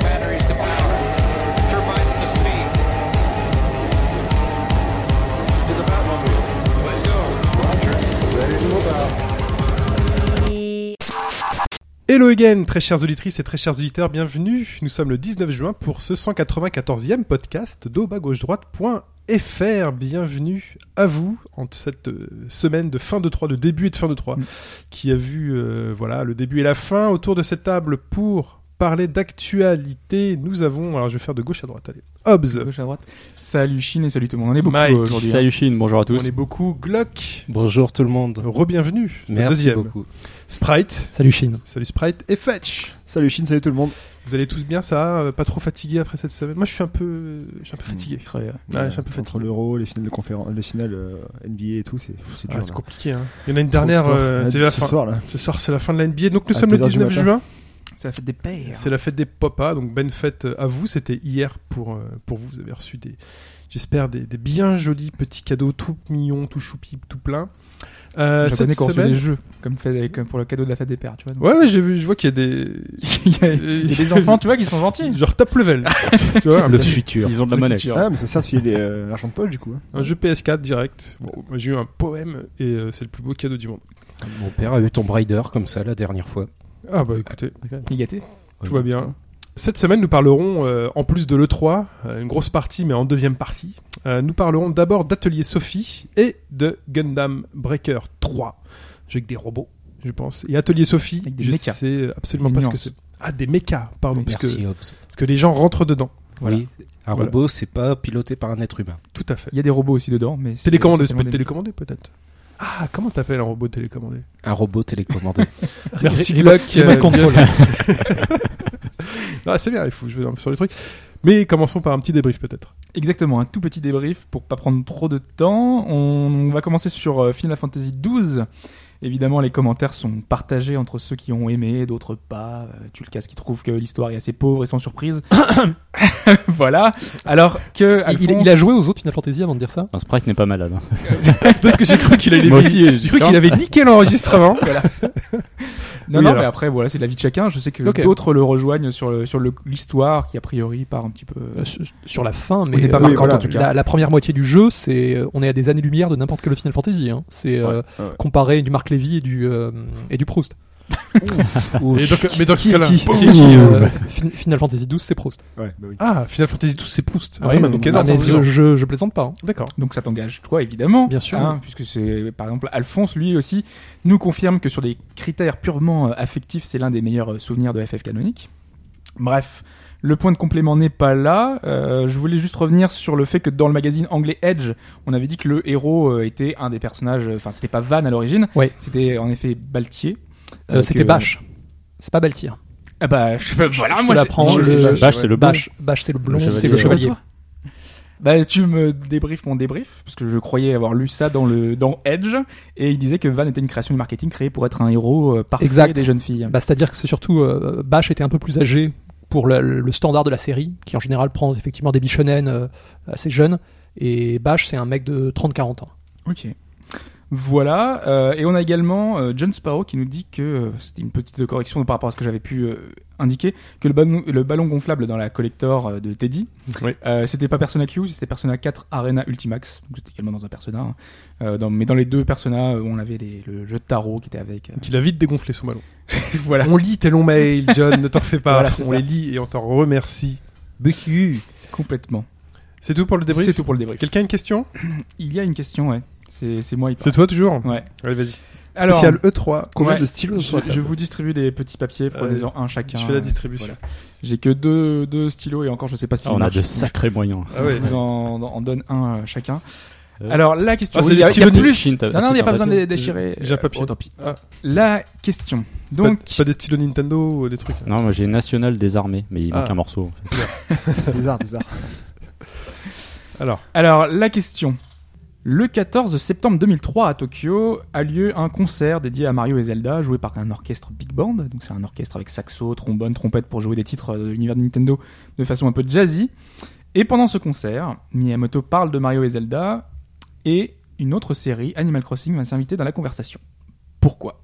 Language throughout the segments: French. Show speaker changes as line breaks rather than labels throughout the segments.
batteries to power. Turbines to speed. To the Batmobile. Let's go.
Hello again, très chères auditrices et très chers auditeurs, bienvenue. Nous sommes le 19 juin pour ce 194e podcast droite.fr. Bienvenue à vous en cette euh, semaine de fin de 3, de début et de fin de 3, qui a vu euh, voilà le début et la fin autour de cette table pour parler d'actualité. Nous avons, alors je vais faire de gauche à droite, allez. Hobbs,
gauche à droite. Salut Chine et salut tout le monde. On est beaucoup
Mike.
euh, aujourd'hui. hein.
Salut Chine, bonjour à
on
tous.
est beaucoup, Glock,
Bonjour tout le monde.
re-bienvenue, c'est le
Merci
deuxième.
beaucoup.
Sprite,
Salut Chine.
salut Sprite et Fetch.
Salut Chine, salut tout le monde.
Vous allez tous bien, ça va Euh, Pas trop fatigué après cette semaine Moi, je suis un peu, je suis un peu fatigué.
Creux, ouais.
Ouais, je suis un peu
Hmm. Euh, Entre
fatigué.
l'Euro, les finales de conférence, les finales euh, NBA et tout, c'est pff, c'est
Ah,
dur.
c'est
là.
compliqué. hein. Il y en a une dernière.
Trop de sport.
euh,
Ah,
c'est la
ce
fin.
soir là.
Ce soir, c'est la fin de la NBA. Donc, nous
À
sommes le
10 heures du
19
matin.
juin.
C'est la fête des pères.
C'est la fête des papas. Donc, bonne fête à vous. C'était hier pour, euh, pour vous. Vous avez reçu des, j'espère, des, des bien jolis petits cadeaux, tout mignons, tout choupi, tout plein. Euh,
Japonais
cette
qui ont reçu
semaine.
des jeux, comme, fait- comme pour le cadeau de la fête des pères, tu vois. donc.
Ouais, ouais, j'ai vu, je vois qu'il y a des.
Il y a- il y a des enfants, tu vois, qui sont gentils.
Genre top level. tu vois, un
Le
petit-
futur. Ils ont de la monnaie.
Ah, mais ça sert de filer euh, l'argent de poche du coup. hein.
Un jeu PS4 direct. Bon, moi, j'ai eu un poème et euh, c'est le plus beau cadeau du monde.
Mon père a eu Tomb Raider comme ça la dernière fois.
Ah bah écoutez,
Il est gâté.
tout va bien. Cette semaine, nous parlerons, euh, en plus de l'E3, euh, une grosse partie, mais en deuxième partie, euh, nous parlerons d'abord d'Atelier Sophie et de Gundam Breaker 3. Jeu avec des robots, je pense. Et Atelier Sophie,
Avec des
je
mechas.
sais absolument
Des
pas ce que
nuances.
c'est. Ah, des mechas, pardon, parce que,
Merci Hobbs.
parce que les gens rentrent dedans. Voilà.
Oui, un
Voilà.
robot, c'est pas piloté par un être humain.
Tout à fait.
Il y a des robots aussi dedans, mais. c'est-
Télécommandé,
c'est
ça
seulement
peut être
des-
télécommandé peut-être. Ah, comment t'appelles un robot télécommandé
Un robot télécommandé.
Merci
Ré-
Glock.
remote control.
bienvenue. non, Ah, c'est bien, il faut jouer un peu sur les trucs. Mais commençons par un petit débrief peut-être.
Exactement, un tout petit débrief pour pas prendre trop de temps. On va commencer sur euh, Final Fantasy XII. Évidemment, les commentaires sont partagés entre ceux qui ont aimé, d'autres pas. Euh, Tulkas qui trouve que l'histoire est assez pauvre et sans surprise. voilà. Alors que
Il- il-
Alphonse-
il a joué
aux autres Final Fantasy avant de dire ça
Un sprite n'est pas malade. hein.
Parce que j'ai cru qu'il allait.
Moi aussi,
j'ai cru qu'il avait niqué l'enregistrement.
Non,
Oui,
non,
alors.
mais après, voilà, c'est de la vie de chacun. Je sais que
Ok.
d'autres le rejoignent sur le sur le- l'histoire qui a priori part un petit peu. euh,
Euh, Sur la fin,
n'est
mais
pas
euh,
marquant,
en
voilà,
tout cas.
La, la première moitié du jeu, c'est euh, on est à des années-lumière de n'importe quel Final Fantasy. hein. C'est euh,
ouais, ouais.
comparé du Marc Levy et du euh, et du Proust.
Et donc- mais dans ce
Qui-
cas-là.
qui-
Boum.
qui- qui, euh, Fin- Final Fantasy 12, c'est Proust.
Ouais, bah oui.
Ah, Final Fantasy 12, c'est Proust.
Ah oui,
bah,
non,
donc
non,
énorme.
mais je, je, je plaisante pas. hein.
D'accord.
Donc ça t'engage toi évidemment,
Bien sûr.
hein, puisque c'est par exemple Alphonse lui aussi nous confirme que sur des critères purement euh, affectifs, c'est l'un des meilleurs euh, souvenirs de FF canonique. Bref, le point de complément n'est pas là. Euh, je voulais juste revenir sur le fait que dans le magazine anglais Edge, on avait dit que le héros euh, était un des personnages. euh, Enfin, c'était pas Van à l'origine.
Ouais.
C'était en effet Baltier.
Euh,
Donc,
C'était
euh,
Bash. C'est pas Baltir.
Ah bah je, voilà,
je te
moi,
l'apprends,
je-
le-
je-
Bash, c'est le
Bash, Bash c'est le blond,
Le
c'est le
chevalier,
chevalier.
Euh, Bah, tu me débriefes mon débrief, parce que je croyais avoir lu ça dans le dans Edge, et il disait que Van était une création du marketing créée pour être un héros euh, parfait
Exact.
des jeunes filles.
Bah, c'est-à-dire que c'est surtout euh, Bash était un peu plus âgé pour le, le standard de la série, qui en général prend effectivement des bichonen euh, assez jeunes. Et Bash, c'est un mec de 30-40 ans.
Ok. Voilà, euh, et on a également euh, John Sparrow qui nous dit que, euh, c'était une petite correction par rapport à ce que j'avais pu euh, indiquer, que le ballon, le ballon gonflable dans la collector euh, de Teddy,
Oui.
euh, c'était pas Persona Q, c'était Persona 4 Arena Ultimax, donc c'était également dans un Persona, hein. Euh, dans- mais dans les deux Persona, euh, on avait les- le jeu de tarot qui était avec... euh,
Donc il a vite dégonflé son ballon.
voilà.
On lit tes longs mails, John, ne t'en fais pas.
Voilà, c'est
on
ça.
les lit et on t'en remercie. BQ.
Complètement.
C'est tout pour le débrief
C'est tout pour le débrief.
Quelqu'un a une question
Il y a une question, ouais. C'est c'est moi. il
C'est
parle.
toi toujours
Ouais.
Allez, vas-y.
Alors,
Spécial E3.
Combien
ouais,
de stylos
je,
sur la table
je vous distribue des petits papiers, prenez-en un chacun.
Euh, je fais la distribution.
Voilà. J'ai que deux, deux stylos et encore, je sais pas si.
Ah, on a de sacrés moyens.
Ah ouais.
Je vous en, en donne un euh, chacun.
Euh.
Alors, la question.
Ah, c'est
oui, il y a-
des
il y a
stylos de
plus.
Chine, t'as-
Non, non,
c'est
il n'y a
un
pas besoin de
papier.
les déchirer.
J'ai un
euh,
papier.
oh, tant pis.
Ah.
La question.
Pas-
Donc,
Pas, des stylos Nintendo ou des trucs.
Non, moi j'ai National des armées, mais il
Ah.
manque un morceau. en fait.
Des arts, des arts.
Alors,
Alors, la question. Le 14 septembre 2003 à Tokyo a lieu un concert dédié à Mario et Zelda, joué par un orchestre big band. Donc euh, c'est un orchestre avec saxo, trombone, trompette pour jouer des titres de l'univers de Nintendo de façon un peu jazzy. Et pendant ce concert, Miyamoto parle de Mario et Zelda et une autre série, Animal Crossing, va s'inviter dans la conversation. Pourquoi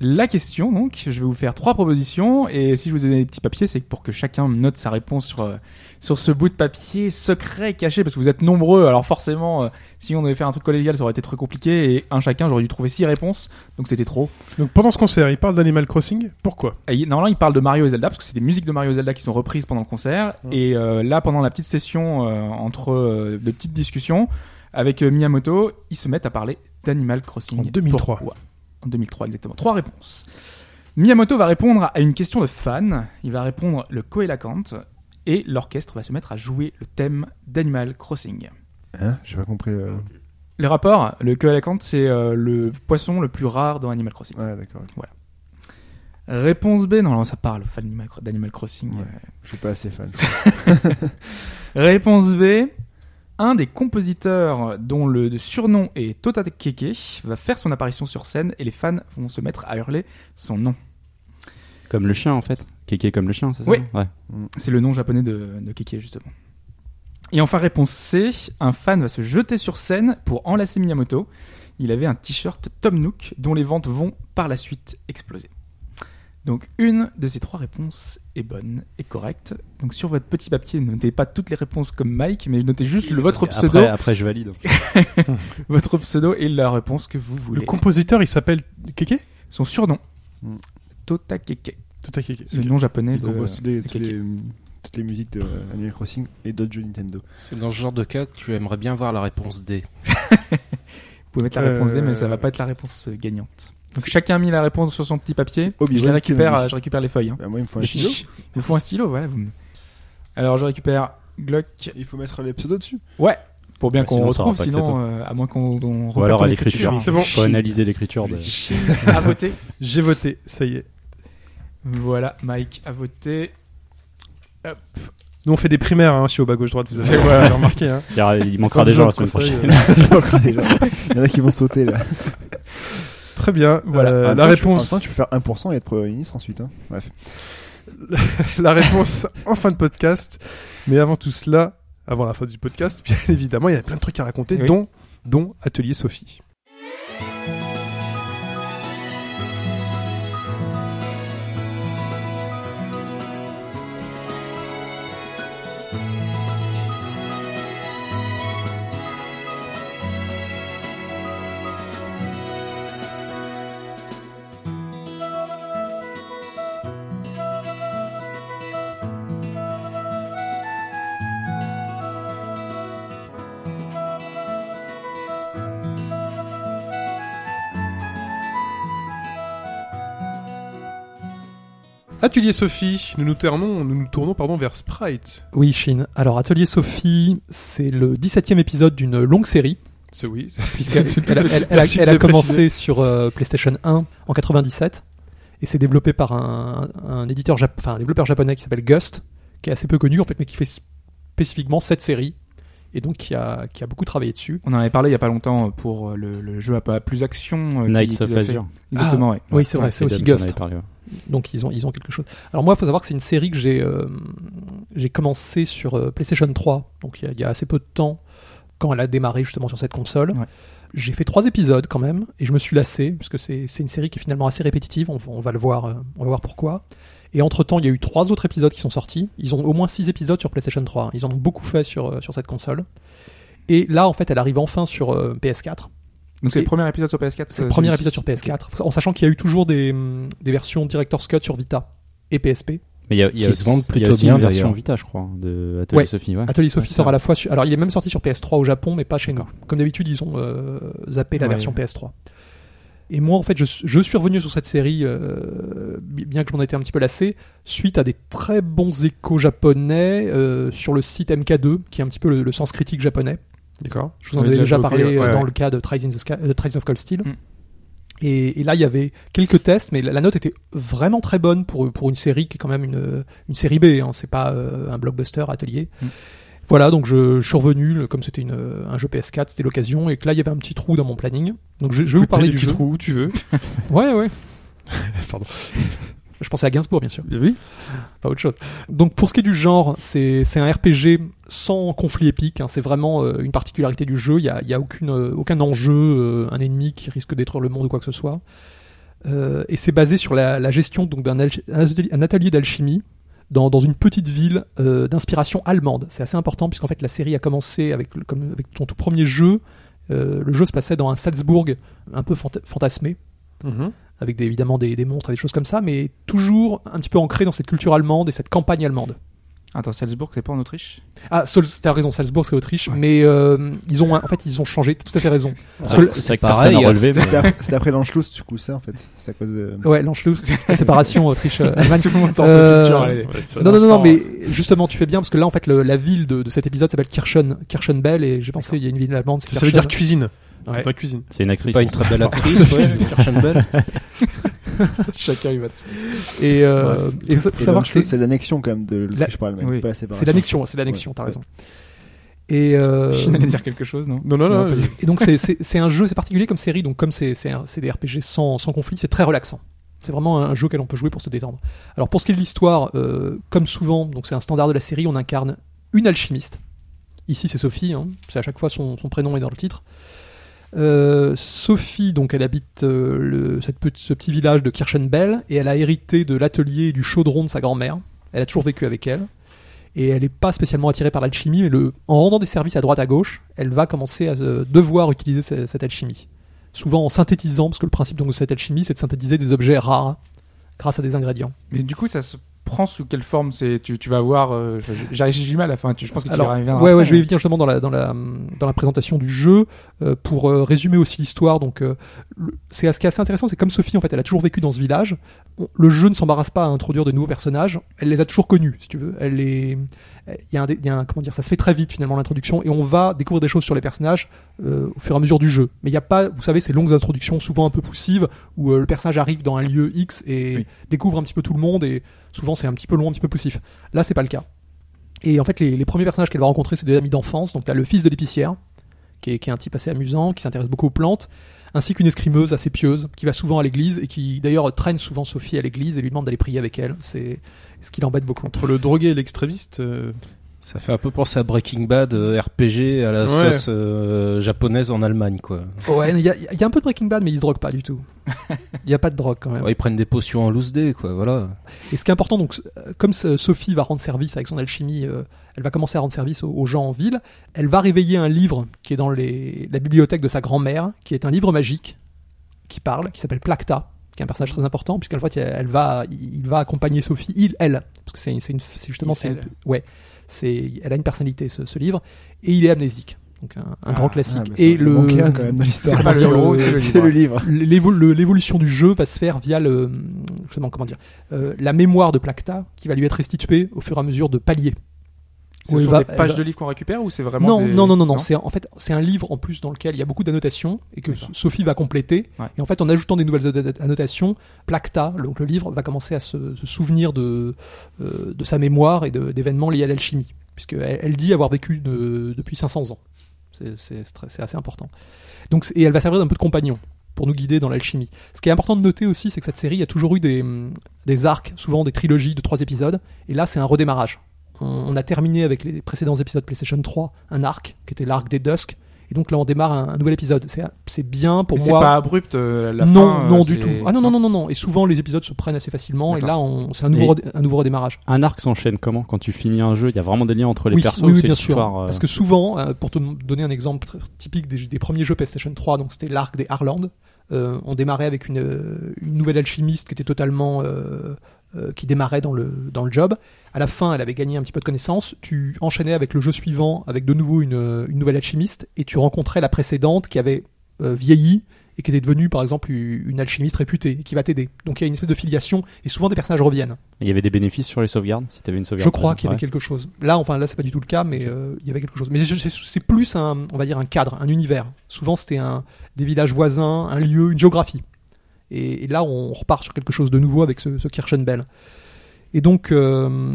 La question, donc, je vais vous faire trois propositions et si je vous ai donné des petits papiers, c'est pour que chacun note sa réponse sur, euh, sur ce bout de papier secret caché parce que vous êtes nombreux. Alors forcément, euh, si on devait faire un truc collégial, ça aurait été très compliqué et un chacun, j'aurais dû trouver six réponses, donc c'était trop.
Donc pendant ce concert, il parle d'Animal Crossing. Pourquoi
Et il- Normalement, il parle de Mario et Zelda parce que c'est des musiques de Mario et Zelda qui sont reprises pendant le concert. Et euh, là, pendant la petite session euh, entre euh, de petites discussions avec euh, Miyamoto, ils se mettent à parler d'Animal Crossing.
En 2003.
Pourquoi en 2003, exactement. Trois réponses. Miyamoto va répondre à une question de fan. Il va répondre le Coelacant et l'orchestre va se mettre à jouer le thème d'Animal Crossing.
Hein J'ai pas compris le.
Le rapport, le Coelacant, c'est euh, le poisson le plus rare dans Animal Crossing.
Ouais, d'accord.
Réponse B, non, non, ça parle fan d'Animal- d'Animal Crossing.
Ouais. Je suis pas assez fan.
Réponse B. Un des compositeurs dont le surnom est Tota Keke va faire son apparition sur scène et les fans vont se mettre à hurler son nom.
Comme le chien, en fait. Kéké comme le chien, c'est ça
Oui.
Ouais.
C'est le nom japonais de, de Keke, justement. Et enfin, réponse C. Un fan va se jeter sur scène pour enlacer Miyamoto. Il avait un t-shirt Tom Nook dont les ventes vont par la suite exploser. Donc, une de ces trois réponses est bonne et correcte. Donc, sur votre petit papier, notez pas toutes les réponses comme Mike, mais notez juste le, votre
Après-
pseudo.
Après, je valide.
votre pseudo et la réponse que vous
Le
voulez.
compositeur, il s'appelle Keke
Son surnom,
Hmm.
Mm.
Tota Keke,
Tout à Keke.
le nom japonais
Il
de...
compose toutes les, toutes
Keke.
les- toutes les musiques de euh, Animal Crossing et d'autres jeux Nintendo.
C'est dans ce genre de cas que tu aimerais bien voir la réponse D.
Vous pouvez mettre la réponse D,
Euh,
mais ça va pas être la réponse euh, gagnante. Donc chacun a mis la réponse sur son petit papier.
C'est Obi-Wan
Je, les récupère,
Kenobi.
euh, je récupère les feuilles. hein.
Bah, moi, il me faut un
Les
stylo.
fiches. Il me faut un stylo, voilà. vous me- Alors je récupère Glock
Il faut mettre les pseudos dessus.
pour bien
Bah,
qu'on
sinon, ça aura
retrouve,
pas que c'est
sinon euh, à moins qu'on on
Ou
reparte
alors
en
à l'écriture.
C'est bon.
Faut analyser l'écriture. bah, de-
à voter.
J'ai voté, ça y est.
Voilà, Mike a voté.
Nous, on fait des primaires hein, chez Au bas gauche droite, vous avez vous avez remarqué. euh, Hein.
Tiens, Il manquera des gens la semaine prochaine.
Il y en a qui vont sauter là.
Très bien.
Voilà.
Euh,
En même
la
temps, tu- En même
réponse,
temps, tu peux faire 1% et être Premier ministre ensuite. Hein. Bref.
la réponse en fin de podcast. Mais avant tout cela, avant la fin du podcast, bien évidemment, il y a plein de trucs à raconter,
Oui.
dont, dont Atelier Sophie. Atelier Sophie, nous nous tournons, nous nous tournons pardon, vers Sprite.
Oui, Chine. Alors, Atelier Sophie, c'est le 17e épisode d'une longue série
C'est oui.
puisqu'elle
Tout
elle a,
à fait.
elle- elle a-
Merci de
elle a
le
commencé
préciser.
sur euh, PlayStation 1 en 97 et c'est développé par un, un éditeur jap- enfin, un développeur japonais qui s'appelle Gust qui est assez peu connu en fait mais qui fait spécifiquement cette série et donc qui a, qui a beaucoup travaillé dessus
On en avait parlé il y a pas longtemps pour euh, le, le jeu à pas plus action. euh, qui-
Knights
qu'ils
of
avaient fait.
Azure. Ah,
Exactement, ouais.
oui c'est vrai c'est
Ouais,
aussi
Dan, j'en avais
Gust
parlé, ouais.
donc ils ont, ils ont quelque chose alors moi il faut savoir que c'est une série que j'ai euh, j'ai commencé sur euh, PlayStation 3 donc il y a- il y, a assez peu de temps quand elle a démarré justement sur cette console
Ouais.
j'ai fait trois épisodes quand même et je me suis lassé parce que c'est c'est une série qui est finalement assez répétitive on, on va le voir euh, on va voir pourquoi et entre temps il y a eu trois autres épisodes qui sont sortis ils ont au moins six épisodes sur PlayStation 3 hein. ils en ont beaucoup fait sur, euh, sur cette console et là en fait elle arrive enfin sur euh, PS4
Donc c'est
Et-
le premier épisode sur PS4.
c'est
euh,
le premier
celui-ci.
épisode sur PS4, en sachant qu'il y a eu toujours des, hum, des versions Director's Cut sur Vita et PSP.
Mais il y a, il y a
Qui se vendent
aussi-
plutôt
il y a aussi
bien,
une version
d'ailleurs.
Vita, je crois, hein, de Atelier
Ouais.
Sophie. Ouais.
Atelier Sophie sort à la fois. Sur... Alors, il est même sorti sur PS3 au Japon, mais pas chez nous.
D'accord.
Comme d'habitude, ils ont euh, zappé la
Ouais.
version PS3. Et moi, en fait, je, je suis revenu sur cette série, euh, bi- bien que j'en étais un petit peu lassé, suite à des très bons échos japonais euh, sur le site MK2, qui est un petit peu le, le sens critique japonais.
D'accord.
Je vous
On
en
a
avais
déjà
déjà
évoqué,
parlé
ouais,
euh,
ouais.
dans le cas de Trials, in the Sky- euh, Trials of Cold Steel.
Mm.
Et, et là, il y avait quelques tests, mais la, la note était vraiment très bonne pour, pour une série qui est quand même une, une série B. Hein, c'est pas euh, un blockbuster atelier.
Mm.
Voilà, donc je, je suis revenu, le- comme c'était une, euh, un jeu PS4, c'était l'occasion, et que là, il y avait un petit trou dans mon planning. Donc je, je vais vous parler du jeu.
trou où tu veux.
Ouais, ouais.
Pardon.
Je pensais à Gainsbourg, bien sûr,
Oui.
pas autre chose. Donc pour ce qui est du genre, c'est c'est un RPG sans conflit épique. hein. c'est vraiment euh, une particularité du jeu. Il n'y a, il y a aucune, euh, aucun enjeu, euh, un ennemi qui risque de détruire le monde ou quoi que ce soit. Euh, et c'est basé sur la, la gestion donc d'un alchi- un atelier- un atelier d'alchimie dans, dans une petite ville euh, d'inspiration allemande. C'est assez important puisqu'en fait la série a commencé avec, le- comme, avec son tout premier jeu. Euh, le jeu se passait dans un Salzbourg un peu fanta- fantasmé avec des- évidemment des, des monstres et des choses comme ça, mais toujours un petit peu ancré dans cette culture allemande et cette campagne allemande.
Attends, Salzbourg, c'est pas en Autriche
Ah, Sol- t'as raison, Salzbourg c'est Autriche,
Ouais.
mais euh, ils ont un- en fait ils ont changé, t'as tout à fait raison.
C'est
que personne n'a relevé,
mais-
C'était ap- c'était après l'Anschluss, du coup, ça en fait. C'est à cause de. euh,
Ouais, l'Anschluss, la séparation Autriche-Allemagne.
Tout le monde sort
Euh,
sa culture. allez.
non, non, non, non, mais justement tu fais bien parce que là en fait le- la ville de, de cet épisode s'appelle Kirchen, Kirchenbell et j'ai pensé il y a une ville allemande, c'est
Ça veut dire
Kirchen.
cuisine.
Ouais.
Pas cuisine.
C'est une actrice.
Pas une très belle actrice, ouais, Kirsten Bell.
Chacun il va Et, euh, et faut
Et
savoir que
l'Anschluss,
c'est-
c'est l'annexion quand même de l'Autriche par elle-même,
oui.
pas la séparation.
c'est l'annexion, c'est l'annexion, t'as raison. Et euh,
Chine allait dire quelque chose, non
Non, non,
Non,
non.
pas du tout. Et donc c'est- c'est c'est un jeu, c'est particulier comme série, donc comme c'est c'est un- c'est des RPG sans, sans conflit, c'est très relaxant. C'est vraiment un jeu auquel on peut jouer pour se détendre. Alors pour ce qui est de l'histoire, euh, comme souvent, donc c'est un standard de la série, on incarne une alchimiste. Ici c'est Sophie, hein. c'est à chaque fois son, son prénom est dans le titre. Euh, Sophie, donc elle habite euh, le- cette petite- ce petit village de Kirchenbell et elle a hérité de l'atelier et du chaudron de sa grand-mère. Elle a toujours vécu avec elle et elle n'est pas spécialement attirée par l'alchimie, mais le, en rendant des services à droite à gauche, elle va commencer à euh, devoir utiliser ce- cette alchimie. Souvent en synthétisant, parce que le principe donc, de cette alchimie, c'est de synthétiser des objets rares grâce à des ingrédients.
Mais du coup, ça se prend sous quelle forme C'est tu, tu vas voir. euh, j'ai j'ai du mal à la fin. Tu, je pense que tu
Alors,
y
ouais,
reviendras.
ouais,
après, hein.
je vais y
mais-
venir justement dans la, dans la, dans la présentation du jeu euh, pour euh, résumer aussi l'histoire. Donc, euh, le- c'est ce qui est assez intéressant, c'est comme Sophie, en fait, elle a toujours vécu dans ce village. On- le jeu ne s'embarrasse pas à introduire de nouveaux personnages. Elle les a toujours connus, si tu veux. Elle les, il y a un, dé- il y a un- comment dire, ça se fait très vite finalement l'introduction et on va découvrir des choses sur les personnages euh, au fur et à mesure du jeu. Mais il n'y a pas, vous savez, ces longues introductions souvent un peu poussives où euh, le personnage arrive dans un lieu X et
Oui.
découvre un petit peu tout le monde et souvent c'est un petit peu long, un petit peu poussif. Là, c'est pas le cas. Et en fait, les, les premiers personnages qu'elle va rencontrer, c'est des amis d'enfance. Donc, tu as le fils de l'épicière, qui est, qui est un type assez amusant, qui s'intéresse beaucoup aux plantes, ainsi qu'une escrimeuse assez pieuse, qui va souvent à l'église et qui d'ailleurs traîne souvent Sophie à l'église et lui demande d'aller prier avec elle. C'est ce qui l'embête beaucoup.
Entre le drogué et l'extrémiste. euh,
Ça fait un peu penser à Breaking Bad, euh, RPG à la
Ouais.
sauce euh, japonaise en Allemagne, quoi.
Ouais, il y, a- il y a un peu de Breaking Bad, mais ils se droguent pas du tout. Il n'y a pas de drogue quand même.
Ouais, ils prennent des potions en loose day, quoi, voilà.
Et ce qui est important, donc, euh, comme ce- Sophie va rendre service avec son alchimie, euh, elle va commencer à rendre service aux, aux gens en ville. Elle va réveiller un livre qui est dans les- la bibliothèque de sa grand-mère, qui est un livre magique qui parle, qui s'appelle Placta, qui est un personnage très important, puisqu'en fait, elle va, il va accompagner Sophie, il, elle, parce que c'est une- c'est une- c'est justement,
Il,
c'est
elle.
ouais, c'est, elle a une personnalité ce, ce livre, et il est amnésique, donc un, un
Ah,
grand
Ah,
classique.
mais ça,
et
il
le
manquait un, quand même dans l'histoire.
C'est pas le héros, c'est le
C'est le livre.
L'évo- le- L'évolution du jeu va se faire via le, justement, comment dire, euh, la mémoire de Placta qui va lui être restituée au fur et à mesure de paliers.
C'est
Ouais,
sur
va-
des pages
va-
de livres qu'on récupère ou c'est vraiment
bah, Non,
des-
non, non, non, non, c'est en fait c'est un livre en plus dans lequel il y a beaucoup d'annotations et que
D'accord.
Sophie va compléter.
Ouais.
Et en fait, en ajoutant des nouvelles anno- annotations, Placta, donc le livre, va commencer à se, se souvenir de euh, de sa mémoire et de- d'événements liés à l'alchimie, puisque elle, elle dit avoir vécu de- depuis 500 ans. C'est- C'est c'est très- c'est assez important. Donc, c'est- et elle va servir d'un peu de compagnon pour nous guider dans l'alchimie. Ce qui est important de noter aussi, c'est que cette série a toujours eu des, hum, des arcs, souvent des trilogies de trois épisodes, et là c'est un redémarrage. On, on a terminé avec les précédents épisodes PlayStation 3 un arc, qui était l'arc des Dusk, et donc là on démarre un, un nouvel épisode. C'est- C'est bien pour
Mais C'est
moi.
pas abrupt euh, la
non,
fin. euh,
non du
c'est-
tout. Ah non, non, non, non, non. Et souvent les épisodes se prennent assez facilement, et
D'accord.
là on- c'est un, nouveau
Et-
redé- un nouveau redémarrage.
Un arc s'enchaîne comment Quand tu finis un jeu, il y a vraiment des liens entre les
oui,
persos
oui, oui,
c'est
bien
une
sûr.
histoire, euh,
Parce que souvent, euh, pour te m- donner un exemple très typique des, des premiers jeux PlayStation 3, donc c'était l'arc des Harland, euh, on démarrait avec une, euh, une nouvelle alchimiste qui était totalement euh, euh, qui démarrait dans le dans le job. À la fin, elle avait gagné un petit peu de connaissances. Tu enchaînais avec le jeu suivant, avec de nouveau une, euh, une nouvelle alchimiste, et tu rencontrais la précédente qui avait euh, vieilli et qui était devenue par exemple u- une alchimiste réputée et qui va t'aider. Donc il y a une espèce de filiation et souvent des personnages reviennent.
Il y avait des bénéfices sur les sauvegardes si t'avais une sauvegarde.
Je crois qu'il y avait
Ouais.
quelque chose. Là, enfin, là, c'est pas du tout le cas, mais euh, il y avait quelque chose. Mais je- c'est c'est plus un, on va dire, un cadre, un univers. Souvent, c'était un, des villages voisins, un lieu, une géographie. Et, et là, on repart sur quelque chose de nouveau avec ce, ce Kirchenbell. Et donc, euh,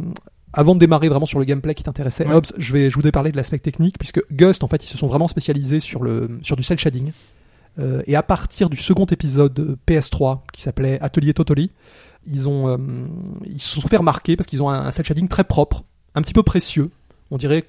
avant de démarrer vraiment sur le gameplay qui t'intéressait,
Ouais.
Hobbs, je vais, je voudrais parler de l'aspect technique, puisque Gust, en fait, ils se sont vraiment spécialisés sur, le, sur du cel shading. Euh, et à partir du second épisode de PS3, qui s'appelait Atelier Totoli, ils, ont, euh, ils se sont fait remarquer parce qu'ils ont un, un cel shading très propre, un petit peu précieux. On dirait,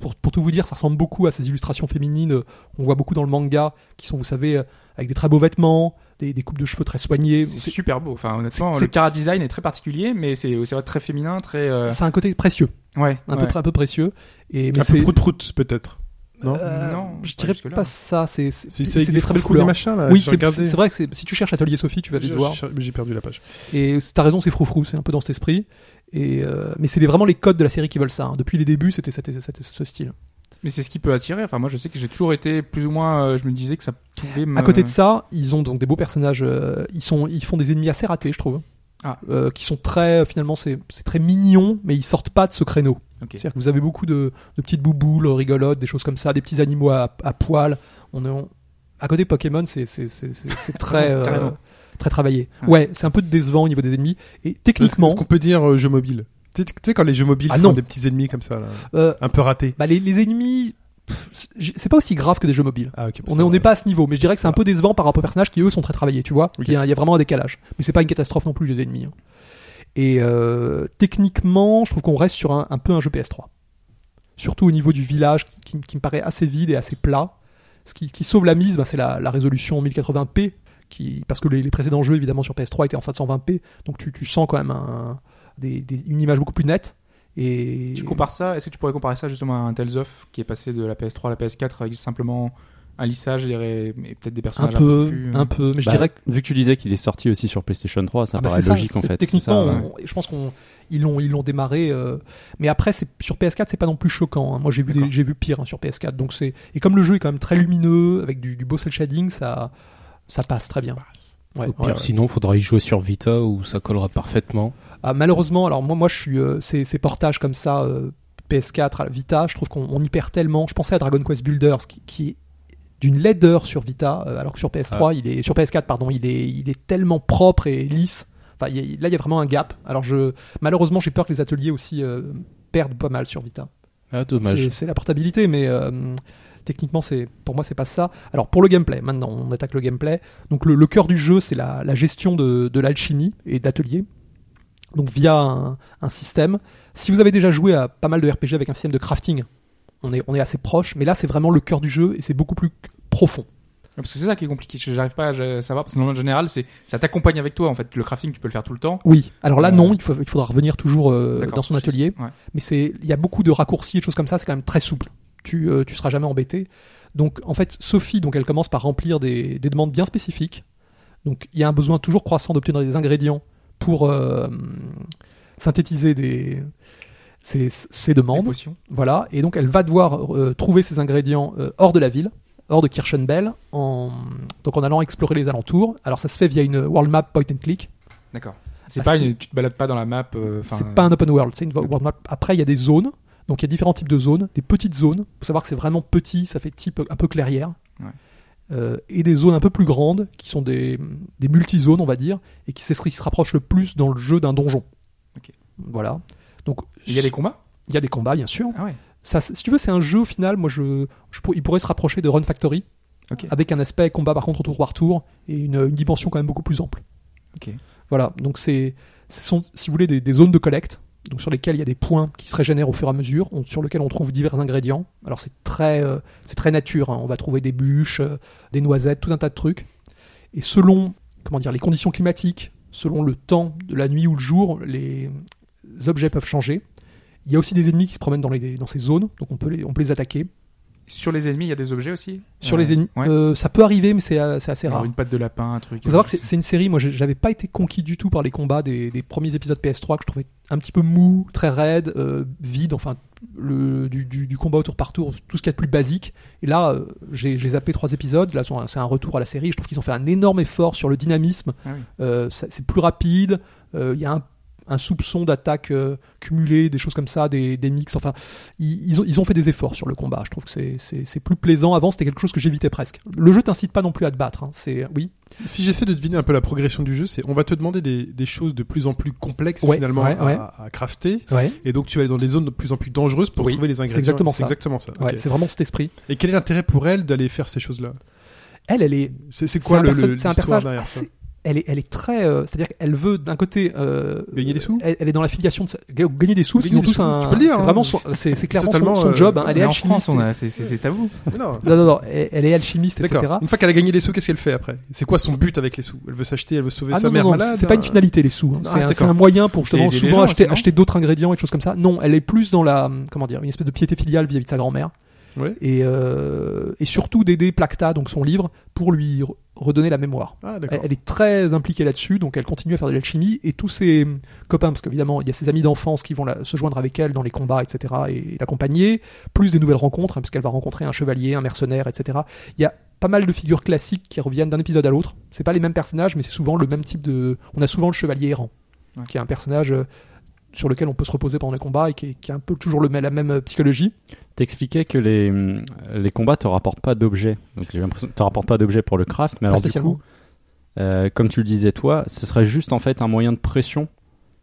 pour, pour tout vous dire, ça ressemble beaucoup à ces illustrations féminines euh, qu'on voit beaucoup dans le manga, qui sont, vous savez, euh, avec des très beaux vêtements, des, des coupes de cheveux très soignées.
C'est
C'est
super beau. Enfin, honnêtement,
c'est-
le
c'est-
cara design est très particulier, mais c'est aussi vrai, très féminin, très. euh,
c'est un côté précieux,
Ouais.
un,
ouais.
peu, un peu précieux. Et, mais
Un peu
c'est-
prout-prout, peut-être. Non
euh,
Non,
je
pas
dirais
jusque-là. hein.
pas ça. C'est c'est-
C'est
c'est
c'est avec
des très belles
froufrous, les
couleurs.
machins, là.
Oui,
j'ai
c'est
regardé.
c'est vrai que c'est- si tu cherches Atelier Sophie, tu vas vite
J'ai-
voir.
j'ai- J'ai perdu la page.
Et c'est- t'as raison, c'est froufrou, c'est un peu dans cet esprit. Et euh, mais c'est les- vraiment les codes de la série qui veulent ça. hein. Depuis les débuts, c'était c'était- c'était ce style.
Mais c'est ce qui peut attirer. Enfin, moi, je sais que j'ai toujours été plus ou moins. euh, je me disais que ça pouvait. me-
À côté de ça, ils ont donc des beaux personnages. euh, ils sont, ils font des ennemis assez ratés, je trouve.
Ah.
Euh, qui sont très, finalement, c'est c'est très mignon, mais ils sortent pas de ce créneau.
Ok.
C'est-à-dire que vous avez beaucoup de, de petites bouboules rigolotes, des choses comme ça, des petits animaux à, à poil. On est en- à côté de Pokémon, c'est c'est- c'est- c'est- c'est très, euh,
Carrément.
très travaillé.
Ah.
Ouais, c'est un peu décevant au niveau des ennemis. Et techniquement,
Est-ce qu'on peut dire euh, jeu mobile Tu sais- tu sais, quand les jeux mobiles
Ah
font
non.
des petits ennemis comme ça, là,
euh,
un peu ratés.
bah, les, les ennemis, pff, c'est c'est pas aussi grave que des jeux mobiles.
Ah, ok.
On est- on n'est pas à ce niveau, mais je dirais que c'est un peu décevant par rapport aux personnages qui eux sont très travaillés, tu vois.
Ok.
Il, y a, il y a vraiment un décalage. Mais c'est pas une catastrophe non plus les ennemis. hein. Et euh, techniquement, je trouve qu'on reste sur un, un peu un jeu PS3. Surtout au niveau du village qui, qui- qui me paraît assez vide et assez plat. Ce qui, qui sauve la mise, bah, c'est la, la résolution 1080p. Qui, parce que les, les précédents jeux, évidemment, sur PS3 étaient en 720p. Donc tu, tu sens quand même un- des- des- une image beaucoup plus nette. Et
Tu compares ça Est-ce que tu pourrais comparer ça justement à un Tales of qui est passé de la PS3 à la PS4 avec simplement un lissage et, ré- et peut-être des
un
personnages
peu,
plus, euh,
un peu. Mais je
Bah,
dirais que
Vu que tu disais qu'il est sorti aussi sur PlayStation 3, ça
Ah bah
paraît
c'est ça,
logique en
c'est-
fait. c'est ça,
Techniquement,
ouais.
on- je pense qu'on ils l'ont ils l'ont démarré, euh, mais après c'est sur PS4 c'est pas non plus choquant. hein. Moi j'ai vu des-
D'accord.
j'ai vu pire hein, sur PS4, donc c'est et comme le jeu est quand même très lumineux avec du, du beau cel shading, ça ça passe très bien. Ouais,
Au pire,
ouais, ouais.
sinon, faudra y jouer sur Vita où ça collera parfaitement.
Ah, malheureusement, alors moi moi je suis euh, ces, ces portages comme ça euh, PS4 à la Vita, je trouve qu'on on y perd tellement. Je pensais à Dragon Quest Builders qui, qui est d'une laideur sur Vita, euh, alors que sur PS3 il est sur PS4 pardon il est il est tellement propre et lisse. Enfin, il y a- là, il y a vraiment un gap. Alors, je, malheureusement, j'ai peur que les ateliers aussi euh, perdent pas mal sur Vita.
Ah, dommage.
C'est c'est la portabilité, mais euh, techniquement, c'est pour moi, c'est pas ça. Alors, pour le gameplay, maintenant, on attaque le gameplay. Donc, le, le cœur du jeu, c'est la, la gestion de, de l'alchimie et d'ateliers. Donc, via un, un système. Si vous avez déjà joué à pas mal de RPG avec un système de crafting, on est, on est assez proche, mais là, c'est vraiment le cœur du jeu et c'est beaucoup plus profond.
Parce que c'est ça qui est compliqué. Je- J'arrive pas à je- savoir parce que en général, c'est ça t'accompagne avec toi en fait. Le crafting, tu peux le faire tout le temps.
Oui. Alors là,
Euh,
non, il, faut- il faudra revenir toujours euh,
D'accord,
dans son
juste-
atelier.
ouais.
Mais c'est, il y a beaucoup de raccourcis et de choses comme ça. C'est quand même très souple. Tu, euh, tu seras jamais embêté. Donc, en fait, Sophie, donc elle commence par remplir des, des demandes bien spécifiques. Donc, il y a un besoin toujours croissant d'obtenir des ingrédients pour euh, synthétiser des, ces, ces
Les
demandes.
potions.
Voilà, et donc elle va devoir euh, trouver ses ingrédients euh, hors de la ville, hors de Kirchenbell, en... donc en allant explorer les alentours. Alors ça se fait via une world map point and click.
D'accord. C'est
Ah,
pas
c'est-
une, tu te balades pas dans la map. euh, enfin,
c'est pas un open world, c'est une world map. Après il y a des zones, donc il y a différents types de zones, des petites zones. Faut savoir que c'est vraiment petit, ça fait type un peu clairière.
Ouais.
Euh, et des zones un peu plus grandes, qui sont des, des multi-zones, on va dire, et qui c'est ce qui se rapproche le plus dans le jeu d'un donjon.
Ok.
Voilà. Donc
Il y a des combats.
il y a des combats, bien sûr.
Ah ouais.
ça, si tu veux, c'est un jeu au final. Moi, je, je pour- il pourrait se rapprocher de Run Factory,
Ok.
avec un aspect combat par contre au tour par tour et une, une dimension quand même beaucoup plus ample.
Ok.
Voilà. Donc c'est, ce sont, si vous voulez, des, des zones de collecte, donc sur lesquelles il y a des points qui se régénèrent au fur et à mesure, on- sur lesquels on trouve divers ingrédients. Alors c'est très, euh, c'est très nature. hein. On va trouver des bûches, euh, des noisettes, tout un tas de trucs. Et selon, comment dire, les conditions climatiques, selon le temps de la nuit ou le jour, les objets peuvent changer. Il y a aussi des ennemis qui se promènent dans, les, dans ces zones, donc on peut les, on peut les attaquer.
Sur les ennemis, il y a des objets aussi.
Sur
Euh,
les ennemis,
ouais.
euh, ça peut arriver, mais c'est euh, c'est assez
Genre
rare.
Une patte de lapin, un truc. euh,
Faut savoir que c'est- c'est une série, moi j'ai- j'avais pas été conquis du tout par les combats des, des premiers épisodes PS3 que je trouvais un petit peu mou, très raide, euh, vide, enfin le, du, du- du combat au tour par tour, tout ce qu'il y a de plus basique. Et là, euh, j'ai j'ai zappé trois épisodes, là c'est un- c'est un retour à la série, je trouve qu'ils ont fait un énorme effort sur le dynamisme,
Ah oui.
Euh, ça- c'est plus rapide, euh, il y a un, un soupçon d'attaque euh, cumulée, des choses comme ça, des, des mix, enfin ils, ils ont, ils ont fait des efforts sur le combat, je trouve que c'est- c'est c'est plus plaisant, avant c'était quelque chose que j'évitais presque. Le jeu t'incite pas non plus à te battre, hein. c'est... Oui
Si si j'essaie de deviner un peu la progression du jeu, c'est on va te demander des, des choses de plus en plus complexes
Ouais,
finalement
ouais,
à,
ouais.
à crafter,
Ouais.
et donc tu vas aller dans des zones de plus en plus dangereuses pour
Oui,
trouver les ingrédients.
exactement ça.
exactement ça.
Ouais,
ok.
c'est vraiment cet esprit.
Et quel est l'intérêt pour elle d'aller faire ces choses-là
Elle, elle est.
C'est c'est quoi
un
le,
perso-
le-
c'est un
l'histoire
personnage
derrière ça
assez elle est, elle est très. euh, C'est-à-dire qu'elle veut d'un côté. euh,
Gagner des sous
elle, elle est dans la filiation de sa- ga- gagner des sous parce qu'ils ont
Gagner des
tous
sous,
un.
tu peux le dire,
C'est
hein.
vraiment son- c'est c'est clairement son,
Totalement,
son
euh,
job. hein. Elle est
Mais en
alchimiste.
France, on a, c'est, c'est, c'est à vous.
Mais non.
Non, non, non, elle elle est alchimiste, etc.
D'accord. Une fois qu'elle a gagné les sous, qu'est-ce qu'elle fait après C'est quoi son but avec les sous Elle veut s'acheter, elle veut sauver
Ah
sa
non,
mère
non, non,
malade.
c'est pas une
euh,
finalité les sous. hein.
Ah,
c'est, un,
d'accord.
c'est un moyen pour
C'est
justement
aider les
souvent
gens,
acheter,
sinon.
acheter d'autres ingrédients et des choses comme ça. Non, elle est plus dans la hum, comment dire une espèce de piété filiale vis-à-vis de sa grand-mère
Ouais.
et, euh, et surtout d'aider Placta donc son livre pour lui re- redonner la mémoire.
Ah
Elle,
d'accord.
elle est très impliquée là-dessus donc elle continue à faire de l'alchimie et tous ses hum, copains parce qu'évidemment il y a ses amis d'enfance qui vont la- se joindre avec elle dans les combats etc et l'accompagner plus des nouvelles rencontres hein, parce qu'elle va rencontrer un chevalier, un mercenaire etc. Il y a pas mal de figures classiques qui reviennent d'un épisode à l'autre. C'est pas les mêmes personnages, mais c'est souvent le même type de. On a souvent le chevalier errant,
Ouais.
qui est un personnage euh, sur lequel on peut se reposer pendant les combats et qui, est- qui a un peu toujours le, même- la même euh, psychologie.
T'expliquais que les, hum, les combats te rapportent pas d'objets. Donc j'ai l'impression que te rapportent pas d'objets pour le craft, mais
Pas
alors du
spécialement.
coup, euh, comme tu le disais toi, ce serait juste en fait un moyen de pression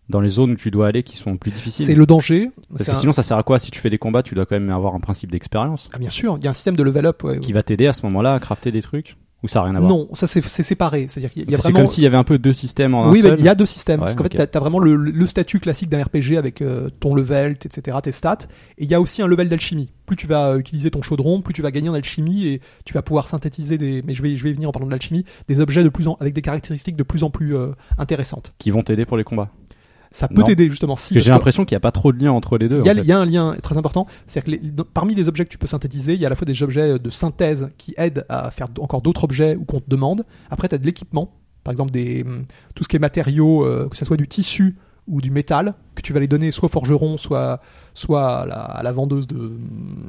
dans les zones où tu dois aller qui sont plus
c'est
difficiles.
le danger.
Parce
c'est
que
un-
sinon ça sert à quoi Si tu fais des combats, tu dois quand même avoir un principe d'expérience
Ah, bien sûr, il y a un système de level up. ouais.
qui va t'aider à ce moment-là à crafter des trucs ou ça a rien à voir.
Non, ça c'est c'est séparé. C'est-à-dire qu'il y a- il y a
C'est
vraiment.
comme s'il y avait un peu deux systèmes en
oui,
un
mais
seul.
il y a deux systèmes.
Ouais,
parce qu'en
ok.
fait, t'as- t'as vraiment le, le statut classique d'un RPG avec euh, ton level, t- etc., tes stats. Et il y a aussi un level d'alchimie. Plus tu vas euh, utiliser ton chaudron, plus tu vas gagner en alchimie et tu vas pouvoir synthétiser des. Mais je vais, je vais y venir en parlant de l'alchimie, des objets de plus en, avec des caractéristiques de plus en plus euh, intéressantes.
qui vont t'aider pour les combats.
Ça peut
Non.
t'aider justement. Si,
Parce que
parce
j'ai
que
l'impression qu'il n'y a pas trop de lien entre les deux.
il y, a,
en fait.
il y a un lien très important, c'est que les- dans- parmi les objets que tu peux synthétiser, il y a à la fois des objets euh, de synthèse qui aident à faire d- encore d'autres objets ou qu'on te demande. Après, tu as de l'équipement, par exemple des, hum, tout ce qui est matériaux, euh, que ce soit du tissu ou du métal, que tu vas les donner soit au forgeron, soit, soit à, la, à la vendeuse de, hum,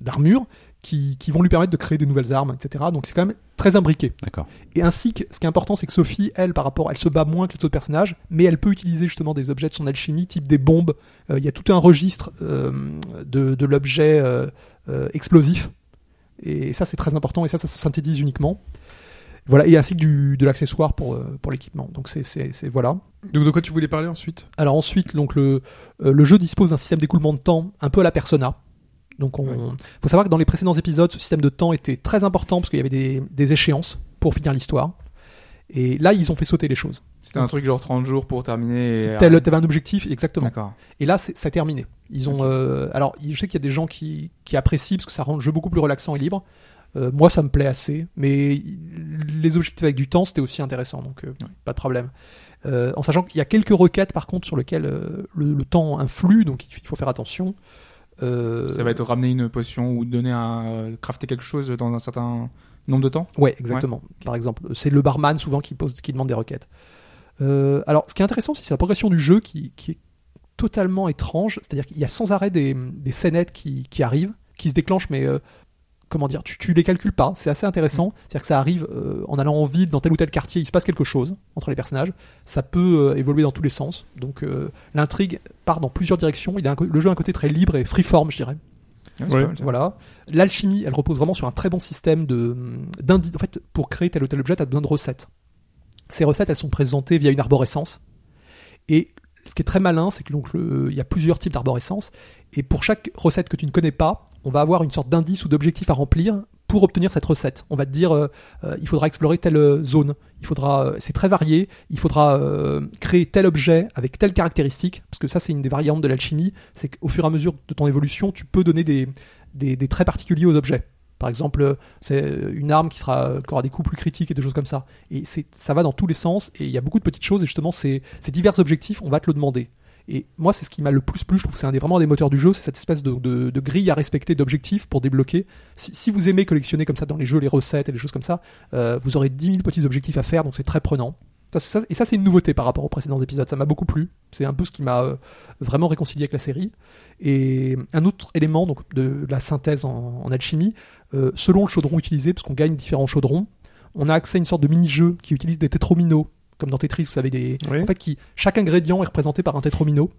d'armure, qui, qui vont lui permettre de créer de nouvelles armes, etc. Donc c'est quand même très imbriqué.
D'accord.
Et ainsi que ce qui est important, c'est que Sophie, elle, par rapport, elle se bat moins que les autres personnages, mais elle peut utiliser justement des objets de son alchimie, type des bombes. Euh, Il y a tout un registre euh, de, de l'objet euh, euh, explosif. Et ça, c'est très important, et ça, ça se synthétise uniquement. Voilà, et ainsi que du, de l'accessoire pour, euh, pour l'équipement. Donc c'est- c'est c'est- voilà.
Donc de quoi tu voulais parler ensuite
Alors ensuite, donc le, euh, le jeu dispose d'un système d'écoulement de temps un peu à la persona. Donc on faut savoir que dans les précédents épisodes, ce système de temps était très important parce qu'il y avait des, des échéances pour finir l'histoire. Et là, ils ont fait sauter les choses.
C'était un truc genre 30 jours pour terminer. et- euh,
Tel- T'avais un objectif, exactement.
D'accord.
Et là, c'est ça a terminé. Ils ont. euh, alors, je sais qu'il y a des gens qui, qui apprécient parce que ça rend le jeu beaucoup plus relaxant et libre. Euh, moi, ça me plaît assez, mais il- les objectifs avec du temps, c'était aussi intéressant, donc euh, pas de problème. Euh, en sachant qu'il y a quelques requêtes, par contre, sur lesquelles euh, le, le temps influe, donc il faut faire attention. Euh,
Ça va être ramener une potion ou donner un euh, crafter quelque chose dans un certain nombre de temps.
Ouais, exactement. Par exemple, c'est le barman souvent qui pose, qui demande des requêtes. Euh, alors, ce qui est intéressant, c'est la progression du jeu qui, qui est totalement étrange. C'est-à-dire qu'il y a sans arrêt des, des scénettes qui, qui arrivent, qui se déclenchent, mais euh, comment dire, tu, tu les calcules pas. C'est assez intéressant. C'est-à-dire que ça arrive euh, en allant en ville, dans tel ou tel quartier, il se passe quelque chose entre les personnages. Ça peut euh, évoluer dans tous les sens. Donc, euh, l'intrigue part dans plusieurs directions. Il a un co- le jeu a un côté très libre et freeform, je dirais.
Ah oui, c'est
Ouais.
pas mal, ça.
Voilà. L'alchimie, elle repose vraiment sur un très bon système de mm, d'indi- En fait, pour créer tel ou tel objet, tu as besoin de recettes. Ces recettes, elles sont présentées via une arborescence. Et ce qui est très malin, c'est que donc le- il y a plusieurs types d'arborescence. Et pour chaque recette que tu ne connais pas, on va avoir une sorte d'indice ou d'objectif à remplir pour obtenir cette recette. On va te dire, euh, euh, il faudra explorer telle euh, zone. Il faudra, euh, c'est très varié. Il faudra euh, créer tel objet avec telle caractéristique, parce que ça, c'est une des variantes de l'alchimie. C'est qu'au fur et à mesure de ton évolution, tu peux donner des, des, des traits particuliers aux objets. Par exemple, euh, c'est euh, une arme qui, sera, euh, qui aura des coups plus critiques et des choses comme ça. Et c'est- ça va dans tous les sens, et il y a beaucoup de petites choses, et justement, ces, ces divers objectifs, on va te le demander. Et moi, c'est ce qui m'a le plus plu, je trouve que c'est un des, vraiment un des moteurs du jeu, c'est cette espèce de, de- de grille à respecter d'objectifs pour débloquer. Si, si vous aimez collectionner comme ça dans les jeux, les recettes et les choses comme ça, euh, vous aurez 10 000 petits objectifs à faire, donc c'est très prenant. Ça, c'est- ça- et ça, c'est une nouveauté par rapport aux précédents épisodes, ça m'a beaucoup plu. C'est un peu ce qui m'a euh, vraiment réconcilié avec la série. Et un autre élément donc, de, de la synthèse en, en alchimie, euh, selon le chaudron utilisé, parce qu'on gagne différents chaudrons, on a accès à une sorte de mini-jeu qui utilise des tétrominos, comme dans Tetris, vous savez, des...
Oui.
en fait, qui, chaque ingrédient est représenté par un tétromino,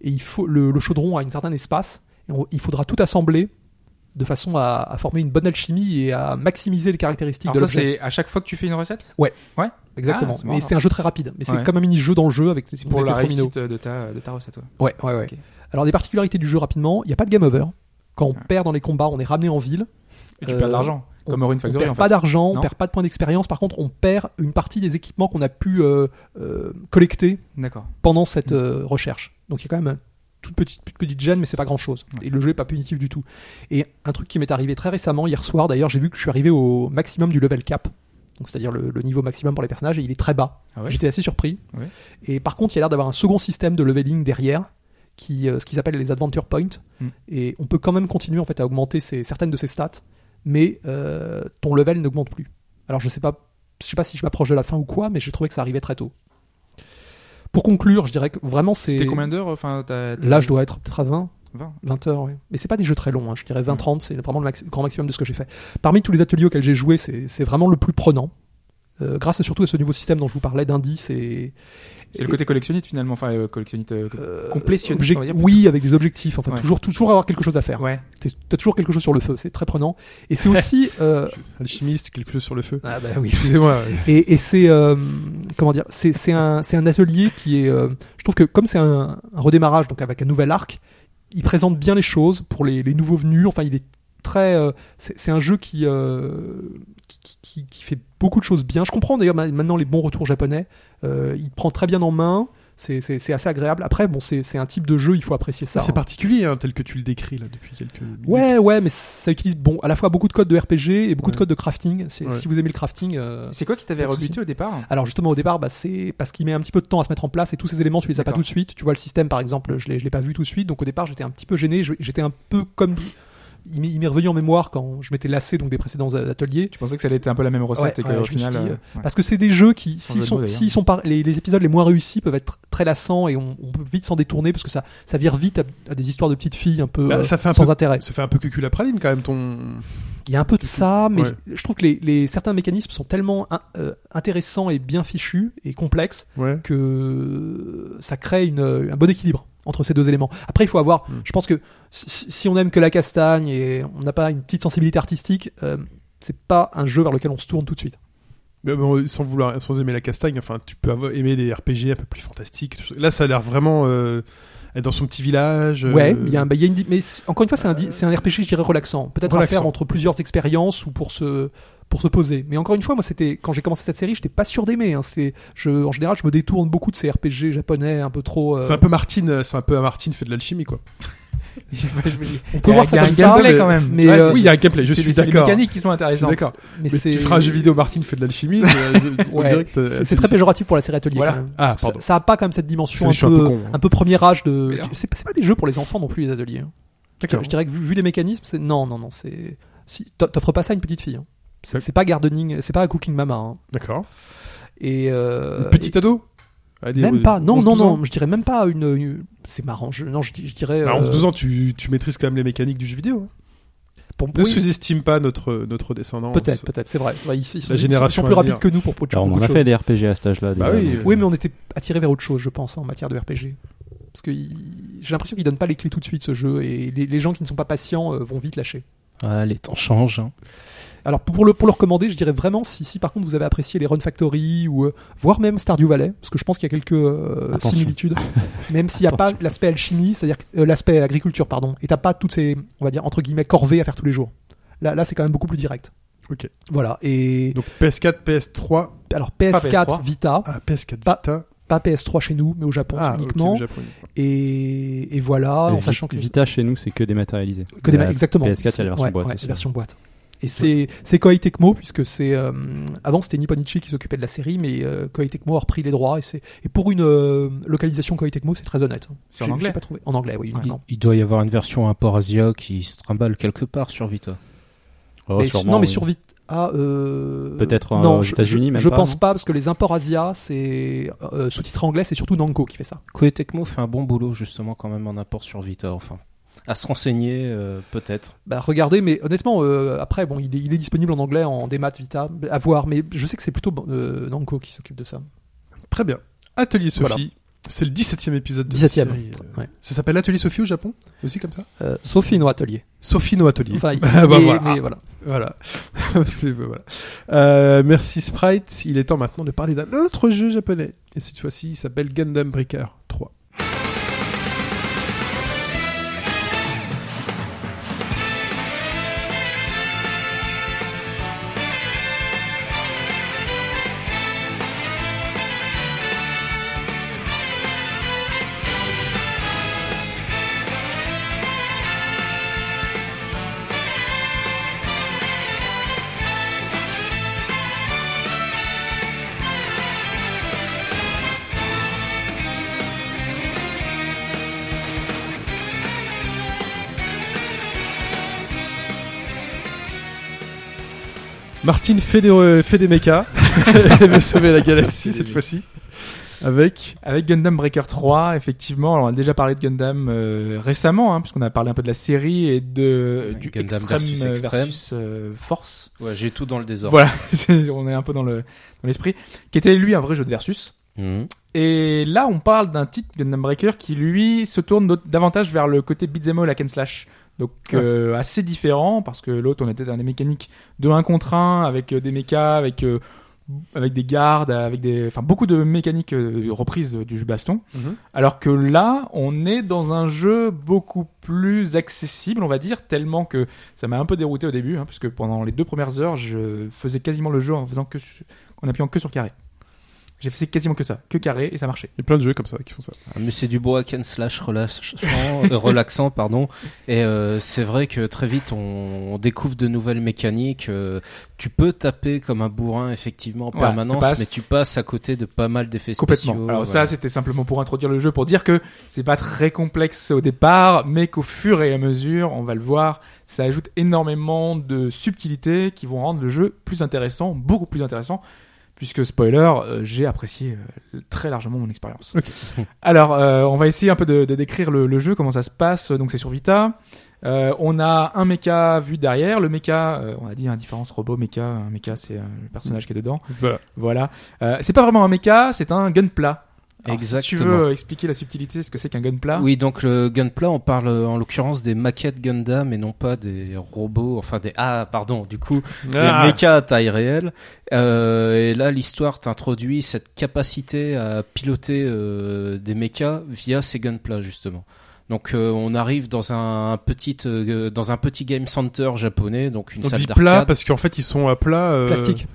et il faut, le, le chaudron a un certain espace, et on- il faudra tout assembler de façon à, à former une bonne alchimie et à maximiser les caractéristiques
Alors
de
ça,
l'objet.
c'est à chaque fois que tu fais une recette
Exactement.
Ah, c'est marrant.
et c'est un jeu très rapide, mais c'est
Ouais.
comme un mini-jeu dans le jeu avec les
pour
des
la
tétrominos.
réussite de ta, de ta recette. ouais.
Ouais, ouais, ouais.
Ok.
Alors, des particularités du jeu rapidement, il n'y a pas de game over. Quand
Ah.
on perd dans les combats, on est ramené en ville.
Et tu
Euh,
perds de l'argent.
on-
Comme Orin
On
Factory,
perd
en
pas
fait.
d'argent, on
Non.
perd pas de points d'expérience. Par contre, on perd une partie des équipements qu'on a pu euh, euh, collecter
D'accord.
pendant cette
Mm.
euh, recherche. Donc il y a quand même un- toute petite, toute petite gêne, mais c'est pas grand chose.
Ouais.
Et le jeu est pas punitif du tout. Et un truc qui m'est arrivé très récemment, hier soir d'ailleurs, j'ai vu que je suis arrivé au maximum du level cap. Donc c'est-à-dire le, le niveau maximum pour les personnages, et il est très bas.
Ah ouais
J'étais assez surpris.
Ouais.
Et par contre, il y a l'air d'avoir un second système de leveling derrière, qui, euh, ce qu'ils appellent les Adventure Points.
Mm.
Et on peut quand même continuer en fait à augmenter ses- certaines de ses stats, mais euh, ton level n'augmente plus. Alors je sais pas, je sais pas si je m'approche de la fin ou quoi, mais j'ai trouvé que ça arrivait très tôt. Pour conclure, je dirais que vraiment c'est.
C'était combien d'heures enfin, t'as- t'as-
Là, je dois être peut-être à 20,
20.
20 heures, oui. Mais c'est pas des jeux très longs, hein. je dirais
Mm.
20-30, c'est vraiment le, max- grand maximum de ce que j'ai fait. Parmi tous les ateliers auxquels j'ai joué, c'est c'est vraiment le plus prenant. Euh, grâce surtout à ce nouveau système dont je vous parlais d'indices et.
C'est le
et-
côté collectionniste finalement. Enfin, euh, collectionniste. euh,
euh,
complétionniste,
object-
on va dire.
Oui, avec des objectifs, en fait.
Ouais.
Toujours, toujours avoir quelque chose à faire.
Ouais.
T'es- T'as toujours quelque chose sur le feu, c'est très prenant. Et c'est aussi. euh,
Alchimiste, quelque chose sur le feu.
Ah bah oui.
Excusez-moi.
Et, et c'est euh, comment dire, c'est c'est un c'est un atelier qui est, euh, je trouve que comme c'est un, un redémarrage donc avec un nouvel arc, il présente bien les choses pour les, les nouveaux venus. Enfin, il est très, euh, c'est c'est un jeu qui, euh, qui, qui- qui qui fait beaucoup de choses bien. Je comprends d'ailleurs ma- maintenant les bons retours japonais. Euh, il prend très bien en main. C'est- C'est c'est assez agréable. Après, bon, c'est c'est un type de jeu, il faut apprécier ça.
Ah, c'est
hein.
particulier, hein, tel que tu le décris là depuis quelques minutes.
Ouais, ouais, mais ça utilise bon à la fois beaucoup de codes de RPG et beaucoup de
Ouais.
codes de crafting. C'est-
Ouais.
Si vous aimez le crafting, euh,
C'est quoi qui t'avait
Pas de
rebuté
souci.
au départ
alors justement au départ, bah, c'est parce qu'il met un petit peu de temps à se mettre en place et tous ces éléments tu les as pas
D'accord.
tout de suite. Tu vois le système par exemple, je l'ai je l'ai pas vu tout de suite, donc au départ j'étais un petit peu gêné, je- j'étais un peu comme il m'est- il m'est revenu en mémoire quand je m'étais lassé donc des précédents a- ateliers.
Tu pensais que ça allait être un peu la même recette
Ouais,
et qu'au
ouais, je me suis
final.
dit,
euh,
euh,
ouais.
Parce que c'est des jeux qui,
jeu
s'ils
de mots,
sont,
d'ailleurs.
s'ils sont par- les, les épisodes les moins réussis peuvent être très lassants et on, on peut vite s'en détourner parce que ça, ça vire vite à, à des histoires de petites filles un peu
Bah,
euh,
ça fait un
sans
peu-
intérêt.
Ça fait un peu cucul à praline quand même ton.
Il y a un peu de ça, mais
Ouais.
je trouve que les, les- certains mécanismes sont tellement hein, euh, intéressants et bien fichus et complexes
Ouais.
que ça crée une, un bon équilibre entre ces deux éléments. Après, il faut avoir,
Mm.
je pense que si, si on aime que la castagne et on n'a pas une petite sensibilité artistique, euh, c'est pas un jeu vers lequel on se tourne tout de suite.
Mais bon, euh, sans vouloir, sans aimer la castagne, enfin, tu peux avoir- aimer des RPG un peu plus fantastiques. Là, ça a l'air vraiment euh, être dans son petit village. euh,
Ouais, il y a un- bah, il y a une, di- mais c- encore une fois, c'est un, di- c'est un RPG, je dirais, relaxant. Peut-être à
Relaxant.
faire entre plusieurs expériences ou pour se pour se poser. Mais encore une fois, moi, c'était quand j'ai commencé cette série, j'étais pas sûr d'aimer. Hein. C'était- je, en général, je me détourne beaucoup de ces RPG japonais un peu trop. euh,
C'est un peu Martine, euh, c'est un peu à Martine fait de l'alchimie quoi.
On
peut voir
Il
ça
y a un
comme ça,
gameplay
mais-
quand même.
mais,
Ouais,
euh,
c'est-
oui, il y a un gameplay, je
c'est-
suis
c'est les
d'accord.
mécaniques qui sont
Je suis
intéressantes.
d'accord.
mais
Mais
c'est-
tu feras un jeu vidéo Martine fait de l'alchimie. euh, je- on
Ouais,
dirait que t'as-
C'est c'est très péjoratif pour la série Atelier.
Voilà.
quand même.
Ah,
Parce que
pardon.
ça, ça a pas quand même cette dimension
Je
un
suis
peu,
un peu con, hein.
un peu premier âge de.
Mais non.
C'est pas, c'est pas des jeux pour les enfants non plus les ateliers. hein.
D'accord.
Je dirais que vu, vu les mécanismes, c'est non, non, non, c'est si t'o- t'offres pas ça à une petite fille. hein. C'est
D'accord.
c'est pas gardening, c'est pas cooking mama. hein.
D'accord.
Et euh,
Une petite ado.
et-
Allez,
même
euh,
pas. Non,
11,
non,
12 ans.
non. Je dirais même pas une. une- C'est marrant. Je, non, je, di- je dirais.
Bah,
euh,
11-12 ans, tu, tu maîtrises quand même les mécaniques du jeu vidéo. hein.
pour-
Ne
oui,
sous-estime pas notre, notre descendance.
Peut-être, peut-être. C'est vrai. c'est vrai, Ils, ils sont, ils
génération
sont
à
plus rapides
venir.
que nous pour beaucoup de
Alors, on en a
choses.
fait des RPG à cet âge-là.
Bah
déjà,
oui.
donc,
Oui, mais on était attiré vers autre chose, je pense, en matière de RPG. Parce que il- j'ai l'impression qu'il donne pas les clés tout de suite, ce jeu, et les, les gens qui ne sont pas patients euh, vont vite lâcher.
Ah, les temps changent. hein.
Alors pour le, pour le recommander, je dirais vraiment si, si par contre vous avez apprécié les Run Factory ou euh, voire même Stardew Valley, parce que je pense qu'il y a quelques euh,
Attention.
similitudes, même s'il n'y a pas l'aspect alchimie, c'est-à-dire que- euh, l'aspect agriculture, pardon, et t'as pas toutes ces on va dire entre guillemets corvées à faire tous les jours. Là, là c'est quand même beaucoup plus direct.
Ok.
Voilà. Et
Donc PS4, PS3.
alors PS4
PS3.
Vita,
Ah, PS4
Pas-
Vita.
pas PS3 chez nous, mais au Japon
Ah, ok,
uniquement.
au Japon.
et, et voilà,
euh,
Ah, en
Vi-
sachant que,
Vita chez nous, c'est que dématérialisé.
que des
La
ma- exactement
PS4, il y a la version
Ouais,
boîte
ouais,
aussi.
version boîte. Et c'est c'est Koei Tecmo puisque c'est euh, avant c'était Nipponichi qui s'occupait de la série, mais euh, Koei Tecmo a repris les droits et c'est et pour une euh, localisation Koei Tecmo c'est très honnête.
C'est en
J'ai-
anglais.
j'ai Pas trouvé en anglais, oui.
Ouais.
uniquement.
Il doit y avoir une version import Asia qui se trimballe quelque part sur Vita. Ah,
Oh,
Mais-
sûrement,
non mais
oui.
sur vite. Ah, euh,
Peut-être, euh,
non,
aux
je-
États-Unis,
je-
même
Je
pas,
pense
non
pas parce que les imports Asia, c'est euh, sous-titré anglais, c'est surtout Namco qui fait ça.
Koei Tecmo fait un bon boulot justement quand même en import sur Vita, enfin. À se renseigner, euh, peut-être.
Bah regardez, mais honnêtement, euh, après bon, il est, il est disponible en anglais en démat Vita, à voir. Mais je sais que c'est plutôt euh, Namco qui s'occupe de ça.
Très bien. Atelier Sophie.
Voilà.
C'est le 17e épisode de
17e,
cette série. euh,
ouais.
Ça s'appelle Atelier Sophie au Japon Aussi comme ça
Euh, Sophie no Atelier.
Sophie no Atelier.
Enfin, il-
Ah, bah,
mais-
voilà.
mais voilà.
Voilà. Mais bon, voilà. Euh, merci Sprite. Il est temps maintenant de parler d'un autre jeu japonais. Et cette fois-ci, il s'appelle Gundam Breaker 3. Martin fait des, euh, fait des mechas et veut sauver la galaxie cette fois-ci. Avec.
Avec Gundam Breaker 3, effectivement, alors on a déjà parlé de Gundam euh, récemment, hein, puisqu'on a parlé un peu de la série et de,
Ouais,
du
Gundam
Extreme
versus
euh,
Extreme.
versus, euh, Force.
Ouais, j'ai tout dans le désordre.
Voilà, c'est- on est un peu dans le dans l'esprit, qui était lui un vrai jeu de versus.
Mhm.
Et là, on parle d'un titre Gundam Breaker qui lui se tourne d'aut- davantage vers le côté beat'em all hack and slash. Donc euh, assez différent parce que l'autre on était dans des mécaniques de 1 contre 1 avec euh, des mechas, avec euh, avec des gardes, avec des enfin beaucoup de mécaniques euh, reprises euh, du jeu baston.
Mhm.
Alors que là, on est dans un jeu beaucoup plus accessible, on va dire, tellement que ça m'a un peu dérouté au début hein, parce que pendant les deux premières heures, je faisais quasiment le jeu en faisant que su- en appuyant que sur carré. J'ai fait quasiment que ça, que carré et ça marchait.
Il y a plein de jeux comme ça qui font ça.
Ah, Mais c'est du beau hack and slash relâchant- euh, relaxant, pardon. Et euh, c'est vrai que très vite on, on découvre de nouvelles mécaniques. euh, tu peux taper comme un bourrin effectivement en
Ouais,
permanence,
ça passe.
mais tu passes à côté de pas mal d'effets
Complètement.
spéciaux.
Alors ça,
voilà.
c'était simplement pour introduire le jeu, pour dire que c'est pas très complexe au départ, mais qu'au fur et à mesure, on va le voir, ça ajoute énormément de subtilités qui vont rendre le jeu plus intéressant, beaucoup plus intéressant, puisque spoiler, euh, j'ai apprécié euh, très largement mon expérience.
Ok.
Alors, euh, on va essayer un peu de, de décrire le, le jeu, comment ça se passe. Donc c'est sur Vita. Euh, on a un mecha vu derrière. Le mecha, euh, on a dit, hein, différence robot mecha. Un mecha, c'est euh, le personnage qui est dedans.
Voilà.
Voilà. Euh, c'est pas vraiment un mecha, c'est un gunpla. Alors, si tu
Exactement.
veux euh, expliquer la subtilité, ce que c'est qu'un
Ah.
gunpla
Oui, donc le Gunpla, on parle euh, en l'occurrence des maquettes Gundam et non pas des robots, enfin des... Ah, pardon, du coup,
Ah.
des mechas à taille réelle. Euh, et là, l'histoire t'introduit cette capacité à piloter euh, des mechas via ces Gunpla, justement. Donc euh, on arrive dans un petit euh, dans un petit game center japonais, donc une
On
salle
dit plat
d'arcade.
parce qu'en fait ils sont à plat. euh,
Plastique.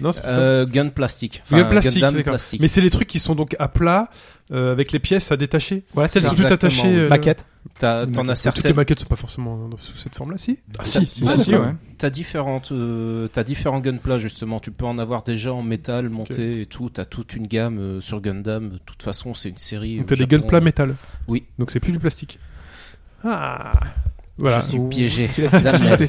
Non, c'est pour ça.
Euh, gun plastique.
Gun plastique,
Gundam
d'accord.
plastique.
Mais c'est les trucs qui sont donc à plat euh, avec les pièces à détacher.
Voilà, c'est
Celles
ça.
qui sont tout
Exactement,
attachées.
oui.
euh,
Maquette.
T'as-
les maquettes.
T'en as
Toutes les
certaines.
maquettes sont pas forcément dans- sous cette forme-là, si
Ah,
si,
si, si, si, ouais.
T'as différentes, euh, t'as différents gunpla justement. Tu peux en avoir déjà en métal, monté et tout. T'as toute une gamme euh, sur Gundam. De toute façon, c'est une série.
Donc
au
t'as des
Japon.
gunpla métal.
Oui.
Donc c'est plus du plastique. Ah. Voilà.
Je suis piégé.
C'est la subtilité.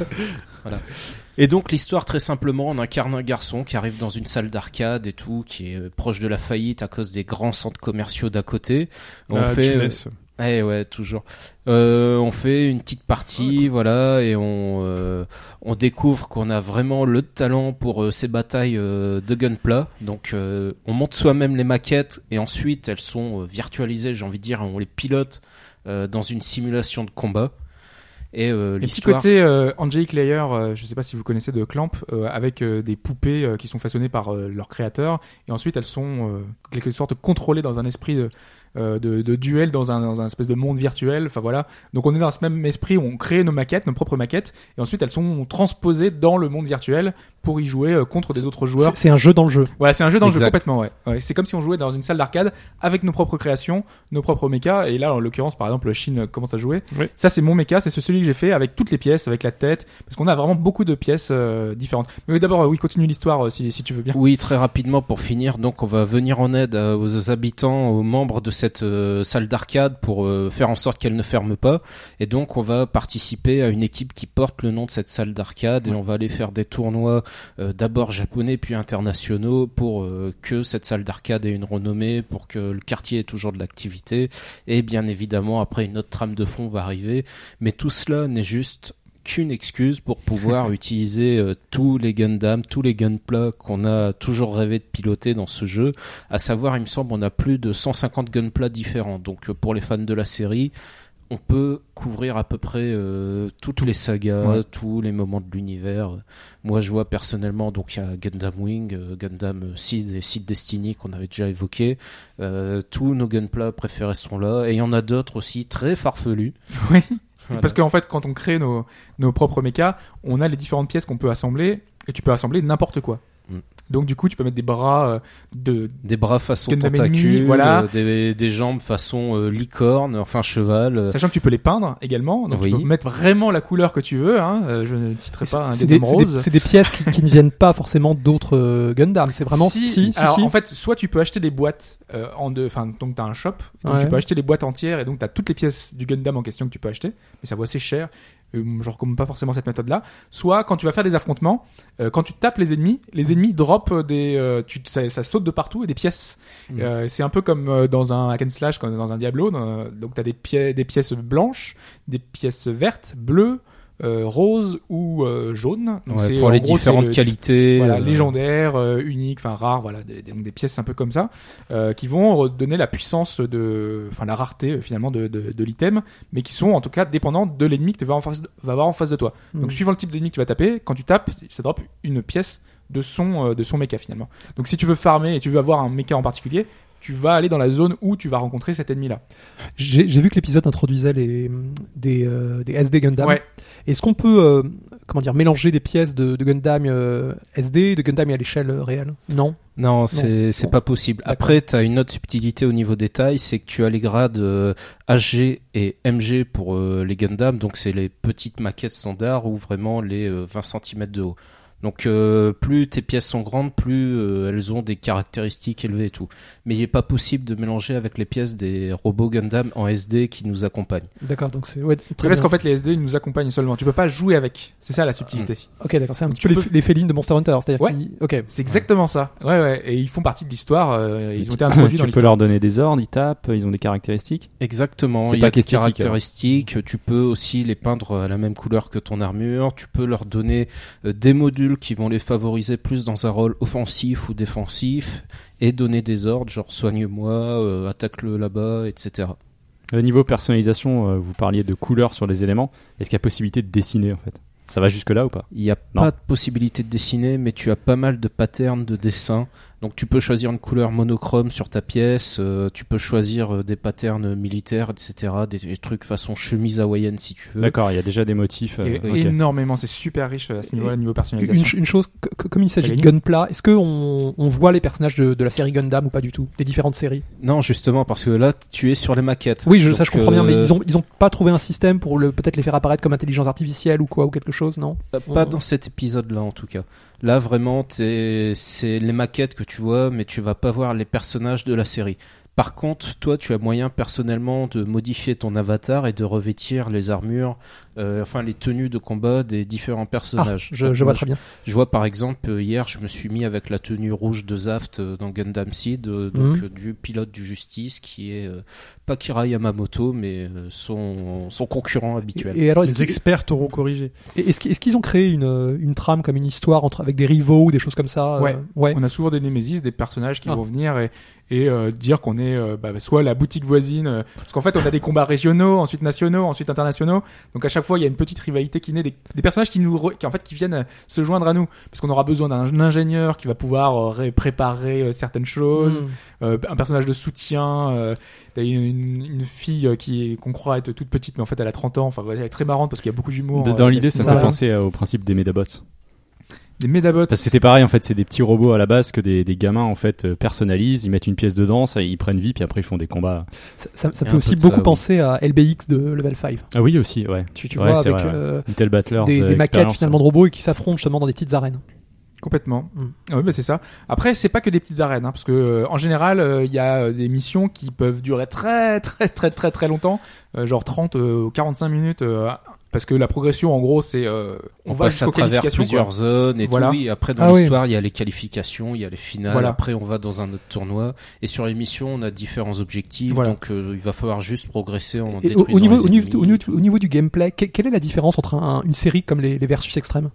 Et donc l'histoire très simplement, on incarne un garçon qui arrive dans une salle d'arcade et tout, qui est euh, proche de la faillite à cause des grands centres commerciaux d'à côté. On
Ah,
fait, euh,
Tunis.
Eh ouais, toujours. Euh, on fait une petite partie, voilà, et on euh, on découvre qu'on a vraiment le talent pour euh, ces batailles euh, de gunpla. Donc euh, on monte soi-même les maquettes et ensuite elles sont euh, virtualisées, j'ai envie de dire, et on les pilote euh, dans une simulation de combat. Et euh,
Et petit
l'histoire.
côté euh, Angelic Layer, euh, je sais pas si vous connaissez de Clamp, euh, avec euh, des poupées euh, qui sont façonnées par euh, leur créateur, et ensuite elles sont euh, quelque sorte contrôlées dans un esprit de, euh, de, de duel, dans un, dans un espèce de monde virtuel. Enfin voilà. Donc on est dans ce même esprit où on crée nos maquettes, nos propres maquettes, et ensuite elles sont transposées dans le monde virtuel pour y jouer euh, contre des autres joueurs.
C'est- C'est un jeu dans le jeu.
Voilà, c'est un jeu dans le jeu
Exact.
complètement, ouais. Ouais, c'est comme si on jouait dans une salle d'arcade avec nos propres créations, nos propres mechas. Et là, en l'occurrence, par exemple, Shin commence à jouer.
Oui.
Ça, c'est mon mecha, c'est ce- celui que j'ai fait avec toutes les pièces, avec la tête, parce qu'on a vraiment beaucoup de pièces euh, différentes. Mais d'abord, euh, oui, continue l'histoire euh, si, si tu veux bien.
Oui, très rapidement pour finir. Donc, on va venir en aide euh, aux habitants, aux membres de cette euh, salle d'arcade pour euh, faire en sorte qu'elle ne ferme pas. Et donc, on va participer à une équipe qui porte le nom de cette salle d'arcade et on va aller faire des tournois euh, d'abord japonais puis internationaux pour euh, que cette salle d'arcade ait une renommée, pour que le quartier ait toujours de l'activité. Et bien évidemment, après, une autre trame de fond va arriver. Mais tout cela n'est juste qu'une excuse pour pouvoir utiliser euh, tous les Gundam, tous les Gunpla qu'on a toujours rêvé de piloter dans ce jeu. À savoir, il me semble, on a plus de 150 Gunpla différents. Donc euh, pour les fans de la série, on peut couvrir à peu près euh, toutes les sagas,
Ouais.
tous les moments de l'univers. Moi, je vois personnellement, donc il y a Gundam Wing, euh, Gundam Seed et Seed Destiny qu'on avait déjà évoqué. Euh, tous nos Gunpla préférés sont là. Et il y en a d'autres aussi très farfelus.
Oui.
Voilà.
Parce qu'en fait, quand on crée nos, nos propres mechas, on a les différentes pièces qu'on peut assembler, et tu peux assembler n'importe quoi.
Mm.
Donc du coup, tu peux mettre des bras euh, de
des bras façon
Gundam
tentacule,
ennemi, voilà.
euh, des, des jambes façon euh, licorne, enfin cheval. euh.
Sachant que tu peux les peindre également, donc tu
Oui.
peux mettre vraiment la couleur que tu veux. Hein. Euh, Je ne citerai pas un
C'est
des,
des, c'est des-
rose.
c'est des pièces qui, qui ne viennent pas forcément d'autres euh, Gundam. C'est vraiment si, si, si.
alors,
si.
en fait, soit tu peux acheter des boîtes euh, en deux, enfin, donc t'as un shop, donc
Ouais.
tu peux acheter les boîtes entières et donc t'as toutes les pièces du Gundam en question que tu peux acheter, mais ça vaut assez cher. euh, je recommande pas forcément cette méthode-là. Soit quand tu vas faire des affrontements, euh, quand tu tapes les ennemis, les ennemis drop des, euh, tu, ça, ça saute de partout et des pièces.
Mm.
Euh, c'est un peu comme euh, dans un hack and slash, comme dans un Diablo. dans- donc t'as des, piè- des pièces blanches, des pièces vertes, bleues, euh, roses ou euh, jaunes. Donc,
Ouais,
c'est-
pour
en
les
gros, c'est
différentes
le-
qualités.
voilà,
euh,
légendaire, euh, unique, enfin rare, voilà, des, des- donc des pièces un peu comme ça, euh, qui vont redonner la puissance de, enfin la rareté euh, finalement de, de, de l'item, mais qui sont en tout cas dépendantes de l'ennemi que tu vas en face, va avoir en face de toi.
Hmm. Mm.
Donc suivant le type d'ennemi que tu vas taper, quand tu tapes, ça drop une pièce de son euh, de son méca finalement. Donc si tu veux farmer et tu veux avoir un méca en particulier, tu vas aller dans la zone où tu vas rencontrer cet ennemi là.
J'ai j'ai vu que l'épisode introduisait les, des, euh, des SD Gundam.
Ouais.
Est-ce qu'on peut euh, comment dire, mélanger des pièces de, de Gundam euh, SD et de Gundam à l'échelle euh, réelle Non
Non, c'est
c'est-
c'est
bon.
pas possible. Après, tu as une autre subtilité au niveau des tailles, c'est que tu as les grades euh, AG et MG pour euh, les Gundam, donc c'est les petites maquettes standards ou vraiment les euh, 20 cm de haut. Donc euh, plus tes pièces sont grandes, plus euh, elles ont des caractéristiques élevées et tout. Mais il n'est pas possible de mélanger avec les pièces des robots Gundam en SD qui nous accompagnent.
D'accord, donc c'est. Ouais, très
C'est parce
bien.
qu'en fait les SD ils nous accompagnent seulement. Tu peux pas jouer avec. C'est ça la subtilité.
Ok, d'accord, c'est un
Donc
petit
tu
peu les,
peux-
les félines de Monster Hunter. C'est-à-dire
Ouais.
qu'ils- Ok.
C'est exactement ça. Ouais ouais. Et ils font partie de l'histoire. euh, ils ont été introduits dans
tu peux
l'histoire.
leur donner des ordres, ils tapent, ils ont des caractéristiques.
Exactement,
C'est
il y
pas
a des
qu'esthétique, hein. alors.
caractéristiques, tu peux aussi les peindre à la même couleur que ton armure, tu peux leur donner euh, des modules qui vont les favoriser plus dans un rôle offensif ou défensif, et donner des ordres, genre soigne-moi, euh, attaque-le là-bas, etc.
Euh, niveau personnalisation, euh, vous parliez de couleurs sur les éléments. Est-ce qu'il y a possibilité de dessiner en fait Ça va jusque là ou pas
Il n'y a
Non.
pas de possibilité de dessiner, mais tu as pas mal de patterns de dessin, donc tu peux choisir une couleur monochrome sur ta pièce, euh, tu peux choisir euh, des patterns militaires, etc., des, des trucs façon chemise hawaïenne si tu veux.
Euh, D'accord, il y a déjà des motifs. euh,
Et-
ok.
énormément, c'est super riche à ce niveau-là, niveau personnalisation.
Une, ch- une chose, c- c- comme il s'agit de
Paganini.
Gunpla, est-ce qu'on on voit les personnages de, de la série Gundam ou pas du tout Des différentes séries
Non, justement, parce que là, tu es sur les maquettes.
Oui, je, ça
Donc,
je comprends bien,
euh,
mais ils ont, ils ont pas trouvé un système pour le- peut-être les faire apparaître comme intelligence artificielle ou quoi, ou quelque chose, non
Pas dans cet épisode-là, en tout cas. Là, vraiment, t'es- c'est les maquettes que tu vois, mais tu vas pas voir les personnages de la série. Par contre, toi, tu as moyen personnellement de modifier ton avatar et de revêtir les armures, euh, enfin les tenues de combat des différents
Ah,
personnages.
je,
Donc,
je vois
moi,
très bien.
Je vois par exemple, euh, hier, je me suis mis avec la tenue rouge de Zaft euh, dans Gundam Seed, euh, donc
Mhm.
euh, du pilote du Justice, qui est euh, pas Kira Yamamoto, mais euh, son, son concurrent habituel.
Et, et alors, est-ce
Les
qu'ils
experts t'auront corrigé.
est-ce qu'ils- est-ce qu'ils ont créé une, euh, une trame comme une histoire entre, avec des rivaux ou des choses comme ça euh,
Ouais.
ouais.
On a souvent des némésis, des personnages qui
Ah.
vont venir et, et, euh, dire qu'on est euh, bah, soit la boutique voisine, euh, parce qu'en fait on a des combats régionaux, ensuite nationaux, ensuite internationaux. Donc à chaque fois il y a une petite rivalité qui naît des, des personnages qui nous, re- qui en fait qui viennent euh, se joindre à nous, parce qu'on aura besoin d'un ingénieur qui va pouvoir euh, ré- préparer euh, certaines choses,
Mm.
euh, un personnage de soutien, euh, t'as une, une- une fille euh, qui est- qu'on croit être toute petite, mais en fait elle a 30 ans. Enfin voilà, elle est très marrante parce qu'il y a beaucoup d'humour.
Dans
euh,
l'idée,
à ce
ça me
ça
fait
niveau-là.
va.
penser euh, au principe des Medabots.
Des médabots.
Parce que c'était pareil en fait, c'est des petits robots à la base que des, des gamins en fait euh, personnalisent, ils mettent une pièce dedans, ça, ils prennent vie, puis après ils font des combats.
Ça, ça-
Il
ça
y a un
peut aussi
peu de ça,
beaucoup
oui.
penser à LBX de Level 5.
Ah oui aussi, ouais.
Tu, tu
Ouais,
vois,
c'est
avec
vrai, ouais.
euh,
Little Battlers.
des,
euh,
des maquettes
Experience,
hein.
finalement de robots et qui s'affrontent justement dans des petites arènes.
Complètement.
Mm.
Ah oui, bah c'est ça. Après, c'est pas que des petites arènes, hein, parce que euh, en général, euh, il y a euh, des missions qui peuvent durer très, très, très, très, très longtemps, euh, genre 30 euh, ou 45 minutes, euh, parce que la progression, en gros, c'est euh,
on,
on, va
passe à
jusqu'aux
travers
qualifications.
plusieurs
quoi.
zones et
Voilà.
tout. Oui, après, dans
Ah oui.
l'histoire, il y a les qualifications, il y a les finales.
Voilà.
Après, on va dans un autre tournoi. Et sur les missions, on a différents objectifs.
Voilà.
Donc, euh, il va falloir juste progresser en
Et au,
détruisant
au niveau,
les
au, niveau,
ennemis.
au niveau- au niveau du gameplay, que- quelle est la différence entre un- une série comme les, les Versus Extrêmes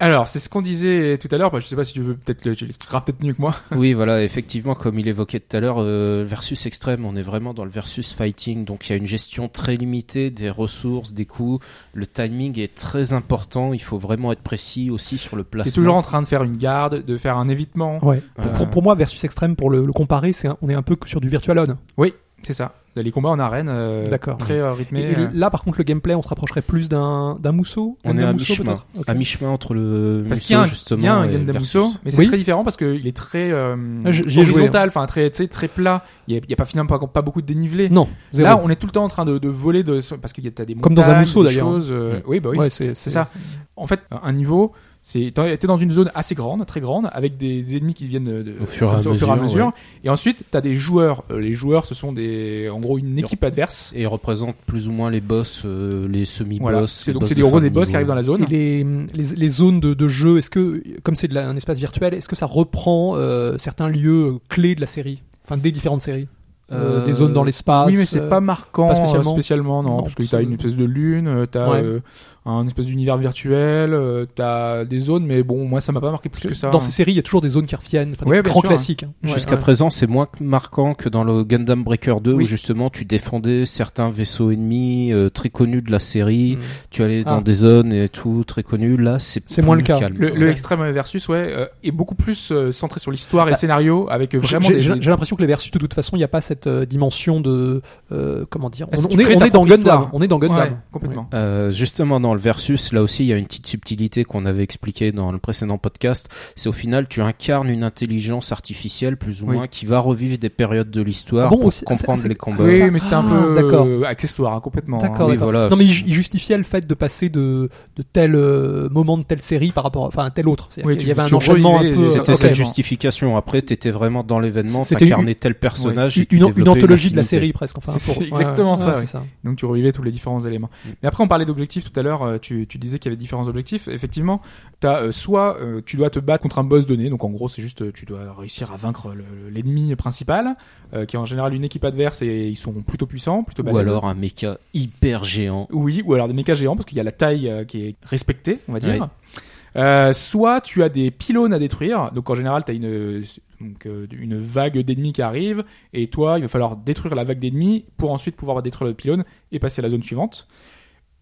Alors, c'est ce qu'on disait tout à l'heure. bah, je sais pas si tu veux, peut-être, le- tu l'expliqueras peut-être mieux que moi.
Oui, voilà, effectivement, comme il évoquait tout à l'heure, euh, versus extrême, on est vraiment dans le versus fighting, donc il y a une gestion très limitée des ressources, des coûts, le timing est très important, il faut vraiment être précis aussi sur le
T'es
placement.
toujours en train de faire une garde, de faire un évitement.
ouais. Pour-
Euh,
pour, pour moi, Versus Extrême, pour le, le comparer, c'est un- on est un peu que sur du Virtual On.
C'est ça. Les combats en arène, euh,
D'accord.
très euh,
Et-
rythmés.
et le-
euh,
là, par contre, le gameplay, on se rapprocherait plus d'un d'un Musso
On
d'un
est à
Musso,
mi-chemin.
peut-être Ok.
à mi-chemin entre le
Parce
Musso,
qu'il y a un,
justement,
il y a un
et
Gundam
le versus.
Musso, mais c'est
Oui.
très différent parce qu'il est très euh,
Ah, j'y ai joué,
horizontal, enfin très, tu sais, très plat. Il n'y a, il y a pas finalement pas, pas beaucoup de dénivelé.
Non, Mm, zéro.
Là, on est tout le temps en train de, de voler de, parce qu'il y a t'as des
Comme dans un
montagnes,
mousseau,
des
d'ailleurs. hein. Mm.
choses, euh, oui, bah oui.
Ouais, c'est
C'est ça. En fait, un niveau, C'est t'es t'es dans une zone assez grande, très grande, avec des, des ennemis qui viennent euh, de,
Au fur et
comme
à
ça, fur et à
mesure,
mesure. Et ensuite, t'as des joueurs. Euh, Les joueurs, ce sont des, en gros, une équipe adverse.
Et ils représentent plus ou moins les boss, euh, les semi-boss.
Voilà.
les
C'est
boss
donc c'est
de
des gros
fin
des
de
boss qui
niveau.
arrivent dans la zone.
Et les, les, les zones de, de jeu, est-ce que, comme c'est de la- un espace virtuel, est-ce que ça reprend euh, certains lieux euh, clés de la série Enfin, des différentes séries Euh,
Euh,
Des zones dans l'espace
Oui, mais c'est
euh,
pas marquant
pas
euh,
spécialement.
spécialement, non,
Non,
parce que
parce
t'as
que-
une espèce de lune, euh, t'as
Ouais.
euh, un espèce d'univers virtuel, euh, t'as des zones, mais bon, moi ça m'a pas marqué plus
parce que
que, ça. hein.
Dans ces séries, il y a toujours des zones qui reviennent, enfin, des
Ouais, bien
grands
sûr, hein.
classiques. hein.
Jusqu'à
Ouais.
présent, c'est moins marquant que dans le Gundam Breaker 2
Oui.
où justement tu défendais certains vaisseaux ennemis euh, très connus de la série.
Mm.
Tu allais dans
Ah.
des zones et tout très connues. Là, c'est
C'est
plus
moins le cas.
calme.
Le, le
Ouais.
Extreme Versus, ouais, euh, est beaucoup plus euh, centré sur l'histoire et le
Bah,
scénario, avec euh,
J'ai-
vraiment
J'ai
des.
j'ai-
des-
j'ai l'impression que les versus, de toute façon, il n'y a pas cette euh, dimension de. euh, comment dire
Ah,
On,
si tu
on est,
crées
on
ta
est dans
propre
Gundam.
histoire.
On est dans Gundam.
Ouais, complètement.
Euh, justement, dans le versus, là aussi, il y a une petite subtilité qu'on avait expliquée dans le précédent podcast. C'est au final, tu incarnes une intelligence artificielle, plus ou
Oui.
moins, qui va revivre des périodes de l'histoire
Ah bon,
pour
aussi- ah,
comprendre
c'est-
les
ah,
combats.
c'est-
Oui,
ça.
mais c'était un
Ah,
peu euh,
d'accord.
accessoire, hein, complètement.
D'accord,
Oui,
d'accord.
voilà,
non mais il,
c'est-
il justifiait le fait de passer de, de tel euh, moment de telle série par rapport, à- enfin, à tel autre. C'est-à-dire
Oui,
qu'il
tu-
y avait un
tu
enchaînement un
revivais
peu.
les-
C'était
ok.
cette justification. Après, t'étais vraiment dans l'événement,
C'était
t'incarnais tel personnage.
une,
et tu
une- une
développais
anthologie de la
affinité.
série presque. Enfin,
C'est-
pour-
c'est exactement ça,
c'est
oui. Donc tu revivais tous les différents éléments.
Mm.
Mais après on parlait d'objectifs tout à l'heure, euh, tu, tu disais qu'il y avait différents objectifs. Effectivement, tu as soit euh, tu dois te battre contre un boss donné, donc en gros c'est juste euh, tu dois réussir à vaincre le- l'ennemi principal, euh, qui est en général une équipe adverse et ils sont plutôt puissants, plutôt
Ou
balèzes.
alors un méca hyper géant.
Oui, ou alors des mécas géants parce qu'il y a la taille euh, qui est respectée, on va dire.
Oui.
Euh, soit tu as des pylônes à détruire, donc en général tu as une, donc, euh, une vague d'ennemis qui arrive, et toi il va falloir détruire la vague d'ennemis pour ensuite pouvoir détruire le pylône et passer à la zone suivante.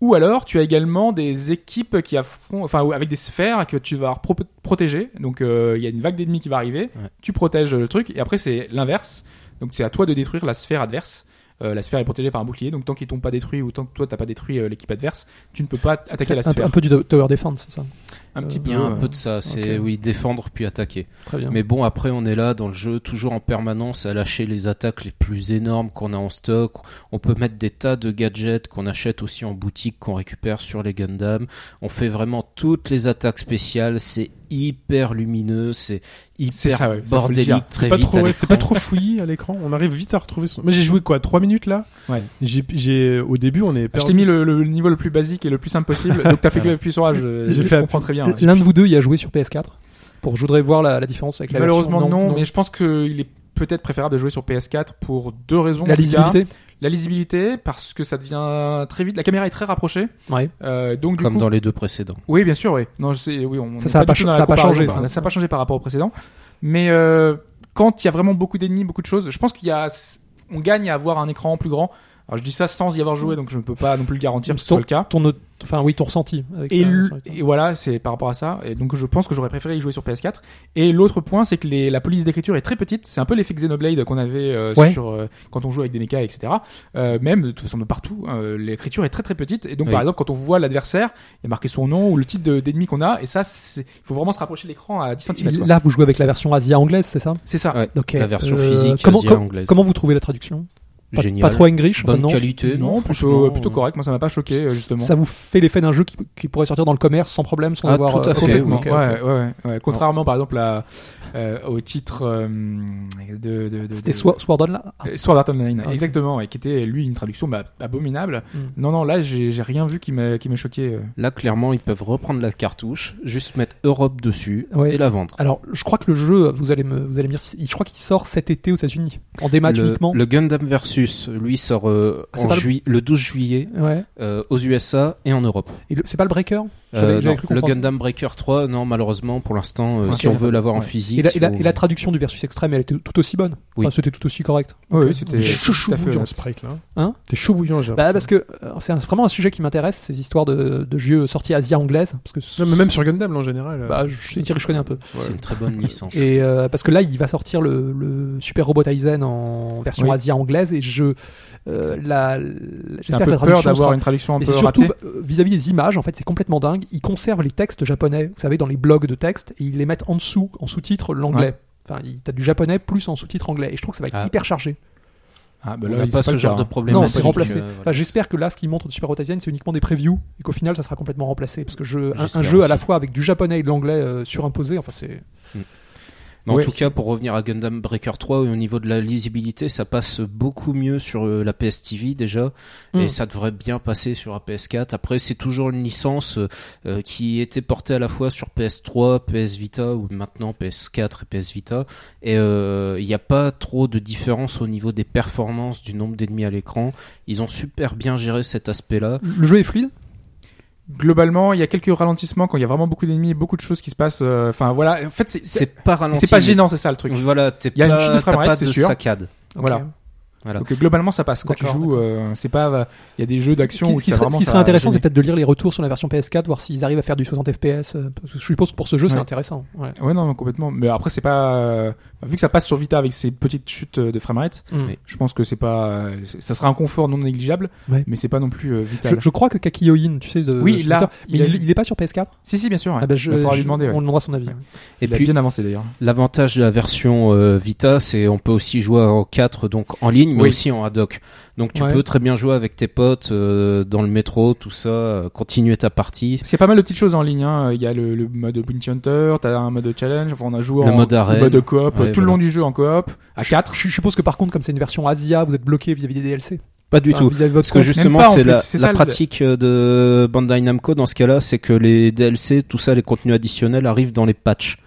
Ou alors tu as également des équipes qui affrontent, enfin avec des sphères que tu vas pro- protéger, donc euh, il y a une vague d'ennemis qui va arriver,
Ouais.
tu protèges le truc, et après c'est l'inverse, donc c'est à toi de détruire la sphère adverse. Euh, la sphère est protégée par un bouclier, donc tant qu'ils t'ont pas détruit ou tant que toi t'as pas détruit euh, l'équipe adverse, tu ne peux pas attaquer la
un, peu-
sphère.
un peu du to- tower defense, c'est ça. Euh,
Un petit
petit peu,
peu.
Il y a un peu de ça. C'est oui, défendre puis attaquer.
Très bien.
Mais bon, après, on est là dans le jeu, toujours en permanence à lâcher les attaques les plus énormes qu'on a en stock. On peut mettre des tas de gadgets qu'on achète aussi en boutique, qu'on récupère sur les Gundam. On fait vraiment toutes les attaques spéciales. C'est hyper lumineux, c'est
C'est
hyper
ça, ouais, ça, faut le
bordélique
dire.
très
pas
vite.
trop,
à
ouais,
l'écran.
c'est pas trop fouillis à l'écran. On arrive vite à retrouver son. Mais j'ai joué quoi 3 minutes là
Ouais.
J'ai, j'ai- au début,
Ah,
on est.
Je
perdu.
t'ai mis le, le niveau le plus basique et le plus simple possible, donc t'as fait que appuyer sur A. Je,
J'ai
je
fait
comprends très bien. ouais.
L'un de vous deux y a joué sur PS4 Pour je voudrais voir la, la différence avec la
Malheureusement
version-
non, mais je pense qu'il est peut-être préférable de jouer sur PS4 pour deux raisons. Il
la
y a
lisibilité.
La lisibilité parce que ça devient très vite. La caméra est très rapprochée,
Ouais.
euh, donc du
Comme
coup,
dans les deux précédents.
Oui, bien sûr, oui. Non, je sais, oui, on
Ça,
n'est
ça a pas
du tout dans
cha-
la
ça a pas
comparaison,
changé,
par-
ça.
n'a pas changé par rapport au précédent. Mais euh, quand il y a vraiment beaucoup d'ennemis, beaucoup de choses, je pense qu'il y a, on gagne à avoir un écran plus grand. Alors je dis ça sans y avoir joué, donc je ne peux pas non plus le garantir que ce soit le cas.
Ton, enfin oui, ton ressenti. avec
Et,
la
l-
version actuelle.
et voilà, c'est par rapport à ça. Et donc je pense que j'aurais préféré y jouer sur PS4. Et l'autre point, c'est que les- la police d'écriture est très petite. C'est un peu l'effet Xenoblade qu'on avait euh,
Ouais.
sur euh, quand on joue avec des mechas, etc. Euh, même de toute façon de partout, euh, l'écriture est très très petite. Et donc
Oui.
par exemple, quand on voit l'adversaire, il y a marqué son nom ou le type de- d'ennemi qu'on a. Et ça, c'est- il faut vraiment se rapprocher de l'écran à 10 cm.
Là, vous jouez avec la version Asia anglaise, c'est ça
C'est ça.
Ouais.
Ok.
La version
Euh,
physique
Comment,
Asia
com-
anglaise.
comment vous trouvez la traduction Pas-
Génial.
Pas trop English. enfin,
Bonne
non.
qualité, non,
non,
franchement,
plutôt, plutôt
euh,
correct. Moi, ça m'a pas choqué euh, justement.
Ça vous fait l'effet d'un jeu qui, qui pourrait sortir dans le commerce sans problème, sans
Ah,
avoir.
tout à
euh,
fait,
complètement.
oui.
Ok, ok.
Ouais, ouais, ouais, ouais. Contrairement par exemple à, euh, au titre euh, de, de, de-
C'était
de-
Swa- Sword Art là.
Euh, Sword Art Online,
Ah, ok.
exactement, et qui était lui une traduction bah, abominable.
Mm.
Non, non, là j'ai j'ai rien vu qui m'a qui m'a choqué. euh.
Là, clairement, ils peuvent reprendre la cartouche, juste mettre Europe dessus
Ouais.
et la vendre.
Alors, je crois que le jeu, vous allez me, vous allez me dire, il- je crois qu'il sort cet été aux États-Unis, en démat
le,
uniquement.
le Gundam Versus, lui, sort euh,
Ah, c'est
en
pas le-
juillet- le... 12 juillet
Ouais.
euh, aux USA et en Europe.
Et le- c'est pas le Breaker J'avais-
Euh,
j'avais
non,
cru
le
comprendre.
Gundam Breaker 3, non, malheureusement, pour l'instant, euh,
Ok,
si on veut
d'accord.
l'avoir en
Ouais.
physique.
et la, et, la,
faut-
et la traduction du versus extrême, elle était tout aussi bonne.
Oui.
Enfin, c'était tout aussi correct.
Ouais,
Ok.
c'était
T'es
tout
chaud
à fait euh,
bouillant,
honnête.
ce break là.
Hein
T'es chaud bouillant, j'ai
Bah,
l'impression.
parce que euh, c'est un- vraiment un sujet qui m'intéresse, ces histoires de, de jeux sortis Asie anglaise, parce que
Non, mais même sur Gundam, là, en général. euh,
bah, je- c'est une série que je connais un peu.
C'est une très bonne licence.
Et euh, parce que là, il va sortir le, le Super Robot Aizen en version
Oui.
Asie anglaise, et je euh, la, la-
J'ai un
j'espère que
peu
la
peur
traduction
d'avoir
sera-
une traduction un
Et
peu
c'est surtout
ratée.
bah, euh, vis-à-vis des images, en fait, c'est complètement dingue. Ils conservent les textes japonais, vous savez, dans les blogs de texte, et ils les mettent en dessous, en sous-titres l'anglais. Enfin, il- t'as du japonais plus en sous-titre anglais, et je trouve que ça va être
Ah.
hyper chargé.
Ah, bah
On
là,
n'a
il-
pas
c'est
ce
le
genre
cas,
de
hein.
problème.
Non,
hein,
c'est
donc,
remplacé.
euh, voilà.
Enfin, j'espère que là, ce qu'ils montrent du Super Hotasienne, c'est uniquement des previews et qu'au final, ça sera complètement remplacé. Parce que je, un- un,
J'espère
jeu à la
aussi.
fois avec du japonais et de l'anglais euh, surimposé, enfin, c'est.
Mais en
Ouais,
tout
c'est-
cas, pour revenir à Gundam Breaker 3, au niveau de la lisibilité, ça passe beaucoup mieux sur euh, la PS TV déjà,
Mm.
Hmm.
et ça devrait bien passer sur la PS4. Après, c'est toujours une licence euh, euh, qui était portée à la fois sur PS3, PS Vita ou maintenant PS4 et PS Vita, et euh, il n'y a pas trop de différence au niveau des performances, du nombre d'ennemis à l'écran. Ils ont super bien géré cet aspect-là.
Le jeu est fluide.
Globalement, il y a quelques ralentissements quand il y a vraiment beaucoup d'ennemis et beaucoup de choses qui se passent. euh, Enfin, voilà. En fait, c'est- c'est
C'est pas ralenti.
c'est pas
mais-
gênant, c'est ça le truc.
Voilà, t'es
Il y a une
pas-
chute de
t'as
framerate,
pas
c'est
de
sûr.
saccade.
Voilà.
Ok.
Voilà.
Donc euh, globalement, ça passe quand tu
D'accord,
joues. euh, c'est pas. euh, Il y a des jeux
Ce
d'action.
qui,
où
ce qui
ça
serait,
vraiment,
ce qui
ça
serait
va
intéressant,
gêner.
c'est peut-être de lire les retours sur la version PS4, voir s'ils arrivent à faire du 60 FPS. euh, parce que Je suppose que pour ce jeu, c'est
Ouais.
intéressant. Ouais.
Ouais, non, complètement. Mais après, c'est pas. euh, vu que ça passe sur Vita avec ces petites chutes euh, de framerate,
Mm.
Oui.
je pense que c'est pas. euh, c'est- ça sera un confort non négligeable,
Ouais.
mais c'est pas non plus euh, vital.
Je, je crois que Kakiyoin, tu sais, de.
Oui,
sur
là,
Twitter, mais
il a-
il, il est pas sur PS4
Si, si, bien sûr.
Ah bah, je-
Il faudra lui
je-
demander. ouais.
On demandera son avis.
Ouais.
Et
Il a
puis,
bien avancé d'ailleurs.
L'avantage de la version euh, Vita, c'est on peut aussi jouer en 4, donc en ligne, mais
Oui.
aussi en ad hoc. Donc tu
Ouais.
peux très bien jouer avec tes potes euh, dans le métro, tout ça, euh, continuer ta partie.
Parce qu'il y a pas mal de petites choses en ligne. hein. Il y a le, le mode Bounty Hunter, t'as un mode challenge. Enfin, on a joué
Le
en
mode arène.
mode coop
Ouais,
tout le
voilà.
long du jeu en coop à 4
Je, je suppose que par contre, comme c'est une version Asia, vous êtes bloqué vis-à-vis des DLC.
Pas du
Enfin,
tout.
vis-à-vis de
Parce
votre
que
compte.
justement,
pas en
c'est
plus,
la,
c'est
la
ça, le-
pratique euh, de Bandai Namco dans ce cas-là, c'est que les DLC, tout ça, les contenus additionnels arrivent dans les patchs.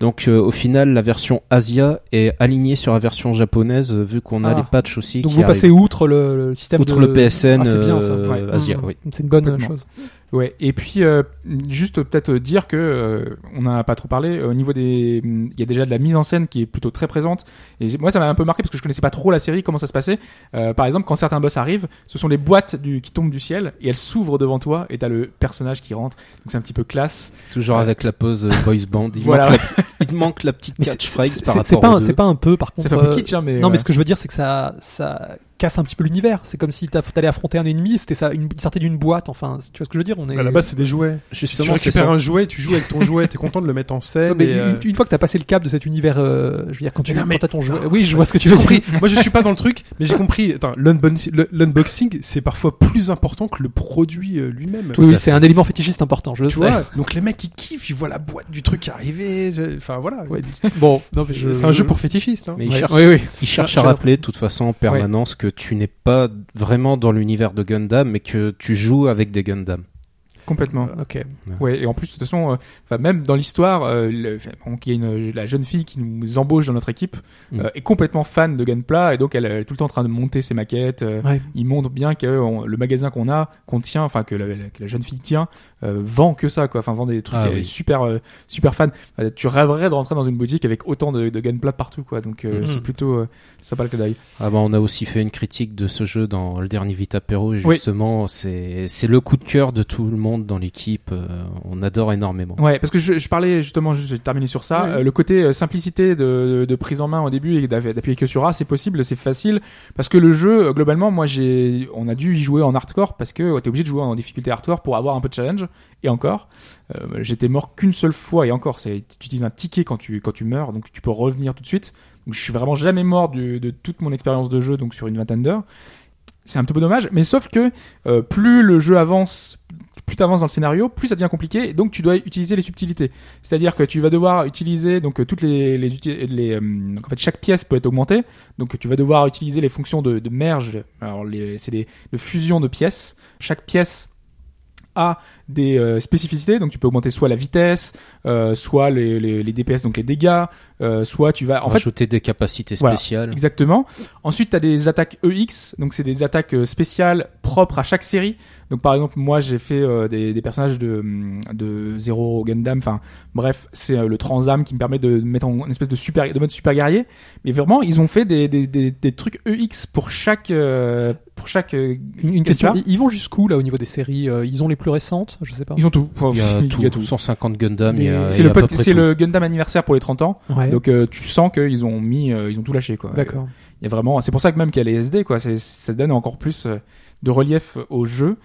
Donc euh, au final, la version Asia est alignée sur la version japonaise, euh, vu qu'on a
Ah.
les patchs aussi.
Donc
qui
vous
arrivent.
passez outre le, le système
Outre
de-
le PSN,
Ah, c'est bien, ça.
euh,
Ouais.
Asia,
Mmh.
oui.
C'est une bonne
Complètement.
chose.
Ouais, et puis euh, juste peut-être dire que euh, on n'a pas trop parlé euh, au niveau des il y a déjà de la mise en scène qui est plutôt très présente et j'ai- moi ça m'a un peu marqué parce que je connaissais pas trop la série comment ça se passait. Euh, par exemple, quand certains boss arrivent, ce sont les boîtes du qui tombent du ciel et elles s'ouvrent devant toi et t'as le personnage qui rentre. Donc c'est un petit peu classe.
Toujours
Ouais.
avec la pause euh, boys band. Il,
Voilà.
manque la, il manque la petite
Mais c'est-
catchphrase
c'est-
par
c'est-
rapport
C'est pas,
aux
un-
deux.
c'est pas un peu, par contre.
C'est un peu
euh,
kitsch hein, mais
Non,
voilà.
mais ce que je veux dire, c'est que ça, ça casse un petit peu l'univers. C'est comme si t'as- t'allais affronter un ennemi, c'était ça, une, sortie d'une boîte. Enfin, tu vois ce que je veux dire On est.
À la base, c'est des jouets. tu
Justement, c'est
récupères
ça.
un jouet, tu joues avec ton jouet, t'es content de le mettre en
Non,
scène.
mais
et, euh,
une, une fois que t'as passé le cap de cet univers, euh, je veux dire, quand tu
Non, mais-
quand t'as ton jouet. Oui, je vois ce que tu
J'ai
veux
compris.
dire.
Moi, je suis pas dans le truc, mais j'ai compris. Attends, l'unboxing- le- l'unboxing, c'est parfois plus important que le produit euh, lui-même.
Oui, oui, c'est un élément fétichiste important, je le
Tu
sais.
vois, donc les mecs ils kiffent, ils voient la boîte du truc arriver. je- Enfin voilà.
Ouais, bon, non, mais je-
C'est un
je-
jeu pour fétichistes. hein.
Mais il
Ouais,
cherche,
oui, oui.
il cherche
J'ai
à rappeler de toute façon en permanence que tu n'es pas vraiment dans l'univers de Gundam, mais que tu joues avec des Gundam.
complètement.
Ok.
Ouais, et en plus, de toute façon, euh, enfin, même dans l'histoire, euh, le- enfin, donc, il y a une, la jeune fille qui nous embauche dans notre équipe
Mm.
euh, est complètement fan de Gunpla, et donc elle, elle est tout le temps en train de monter ses maquettes. euh,
Ouais.
Il montre bien que euh, on- le magasin qu'on a, qu'on tient, enfin que, la- la- que la jeune fille tient, euh, vend que ça, quoi. Enfin, vend des trucs.
Ah
elle
oui.
est super, euh, super fan. Euh, tu rêverais de rentrer dans une boutique avec autant de, de Gunpla partout, quoi. Donc euh,
Mm-hmm.
Mhm.
c'est plutôt euh, sympa le d'œil.
Ah bah, on a aussi fait une critique de ce jeu dans le dernier Vita Pero, et
Oui.
justement, c'est c'est le coup de cœur de tout le monde dans l'équipe. euh, on adore énormément.
Ouais, parce que je, je parlais justement, je vais terminer sur ça, euh, le côté euh, simplicité de, de prise en main au début et d'av- d'appuyer que sur A, c'est possible, c'est facile, parce que le jeu, euh, globalement, moi j'ai, on a dû y jouer en hardcore parce que euh, t'es obligé de jouer en difficulté hardcore pour avoir un peu de challenge, et encore, euh, j'étais mort qu'une seule fois, et encore, c'est, tu utilises un ticket quand tu, quand tu meurs, donc tu peux revenir tout de suite, donc je suis vraiment jamais mort du- de toute mon expérience de jeu, donc sur une vingtaine d'heures, c'est un petit peu dommage, mais sauf que euh, plus le jeu avance, plus t'avances dans le scénario, plus ça devient compliqué. et Donc tu dois utiliser les subtilités. C'est-à-dire que tu vas devoir utiliser donc euh, toutes les, les, uti- les, euh, donc, en fait chaque pièce peut être augmentée. Donc tu vas devoir utiliser les fonctions de, de merge. Alors les- c'est des de fusion de pièces. Chaque pièce a des euh, spécificités, donc tu peux augmenter soit la vitesse, euh, soit les, les, les DPS, donc les dégâts, euh, soit tu vas... En fait,
Rajouter des capacités
Voilà.
spéciales.
Exactement. Ensuite, tu as des attaques EX, donc c'est des attaques euh, spéciales propres à chaque série. Donc par exemple, moi j'ai fait euh, des, des personnages de, hum, de Zero Gundam, enfin bref, c'est euh, le Transam qui me permet de mettre en une espèce de super de mode super guerrier. Mais vraiment, ils ont fait des, des, des, des trucs EX pour chaque euh, pour chaque euh,
Une, une
Qu'est-ce
question.
que
Ils ils vont jusqu'où là au niveau des séries Euh, Ils ont les plus récentes Je sais pas.
ils ont tout.
Il y a tout, 150 Gundam. il y a-
C'est
il y a
le
à peu
pot-
près
c'est
tout.
le Gundam anniversaire pour les 30 ans.
Ouais.
Donc euh, tu sens qu'ils ont mis euh, ils ont tout lâché quoi.
D'accord.
Il y a vraiment, c'est pour ça que même qu'elle est SD, quoi, c'est- ça donne encore plus euh, de relief au jeu.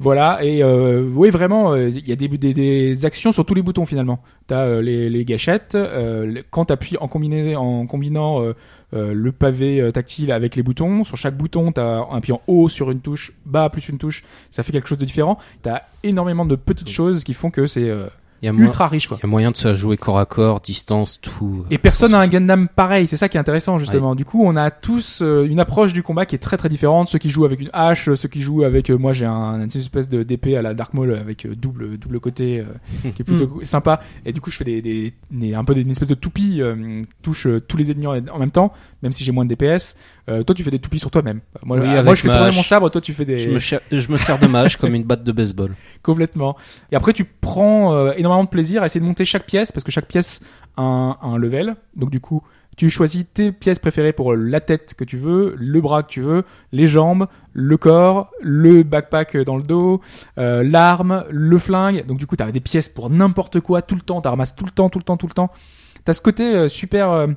Voilà, et euh, oui, vraiment, euh, il y a des, des, des actions sur tous les boutons finalement. T'as euh, les, les gâchettes, euh, le- quand t'appuies en, combiné, en combinant euh, euh, le pavé euh, tactile avec les boutons, sur chaque bouton, t'as un pied en haut sur une touche, bas plus une touche, ça fait quelque chose de différent. T'as énormément de petites choses qui font que c'est euh,
Il y a moyen-
ultra riche quoi.
il y a moyen de se la jouer corps à corps, distance, tout.
Et
euh,
personne n'a
sans
un
souci.
Gundam pareil, c'est ça qui est intéressant justement. Du coup, on a tous euh, une approche du combat qui est très très différente. Ceux qui jouent avec une hache, ceux qui jouent avec euh, moi j'ai un, une espèce de d'épée à la Dark Maul avec euh, double double côté euh, qui est plutôt cou- sympa. Et du coup, je fais des, des, des- un peu des, une espèce de toupie euh, touche euh, tous les ennemis en, en même temps, même si j'ai moins de DPS. Euh, toi, tu fais des toupies sur toi-même. Moi,
Oui,
euh,
avec
moi, je fais
ma
tourner
hache.
mon sabre, toi tu fais des
Je me, cher- je me sers de ma hache comme une batte de baseball.
Complètement. Et après, tu prends euh, énormément de plaisir à essayer de monter chaque pièce, parce que chaque pièce a un, a un level. Donc du coup, tu choisis tes pièces préférées pour la tête que tu veux, le bras que tu veux, les jambes, le corps, le backpack dans le dos, euh, l'arme, le flingue. Donc du coup, tu as des pièces pour n'importe quoi, tout le temps, tu ramasses tout le temps, tout le temps, tout le temps. Tu as ce côté euh, super... euh,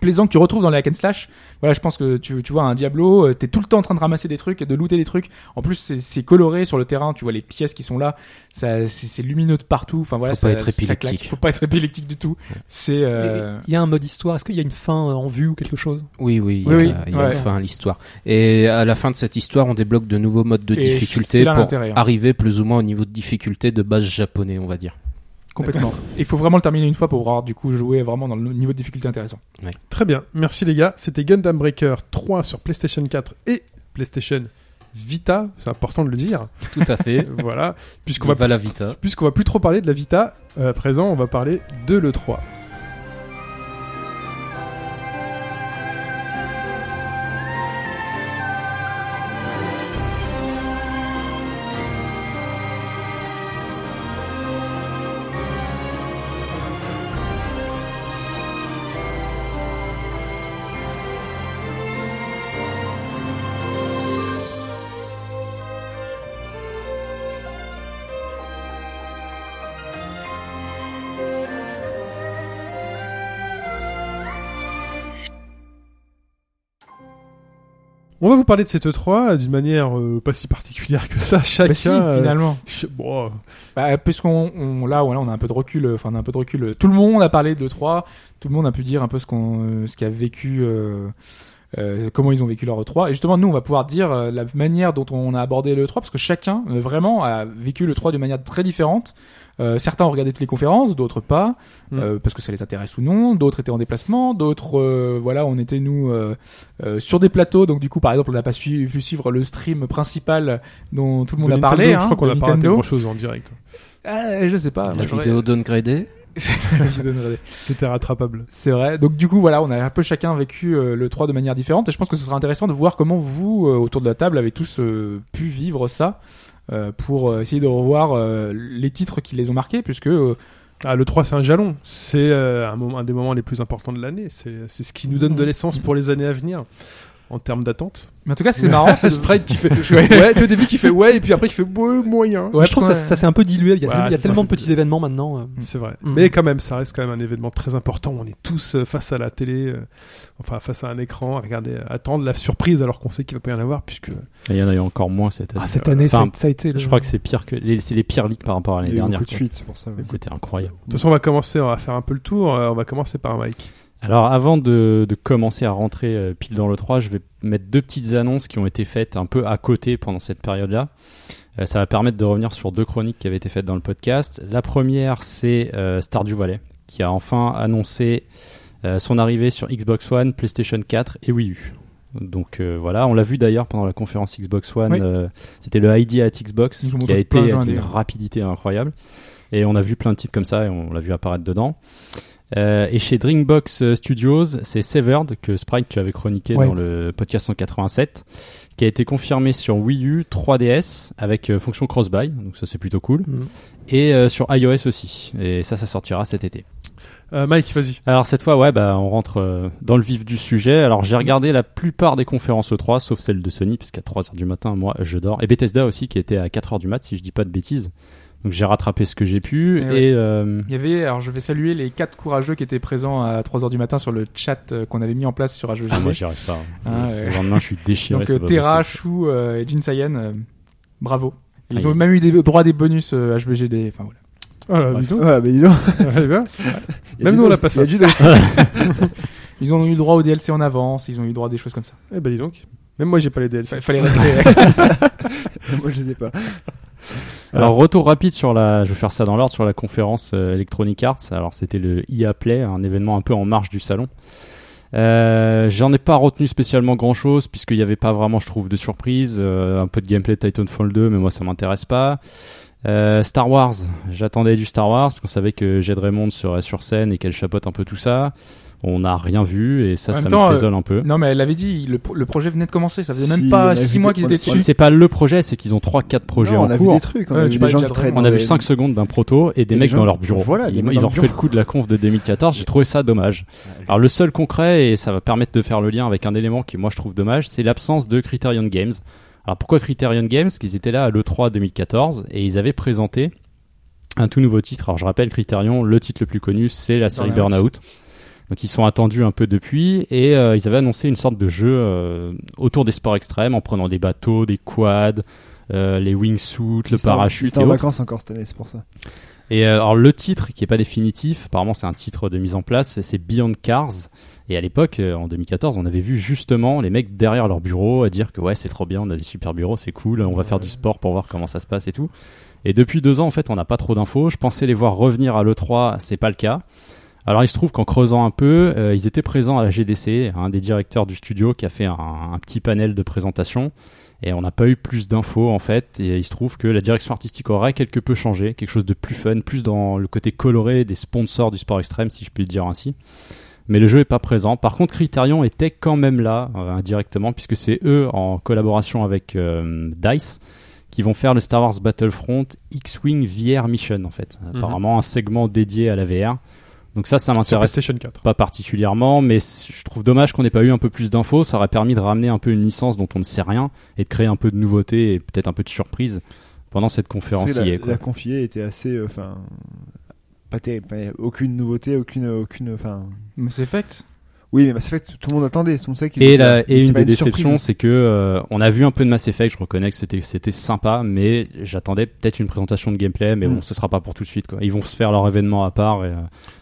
plaisant que tu retrouves dans les hack and slash voilà je pense que tu, tu vois un Diablo euh, t'es tout le temps en train de ramasser des trucs et de looter des trucs en plus c'est- c'est coloré sur le terrain tu vois les pièces qui sont là ça c'est c'est lumineux de partout enfin voilà
Faut
ça,
pas être
ça claque.
épileptique.
faut pas être épileptique du tout c'est euh,
Il y a un mode histoire. Est-ce qu'il y a une fin euh, en vue ou quelque chose
Oui, oui, il y a,
Oui, oui,
la- il y a
ouais.
enfin l'histoire. Et à la fin de cette histoire, on débloque de nouveaux modes de
Et c'est
difficulté
là
pour
l'intérêt, hein.
arriver plus ou moins au niveau de difficulté de base japonais, on va dire.
complètement il faut vraiment le terminer une fois pour pouvoir du coup jouer vraiment dans le niveau de difficulté intéressant
Très bien, merci les gars. C'était Gundam Breaker 3 sur PlayStation 4 et PlayStation Vita. C'est important de le dire.
Tout à fait.
voilà, puisqu'on
Qu'on
va,
va la Vita.
puisqu'on va plus trop parler de la Vita, euh, à présent on va parler de l'E3. On va vous parler de cette E3 d'une manière euh, pas si particulière que ça. Chacun.
Bah si,
euh,
finalement
ch- bon, euh,
Bah, puisqu'on on, là, voilà, on a un peu de recul. euh, Enfin, on a un peu de recul. euh, Tout le monde a parlé de 3 Tout le monde a pu dire un peu ce qu'on, euh, ce qu'a vécu, euh, euh, comment ils ont vécu leur 3 Et justement, nous, on va pouvoir dire euh, la manière dont on a abordé le 3 parce que chacun euh, vraiment a vécu le 3 de manière très différente. Euh, certains ont regardé toutes les conférences, d'autres pas,
Mm.
euh, parce que ça les intéresse ou non. D'autres étaient en déplacement, d'autres, euh, voilà, on était nous euh, euh, sur des plateaux. Donc du coup, par exemple, on n'a pas su, pu suivre le stream principal dont tout le monde a
de Nintendo,
parlé. hein,
je crois qu'on
de
a pas raté
Nintendo.
grand chose en direct.
Ah, je sais pas.
La
J'aurais-
vidéo downgradée.
Je donnerai des-
C'était rattrapable.
C'est vrai. Donc du coup, voilà, on a un peu chacun vécu euh, le 3 de manière différente. Et je pense que ce sera intéressant de voir comment vous, euh, autour de la table, avez tous euh, pu vivre ça euh, pour euh, essayer de revoir euh, les titres qui les ont marqués, puisque euh,
Ah, le 3 c'est un jalon, c'est euh, un, moment, un des moments les plus importants de l'année, c'est c'est ce qui nous
Mm.
donne de l'essence pour les années à venir en termes d'attente.
Mais en tout cas, c'est marrant. c'est de-
Sprite qui fait ouais, t'es au début qui fait ouais et puis après qui fait ouais, moyen.
Ouais,
Je trouve que ça,
parce qu'on-
ça s'est un peu dilué. Il y a,
Ouais,
tellement- il y a
c'est
tellement
un
de
peu
petits événements maintenant. euh.
C'est vrai.
Mm.
Mais quand même, ça reste quand même un événement très important. On est tous euh, face à la télé, euh, enfin face à un écran, à regarder, à attendre la surprise alors qu'on sait qu'il va pas y en avoir puisque
Et Il y en a eu encore moins cette année.
Ah, cette année,
Enfin,
ça, ça a été. le-
Je crois que c'est pire que les, c'est les pires ligues par rapport à l'année
Il y a eu
dernière.
beaucoup de
quoi.
suite, c'est pour ça. ouais.
C'était incroyable.
de toute façon on va commencer, on va faire un peu le tour. Euh, on va commencer par Mike.
Alors avant de, de commencer à rentrer euh, pile dans le 3, je vais mettre deux petites annonces qui ont été faites un peu à côté pendant cette période-là. Euh, ça va permettre de revenir sur deux chroniques qui avaient été faites dans le podcast. La première, c'est euh, Stardew Valley, qui a enfin annoncé euh, son arrivée sur Xbox One, PlayStation 4 et Wii U. Donc euh, voilà, on l'a vu d'ailleurs pendant la conférence Xbox One.
Oui.
euh, C'était le ID at Xbox
Ils ont
qui a
montré
été
plein de jeux
avec une
indés.
rapidité incroyable. Et on a vu plein de titres comme ça et on l'a vu apparaître dedans. Euh, et chez Dreambox Studios, c'est Severed que Sprite tu avais chroniqué
Ouais.
dans le podcast 187, qui a été confirmé sur Wii U, 3DS avec euh, fonction cross-buy, donc ça c'est plutôt cool,
Mhm.
et euh, sur iOS aussi. Et ça, ça sortira cet été.
Euh, Mike, vas-y.
Alors cette fois, ouais, bah, on rentre euh, dans le vif du sujet. Alors j'ai regardé la plupart des conférences E3, sauf celle de Sony, puisqu'à 3h du matin, moi, je dors. Et Bethesda aussi, qui était à 4h du mat, si je dis pas de bêtises. Donc j'ai rattrapé ce que j'ai pu.
Eh
Et,
ouais.
euh,
il y avait. Alors, je vais saluer les quatre courageux qui étaient présents à 3 heures du matin sur le chat euh, qu'on avait mis en place sur AJG.
ah, moi, j'y arrive pas. hein.
Ah, ouais.
Le lendemain, je suis déchiré.
Donc
c'est
euh,
pas
Terra,
possible.
Chou euh, et Jin Saiyan, euh, bravo. Ils ont même eu des droits des bonus euh, HBGD. Enfin voilà. Bah,
Voilà,
Bref.
dis donc.
Ouais, mais dis donc.
Eh ben,
Il y a
Même
du
nous, on
dos.
l'a pas
Il y
ça.
a du dos.
Ils ont eu droit au DLC en avance. Ils ont eu droit à des choses comme ça.
Eh ben, dis donc. Même moi, j'ai pas les DLC.
Fa- fallait rester.
Moi, je les ai pas.
Alors retour rapide sur la, je vais faire ça dans l'ordre sur la conférence euh, Electronic Arts. Alors c'était le IA Play, un événement un peu en marge du salon. Euh, J'en ai pas retenu spécialement grand chose puisqu'il n'y avait pas vraiment, je trouve, de surprise. Euh, un peu de gameplay de Titanfall 2, mais moi ça m'intéresse pas. Euh, Star Wars, j'attendais du Star Wars parce qu'on savait que Jade Raymond serait sur scène et qu'elle chapote un peu tout ça. On n'a rien vu et ça,
En
ça
même temps, euh,
me désole un peu.
non mais elle avait dit le, pro- le projet venait de commencer. Ça faisait même
Si, on
pas
a
6
vu
mois
des-
qu'ils
on-
étaient
on-
dessus.
C'est pas le projet, c'est qu'ils ont 3-4 projets
Non,
en
on a vu
cours.
des trucs, on
Ouais,
a
tu
vu des
parles
gens
déjà
qui
de vraiment.
traînent.
On a
dans
vu
les-
5 secondes d'un proto et des
Et
mecs
les
dans
gens-
leur bureau.
Voilà, des
ils,
mecs
ils
dans
ont
le
refait le
bureau.
coup de la conf de 2014, j'ai trouvé ça dommage. Alors le seul concret, et ça va permettre de faire le lien avec un élément qui moi je trouve dommage, c'est l'absence de Criterion Games. Alors pourquoi Criterion Games Parce qu'ils étaient là à l'E3 2014 et ils avaient présenté un tout nouveau titre. Alors je rappelle Criterion, le titre le plus connu, c'est la série
Burnout.
Burnout. Donc ils sont attendus un peu depuis et euh, ils avaient annoncé une sorte de jeu euh, autour des sports extrêmes en prenant des bateaux, des quads, euh, les wingsuits, le
Ils étaient en- Ils
parachute
étaient
et
en
autres.
vacances encore cette année, c'est pour ça.
Et euh, alors le titre qui est pas définitif, apparemment c'est un titre de mise en place, c'est Beyond Cars. Et à l'époque, euh, en 2014, on avait vu justement les mecs derrière leur bureau à dire que ouais c'est trop bien, on a des super bureaux, c'est cool, on va faire du sport pour voir comment ça se passe et tout. Et depuis deux ans en fait on n'a pas trop d'infos, je pensais les voir revenir à l'E3, c'est pas le cas. Alors il se trouve qu'en creusant un peu, euh, ils étaient présents à la GDC, un des directeurs du studio qui a fait un, un petit panel de présentation. Et on n'a pas eu plus d'infos en fait. Et il se trouve que la direction artistique aura quelque peu changé, quelque chose de plus fun, plus dans le côté coloré des sponsors du sport extrême, si je puis le dire ainsi. Mais le jeu n'est pas présent. Par contre, Criterion était quand même là euh, indirectement, puisque c'est eux en collaboration avec euh, Dice qui vont faire le Star Wars Battlefront X-Wing VR Mission en fait. Apparemment un segment dédié à la VR. Donc ça, ça
Mhm. Sur
m'intéresse
PlayStation 4.
pas particulièrement, mais c- je trouve dommage qu'on n'ait pas eu un peu plus d'infos. Ça aurait permis de ramener un peu une licence dont on ne sait rien et de créer un peu de nouveauté et peut-être un peu de surprise pendant cette conférence.
Parce que
IE,
la,
quoi.
la confiée était assez, euh, enfin, pas terrible. mais aucune nouveauté, aucune, aucune, enfin.
Mais c'est fait.
Oui, mais Mass Effect, tout le monde attendait. C'est pour ça qu'il
Et,
était-
la-
c'est
et une
pas
des
surprise.
déceptions, c'est que euh, on a vu un peu de Mass Effect. Je reconnais que c'était c'était sympa, mais j'attendais peut-être une présentation de gameplay. Mais
Mm.
bon, ce sera pas pour tout de suite. Quoi. Ils vont se faire leur événement à part. Et, euh,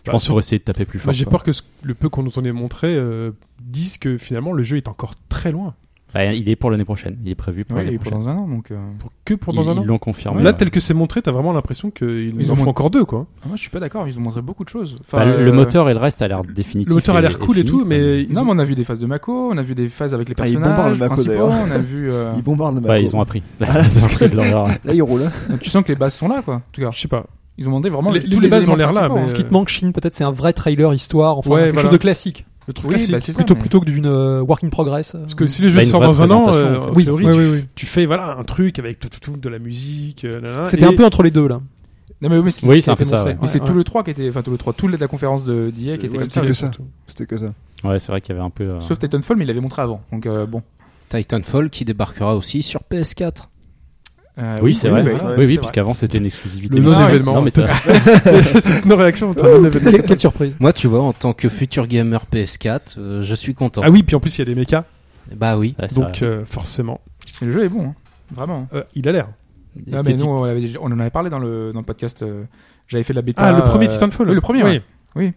je
Bah,
pense
sur-
pour essayer de taper plus
Moi,
fort.
j'ai
quoi.
peur que ce- le peu qu'on nous en ait montré euh, dise que finalement le jeu est encore très loin.
Bah, il est pour l'année prochaine. Il est prévu pour
Ouais,
l'année
et pour
prochaine.
dans un an donc. euh,
Pour- que pour
Ils-
dans un
ils
an.
l'ont confirmé.
Là,
ouais.
tel que c'est montré, t'as vraiment l'impression qu'ils
Ils
en
ont
font
mont-
encore deux, quoi.
ah, Moi je suis pas d'accord. Ils ont montré beaucoup de choses. Enfin,
Bah, le, le
euh,
moteur et le reste a l'air définitif.
Le moteur a l'air cool et,
fini,
tout,
quoi.
mais ils
Non
ont-
mais on a vu des phases de Mako. On a vu des phases avec les
Ah, ils bombardent
personnages
Mako,
principaux.
d'ailleurs.
On a vu. euh,
Ils bombardent le
Bah,
Mako.
ils ont appris. Ils ont appris de leur erreur.
Là, ils roulent.
tu sens que les bases sont là quoi. En tout cas
Je sais pas.
ils ont demandé vraiment
Les-
tous
tous les bases
éléments
ont l'air là,
principaux,
mais-
hein.
Euh,
Ce qui te manque, Chine, peut-être, c'est un vrai trailer histoire, enfin
Ouais,
quelque
voilà.
chose de classique,
hein. Le truc
Oui,
classique.
bah, c'est ça,
plutôt
mais-
plutôt que d'une euh, work in progress. euh.
Parce que si le jeu
Bah, une
sort
vraie
dans un an,
présentation,
euh,
en fait.
en
Oui,
théorie,
oui,
tu,
oui, oui.
tu fais voilà un truc avec tout, tout, tout, de la musique. euh, nanana,
C'était
et-
un peu entre les deux là.
Non, mais oui, c'est ce
Oui,
qui
c'est
a
un peu
été
ça,
montré.
ouais.
Mais c'est
Ouais,
tout
ouais.
le 3 qui était, enfin tout le 3, toute la conférence de d'IA qui était
Euh, Ouais,
comme
c'était
ça.
que ça. C'était que ça.
Ouais, c'est vrai qu'il y avait un peu. euh,
Sauf Titanfall, mais il l'avait montré avant. Donc euh, bon.
Titanfall qui débarquera aussi sur PS4.
Euh,
Oui, c'est vrai.
bah,
ouais,
oui, oui,
c'est
puisqu'avant c'était une exclusivité.
Le
Mais-
non-événement.
Non, mais ça-
c'est nos réactions. t'as un événement.
Quelle, quelle surprise.
Moi, tu vois, en tant que futur gamer PS4, euh, je suis content.
Ah oui, puis en plus il y a des mechas,
Bah oui.
Ouais, ça-
donc euh, forcément,
vrai. Le jeu est bon, hein. vraiment.
euh, il a l'air.
c'est-
Ah, mais nous, on, l'avait déjà- on en avait parlé dans le, dans le podcast. euh, J'avais fait de la bêta.
Ah, le premier
euh,
Titanfall.
oui, le premier,
Oui.
ouais.
Et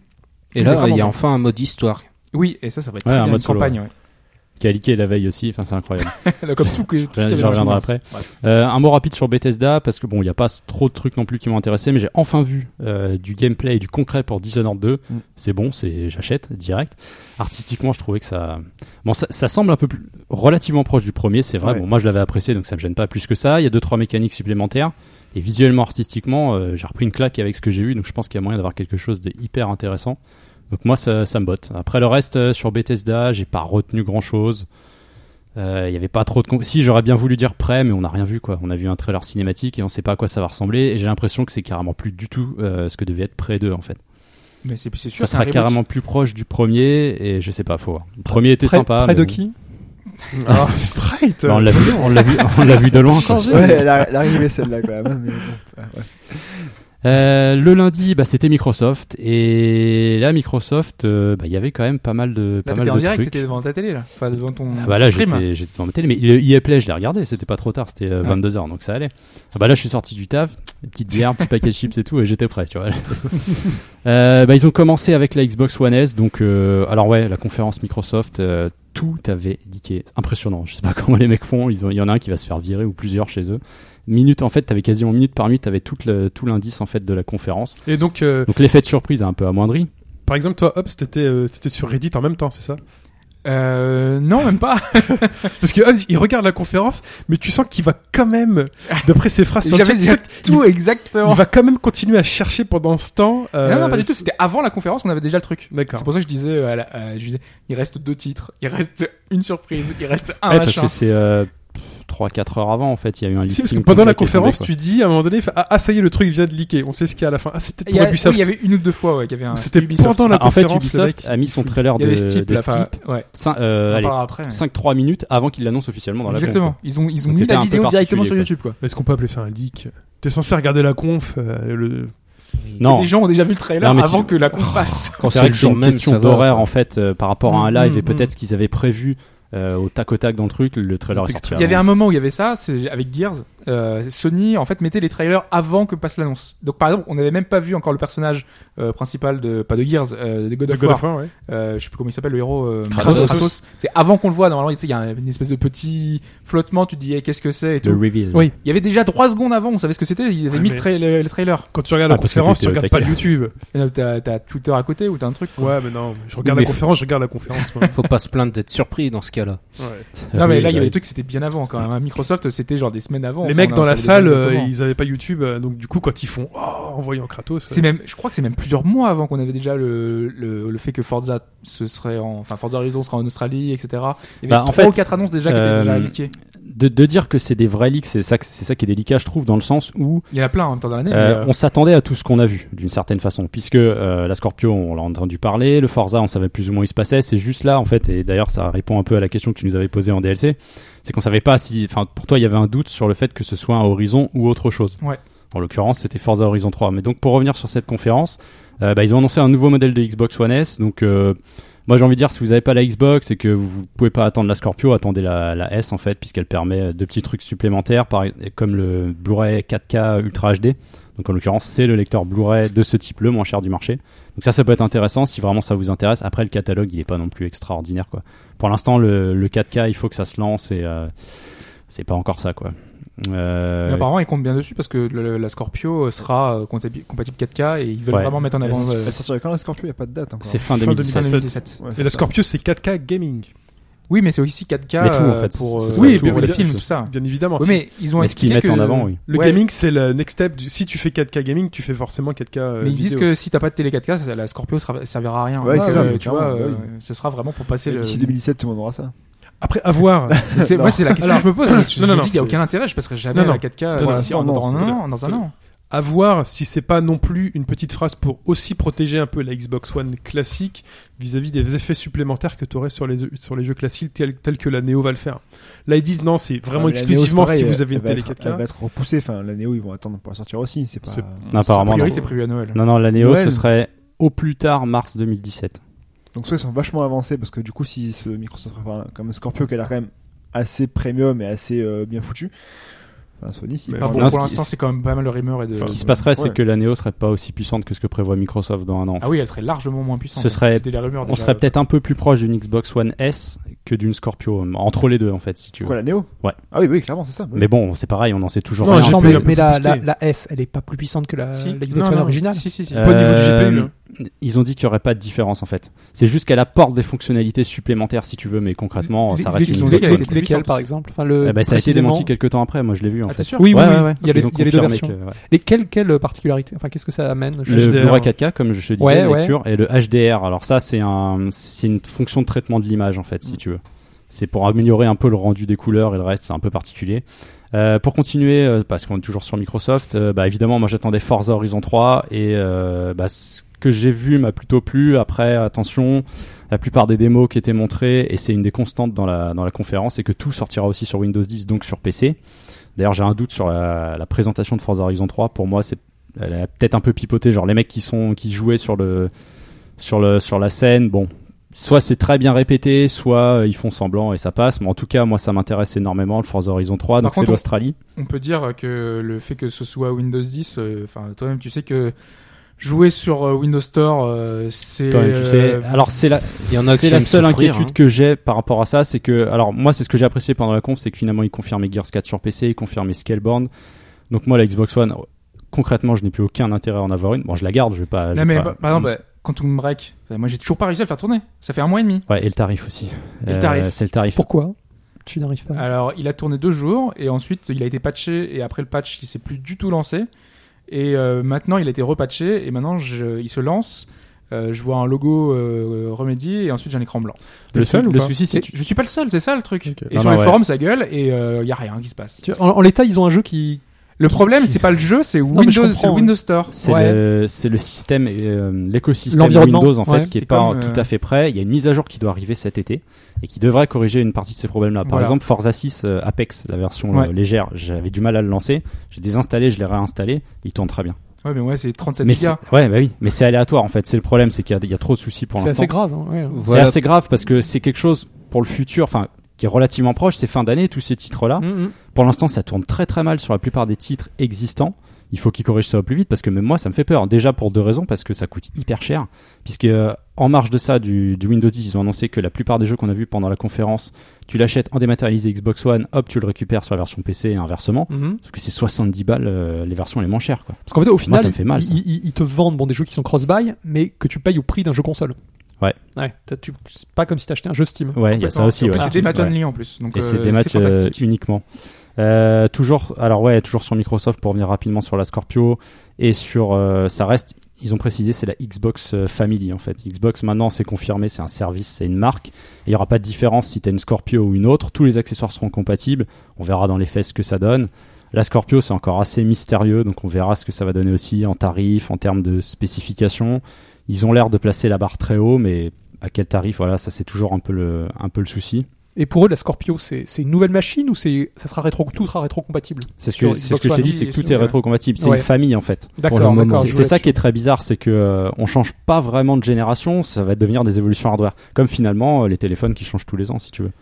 Il est
là,
vraiment
il y a
bon.
enfin un mode histoire.
Oui, et ça, ça va être
Ouais,
très
un
bien,
mode
une campagne. Ouais.
qui a leaké la veille aussi. Enfin, c'est incroyable.
Là, Comme tout, que, tout ce qu'il y avait
J'en
dans le
reviendrai
jeu.
après.
Bref.
Euh, un mot rapide sur Bethesda parce que bon, il n'y a pas trop de trucs non plus qui m'ont intéressé, mais j'ai enfin vu euh, du gameplay et du concret pour Dishonored 2.
Mm.
C'est bon, c'est j'achète direct. Artistiquement, je trouvais que ça, bon, ça, ça semble un peu plus relativement proche du premier, c'est vrai.
Ouais.
Bon, moi, je l'avais apprécié, donc ça me gêne pas plus que ça. Il y a deux trois mécaniques supplémentaires. Et visuellement, artistiquement, euh, j'ai repris une claque avec ce que j'ai eu, donc je pense qu'il y a moyen d'avoir quelque chose de hyper intéressant. Donc moi, ça, ça me botte. Après le reste, euh, sur Bethesda, j'ai pas retenu grand chose. Euh, Il y avait pas trop de. con- Si, j'aurais bien voulu dire prêt, mais on n'a rien vu quoi. On a vu un trailer cinématique et on sait pas à quoi ça va ressembler. Et j'ai l'impression que c'est carrément plus du tout euh, ce que devait être près 2 en fait.
Mais c'est c'est sûr,
Ça
c'est un
sera
reboot.
carrément plus proche du premier et je sais pas, faut voir. Le premier était
Près,
sympa.
près
mais
de
bon.
qui
Ah, Sprite.
Bah, on l'a vu, on l'a vu, on l'a vu de loin. quoi.
Ouais, elle a- elle est arrivée celle-là quand même. hein, mais bon. Ah, ouais.
Euh, le lundi, bah, c'était Microsoft. Et là, Microsoft, euh, bah, il y avait quand même pas mal de, pas
Là, Bah, t'étais
mal de
en direct,
trucs.
t'étais devant ta télé, là. Enfin, devant ton
Ah bah là,
stream.
j'étais j'étais devant ma télé, mais le EA Play, je l'ai regardé, c'était pas trop tard, c'était
Ouais.
22h, donc ça allait. Ah bah là, je suis sorti du taf, une petite bière, petit paquet de chips et tout, et j'étais prêt, tu vois. Euh, bah, ils ont commencé avec la Xbox One S, donc euh, alors ouais, la conférence Microsoft, euh, tout avait diqué. Impressionnant, je sais pas comment les mecs font, ils ont- il y en a un qui va se faire virer ou plusieurs chez eux. Minute, en fait, t'avais quasiment minute par minute, t'avais tout, le- tout l'indice en fait de la conférence.
Et donc, euh,
Donc l'effet de surprise a un peu amoindri.
Par exemple, toi, Hobbs, t'étais euh, t'étais sur Reddit en même temps, c'est ça
euh, non, même pas.
Parce que Hobbs, il regarde la conférence, mais tu sens qu'il va quand même, d'après ses phrases sur le
J'avais
chat,
déjà
tu sens qu'il-
tout exactement.
il va quand même continuer à chercher pendant ce temps. euh,
non, non, pas du tout. C'était avant la conférence, on avait déjà le truc.
D'accord.
C'est pour ça que je disais, euh, à la- euh, je disais, il reste deux titres, il reste une surprise, il reste un
Ouais, parce
machin.
que c'est 3-4 heures avant, en fait, il y a eu un
Ah, Si,
listing.
parce que pendant
complet
la
qui est tombé,
conférence,
quoi.
tu dis à un moment donné, fa- ah, ah, ça y est, le truc vient de leaker. On sait ce qu'il y a à la fin. Ah, c'est peut-être
Il y,
pour
a- oui,
Ubisoft.
il y avait une ou deux fois, ouais, qu'il y avait un.
C'était
Ubisoft.
pendant la
Ah, en fait,
conférence, le
Ubisoft
mec,
a mis son trailer
Il y
de,
avait Steep,
de
là, enfin,
Steep,
ouais.
cin- euh,
On en
allez,
parlera après. mais-
5-3 minutes avant qu'il l'annonce officiellement dans la
Exactement.
conf,
Ils ont, ils ont
Donc
mis
c'était un
la
peu
vidéo directement sur
particulier,
YouTube, quoi.
Est-ce qu'on peut appeler ça un leak T'es censé regarder la conf. euh, le...
quoi.
Et
Non,
Les gens ont déjà vu le trailer
Non, mais
avant
si- Oh.
que la conf passe.
Quand
c'est vrai que c'est une question
ça va,
d'horaire
quoi.
en fait euh, par rapport à un
Mm,
live
mm,
et peut-être
mm.
ce qu'ils avaient prévu euh, au tac au tac dans le truc, le trailer est sorti.
Il y avait un
avant.
moment où il y avait ça, c'est avec Gears. euh, Sony, en fait, mettait les trailers avant que passe l'annonce. Donc, par exemple, on n'avait même pas vu encore le personnage euh, principal de, pas de Gears, euh, de God
de
of
God
War.
of War, ouais.
Euh, je sais plus comment il s'appelle le héros. euh,
Kratos.
C'est avant qu'on le voit. Normalement, tu sais, il y a un- une espèce de petit flottement. Tu te dis, eh, qu'est-ce que c'est et
le
tout.
reveal.
Oui.
Il y avait déjà trois secondes avant. On savait ce que c'était. Il avait
Ouais,
mis
mais-
le, trai- le- le trailer.
Quand tu regardes
Ah,
la
parce que
conférence, tu
t'étais au
regardes pas le
taquet.
YouTube.
Et là, T'as t'as Twitter à côté ou t'as un truc. quoi.
Ouais, mais non. Je regarde la
Mais-
conférence, je regarde la conférence, moi.
Faut pas se plaindre d'être surpris dans ce cas-là.
Non, mais là, il y
bah,
avait des trucs. C'était bien avant quand même. hein. Microsoft, c'était genre des semaines avant.
Les
Enfin,
mecs
on
dans
savait
la
déjà
salle, euh,
exactement.
ils avaient pas YouTube, euh, donc du coup, quand ils font oh, en voyant Kratos,
C'est même, je crois que c'est même plusieurs mois avant qu'on avait déjà le, le, le fait que Forza se serait en, enfin Forza Horizon sera en Australie, etc. Il y avait
Bah, en
trois
fait,
ou quatre annonces déjà qui étaient
euh,
déjà leakées.
de, de dire que c'est des vrais leaks, c'est ça, que- c'est ça qui est délicat, je trouve, dans le sens où
Il y en a plein en même temps dans l'année.
Euh,
mais, euh,
on s'attendait à tout ce qu'on a vu d'une certaine façon puisque euh, la Scorpio on l'a entendu parler le Forza on savait plus ou moins où il se passait c'est juste là en fait et d'ailleurs ça répond un peu à la question que tu nous avais posée en DLC c'est qu'on savait pas si enfin pour toi il y avait un doute sur le fait que ce soit un Horizon ou autre chose
Ouais.
en l'occurrence c'était Forza Horizon 3 mais donc pour revenir sur cette conférence euh, bah, ils ont annoncé un nouveau modèle de Xbox One S donc euh, moi j'ai envie de dire si vous n'avez pas la Xbox et que vous pouvez pas attendre la Scorpio, attendez la, la S en fait puisqu'elle permet deux petits trucs supplémentaires par- comme le Blu-ray 4K Ultra HD donc en l'occurrence, c'est le lecteur Blu-ray de ce type le moins cher du marché. Donc ça, ça peut être intéressant si vraiment ça vous intéresse. Après, le catalogue, il est pas non plus extraordinaire quoi. Pour l'instant, le, le 4K, il faut que ça se lance et euh, c'est pas encore ça quoi. Euh,
mais apparemment, ils comptent bien dessus parce que le- le- la Scorpio sera euh, compatible compatible 4K et ils veulent
Ouais.
vraiment mettre en avant.
Elle
euh,
sortira quand la Scorpio, il a pas de date encore.
c'est fin
Fin
2017.
2017.
Ouais,
euh, et
c'est
la
ça.
Scorpio, c'est 4K gaming,
Oui, mais c'est aussi 4K
Mais tout, en
euh,
fait,
pour,
ce
euh,
sera
Oui,
pour
bien
les
sûr.
films, tout ça.
bien évidemment.
Oui, mais ils ont
Mais ce qu'ils
expliqué
mettent en
que-
avant, oui.
Le
Ouais,
gaming, c'est le next step. Du... Si tu fais 4K gaming, tu fais forcément 4K. euh,
Mais ils disent
vidéo.
que si t'as pas de télé 4K, ça- la Scorpio sera- servira à rien.
Ouais,
Parce
c'est
que,
ça, mais
tu vois,
clairement,
euh,
bah
ce sera vraiment pour passer le.
D'ici 2017, tout le monde aura ça.
Après, à voir.
C'est- Moi, c'est la question que je me pose. Je
Non,
me
non,
dis, il n'y a
c'est-
aucun intérêt, je passerai jamais
Non, non.
à la 4K
Pour
euh,
l'instant,
dans,
non,
dans
c'est
un
clair.
an. Dans un
C'est
an.
à voir si c'est pas non plus une petite phrase pour aussi protéger un peu la Xbox One classique vis-à-vis des effets supplémentaires que tu aurais sur les, sur les jeux classiques tels, tels que la Neo va le faire. Là, ils disent non, c'est vraiment
Ouais, mais la Neo,
exclusivement
c'est pareil,
si vous avez
elle
une
va
télé
être- Elle va
4K.
être repoussée. Enfin, la Neo, ils vont attendre pour la sortir aussi. C'est pas.
C'est-
A
Non, apparemment.
priori,
non.
c'est prévu à Noël.
Non, non, la Neo,
Noël.
ce serait au plus tard mars 2017.
Donc soit ils sont vachement avancés parce que du coup si ce Microsoft prépare comme Scorpio qui a l'air quand même assez premium et assez euh, bien foutu. Enfin Sony si
Mais
Enfin, Ah bon,
Non, ce
pour
qui-
l'instant, c'est quand même pas mal de rumeurs et de. Ah
Ce qui se
euh,
passerait, c'est
ouais.
que la Neo serait pas aussi puissante que ce que prévoit Microsoft dans un an.
Ah oui, elle serait largement moins puissante.
Ce serait-
C'était les rumeurs.
On
déjà.
serait peut-être un peu plus proche d'une Xbox One S que d'une Scorpio, euh, entre les deux en fait, si tu veux.
Quoi la Neo
Ouais.
Ah oui oui clairement c'est ça. oui.
Mais bon, c'est pareil, on en sait toujours
Non,
rien.
j'ai
non,
fait
mais,
un peu
mais la, la,
booster.
la S, elle est pas plus puissante que la,
Si.
la Xbox
Non,
One
non,
originale.
Si, si, si.
Euh,
Pas au niveau du GPU. hein.
Ils ont dit qu'il n'y aurait pas de différence en fait. C'est juste qu'elle apporte des fonctionnalités supplémentaires si tu veux, mais concrètement,
Les-
ça reste
les-
une
ils
Lesquelles-
ont dit
Xbox
qu'elle
One.
était plus
Lesquelles,
puissante.
par exemple Enfin, le,
Eh ben,
euh,
ça a été
précisément-
démenti quelques temps après, moi je l'ai vu en
Ah,
fait.
t'es sûr
Oui, oui,
Ouais,
oui.
ouais, ouais.
Il y avait,
Ils ont
il y avait deux
confirmé
versions.
que- ouais.
Et quelle, quelle particularité Enfin, qu'est-ce que ça amène je-
Le
HDR.
Blu-ray 4K, comme je te disais,
Ouais, ouais.
lecture, et le HDR. Alors ça, c'est un, c'est une fonction de traitement de l'image en fait, si tu veux. C'est pour améliorer un peu le rendu des couleurs et le reste, c'est un peu particulier. Euh, pour continuer, euh, parce qu'on est toujours sur Microsoft, euh, bah, évidemment, moi j'attendais Forza Horizon 3 et euh, bah, ce que j'ai vu m'a plutôt plu. Après, attention, la plupart des démos qui étaient montrées, et c'est une des constantes dans la, dans la conférence, c'est que tout sortira aussi sur Windows 10, donc sur PC. D'ailleurs, j'ai un doute sur la, la présentation de Forza Horizon 3. Pour moi, c'est elle a peut-être un peu pipoté. Genre les mecs qui sont qui jouaient sur le sur le sur la scène, bon, soit c'est très bien répété, soit euh, ils font semblant et ça passe. Mais en tout cas, moi, ça m'intéresse énormément le Forza Horizon 3. donc c'est
contre, on-
l'Australie.
On peut dire que le fait que ce soit Windows 10, euh, enfin toi-même tu sais que jouer sur euh, Windows Store, euh, c'est
Toi, tu sais, Ah,
euh,
alors c'est la,
il y en a
c'est
qui
la
aiment
seule
souffrir,
inquiétude
hein.
que j'ai par rapport à ça, c'est que, alors moi c'est ce que j'ai apprécié pendant la conf, c'est que finalement ils confirmaient Gears 4 sur PC, ils confirmaient Scalebound. Donc moi la Xbox One, concrètement je n'ai plus aucun intérêt à en avoir une. Bon je la garde, je vais pas. je
Non
vais
mais
pas- Mm.
par par exemple, euh, Quantum Break, enfin, moi j'ai toujours pas réussi à le faire tourner. Ça fait un mois et demi.
Ouais, et le tarif aussi. Euh,
Et le tarif.
c'est le tarif.
Pourquoi tu n'arrives pas
Alors il a tourné deux jours et ensuite il a été patché et après le patch il s'est plus du tout lancé. Et euh, maintenant il a été repatché et maintenant je- il se lance. Euh, je vois un logo euh, Remedy et ensuite j'ai un écran blanc.
Le,
seul
sou-
ou
le
pas
souci, c'est
Et
que tu-
Je suis pas le seul, c'est ça le truc.
Ok.
Et
Non,
sur
non,
les
ouais.
forums ça gueule et il y a rien qui se passe.
Tu- En, en l'état, ils ont un jeu qui.
Le problème, c'est pas le jeu, c'est
mais je
Windows,
comprends,
c'est le
ouais.
Windows Store.
c'est
Ouais.
le, c'est le système, et, euh, l'écosystème
L'environnement,
Windows en fait
ouais.
qui est
C'est
pas
comme, euh,
tout à fait prêt. Il y a une mise à jour qui doit arriver cet été et qui devrait corriger une partie de ces problèmes-là. Par
Voilà.
exemple, Forza 6 euh, Apex, la version euh,
Ouais.
légère, j'avais du mal à le lancer. J'ai désinstallé, je l'ai réinstallé, il tourne très bien.
Ouais, mais ouais, c'est 37
Mais c'est-
gigas.
ouais, bah oui, mais c'est aléatoire en fait. C'est le problème, c'est qu'il y a- il y, a trop de soucis pour
C'est
l'instant.
assez grave. hein, ouais.
C'est
Voilà.
assez grave parce que c'est quelque chose pour le futur, enfin qui est relativement proche, c'est fin d'année tous ces titres-là.
Mm, mm.
Pour l'instant, ça tourne très très mal sur la plupart des titres existants. Il faut qu'ils corrigent ça au plus vite parce que même moi, ça me fait peur. Déjà pour deux raisons, parce que ça coûte hyper cher. Puisque euh, en marge de ça, du, du Windows 10, ils ont annoncé que la plupart des jeux qu'on a vus pendant la conférence, tu l'achètes en dématérialisé Xbox One, hop, tu le récupères sur la version PC et inversement.
Mhm.
Parce que c'est 70 balles euh, les versions les moins chères. Quoi.
Parce qu'en fait, au final,
ça me fait mal,
ils,
ça.
ils- ils te vendent bon, des jeux qui sont cross-buy, mais que tu payes au prix d'un jeu console.
Ouais.
t'as- tu- c'est pas comme si t'achetais un jeu Steam.
Ouais, il y a ça aussi.
Et
Ouais.
C'est des maths
Ah, Ouais.
only en plus. Donc,
Et c'est
euh,
des matchs euh,
fantastique.
uniquement. Euh, toujours, alors ouais, toujours sur Microsoft pour revenir rapidement sur la Scorpio et sur, euh, ça reste, ils ont précisé, c'est la Xbox euh, Family en fait. Xbox maintenant c'est confirmé, c'est un service, c'est une marque. Et Il n'y aura pas de différence si tu as une Scorpio ou une autre. Tous les accessoires seront compatibles. On verra dans les faits ce que ça donne. La Scorpio c'est encore assez mystérieux, donc on verra ce que ça va donner aussi en tarif, en termes de spécifications. Ils ont l'air de placer la barre très haut, mais à quel tarif Voilà, ça c'est toujours un peu le, un peu le souci.
Et pour eux, la Scorpio, c'est c'est une nouvelle machine ou c'est- ça sera rétro, tout sera rétrocompatible
C'est ce
Sur
que, c'est ce
Xbox
que je t'ai
One.
dit, c'est que
Oui,
tout est
c'est ça.
rétrocompatible. C'est
Ouais.
une famille en fait.
le
D'accord,
moment,
d'accord.
c'est
je
c'est
vois
ça
là-dessus.
qui est très bizarre, c'est que euh, on change pas vraiment de génération, ça va devenir des évolutions hardware. Comme finalement euh, les téléphones qui changent tous les ans, si tu veux.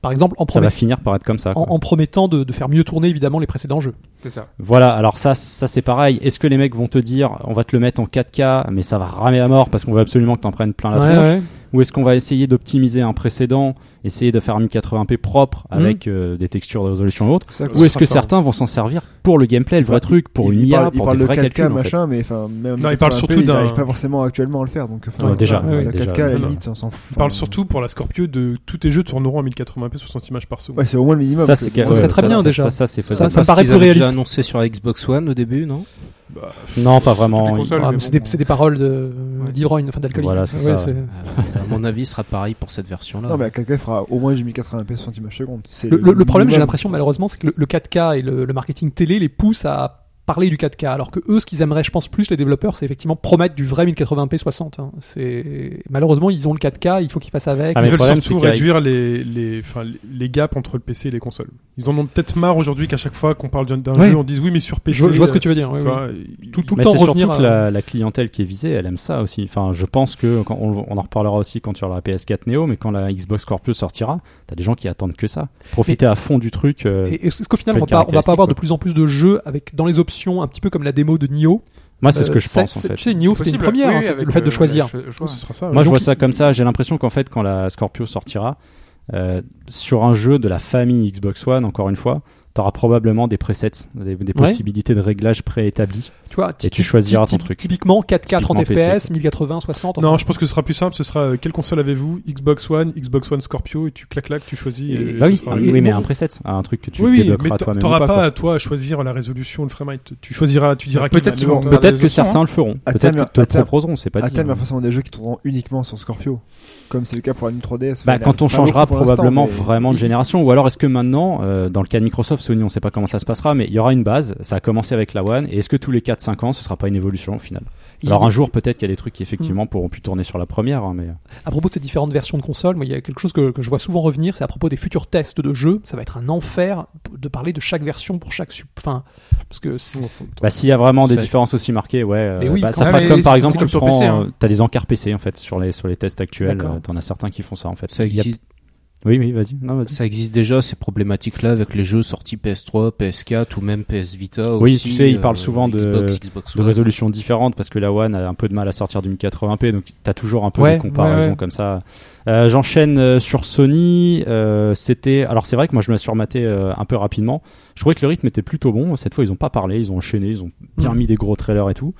Par exemple, en,
Ça
promet-
va finir par être comme ça.
en,
quoi.
en promettant de, de faire mieux tourner évidemment les précédents jeux.
C'est ça.
Voilà. Alors ça, ça c'est pareil. Est-ce que les mecs vont te dire, on va te le mettre en 4K, mais ça va ramer à mort parce qu'on veut absolument que t'en prennes plein la
Ah,
tronche Ou est-ce qu'on va essayer d'optimiser un précédent, essayer de faire un 1080p propre avec euh, des textures de résolution haute
Hmm. Ça, hein.
Ou est-ce que certains vont s'en servir pour le gameplay, le vrai
Ouais,
truc, pour
il-
une
il
IA,
parle- il
pour
parle
des
de
vrais
4K
calculs en fait.
machin, mais enfin même
Non, il parle
4K,
surtout
ils
d'un-
arrivent pas forcément actuellement à le faire donc enfin,
Ouais, déjà,
voilà,
ouais,
la
déjà,
4K à la
voilà.
limite on s'en fout.
Il parle surtout pour la Scorpio de tous tes jeux tourneront en 1080p 60 images par seconde.
Ouais, c'est au moins le minimum.
Ça,
parce
c'est
que
que-
ça serait très
ça-
bien,
ça-
déjà.
Ça, ça, c'est
Ça,
faisable.
ça me paraît
qu'ils
plus
avaient déjà
réaliste.
annoncé sur la Xbox One au début, non
Bah,
Non, pas vraiment.
Toutes les
Il-
consoles.
Ah,
mais
mais
bon.
c'est des, c'est des paroles de- d'ivrogne, enfin d'alcoolique.
Voilà, c'est ça, ouais.
À mon avis, ce sera pareil pour cette version-là.
Ah.
Non mais la 4K fera au moins du 1080p 60 images secondes. C'est
Le, le- le problème, j'ai
minimum.
l'impression malheureusement, c'est que le, le 4K et le, le marketing télé les poussent à parler du 4K, alors que eux, ce qu'ils aimeraient, je pense, plus les développeurs, c'est effectivement promettre du vrai 1080p 60. hein. C'est malheureusement, ils ont le 4K, il faut qu'ils fassent avec.
Ah, mais
Ils
le
veulent
problème,
surtout
c'est qu'il y a-
réduire les, les, enfin, les- les gaps entre le PC et les consoles. Ils en ont peut-être marre aujourd'hui qu'à chaque fois qu'on parle d'un d'un
Ouais.
jeu, on dise oui, mais sur PC.
Je vois- je vois ce que
euh,
tu veux dire, oui,
vois, ils-
Tout, tout le
Mais
temps
c'est surtout
revenir.
que
à-
la, la clientèle qui est visée, elle aime ça aussi. Enfin, je pense que quand on, on en reparlera aussi quand tu auras la PS4 Neo, mais quand la Xbox Scorpio sortira, t'as des gens qui attendent que ça. Profiter à fond du truc. euh,
Et est-ce qu'au final,
Peu
on va, pas, on va pas
caractéristique,
avoir de
quoi.
plus en plus de jeux avec dans les options, un petit peu comme la démo de Nio
moi, c'est ce
Euh,
que je
ça,
pense en
c'est-
fait.
Tu sais, Nioh, c'était une
Possible.
première,
Oui,
hein,
oui,
c'est
avec
le fait de
euh,
choisir.
le
je pense
choix.
que ce sera ça.
Moi,
ouais.
je
donc,
vois ça
il-
comme ça. J'ai l'impression qu'en fait, quand la Scorpio sortira, euh, sur un jeu de la famille Xbox One, encore une fois, t'auras probablement des presets, des, des possibilités de réglage préétablies.
Tu vois,
Et
ty-
tu
ty-
choisiras
ty-
ton truc.
Typiquement 4K 30
Typiquement PC,
FPS, 1080 60.
Non, je pense que ce sera plus simple. Ce sera euh, quelle console avez-vous Xbox One, Xbox One Scorpio, et tu clac clac, tu choisis. et
Bah
ce
oui,
sera-
oui, mais un preset, un truc que tu
oui, oui, mais
débloqueras
t'a-
toi-même. ou
t'auras
pas,
pas,
quoi.
à toi à choisir la résolution, le framerate. Tu choisiras, tu diras
Peut-être
quelle
qu'ils vont- Par
manette-
des hein.
Peut-être que
options,
certains le feront.
À
Peut-être
terme,
qu'ils te le
à terme.
proposeront, c'est pas
À
dit. hein.
terme, il y a forcément des jeux qui tourneront uniquement sur Scorpio, comme c'est le cas pour la New 3DS.
Bah,
Enfin, il y en a
quand on
pas
changera
beaucoup pour l'instant,
probablement
mais
vraiment de génération, ou alors est-ce que maintenant, euh, dans le cas de Microsoft, Sony, on sait pas comment ça se passera, mais il y aura une base. Ça a commencé avec la One. Et est-ce que tous les 4-5 ans, ce sera pas une évolution au final
Il y a
Alors
des-
un jour, peut-être qu'il y a des trucs qui effectivement
Hmm.
pourront plus tourner sur la première, hein, mais
À propos de ces différentes versions de consoles, moi, il y a quelque chose que, que je vois souvent revenir, c'est à propos des futurs tests de jeux. Ça va être un enfer de parler de chaque version pour chaque sub. Enfin, parce que c'est- c'est-
bah, s'il y a vraiment des
C'est-
différences aussi marquées, ouais, euh,
Mais oui,
bah,
quand
ça
même. Ouais,
fera
ah, mais
comme par
c'est-
exemple
c'est
tu
comme sur
prends,
PC, hein.
euh, t'as des encarts PC en fait sur les sur les tests actuels,
D'accord.
euh, t'en as certains qui font ça en fait.
Ça
Il y a-
existe,
Oui, oui, vas-y. Non, vas-y.
ça existe déjà ces problématiques-là avec les jeux sortis PS3, PS4 ou même PS Vita.
Oui,
aussi,
tu sais, ils
euh,
parlent souvent de-
Xbox, Xbox
de
One.
résolutions différentes parce que la One a un peu de mal à sortir du 1080p donc t'as toujours un peu
Ouais,
des comparaisons
ouais, ouais.
comme ça Euh, j'enchaîne euh, sur Sony euh, c'était alors c'est vrai que moi je me suis rematé euh, un peu rapidement je trouvais que le rythme était plutôt bon cette fois ils ont pas parlé ils ont enchaîné ils ont bien
Mhm.
mis des gros trailers et tout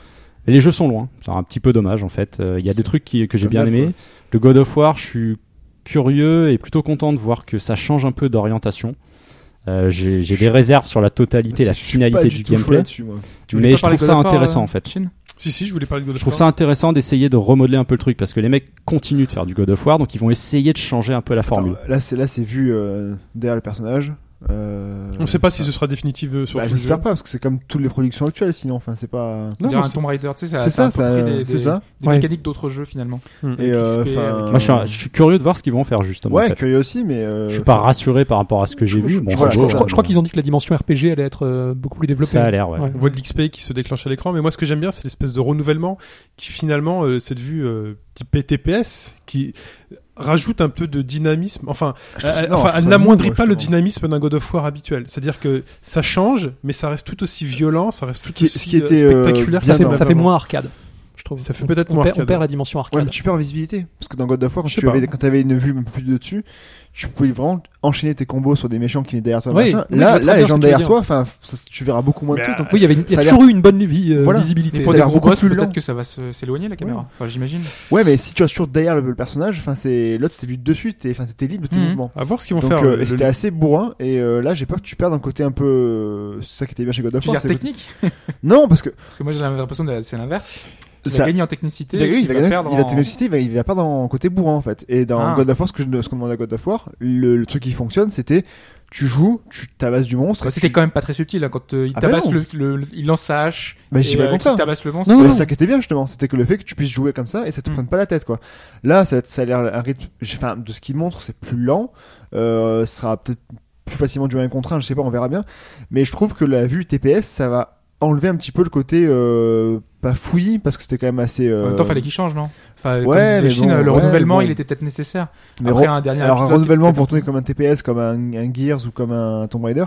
et les jeux sont loin c'est un petit peu dommage en fait Euh, il y a des trucs qui- que j'ai
Comme
bien
d'hab,
aimé
ouais.
le God of War je suis curieux et plutôt content de voir que ça change un peu d'orientation Euh, j'ai j'ai des réserves sur la totalité la
Je suis pas
finalité du
tout chaud
gameplay
là-dessus, moi.
Tu voulais
Mais
pas
je
parler
trouve
de
ça
God of War,
intéressant,
euh,
en fait.
Chine
Si, si, je voulais parler de God of
Je trouve ça
War.
intéressant d'essayer de remodeler un peu le truc parce que les mecs continuent de faire du God of War, donc ils vont essayer de changer un peu la formule.
Attends, Là, c'est là, c'est vu euh, derrière le personnage. Euh,
On sait pas si ce sera définitif euh, sur
Bah,
tous les
J'espère
jeux.
pas parce que c'est comme toutes les productions actuelles, sinon, enfin, c'est
Non,
pas.
On dirait
non,
un
c'est-
Tomb Raider, tu sais, ça,
C'est ça,
ça a un peu
ça,
pris des,
c'est
des-
ça.
des
Ouais.
mécaniques d'autres jeux finalement.
Et euh,
XP,
enfin,
avec-
Moi, je suis, un- je suis curieux de voir ce qu'ils vont faire justement. en
Ouais,
fait.
curieux aussi, mais. euh,
Je suis pas rassuré par rapport à ce que j'ai vu.
je-
Bon, c'est
voilà,
beau,
je
je,
hein,
crois, je crois
mais
qu'ils ont dit que la dimension RPG allait être euh, beaucoup plus développée.
ça a l'air. Ouais.
Ouais.
On voit de l'XP qui se déclenche à l'écran, mais moi ce que j'aime bien c'est l'espèce de renouvellement qui finalement, euh, cette vue euh, type TPS, qui rajoute un peu de dynamisme, enfin,
Ah, je trouve-
euh,
non,
enfin
je trouve
elle
ça
n'amoindrit
lourd,
pas le
justement.
dynamisme d'un God of War habituel. C'est-à-dire que ça change, mais ça reste tout aussi violent, ça reste
Ce
tout
qui-
aussi
ce qui
euh,
était, euh,
spectaculaire.
bien
Ça, fait,
dans-
comme
non,
ça fait
avant.
moins arcade, je trouve.
Ça fait
On-
peut-être
on
moins
perd-
arcade.
On perd la dimension
Ouais,
arcade.
mais tu perds en visibilité. Parce que dans God of War, quand
Je
tu
sais
avais,
pas.
quand t'avais une vue un peu plus de dessus, tu pouvais vraiment enchaîner tes combos sur des méchants qui venaient derrière toi.
Oui,
machin.
oui, je vois
là,
très
là
bien
les
ce que
gens
tu veux
derrière
dire.
toi, enfin, f- ça- tu verras beaucoup moins de
Mais,
euh,
trucs. donc-
Oui, il y, avait une- il y
Ça
a
a
toujours eu une bonne vi- euh,
Voilà.
visibilité.
Mais
Et
pour
ça
des
a l'air
gros
beaucoup
boss,
plus lent.
peut-être que ça va se- s'éloigner la caméra. Enfin, j'imagine.
hein. Ouais, mais si tu as toujours derrière le, le personnage, enfin, c'est l'autre c'était vu de dessus, t'es, enfin, t'étais libre de tes
Mhm.
mouvements.
À voir ce qu'ils vont
Donc
faire.
euh,
euh, le-
c'était assez bourrin et euh, là j'ai peur que tu perdes un côté un peu euh, c'est ça qui était bien chez God of
Tu veux
War.
dire
c'est-
technique
Non parce que
Parce que moi j'ai l'impression que c'est l'inverse. Il
ça-
a gagné en technicité.
il a- il
va
va gagner-
perdre
il a
en-
technicité, il va- il va perdre en côté bourrin en fait. Et dans
Ah.
God of War ce que je- ce qu'on demandait à God of War, le, le truc qui fonctionne c'était tu joues, tu tabasses du monstre.
Bah,
et
C'était
tu-
quand même pas très subtil hein, quand euh, il
Ah bah
tabasse
non.
le, le- le- il lance sa hache,
Bah, je dis
et,
pas le
euh,
contraire.
qu'il tabasse le monstre.
Non,
Bah,
non,
c'est ça qui était bien justement, c'était que le fait que tu puisses jouer comme ça et ça te
Mm.
prenne pas la tête quoi. Là, ça, ça a l'air un rythme, j'ai- enfin de ce qu'il montre, c'est plus lent. Euh, ce sera peut-être plus facilement du 1 contre 1, je sais pas, on verra bien. Mais je trouve que la vue TPS, ça va enlever un petit peu le côté euh, pas fouillis parce que c'était quand même assez. Euh...
En même temps, fallait qu'il change, non Enfin,
Ouais,
comme
mais
disait Chine,
bon,
le
ouais,
renouvellement,
bon.
il était peut-être nécessaire.
Mais
Après
re-
un dernier
Alors un
épisode,
renouvellement
peut-être-
pour tourner comme un TPS, comme un, un Gears ou comme un Tomb Raider,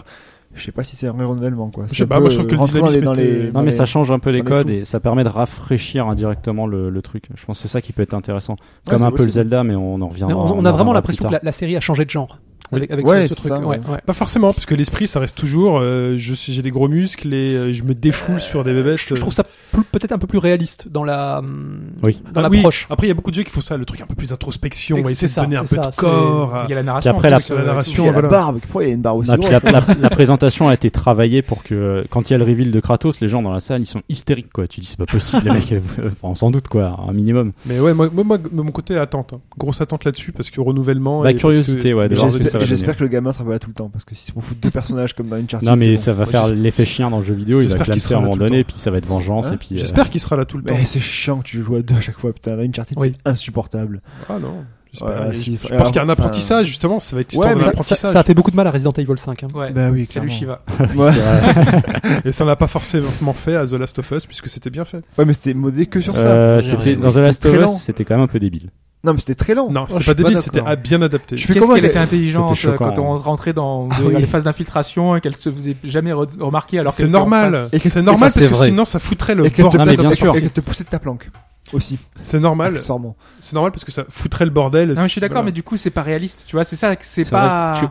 je sais pas si c'est un vrai renouvellement quoi.
Je
Ça
sais pas,
peut
moi, je trouve que le
rentrer dans les-
dynamisme
dans les-
était-
dans
Non, mais
les-
ça change un peu les
dans les
codes
fous.
et ça permet de rafraîchir indirectement le, le truc. Je pense que c'est ça qui peut être intéressant.
Ouais,
Comme
c'est
un peu le
possible.
Zelda, mais on en reviendra.
Mais on- on
en
a vraiment
reviendra
l'impression
plus
que la,
tard.
la série a changé de genre avec, avec
Ouais,
ce, ce
c'est
truc.
ça,
ouais,
ouais.
ouais.
Pas forcément, parce que l'esprit ça reste toujours. euh, je suis, j'ai des gros muscles et euh, je me défoule sur des bébêtes.
Je trouve ça plus- peut-être un peu plus réaliste dans la hum,
Oui.
dans
Ah oui,
l'approche.
Après, il y a beaucoup de jeux qui font ça, le truc un peu plus introspection,
Et
on va
c'est
essayer
ça,
de donner un
c'est
peu
ça,
de
c'est-
corps. à-
Il y a la narration.
Puis après,
en
la-
plus, euh,
la narration,
Puis il y a
voilà.
la barbe, pourquoi il y a une barbe aussi
Ah, puis
grosse
la, la- la présentation a été travaillée pour que quand il y a le reveal de Kratos, les gens dans la salle ils sont hystériques quoi. Tu dis c'est pas possible les mecs, enfin, sans doute quoi, un minimum.
Mais ouais, moi, moi, moi, de mon côté, attente. hein. Grosse attente là-dessus, parce que renouvellement.
Bah,
et parce
curiosité,
que-
ouais, de voir ce que
J'espère
ça va
j'espère
donner.
que le gamin sera pas là tout le temps parce que si on fout deux personnages comme dans une
Non mais ça va faire l'effet chien dans le jeu vidéo, il va
J'espère qu'il
clamser
sera
à un
là
moment
tout le
donné,
temps.
puis ça va être vengeance
Hein
et puis. euh,
J'espère qu'il sera là tout le temps.
Mais Eh, c'est chiant que tu joues à deux à chaque fois, putain. Dans une Uncharted,
Oui.
c'est insupportable.
Ah non. j'espère.
Voilà,
Et
si-
je je
enfin,
pense qu'il y a un
enfin,
apprentissage, justement. Ça va être l'histoire
Ouais,
d'un
mais
Ça, ça-
apprentissage.
ça a fait beaucoup de mal à Resident Evil 5. hein.
Ouais.
Bah oui,
C'est lui qui va.
Ouais.
c'est vrai.
Et ça n'a pas forcément fait à The Last of Us, puisque c'était bien fait.
Ouais, mais c'était modé que sur ça.
Euh,
J'ai
c'était
raison.
dans The Last
C'était
of
très
Us,
lent.
c'était quand même un peu débile.
Non, mais c'était très lent.
Non,
Oh, je
c'était
suis
pas débile,
d'accord.
c'était ah, bien adapté.
Je fais
Qu'est-ce
comment
qu'elle
avec-
était intelligente
C'était choquant,
euh, quand on rentrait dans
Ah
dans
oui.
les phases d'infiltration et qu'elle se faisait jamais re- remarquer alors
C'est
qu'elle était en
normal.
face.
Et que-
C'est normal,
ça,
parce
c'est
que
vrai.
sinon, ça foutrait le
Et que
bordel.
Non, mais bien
dans-
sûr.
Et que te pousser de ta planque. Aussi.
C'est normal.
Accessoirement.
C'est normal, parce que ça foutrait le bordel.
Non, mais je suis d'accord,
Voilà.
mais du coup, c'est pas réaliste. Tu vois, c'est ça que c'est
C'est vrai
pas.
que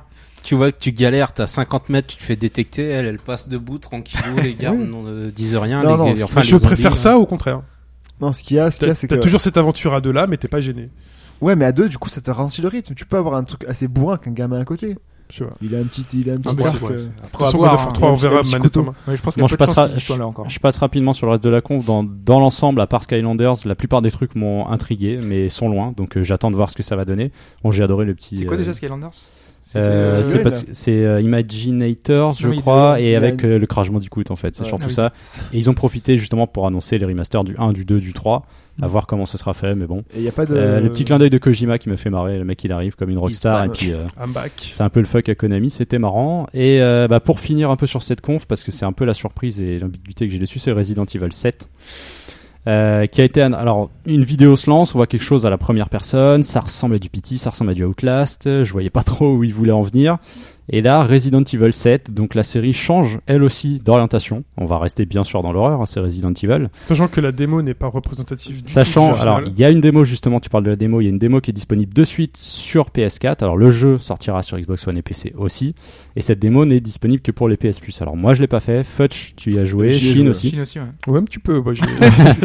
Tu vois que tu galères, t'as 50 mètres, tu te fais détecter, elle, elle passe debout, tranquillou, les gars ne disent rien.
Non,
les
non,
gars,
c'est-
enfin,
je
les zombies,
préfère
hein.
ça au contraire.
Non, ce qu'il y a, ce qu'il y
T'as
a, c'est que.
t'as toujours cette aventure à deux là, mais t'es pas gêné.
Ouais, mais à deux, du coup, ça te ralentit le rythme. Tu peux avoir un truc assez bourrin qu'un gamin à côté.
Tu vois.
Il a un petit, il a un
Ah,
petit
mais
arc,
c'est- ouais,
euh,
c'est-
Après,
Faut avoir, hein.
3, on
petit-
verra
un petit
Manette
couteau.
Thomas.
Ouais, je pense qu'il y
Bon,
a
je
peu de
passerai,
chances qu'il
je,
soit là encore.
je passe rapidement sur le reste de la conf. Dans, dans l'ensemble, à part Skylanders, la plupart des trucs m'ont intrigué, mais sont loin, donc euh, j'attends de voir ce que ça va donner. Bon, j'ai adoré le petit.
C'est quoi
euh,
déjà Skylanders C'est- c'est-
Euh, c'est
Android.
parce que c'est euh, Imaginators, je
Oui, de-
crois, et
de-
avec euh, le crachement du coude en fait, c'est
Ouais.
surtout
Ah oui.
ça. Et ils ont profité justement pour annoncer les remasters du 1, du 2, du 3, à voir comment ce sera fait, mais bon.
Et il y a pas de.
Euh, le petit clin d'œil de Kojima qui me fait marrer, le mec il arrive comme une rockstar, et
back.
puis euh,
I'm back.
c'est un peu le fuck à Konami, c'était marrant. Et euh, bah, pour finir un peu sur cette conf, parce que c'est un peu la surprise et l'ambiguïté que j'ai dessus, c'est Resident Evil 7. euh, qui a été un- alors une vidéo se lance, on voit quelque chose à la première personne, ça ressemble à du Pity, ça ressemble à du Outlast, euh, je voyais pas trop où il voulait en venir. Et là, Resident Evil 7, donc la série change elle aussi d'orientation. On va rester bien sûr dans l'horreur, hein, c'est Resident Evil.
Sachant que la démo n'est pas représentative du
Sachant,
tout, ça,
alors
voilà.
il y a une démo justement, tu parles de la démo, il y a une démo qui est disponible de suite sur PS4. Alors le jeu sortira sur Xbox One et PC aussi, et cette démo n'est disponible que pour les PS Plus. Alors moi je l'ai pas fait, Fudge tu y as joué,
J'y ai
Shin
joué.
aussi.
Chine aussi, ouais.
Ou même tu peux. moi, j'ai-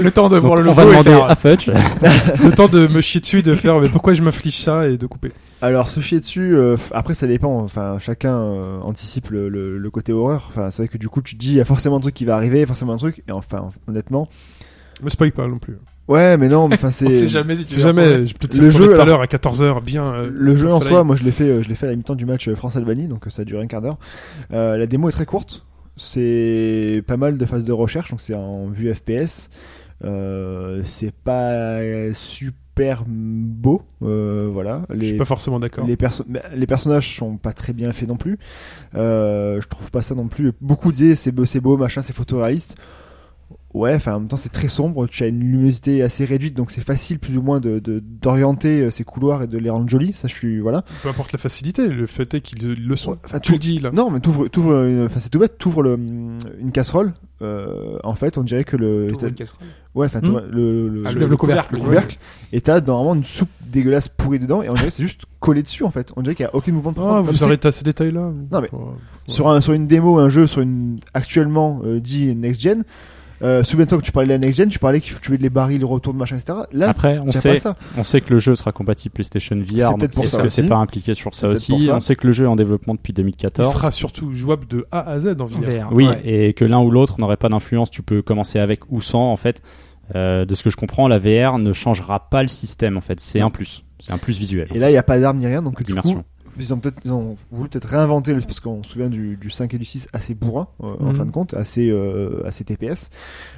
Le temps de
Donc,
voir le
on
logo
va
et
demander
faire-
à Fudge.
le temps de me chier dessus et de faire mais pourquoi je m'inflige ça et de couper.
Alors, se chier dessus, euh, f- après, ça dépend. Enfin, chacun euh, anticipe le, le- le côté horreur. Enfin, c'est vrai que du coup, tu te dis, il y a forcément un truc qui va arriver, forcément un truc. Et enfin, honnêtement.
Me spoil pas non plus.
Ouais, mais non, mais enfin, c'est.
On sait jamais si tu
C'est
vas retourner.
jamais. Je peux te
Le
dire
jeu,
tout à
alors-
l'heure à 14h, bien. euh,
Le jeu
au
en
soleil.
soi, moi je l'ai fait, euh, je l'ai fait à la mi-temps du match euh, France-Albanie, donc euh, ça a duré un quart d'heure. Euh, la démo est très courte, c'est pas mal de phases de recherche, donc c'est en vue FPS. Euh, c'est pas super beau, euh, voilà.
je suis
Les,
pas forcément d'accord.
les, perso- mais les personnages sont pas très bien faits non plus. Euh, je trouve pas ça non plus. Beaucoup disaient c'est beau, c'est beau, machin, c'est photoréaliste. Ouais, enfin en même temps c'est très sombre, tu as une luminosité assez réduite, donc c'est facile plus ou moins de de- d'orienter euh, ces couloirs et de les rendre jolis. Ça je suis voilà.
Peu importe la facilité, le fait est qu'ils le sont.
Ouais, enfin,
tu
tout-
le dis là.
Non, mais t'ouvres, t'ouvres, une- enfin c'est tout bête, t'ouvres le, une casserole. euh, en fait, on dirait que le,
T'ouvres
t'as-
une casserole.
ouais, enfin
Hmm.
t'ouvres le, le,
Ah,
le-
soulèves
le
le couvercle.
couvercle, et t'as normalement une soupe dégueulasse pourrie dedans, et on dirait que c'est juste collé dessus en fait. On dirait qu'il y a aucun mouvement de
Ah,
prendre, comme
vous
si-
arrêtez à ces détails-là.
Non, mais- sur un, sur une démo, un jeu, sur une actuellement euh, dit next gen. euh, Souviens-toi que tu parlais de la next gen, tu parlais que tu veux les barils, le retour de machin, etc. Là,
Après on
t'as
sait,
pas ça.
on sait que le jeu sera compatible PlayStation
C'est
VR, donc
peut-être pour
est-ce
ça
que c'est
aussi.
pas impliqué sur ça
peut-être
aussi
pour ça.
On sait que le jeu est en développement depuis
Il
2014.
sera surtout jouable de A à Z en VR.
Vert,
Oui,
ouais.
et que l'un ou l'autre n'aurait pas d'influence. Tu peux commencer avec ou sans, en fait. Euh, de ce que je comprends, la VR ne changera pas le système, en fait. C'est un plus. C'est un plus visuel.
Et là, il n'y a pas d'armes ni rien, donc du coup,
D'immersion.
ils ont peut-être ils ont voulu peut-être réinventer le, parce qu'on se souvient du, du 5 et du 6 assez bourrin euh, en
Mhm.
fin de compte assez euh, assez TPS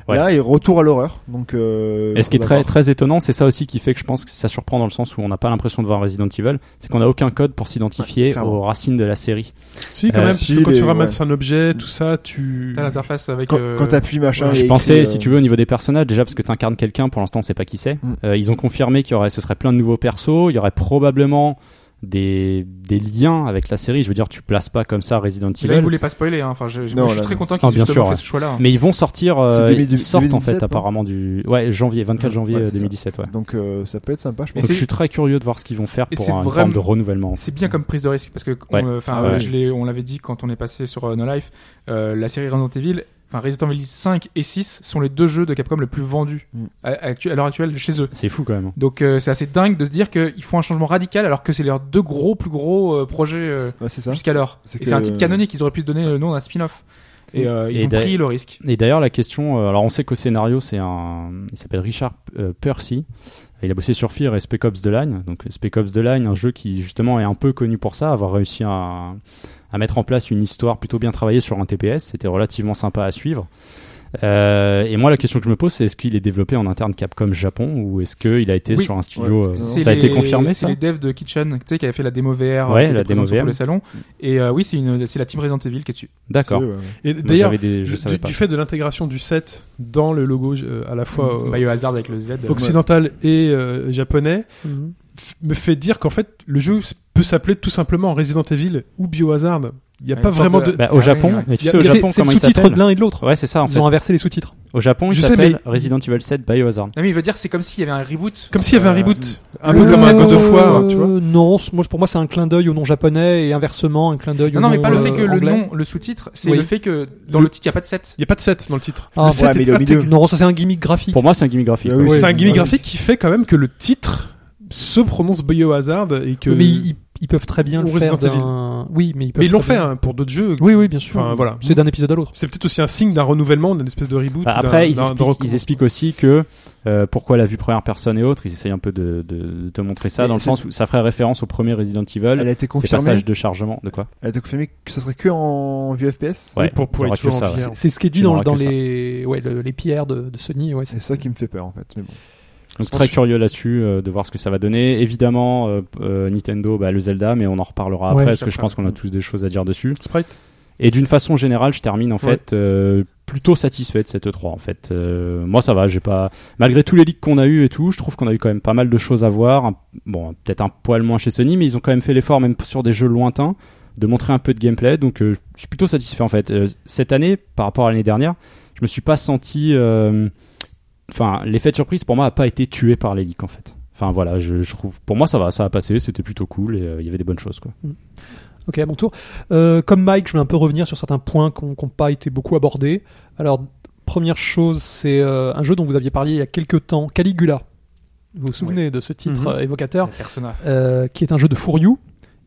Ouais.
là et retour à l'horreur donc euh,
Et ce qui est
faut
très,
voir.
très étonnant, c'est ça aussi qui fait que je pense que ça surprend dans le sens où on n'a pas l'impression de voir Resident Evil, c'est qu'on n'a aucun code pour
Ouais,
s'identifier
clairement.
aux racines de la série.
Si, quand
Euh,
même,
si,
parce que quand
les-
tu ramasses
ouais.
un objet, tout ça, tu.
T'as l'interface avec.
quand,
euh,
quand t'appuies machin
je
et
pensais,
écrit, euh,
si tu veux, au niveau des personnages, déjà parce que tu incarnes quelqu'un, pour l'instant on sait pas qui c'est.
Mm.
Euh, ils ont confirmé qu'il y aurait, ce serait plein de nouveaux persos, il y aurait probablement des, des liens avec la série. Je veux dire, tu places pas comme ça Resident
Là,
Evil.
ils voulaient pas spoiler. hein. Enfin, je, je-
Non,
moi, je suis
là,
très
non.
content
Ah,
qu'ils aient
bien
justement
sûr,
fait
ouais.
ce choix-là. hein.
Mais ils vont sortir, euh,
C'est 2000
ils sortent en
2017,
fait
non
apparemment du ouais janvier 24 janvier
Ouais,
euh,
c'est ça.
2017 ouais.
donc euh, ça peut être sympa je
Mais
pense
Donc
c'est-
je suis très curieux de voir ce qu'ils vont faire
Et
pour
c'est
un- une
vraiment-
forme de renouvellement.
C'est bien comme prise de risque parce que,
Ouais.
on, enfin,
Ah ouais.
je l'ai- on l'avait dit quand on est passé sur euh, No Life, euh, la série Resident Evil, enfin Resident Evil 5 et 6 sont les deux jeux de Capcom les plus vendus
Mm.
à, actu- à l'heure actuelle chez eux.
C'est fou quand même. hein.
Donc euh, c'est assez dingue de se dire qu'ils font un changement radical alors que c'est leurs deux gros plus gros euh, projets euh,
Ouais, c'est ça
jusqu'alors.
c'est
Et
que-
c'est un titre canonique, ils auraient pu donner le nom d'un spin-off. Et euh, ils
Mm. Et
ont
d'ailleurs-
pris le risque.
Et d'ailleurs la question, euh, alors on sait qu'au scénario c'est un, il s'appelle Richard euh, Percy. Il a bossé sur Fear et Spec Ops The Line. Donc Spec Ops The Line, un jeu qui justement est un peu connu pour ça, avoir réussi à, à mettre en place une histoire plutôt bien travaillée sur un TPS. C'était relativement sympa à suivre. Euh, et moi la question que je me pose c'est est-ce qu'il est développé en interne Capcom Japon ou est-ce qu'il a été
Oui.
sur un studio euh,
C'est
Ça a
les-
été confirmé
C'est
ça
les devs de Kitchen, tu sais, qui avaient fait la démo VR,
Ouais,
qui
la
était présente
démo
sur
VR.
tous les salons. Et euh, oui, c'est une, c'est la team Resident Evil qui est dessus.
D'accord.
c'est, euh,
Et
Moi,
d'ailleurs,
j'avais des- je
du,
savais
du
pas.
fait de l'intégration du 7 dans le logo euh, à la fois euh,
Biohazard avec le Z. euh,
occidental et euh, japonais,
Mhm.
f- me fait dire qu'en fait, le jeu s- peut s'appeler tout simplement Resident Evil ou Biohazard. Il n'y a
Ouais,
pas
une
vraiment
sorte
de.
de-
Bah, au
Ah
Japon,
oui, ouais.
mais tu
Il y a-
sais au
Mais
Japon
c'est- c'est
comment
le
il
sous-titre
s'appelle
de l'un et de l'autre.
Ouais, c'est ça en
Ils
fait.
ont inversé les sous-titres.
Au Japon, il
Je sais,
s'appelle Resident Evil 7 Biohazard.
Non, mais il veut dire, c'est comme s'il y avait un reboot.
Comme s'il y avait un
Euh,
reboot. Un peu comme un God of War, tu vois.
Euh, Non, c- moi, pour moi c'est un clin d'œil au nom japonais et inversement un clin d'œil
Non,
au
non,
nom
mais pas le fait
euh,
que le
anglais.
nom, le sous-titre, c'est
Oui.
le fait que dans le,
Le-
titre, il n'y a pas de 7.
Il n'y a pas de 7 dans le titre.
Ah,
Le
ouais,
7
mais
est
il est au milieu.
intégré-
Non, ça c'est un gimmick graphique.
Pour moi, c'est un gimmick graphique.
Ah
ouais.
oui,
C'est un gimmick
Ouais.
graphique qui fait quand même que le titre se prononce Biohazard et que.
Mais il, il- ils peuvent très bien
Ou
le faire
Resident Evil.
d'un. Oui, mais ils peuvent.
Mais ils l'ont
très
fait
bien-
hein, pour d'autres jeux.
Oui, oui, bien sûr.
Enfin, voilà.
C'est d'un épisode à l'autre.
C'est peut-être aussi un signe d'un renouvellement, d'une espèce de reboot.
Bah,
ou d'un-
après, ils
d'un- d'un
expliquent,
recommencement.
ils expliquent aussi que euh, pourquoi la vue première personne et autres, ils essayent un peu de, de, de te montrer ça,
Mais
dans le
c'est-
sens où ça ferait référence au premier Resident
Elle
Evil,
a été
ces
confirmée.
passages de chargement. De quoi
Elle a été confirmée que ça serait que en vue FPS.
Oui,
Ouais,
pour pour
il
être
y aura que
toujours en
ça, ouais.
VR.
C'est ce qui est dit
Tu
dans,
n'auras
dans
que ça.
les, ouais, le- les pierres de, de Sony. Ouais,
C'est
c'est-
ça qui me fait peur en fait. Mais bon.
Donc très curieux là-dessus, euh, de voir ce que ça va donner. Évidemment, euh, euh, Nintendo, bah, le Zelda, mais on en reparlera
Ouais,
après, parce que je
ça,
pense
ça.
qu'on a tous des choses à dire dessus.
Sprite
Et d'une façon générale, je termine en fait euh, plutôt satisfait de cette E3 en fait. Euh, moi ça va, j'ai pas malgré tous les leaks qu'on a eu et tout, je trouve qu'on a eu quand même pas mal de choses à voir. Un- Bon, peut-être un poil moins chez Sony, mais ils ont quand même fait l'effort même sur des jeux lointains de montrer un peu de gameplay. Donc euh, je suis plutôt satisfait en fait. Euh, cette année par rapport à l'année dernière, je me suis pas senti euh, enfin l'effet de surprise pour moi a pas été tué par les leaks en fait. Enfin voilà, je, je trouve pour moi ça va, ça a passé, c'était plutôt cool et euh, il y avait des bonnes choses quoi.
Ok, à mon tour. Euh, comme Mike, je vais un peu revenir sur certains points qui n'ont pas été beaucoup abordés. Alors, première chose, c'est euh, un jeu dont vous aviez parlé il y a quelques temps, Caligula. Vous vous souvenez de ce titre
Mhm.
euh, évocateur
Persona.
euh, qui est un jeu de Furiou.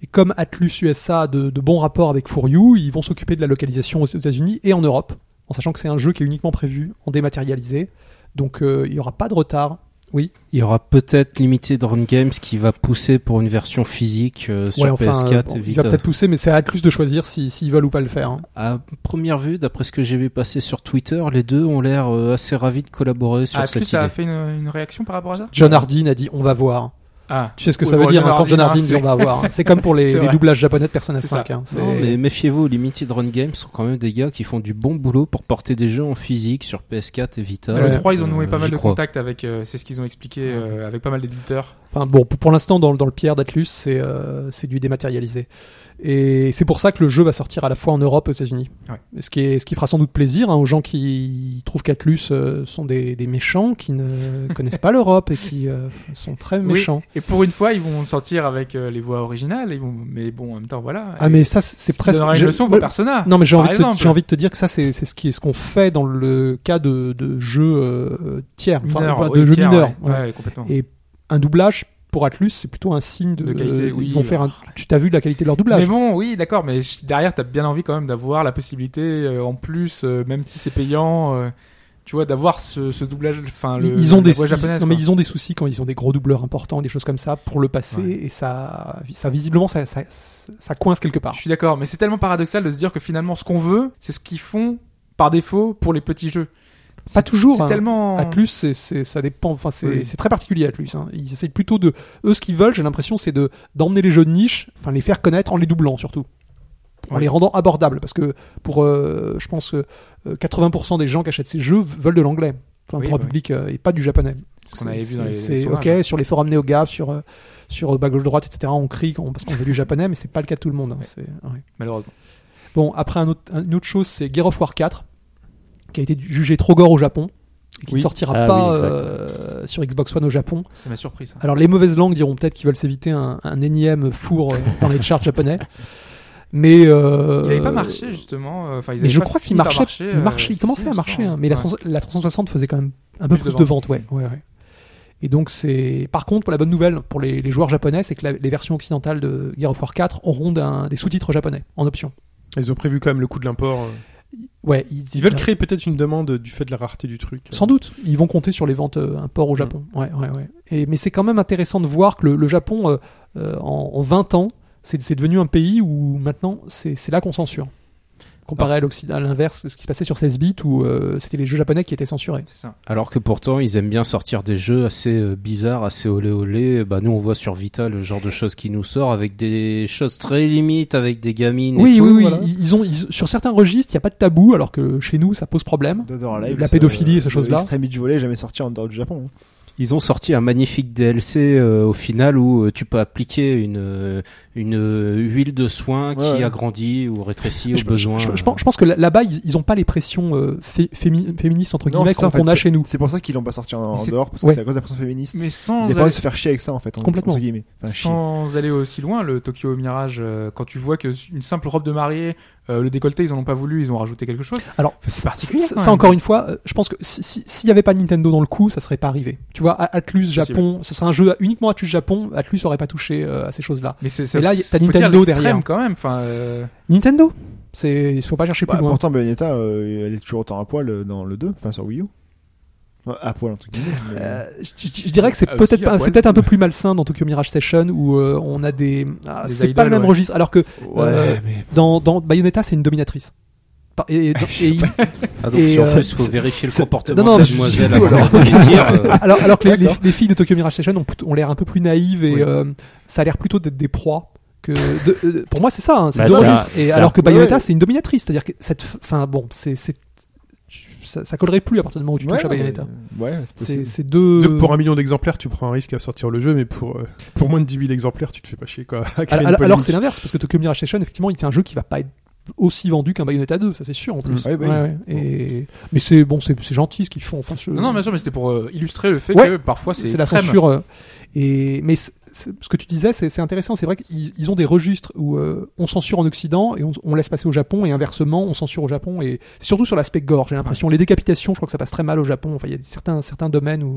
Et comme Atlus USA a de, de bons rapports avec Furiou, ils vont s'occuper de la localisation aux États-Unis et en Europe, en sachant que c'est un jeu qui est uniquement prévu en dématérialisé. Donc euh, il n'y aura pas de retard.
Il y aura peut-être Limited Run Games qui va pousser pour une version physique euh, sur
Ouais, enfin, euh,
PS4 et
bon, il va
Vita.
peut-être pousser, mais c'est à Atlus de choisir si- s'ils veulent ou pas le faire. hein.
À première vue, d'après ce que j'ai vu passer sur Twitter, les deux ont l'air euh, assez ravis de collaborer sur
Ah, est-ce que
cette
ça a
idée.
fait une, une réaction par rapport à ça
John Hardin a dit on va voir.
Ah,
Tu sais ce que
Oui,
ça
bon,
veut dire
John
hein, quand John
Hardin,
Hardin
hein,
dit on
c'est-
va voir. hein. C'est comme pour les,
C'est
les
vrai.
doublages japonais de Persona
C'est
5.
ça.
hein. C'est-
Non, mais méfiez-vous, Limited Run Games sont quand même des gars qui font du bon boulot pour porter des jeux en physique sur PS4 et Vita.
Dans le 3, ils ont noué
Euh,
pas mal
j'y
de
crois.
contacts avec, euh, c'est ce qu'ils ont expliqué, euh, avec pas mal d'éditeurs.
Enfin, bon, pour pour l'instant, dans, dans le Pierre d'Atlus, c'est euh, c'est du dématérialisé. Et c'est pour ça que le jeu va sortir à la fois en Europe et aux États-Unis. Ce, qui est, ce qui fera sans doute plaisir hein, aux gens qui trouvent qu'Atlus euh, sont des, des méchants, qui ne connaissent pas l'Europe et qui euh, sont très
Oui.
méchants.
Et pour une fois, ils vont sortir avec euh, les voix originales. Ils vont... Mais bon, en même temps, voilà.
Ah, mais ça, c'est
c'est presque
presque.
une
j'ai-
leçon pour
moi-
Persona.
Non mais j'ai
par
envie, de te-
exemple.
j'ai envie de te dire que ça c'est c'est ce qui est ce qu'on fait dans le cas de, de jeux euh, tiers, enfin,
Mineur,
enfin, de
oui,
jeux
tiers,
mineurs.
Ouais,
ouais.
ouais, complètement.
Et un doublage pour Atlus c'est plutôt un signe de,
De qualité,
euh,
oui.
Ils vont faire un- tu t'as vu la qualité de leur doublage.
Mais bon, oui, d'accord, mais je- derrière, t'as bien envie quand même d'avoir la possibilité, euh, en plus, euh, même si c'est payant, euh, tu vois, d'avoir ce, ce doublage, enfin, le,
ils ont
la
des
voix
ils-
japonaise.
non, mais
quoi.
ils ont des soucis quand ils ont des gros doubleurs importants, des choses comme ça pour le passer
Ouais.
et ça ça visiblement ça, ça ça coince quelque part.
Je suis d'accord, mais c'est tellement paradoxal de se dire que finalement, ce qu'on veut, c'est ce qu'ils font par défaut pour les petits jeux. C'est-
toujours,
C'est
hein.
tellement.
Atlus, c'est, c'est- ça dépend. Enfin, c'est,
Oui.
c'est très particulier Atlus. hein. Ils essayent plutôt de, eux, ce qu'ils veulent, j'ai l'impression, c'est de d'emmener les jeux de niche, enfin les faire connaître en les doublant surtout, en
Ouais.
les rendant abordables, parce que pour, euh, je pense, que, euh, 80% des gens qui achètent ces jeux veulent de l'anglais, enfin
Oui,
pour un
bah oui.
public euh, et pas du japonais.
Ce qu'on avait
C'est-
vu dans les.
c'est-
sondages.
ok sur les forums NeoGAF, sur euh, sur euh, bas gauche droite, etc. On crie quand- parce qu'on veut du japonais, mais c'est pas le cas de tout le monde. hein.
Ouais.
C'est, ouais.
Malheureusement.
Bon, après, un autre- une autre chose, c'est Gear of War 4, qui a été jugé trop gore au Japon, et qui
Oui.
ne sortira
Ah
pas
oui, exact.
euh, sur Xbox One au Japon.
Ça m'a hein. surpris, ça.
Alors, les mauvaises langues diront peut-être qu'ils veulent s'éviter un, un énième four euh, dans les charts japonais. Mais. euh,
Il n'avait pas marché, justement. euh, Enfin, ils
Mais
avaient
je
pas
crois
fini
qu'il
par
marchait,
marcher,
il,
euh,
marchait, il
si,
commençait
si,
à
je
marcher,
crois.
hein, mais la,
Ouais.
300 la 360 faisait quand même un peu
Plus
plus,
de
de ventes, ouais. ouais, ouais. Et donc c'est, par contre, pour la bonne nouvelle pour les, les joueurs japonais, c'est que la- les versions occidentales de Gear of War 4 auront d'un- des sous-titres japonais en option.
Ils ont prévu quand même le coût de l'import. euh.
Ouais,
Ils veulent créer peut-être une demande du fait de la rareté du truc.
Sans doute, ils vont compter sur les ventes euh, import au Japon. Ouais, ouais, ouais. Et, mais c'est quand même intéressant de voir que le, le Japon, euh, euh, en, en 20 ans, c'est c'est devenu un pays où maintenant c'est c'est là qu'on censure. Comparé à l'Occident, à l'inverse de ce qui se passait sur 16 bits où euh, c'était les jeux japonais qui étaient censurés.
C'est ça.
Alors que pourtant, ils aiment bien sortir des jeux assez euh, bizarres, assez olé olé. Bah, nous, on voit sur Vita le genre de choses qui nous sort avec des choses très limites, avec des gamines. et
Oui,
tout,
oui, oui.
voilà.
Ils ils ont, ils- sur certains registres, il n'y a pas de tabou, alors que chez nous, ça pose problème.
Dead or Alive,
La
ça,
pédophilie et ces
euh, le
choses-là.
Extreme Beach Volley est jamais sorti en dehors du Japon. hein.
Ils ont sorti un magnifique DLC euh, au final où euh, tu peux appliquer une, euh, une euh, huile de soin
Ouais,
qui
ouais.
agrandit ou rétrécit
Je,
au besoin.
je- je- je
euh.
pense, je pense que là- là-bas, ils ils ont pas les pressions euh, fé- fémi- féministes entre
Non,
guillemets
c'est ça,
qu'on
en fait,
qu'on a chez nous.
C'est pour ça qu'ils l'ont pas sorti en, en
Mais c'est-
dehors parce que
ouais.
c'est à cause de la pression féministe.
Mais
Ils
sans.
avaient pas
aller-
envie de se faire chier avec ça en fait. en-
Complètement.
entre guillemets. Enfin, chier.
Sans aller aussi loin, le Tokyo Mirage, euh, quand tu vois que une simple robe de mariée Euh, le décolleté, ils en ont pas voulu, ils ont rajouté quelque chose.
Alors,
c'est particulier,
Ça,
quand
ça,
même.
Bah, encore une fois, euh, je pense que si- si- s'il n'y avait pas Nintendo dans le coup, ça serait pas arrivé. Tu vois, A- Atlus Japon, ce serait un jeu uniquement Atlus Japon. Atlus aurait pas touché euh, à ces choses-là.
Mais c'est ça.
Et là, y- t'as
faut
Nintendo
dire l'extrême
derrière.
quand même. Enfin, euh,
Nintendo, c'est, il faut pas chercher
Bah,
plus loin.
Pourtant, Bayonetta, euh, elle est toujours autant à poil euh, dans le 2, enfin sur Wii U. Ouais, À poil, entre guillemets. mais-
Euh, je, je- je dirais que c'est
Ah,
peut-être
aussi, à
pas- c'est
poil.
peut-être un peu plus malsain dans Tokyo Mirage Session où euh, on a des, ah,
Des
c'est pas le
idoles,
même
ouais.
registre. Alors que
Ouais,
euh,
mais-
dans, dans Bayonetta, c'est une dominatrice. Par- Et, et- et-
Ah, donc,
Et,
si en
euh,
plus, faut vérifier le
c'est-
comportement
non, non,
de la
mais je-
demoiselle
du tout,
avant
alors.
de dire. euh,
alors, alors que les, les-
D'accord.
les filles de Tokyo Mirage Session ont, plutôt- ont l'air un peu plus naïves et
Oui.
euh, ça a l'air plutôt d'être des proies. Que de- euh, pour moi, c'est ça. hein, c'est
Bah,
deux
ça-
registres. Et
ça-
alors que Bayonetta,
ouais.
c'est une dominatrice. C'est-à-dire que cette, f- enfin bon, c'est, c'est- ça, ça collerait plus à partir du moment où tu touches à
ouais,
Bayonetta.
mais- Ouais, c'est
C'est,
possible.
c'est deux.
Donc, Pour un million d'exemplaires, tu prends un risque à sortir le jeu, mais pour, euh, pour moins de 10 000 exemplaires, tu te fais pas chier quoi. à créer
Alors,
une
alors- alors que
polémique.
c'est l'inverse, parce que Tokyo Mirage Session, effectivement, c'est un jeu qui va pas être aussi vendu qu'un Bayonetta 2, ça c'est sûr en plus.
Mm. Ouais, bah oui.
Et... Mais c'est bon, c'est c'est gentil ce qu'ils font. Enfin, je-
Non, non, bien sûr, mais c'était pour euh, illustrer le fait
Ouais.
que parfois c'est
c'est la
extrême.
censure. euh, Et mais c'est- c'est- ce que tu disais, c'est c'est intéressant. C'est vrai qu'ils ils ont des registres où euh, on censure en Occident et on, on laisse passer au Japon, et inversement, on censure au Japon. Et c'est surtout sur l'aspect gore, j'ai l'impression. Les décapitations, je crois que ça passe très mal au Japon. Enfin, il y a certains certains domaines où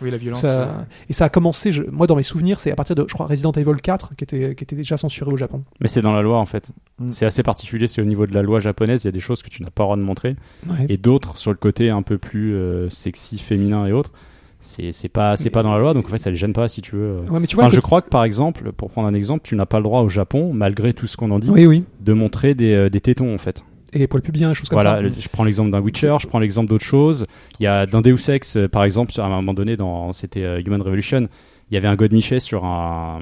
Oui, la violence.
ça-
euh,
et ça a commencé. je- Moi, dans mes souvenirs, c'est à partir de je crois Resident Evil 4 qui était qui était déjà censuré au Japon.
Mais c'est dans la loi en fait.
Mm.
C'est assez particulier, c'est au niveau de la loi japonaise, il y a des choses que tu n'as pas le droit de montrer.
Ouais.
Et d'autres sur le côté un peu plus euh, sexy, féminin et autres, c'est c'est pas, c'est pas dans la loi, donc en fait ça les gêne pas si tu veux. euh.
Ouais, mais tu vois,
Enfin,
que-
je crois que par exemple, pour prendre un exemple, tu n'as pas le droit au Japon, malgré tout ce qu'on en dit,
Oui, oui.
de montrer des, euh, des tétons en fait.
Et les poils pubiens, des choses hein, comme
Voilà,
ça.
le- je prends l'exemple d'un Witcher, je prends l'exemple d'autres choses. Il y a dans Deus Ex, euh, par exemple, sur- à un moment donné, dans c'était euh, Human Revolution, il y avait un God Michet sur un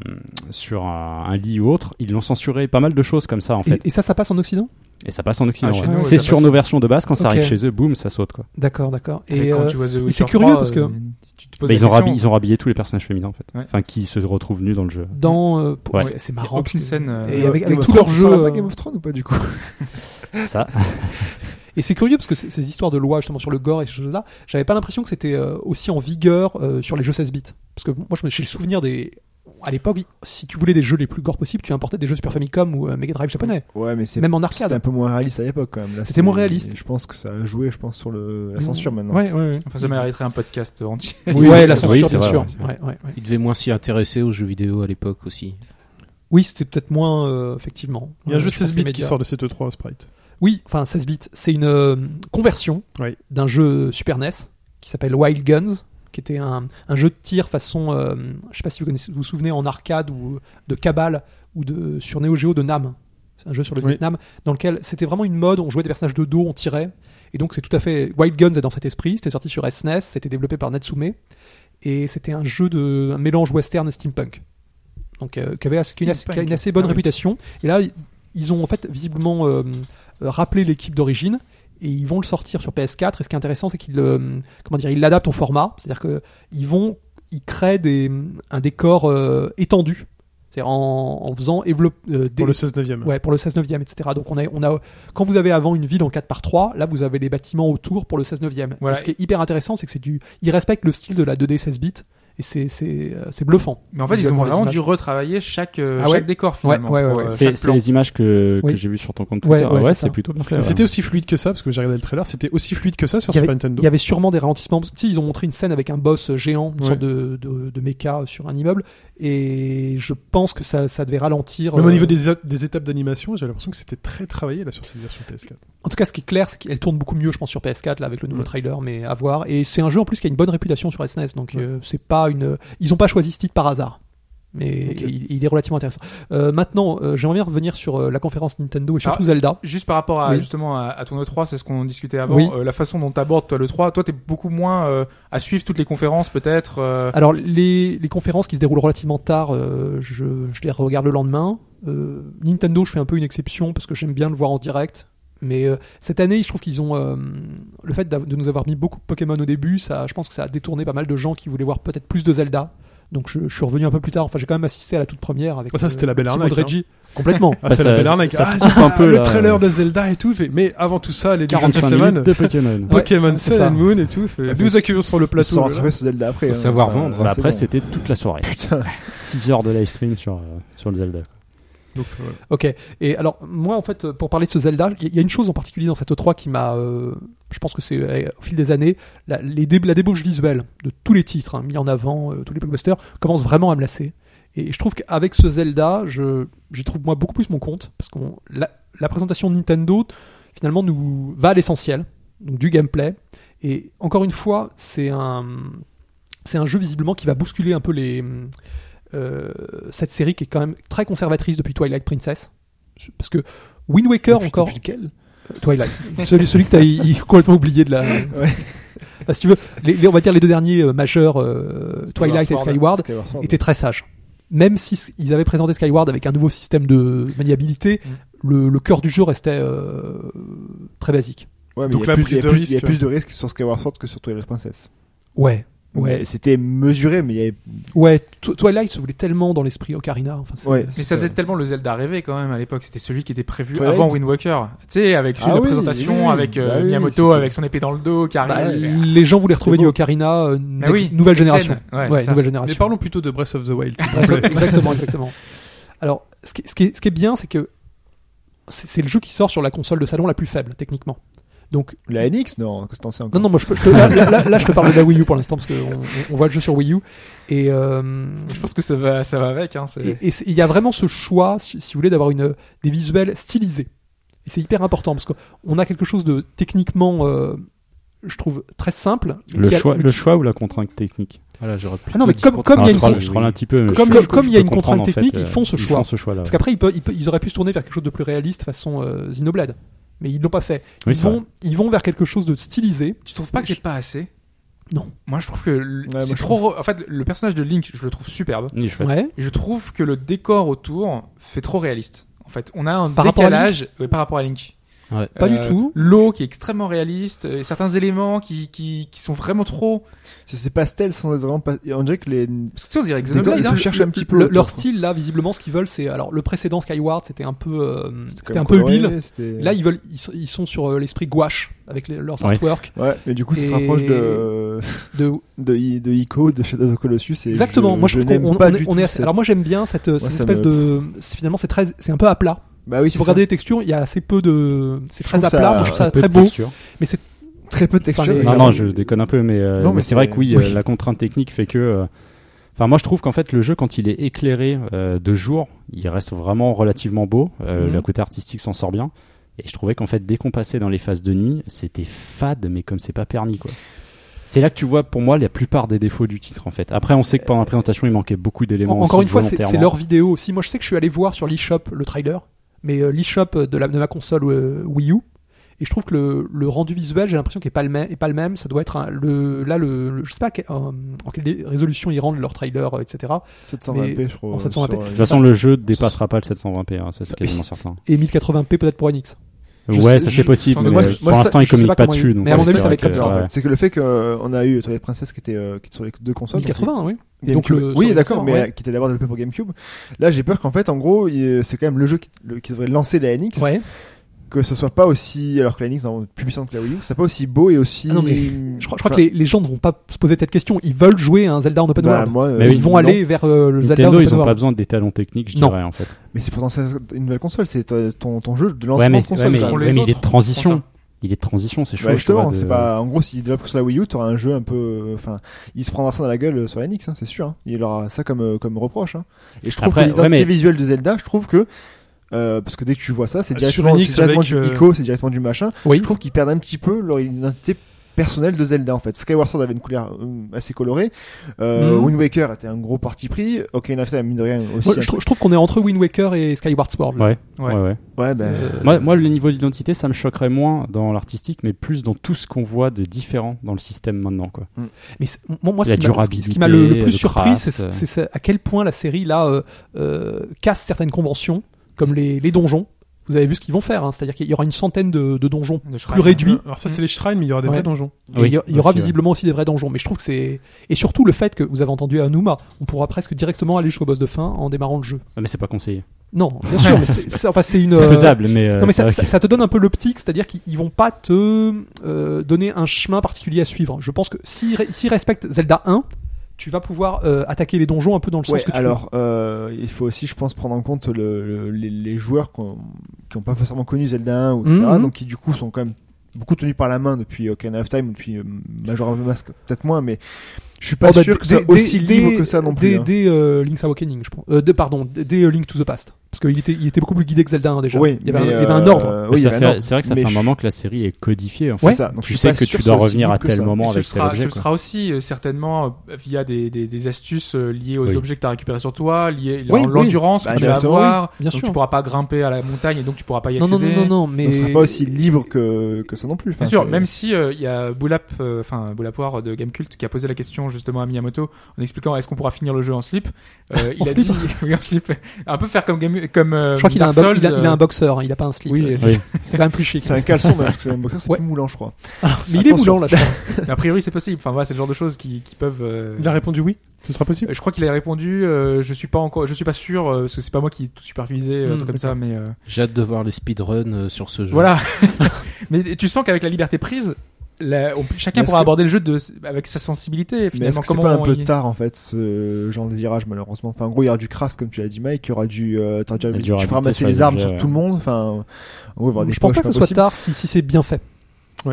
sur un, un lit ou autre. Ils l'ont censuré, pas mal de choses comme ça en fait.
Et, et ça, ça passe en Occident
Et ça passe en Occident.
Ah, chez
ouais.
nous, ouais,
c'est
ça
sur
passe.
nos versions de base, quand ça
Ok.
arrive chez eux, boum, ça saute quoi.
D'accord, d'accord. Et,
quand
euh,
tu vois The
mais c'est
Witcher
curieux
3,
parce que-
euh, tu te poses
Bah,
la
ils, ont
question.
rhabillé, ils ont rhabillé tous les personnages féminins en fait.
Ouais.
Enfin, qui se retrouvent nus dans le jeu.
dans. euh, pour-
Ouais.
c'est- C'est
Il y a
marrant.
aucune
parce que-
scène. euh,
Et avec,
Game
avec
of
tout
Thrones,
leur
ça
jeu.
sera pas
euh,
Game of Thrones ou pas du coup
Ça,
Et c'est curieux parce que ces- ces histoires de loi justement sur le gore et ces choses-là, j'avais pas l'impression que c'était euh, aussi en vigueur euh, sur les jeux 16 bits. Parce que moi, je me- j'ai le souvenir des. À l'époque, si tu voulais des jeux les plus gore possibles, tu importais des jeux Super Famicom ou euh, Mega Drive japonais,
Ouais, mais c'est
même en
c'était un
arcade.
peu moins réaliste à l'époque quand même. Là,
C'était moins
c'est-
réaliste. Mmh.
Je pense que ça a joué, je pense, sur le, la censure maintenant.
Ouais, ouais, ouais.
Enfin, ça mériterait un podcast entier.
Oui, ouais, la
oui,
censure,
c'est
bien
vrai,
sûr.
ouais, c'est vrai.
Ouais, ouais, ouais.
Ils devaient moins s'y intéresser aux jeux vidéo à l'époque aussi.
Oui, c'était peut-être moins, euh, effectivement.
Il y a un
Euh,
jeu
je pense
16
que les
bits qui
médias-
sort de cette E3 Sprite.
Oui, enfin 16 bits, c'est une euh, conversion
Oui.
d'un jeu Super NES qui s'appelle Wild Guns, qui était un, un jeu de tir façon, euh, je sais pas si vous connaissez- vous, vous souvenez en arcade ou de Cabal ou de sur Neo Geo de Nam. C'est un jeu sur le
Oui.
Vietnam dans lequel c'était vraiment une mode, on jouait des personnages de dos, on tirait. Et donc c'est tout à fait Wild Guns est dans cet esprit, c'était sorti sur SNES, c'était développé par Natsume et c'était un jeu de un mélange western et steampunk. Donc euh, qui avait assez- qui a une, assez- qui a une assez bonne
Ah oui.
réputation et là ils ont en fait visiblement euh, euh, rappelé l'équipe d'origine et ils vont le sortir sur PS4 et ce qui est intéressant c'est qu'ils euh, comment dire, ils l'adaptent au format, c'est-à-dire que ils vont ils créent des, un décor euh, étendu. C'est en, en faisant évelop- euh, des-
Pour le 16 9 e
Ouais, pour le 16 9e, etc. Donc on a, on a, quand vous avez avant une ville en 4 par 3, là vous avez les bâtiments autour pour le 16 9e. Et
Voilà.
Ce qui est hyper intéressant, c'est que c'est du, ils respectent le style de la 2D 16 bits et c'est, c'est, euh, c'est bluffant.
Mais en fait, ils ont
Visuellement, les
vraiment
images.
dû retravailler chaque, euh,
Ah ouais.
chaque décor finalement.
Ouais, ouais, ouais,
pour, euh,
ouais.
c'est
chaque
c'est
plan.
les images que, que
Oui.
j'ai vues sur ton compte
Ouais,
Twitter.
ouais,
Ah
c'est
c'est
ça. euh,
plutôt bien fait. ouais.
C'était aussi fluide que ça, parce que j'ai regardé le trailer, c'était aussi fluide que ça sur
Il y avait-
Super Nintendo.
Il y avait sûrement des ralentissements. parce que, Tu sais, ils ont montré une scène avec un boss géant, une
Ouais.
sorte de, de, de méca sur un immeuble et je pense que ça, ça devait ralentir.
Même au
euh,
niveau des, des étapes d'animation, j'ai l'impression que c'était très travaillé là sur cette version PS4.
En tout cas, ce qui est clair, c'est qu'elle tourne beaucoup mieux, je pense, sur PS4 là avec le nouveau trailer, mais à voir. Et c'est un jeu en plus qui a une bonne réputation sur SNES, donc euh, c'est pas une. Ils ont pas choisi ce titre par hasard, mais
Ok.
il, il est relativement intéressant. Euh, maintenant, euh, j'aimerais bien revenir sur euh, la conférence Nintendo et surtout
Ah.
Zelda.
Juste par rapport à
Oui.
justement à, à ton E3, c'est ce qu'on discutait avant,
Oui.
euh, la façon dont t'abordes toi le 3, toi t'es beaucoup moins euh, à suivre toutes les conférences peut-être. euh,
Alors les, les conférences qui se déroulent relativement tard, euh, je, je les regarde le lendemain. Euh, Nintendo, je fais un peu une exception parce que j'aime bien le voir en direct. Mais euh, cette année, je trouve qu'ils ont euh, le fait d'av- de nous avoir mis beaucoup de Pokémon au début, ça, je pense que ça a détourné pas mal de gens qui voulaient voir peut-être plus de Zelda. Donc je, je suis revenu un peu plus tard. Enfin, j'ai quand même assisté à la toute première avec. euh,
Ah, ça, c'était la belle
Simon
arnaque,
de Reggie. Complètement.
Ah,
Bah,
c'est
ça-
la belle arnaque.
ça
Ah,
coupe
c'est
un peu,
le
là.
trailer de Zelda et tout. fait- Mais avant tout ça, les
45 minutes de Pokémon.
Ouais,
Pokémon
c'est
Sun
ça.
and Moon et tout. fait-
Faut
Nous
se-
accueillons sur le
Ils se sont
plateau.
rattrapés sur Zelda après.
Faut
hein.
savoir
Bah,
vendre.
Bah,
c'est
après,
bon.
c'était toute la soirée.
Putain.
6 heures de live stream sur, euh, sur le Zelda.
Donc, voilà.
Ok. Et alors, moi, en fait, pour parler de ce Zelda, il y- y a une chose en particulier dans cette E3 qui m'a. euh, je pense que c'est euh, au fil des années, la, les dé- la débauche visuelle de tous les titres hein, mis en avant, euh, tous les blockbusters, commence vraiment à me lasser. Et je trouve qu'avec ce Zelda, je- j'y trouve moi beaucoup plus mon compte, parce que la, la présentation de Nintendo, finalement, nous va à l'essentiel, donc du gameplay. Et encore une fois, c'est un. C'est un jeu visiblement qui va bousculer un peu les, euh, cette série qui est quand même très conservatrice depuis Twilight Princess. Je- Parce que Wind Waker
Depuis-
encore.
depuis lequel
Euh, Twilight. celui, celui que t'as i- i- complètement oublié de la. Bah, si tu veux, les, les- on va dire les deux derniers euh, majeurs, euh, Twilight et Skyward,
Skyward Sword.
étaient très sages. Même si s- ils avaient présenté Skyward avec un nouveau système de maniabilité, le, le cœur du jeu restait euh, très basique.
Ouais, mais
Donc
il y a
la
plus-
prise
il y a
de
plus- Il y a
risque.
plus de risques sur Skyward Sword que sur Twilight Princess.
Ouais.
Mais
Ouais,
C'était mesuré, mais il y avait.
ouais. Tw- Twilight se voulait tellement dans l'esprit Ocarina. Enfin, c'est-
Ouais,
Mais ça faisait tellement le Zelda rêvé quand même à l'époque. C'était celui qui était prévu
Twilight.
avant Wind Walker. Tu sais, avec celui
Ah
de la
oui,
présentation,
oui,
avec euh,
bah oui,
Miyamoto,
c'était-
avec son épée dans le dos, qui
Bah,
arrive. et-
les gens voulaient retrouver
beau.
du Ocarina, euh,
Mais oui,
next- nouvelle
next gen.
génération.
Ouais,
Ouais,
c'est ça.
nouvelle
Mais
génération.
parlons plutôt de Breath of the Wild. s'il vous plaît.
exactement, exactement. Alors, ce qui, ce qui est, ce qui est bien, c'est que c'est c'est le jeu qui sort sur la console de salon la plus faible, techniquement. Donc,
La NX Non, qu'est-ce que t'en sais encore
non, non, moi, je, peux- je te- là, là- là- là, je te parle de la Wii U pour l'instant, parce qu'on on, on voit le jeu sur Wii U. Et euh,
Je pense que ça va, ça va avec. Hein, c'est-
et- et c'est- il y a vraiment ce choix, si, si vous voulez, d'avoir une, des visuels stylisés. Et c'est hyper important, parce qu'on a quelque chose de techniquement, euh, je trouve, très simple. mais
Le
qui a-
choix,
mais
le
qui-
choix ou la contrainte technique
Voilà, j'aurais pu.
Ah non, mais comme, comme il y a
Alors,
une
je, troll,
con-
je troll un petit peu. mais
Comme-
je-
comme-
je-
comme
je
il y a
peux
une
comprendre,
contrainte
en fait,
technique, ils
euh,
font ce choix.
ce choix-là.
Parce
ouais.
qu'après, ils, peuvent- ils peuvent- ils auraient pu se tourner vers quelque chose de plus réaliste, façon euh, Xenoblade. Mais ils l'ont pas fait. Ils,
Oui, c'est vrai.
vont, ils vont vers quelque chose de stylisé.
Tu trouves pas que c'est pas assez
Non.
Moi, je trouve que l-
Ouais,
c'est
moi, je
trop. re- En fait, le personnage de Link, je le trouve superbe.
Il est chouette.
Ouais.
Et je trouve que le décor autour fait trop réaliste. En fait, on a un
Par rapport à
décalage ouais, par rapport à Link. Euh,
Ouais.
Pas du tout.
L'eau qui est extrêmement réaliste, et certains éléments qui, qui, qui sont vraiment trop.
C'est- C'est pastel sans être vraiment. pas- On dirait que les.
Parce que tu sais, on dirait
Décor,
Xenoblade.
ils
hein.
se cherchent un petit peu.
Le-
autour,
leur
quoi.
style, là, visiblement, ce qu'ils veulent, c'est. Alors, le précédent Skyward, c'était un peu. euh,
C'était
c'était
quand
un
même
peu
coloré,
habile.
c'était-
Là, ils, veulent, ils, sont, ils sont sur euh, l'esprit gouache, avec les- leurs
Ouais.
artworks.
Ouais, mais du coup, ça
Et-
se rapproche de.
De...
de, I- de Ico, de Shadow of the Colossus. Et
Exactement.
je-
moi,
je
je trouve
n'aime
qu'on
pas
on
du
est- on
tout
est
cette-
assez- Alors, moi, j'aime bien cette, euh,
Moi,
cette
ça
espèce
me-
de. c'est- Finalement, c'est très... c'est un peu à plat.
Bah oui,
si vous
c'est ça.
regardez les textures, il y a assez peu de. C'est
Je
très
trouve
à
ça-
plat. Moi, je trouve ça
Un peu
très
de
beau.
texture.
Mais c'est
très peu de texture.
les-
mais
Non,
Clairement.
non, je déconne un peu, mais, euh,
Non,
mais
mais
c'est vrai
c'est-
que oui,
oui.
euh, la contrainte technique fait que. euh, Enfin, moi, je trouve qu'en fait, le jeu, quand il est éclairé euh, de jour, il reste vraiment relativement beau. Euh,
Mhm.
Le côté artistique s'en sort bien. Et je trouvais qu'en fait, dès qu'on passait dans les phases de nuit, c'était fade, mais comme c'est pas permis, quoi. C'est là que tu vois, pour moi, la plupart des défauts du titre, en fait. Après, on sait que pendant la présentation, il manquait beaucoup d'éléments.
En- Encore
aussi,
une fois, c'est c'est
volontairement.
leur vidéo aussi. Moi, je sais que je suis allé voir sur l'eShop le trailer, mais euh, l'eShop de, la- de ma console euh, Wii U. Et je trouve que le, le rendu visuel, j'ai l'impression qu'il n'est pas, le même- est pas le même. Ça doit être un- le, là, le, le- je sais pas quel- euh, en quelle dé- résolution ils rendent leur trailer, euh, etc.
720p, je crois. euh,
en 720p.
De toute façon, le jeu dépassera pas le 720p, hein, ça c'est quasiment certain.
Et 1080p peut-être pour NX.
Je
ouais,
sais-
ça
je-
c'est possible,
sans
mais
doute. Moi,
euh,
je-
pour
moi, ça-
l'instant, ils
je sais
communiquent
pas
pas
comment
dessus.
ils-
donc,
Mais à mon
ouais,
avis,
c'est
ça va
vrai
être comme
que-
ça,
ouais.
C'est que le fait qu'on a eu Twilight Princess qui était, euh, qui était sur les deux consoles.
1080, oui.
Donc
Donc le-
oui,
sur
d'accord,
le
mais
Xbox,
euh, qui était d'abord développé pour GameCube. Là, j'ai peur qu'en fait, en gros, il- euh, c'est quand même le jeu qui, le- qui devrait lancer la NX,
Ouais.
que ce soit pas aussi, alors que la NX est plus puissante que la Wii U, que ce soit pas aussi beau et aussi.
Ah non, mais Je crois, je crois que les, les gens ne vont pas se poser cette question. Ils veulent jouer à un Zelda en
bah,
open world.
Mais
ils
oui,
vont
Bah, non.
aller vers euh, le Zelda en
Nintendo,
open
ils ont
world.
pas besoin des talents techniques, je
Non.
dirais en fait.
Mais c'est pourtant ça- une nouvelle console, c'est euh, ton, ton jeu de lancement
Ouais, mais,
de console.
ouais, mais-
ça.
seront les
ouais, mais il est
autres
de
qui font
transition.
ça.
Il est de transition, c'est chaud.
Bah,
tu
justement,
vois, de-
c'est pas. En gros, s'il développe sur la Wii U, t'auras un jeu un peu. euh, Enfin, il se prendra ça dans la gueule euh, sur la NX, hein, c'est sûr. hein. Il aura ça comme, euh, comme reproche. hein. Et je trouve
Après,
que l'identité
ouais, mais-
visuelle de Zelda, je trouve que. euh, parce que dès que tu vois ça, c'est
Sur
directement,
NX
c'est directement
Ah, avec,
du
euh,
Ico, c'est directement du machin.
Oui.
Je trouve qu'ils perdent un petit peu leur identité personnelle de Zelda en fait. Skyward Sword avait une couleur euh, assez colorée. Euh,
Mm.
Mhm.
Wind Waker était un gros parti pris. Ocarina of Time, mine de rien, aussi.
Moi,
un
je, trouve- je trouve qu'on est entre Wind Waker et Skyward Sword. là.
Ouais, ouais, ouais.
truc- Ouais, ben.
Euh,
Moi, moi, le niveau d'identité, ça me choquerait moins dans l'artistique, mais plus dans tout ce qu'on voit de différent dans le système maintenant. Quoi.
Mais c'est- moi, moi, ce
La
qui m'a- ce qui- ce qui m'a le, le
durabilité,
plus
le
surpris,
craft.
c'est- c'est c'est à quel point la série là euh, euh, casse certaines conventions, comme les, les donjons. Vous avez vu ce qu'ils vont faire, hein. c'est-à-dire qu'il y aura une centaine de, de donjons.
De Shrine.
Plus réduit.
Ah, Alors, ça, c'est les shrines, mais il y aura des
Ouais.
vrais donjons.
Et
Oui,
il y, a- il y aura
aussi, ouais.
visiblement aussi des vrais donjons, mais je trouve que c'est et surtout le fait que vous avez entendu Anuma, on pourra presque directement aller jusqu'au boss de fin en démarrant le jeu.
Ah, mais c'est pas conseillé.
Non, bien sûr, mais c'est c'est- enfin c'est une
C'est
euh,
faisable, mais, euh,
Non mais
c'est
ça,
vrai
ça- ça te donne un peu l'optique, c'est-à-dire qu'ils ils vont pas te euh, donner un chemin particulier à suivre. Je pense que s'ils si, respectent Zelda 1, tu vas pouvoir euh, attaquer les donjons un peu dans le sens
Ouais,
que tu
alors, euh, il faut aussi, je pense, prendre en compte le- le- les, les joueurs qu'on- qui n'ont pas forcément connu Zelda 1, ou etc.,
Mhm.
donc qui du coup sont quand même beaucoup tenus par la main depuis Ocarina of Time, ou depuis euh, Majora's Mask, peut-être moins, mais je suis pas
Oh, bah,
sûr
d-
que c'est
dès-
aussi
dès-
libre que ça non plus.
Dès,
hein.
dès, euh, Link's Awakening, je pense. Euh, dès- pardon, dès- dès euh, Link to the Past. Parce qu'il était, il était beaucoup plus guidé que Zelda 1 déjà.
Oui,
il, y avait un,
mais,
il y avait un
euh,
ordre.
oui, il y
ça
avait un
fait-
ordre.
c'est vrai que ça
Mais
fait un
je-
moment que la série est codifiée. en fait.
Ouais.
C'est ça. Donc,
Tu
je suis
sais
pas
que
sûr
tu dois
ce soit aussi
revenir à
libre que
tel
ça.
moment
Et ce
avec tel
sera,
objet.
ce
quoi.
sera aussi euh, certainement euh, via des, des- des astuces euh, liées aux
Oui.
objets que tu as récupérés sur toi, liées
Oui,
à
oui.
l'endurance
Bah,
que tu vas
directement,
avoir.
Bien
donc
sûr.
tu pourras pas grimper à la montagne et donc tu pourras pas y
Non,
accéder.
non, non, non, non, mais.
Donc, ce sera pas aussi libre que, que ça non plus.
Bien
Enfin,
sûr,
c'est-
même si euh, il y a Boulap, euh, enfin Boulapoir de Gamecult qui a posé la question justement à Miyamoto en expliquant est-ce qu'on pourra finir le jeu en slip. Euh, il
En
a
slip
dit oui, en slip, un peu faire comme Game, comme. euh,
Je crois qu'il a, un
Dark Souls,
box- il a- il a
euh,
un boxeur, il a pas un slip.
Oui,
Euh,
c'est-
c'est quand même plus chic.
C'est un caleçon, même, parce que c'est un boxeur, c'est
Ouais.
plus moulant, je crois.
Mais il est
Attention.
moulant là. je crois.
mais a priori c'est possible. Enfin voilà, c'est le genre de choses qui, qui peuvent. euh,
Il a répondu oui. Ce sera possible.
Euh, Je crois qu'il a répondu. euh, je suis pas encore, je suis pas sûr euh, parce que c'est pas moi qui ai tout supervisé, euh, un
Mm,
truc comme ça. Mais euh,
J'ai hâte de voir les speedruns euh, sur ce jeu.
voilà. mais tu sens qu'avec la liberté prise, la- on-
Mais
chacun
est-ce
pourra
que-
aborder le jeu de, avec sa sensibilité.
Mais est-ce
Finalement,
que c'est
comment
pas un
on
peu
y-
tard en fait ce genre de virage malheureusement Enfin en gros il y aura du craft comme tu l'as dit Mike, il y aura du euh, t'auras déjà-
Il y a du
tu
rajouté
peux ramasser
sur
les
les
armes
objets,
sur
ouais.
tout le monde. Enfin en gros, il va y avoir des
Je pense
poches
pas que ce soit
possibles.
tard si, si c'est bien fait.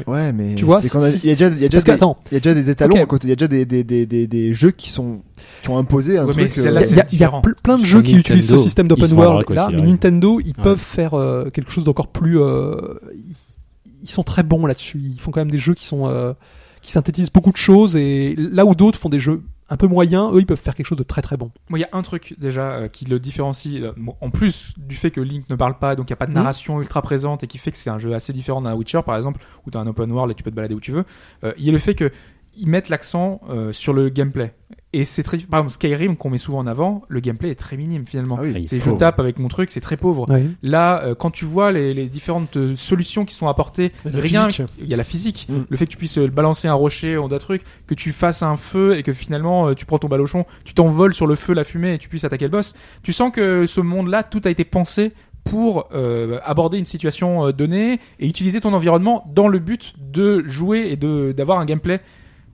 Ouais mais
Tu vois,
c'est qu'on a-
si-
il y a déjà il y a déjà
Parce que,
des,
attends,
il y a déjà des étalons
Ok.
à côté, il y a déjà des des, des, des, des jeux qui sont qui ont imposé un
Ouais, mais
truc. euh,
celle-là,
il y a-
c'est
il y a, il y a
différent.
ple- plein de
Sur
jeux qui
Nintendo,
utilisent ce système
ils
d'open
se vendra
world
quoi
là,
qu'il
mais
arrive.
Nintendo, ils peuvent faire euh, quelque chose d'encore plus. euh, ils, ils sont très bons là-dessus. Ils font quand même des jeux qui sont euh, qui synthétisent beaucoup de choses et là où d'autres font des jeux un peu moyens, eux ils peuvent faire quelque chose de très très bon.
Moi, il y a un truc déjà euh, qui le différencie, euh, bon, en plus du fait que Link ne parle pas, donc il n'y a pas
Mhm.
de narration ultra présente et qui fait que c'est un jeu assez différent d'un Witcher par exemple, ou d'un open world et tu peux te balader où tu veux, euh, il y a le fait que ils mettent l'accent euh, sur le gameplay. Et c'est très. Par exemple, Skyrim qu'on met souvent en avant, le gameplay est très minime finalement.
Ah oui.
Il est
c'est je
pauvre.
tape avec mon truc, c'est très pauvre. Là, euh, quand tu vois les, les différentes euh, solutions qui sont apportées,
Il y a la
rien,
physique.
il y a la physique,
Mm.
le fait que tu puisses euh, balancer un rocher ou d'un truc, que tu fasses un feu et que finalement euh, tu prends ton balochon, tu t'envoles sur le feu, la fumée et tu puisses attaquer le boss. Tu sens que ce monde-là, tout a été pensé pour euh, aborder une situation euh, donnée et utiliser ton environnement dans le but de jouer et de d'avoir un gameplay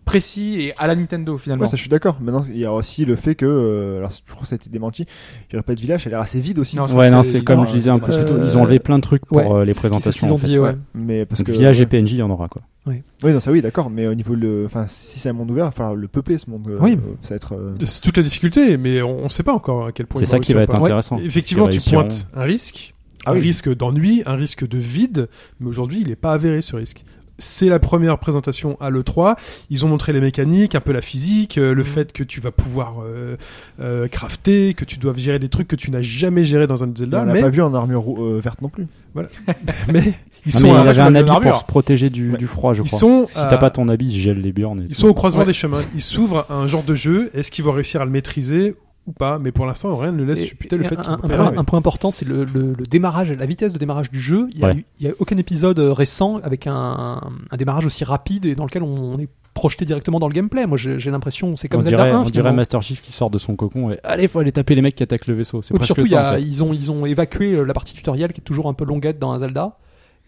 précis et à la Nintendo finalement.
Ouais, ça je suis d'accord. Maintenant il y a aussi le fait que euh, alors je crois que ça a été démenti, il y aurait pas de village, elle a l'air assez vide aussi.
Non,
Ouais, non,
c'est-
c'est
ils
comme
ont-
je
hein,
disais un peu plus
euh,
tôt. Ils ont enlevé plein de trucs pour euh, les
c'est ce qu'ils-
présentations.
c'est ce qu'ils ont
en fait.
dit, ouais.
Mais parce
Donc,
que
via GPNJ, il y en aura quoi.
Oui, non, ça oui, d'accord, mais au niveau le enfin si c'est un monde ouvert, il va falloir le peupler ce monde. euh,
Oui.
ça va être euh,
C'est toute la difficulté, mais on ne sait pas encore à quel point.
C'est
ils
ça
vont
qui va
réussir
être
ou pas.
intéressant.
Effectivement, tu
Est-ce qu'ils réussiront
pointes un risque,
Ah
un
oui.
risque d'ennui, un risque de vide, mais aujourd'hui, il n'est pas avéré ce risque. C'est la première présentation à l'E3. Ils ont montré les mécaniques, un peu la physique, euh, le fait que tu vas pouvoir euh, euh, crafter, que tu dois gérer des trucs que tu n'as jamais géré dans un Zelda,
on l'a
mais,
pas vu en armure euh, verte non plus.
mais ils
Non,
sont,
mais
à-
il avait un
de
habit
l'armure.
pour se protéger du,
Ouais.
du froid, je
hein. ils
crois.
sont
Si
à-
t'as pas ton habit, je gèle les burnes. et
Ils
tout.
sont au croisement
Ouais.
des chemins. Ils s'ouvrent à un genre de jeu. Est-ce qu'ils vont réussir à le maîtriser ou pas Mais pour l'instant, rien ne laisse
Et-
supputer le
et
fait
un,
qu'ils
un-
vont pas
un point,
arriver.
un point important, c'est le, le- le démarrage, la vitesse de démarrage du jeu. Il n'y a,
Ouais.
eu- il y a aucun épisode euh, récent avec un, un démarrage aussi rapide et dans lequel on, on est projeté directement dans le gameplay. Moi, j'ai j'ai l'impression, c'est
on
comme Zelda
dirait,
1.
on dirait
finalement.
Master Chief qui sort de son cocon et allez, faut aller taper les mecs qui attaquent le vaisseau. C'est
Oui, puis
presque
surtout, il y
ça.
a-
en fait.
ils, ont, ils ont évacué euh, la partie tutorielle qui est toujours un peu longuette dans un Zelda.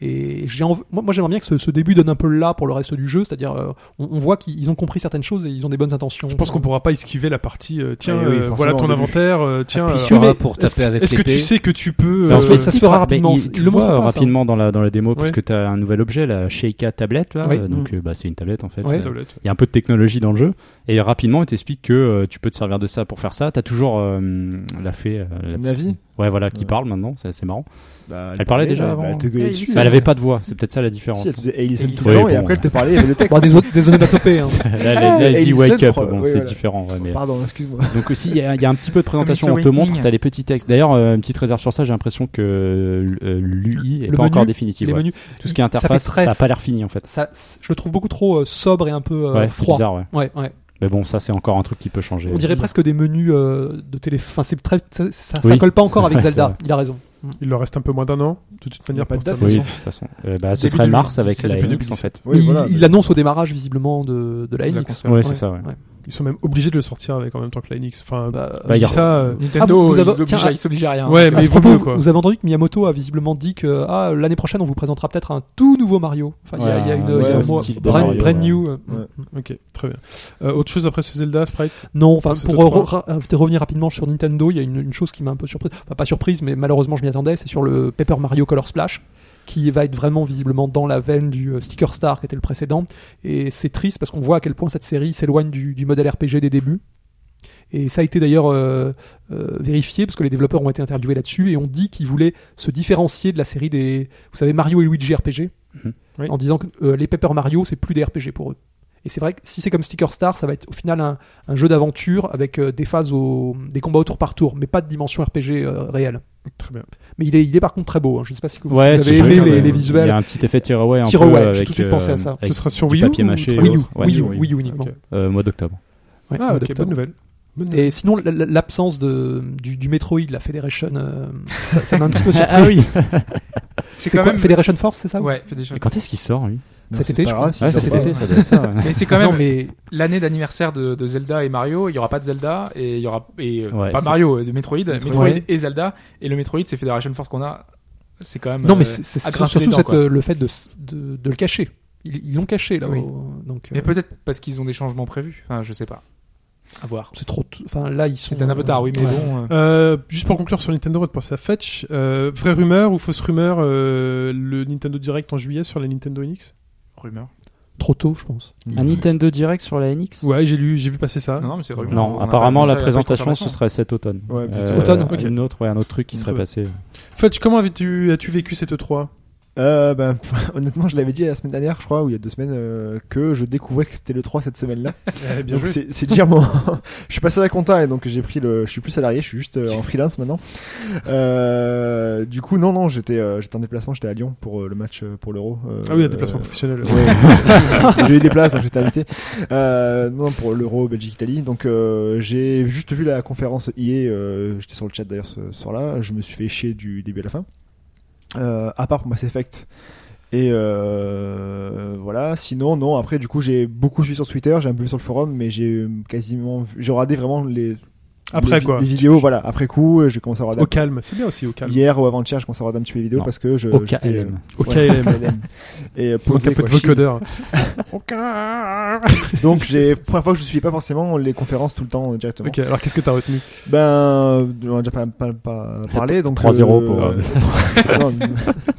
Et j'ai env- moi, moi, j'aimerais bien que ce, ce début donne un peu là pour le reste du jeu, c'est-à-dire euh, on, on voit qu'ils ont compris certaines choses et ils ont des bonnes intentions.
Je pense qu'on pourra pas esquiver la partie. euh, tiens,
Eh oui,
euh,
forcément,
voilà
au
ton
début.
inventaire. euh, tiens,
Appuie
euh,
sur
alors,
A pour
est-ce-
taper avec
Est-ce que
l'épée.
tu sais que tu peux
Ça
Ça
se
se
euh,
fait- ça se fera rapidement,
Mais il-
ils
tu
le
vois
montrent pas, ça.
rapidement dans la dans la démo parce
Ouais.
que t'as un nouvel objet, la Sheikah tablette là,
Oui.
euh, donc euh, bah, c'est une tablette en fait.
Ouais.
Euh,
tablette
Il y a un peu de technologie dans le jeu et rapidement, il t'explique que euh, tu peux te servir de ça pour faire ça. T'as toujours euh, la fée, euh, la petite-
Navi
ouais voilà, qui
Ouais.
parle maintenant, c'est assez marrant.
Bah,
Elle parlait déjà
bah,
avant.
elle te gueulait
Eh,
dessus.
Elise,
Bah, elle avait pas de voix, c'est peut-être ça la différence.
Si, elle te disait Alison
Alison.
tout le temps
Oui,
et
bon.
après elle te parlait, il y avait le texte.
Bon, des, o- des onomatopées. hein.
Là, elle- là, elle dit
Elise,
wake
je
up,
crois.
bon,
Oui,
c'est
voilà.
différent. ouais, mais-
Pardon, excuse-moi.
Donc aussi, il y, a- il y a un petit peu de présentation.
Comme
On
ça,
te
oui.
montre,
Ligne.
t'as les petits textes. D'ailleurs, euh, une petite réserve sur ça. J'ai l'impression que euh, l'UI est
Le
pas
menu,
encore définitive.
Les
ouais.
menus,
Tout ce qui est
ça fait
interface, ça,
très-
a pas l'air fini en fait.
ça, je le trouve beaucoup trop euh, sobre et un peu euh,
ouais, c'est
froid.
bizarre. Ouais.
Ouais, ouais.
Mais bon, ça c'est encore un truc qui peut changer.
On dirait presque des menus euh, de télé. Enfin, c'est très, ça, ça,
Oui.
ça colle pas encore avec
C'est
Zelda.
vrai.
Il a raison.
Il leur reste un peu moins d'un an, de toute
Il y
manière.
a pas de
pour
date,
terminer.
Oui, de
façon.
toute façon. Euh, bah, ce
Début
serait mars
2017,
avec la
début
Linux en fait.
Oui,
il,
voilà.
il annonce au démarrage visiblement de, de la
De la
NX.
console.
Ouais, c'est ça. Ouais.
Ils sont même obligés de le sortir avec en même temps que la NX. Enfin,
Bah,
Bah,
je
il y
dis
a-
ça. euh,
Nintendo,
Ah, vous- vous avez-
ils s'obligent
tiens,
à- ils s'obligent à rien.
Ouais,
hein.
mais
À ce
vaut
propos,
mieux, quoi.
vous avez entendu que Miyamoto a visiblement dit que ah, l'année prochaine on vous présentera peut-être un tout nouveau Mario. Enfin, il y a- il y a une
Ouais,
il y a un
ouais,
mot-
style de
brand,
Mario,
brand
ouais.
new. euh,
Ouais.
Ok, très bien. Euh, autre chose après ce Zelda, Sprite
Non, enfin,
Pour
pour
ce
re- ra- ra- revenir rapidement sur Nintendo, il y a une, une chose qui m'a un peu surprise, enfin pas surprise, mais malheureusement je m'y attendais, c'est sur le Paper Mario Color Splash, qui va être vraiment visiblement dans la veine du euh, Sticker Star qui était le précédent, et c'est triste parce qu'on voit à quel point cette série s'éloigne du, du modèle RPG des débuts. Et ça a été d'ailleurs euh, euh, vérifié parce que les développeurs ont été interviewés là-dessus et ont dit qu'ils voulaient se différencier de la série des, vous savez, Mario et Luigi RPG,
Mhm.
Oui.
en disant que euh, les Paper Mario c'est plus des RPG pour eux. Et c'est vrai que si c'est comme Sticker Star, ça va être au final un, un jeu d'aventure avec euh, des phases au, des combats au tour par tour, mais pas de dimension RPG euh, réelle.
Très bien.
Mais il est, il est par contre très beau. hein. Je ne sais pas si vous, si
Ouais,
vous
c'est
avez aimé
vrai,
les,
ouais.
les
Il y
visuels.
a un petit effet tear away un
Tear
peu
away, j'ai
avec,
tout de suite
euh,
pensé à ça.
avec
Ce sera sur
du
Wii U
papier
ou
mâché et
sur
Wii U,
autres. Ouais.
Wii U, Wii U uniquement.
Ok.
Euh, mois d'octobre.
Ouais,
Ah, ok,
d'octobre.
bonne nouvelle. Bonne nouvelle.
Et sinon, la- la- l'absence de, du, du Metroid, la Federation, euh, ça ça m'a un petit peu surpris.
oui.
Ah, C'est
C'est
quand
quoi
même.
Federation Force, c'est ça
Ouais, Federation.
Quand est-ce qu'il sort lui
Cet été, je crois.
Ouais,
Ah, Cet
cet
été,
été, ça doit être ça. ouais.
Mais c'est quand même
Non, mais
l'année d'anniversaire de, de Zelda et Mario. Il y aura pas de Zelda et il y aura et euh,
Ouais,
pas
c'est-
Mario, euh, de Metroid, Metroid,
Ouais.
et Zelda. Et le Metroid, c'est Federation Force qu'on a. C'est quand même.
non, mais
euh,
c'est c'est
à grincer
surtout
les dents,
cette,
quoi.
euh, le fait de, s- de, de le cacher. Ils ils l'ont caché là.
Oui.
au- donc,
Mais
euh,
peut-être parce qu'ils ont des changements prévus. Enfin, je sais pas. À voir.
c'est trop. t- Enfin, là, ils sont.
C'est un peu tard, oui, mais
Ouais.
bon. euh,
Euh, juste pour conclure sur Nintendo, on va te penser à Fetch. Euh, vraie rumeur ou fausse rumeur euh, Le Nintendo Direct en juillet sur la Nintendo NX
rumeur.
Trop tôt, je pense.
Un Nintendo Direct sur la NX
Ouais, j'ai lu, j'ai vu passer ça.
Non, non, mais c'est rumeur. On
Non,
a
apparemment
pas- ça,
la
y a pas eu de
présentation ce
confirmation.
serait cet automne.
Ouais,
Euh,
c'est-
Automne, ok.
Une autre, ouais, un autre truc qui serait
Ouais.
passé.
Fetch, comment as-tu as-tu vécu cette E E3
Euh, bah, honnêtement, je l'avais dit la semaine dernière, je crois, ou il y a deux semaines, euh, que je découvrais que c'était le 3 cette semaine-là. Donc, c'est c'est dire mon. je suis passé à la compta et donc j'ai pris le. Je suis plus salarié, je suis juste euh, en freelance maintenant. Euh, du coup, non, non, j'étais, euh, j'étais en déplacement, j'étais à Lyon pour euh, le match euh, pour l'Euro. euh,
Ah oui, un déplacement
euh,
professionnel.
Ouais, j'ai eu des places, donc j'étais invité. Euh, non, pour l'Euro, Belgique, Italie. Donc euh, j'ai juste vu la conférence IA. euh, j'étais sur le chat d'ailleurs ce soir-là. Je me suis fait chier du début à la fin. Euh, à part pour Mass Effect. Et euh, voilà. Sinon, non. Après, du coup, j'ai beaucoup suivi sur Twitter, j'ai un peu vu sur le forum, mais j'ai quasiment, vu- j'ai regardé vraiment les
Après
les,
quoi
les vidéos. Voilà, après coup, euh, j'ai commencé à regarder.
Au calme, c'est bien aussi au calme.
Hier ou avant-hier, je commençais à regarder un petit peu les vidéos
Non.
parce que je.
Au
j'étais-
KLM.
Au
Ouais,
KLM.
Et
Avec
poser
un peu de
quoi, chill.
vocodeur. Au calme.
Donc j'ai première fois que je suis pas forcément les conférences tout le temps euh, directement.
Ok, alors qu'est-ce que t'as retenu
Ben euh, on a déjà pas, pas, pas parlé donc
3-0 pour,
euh,
euh,
non,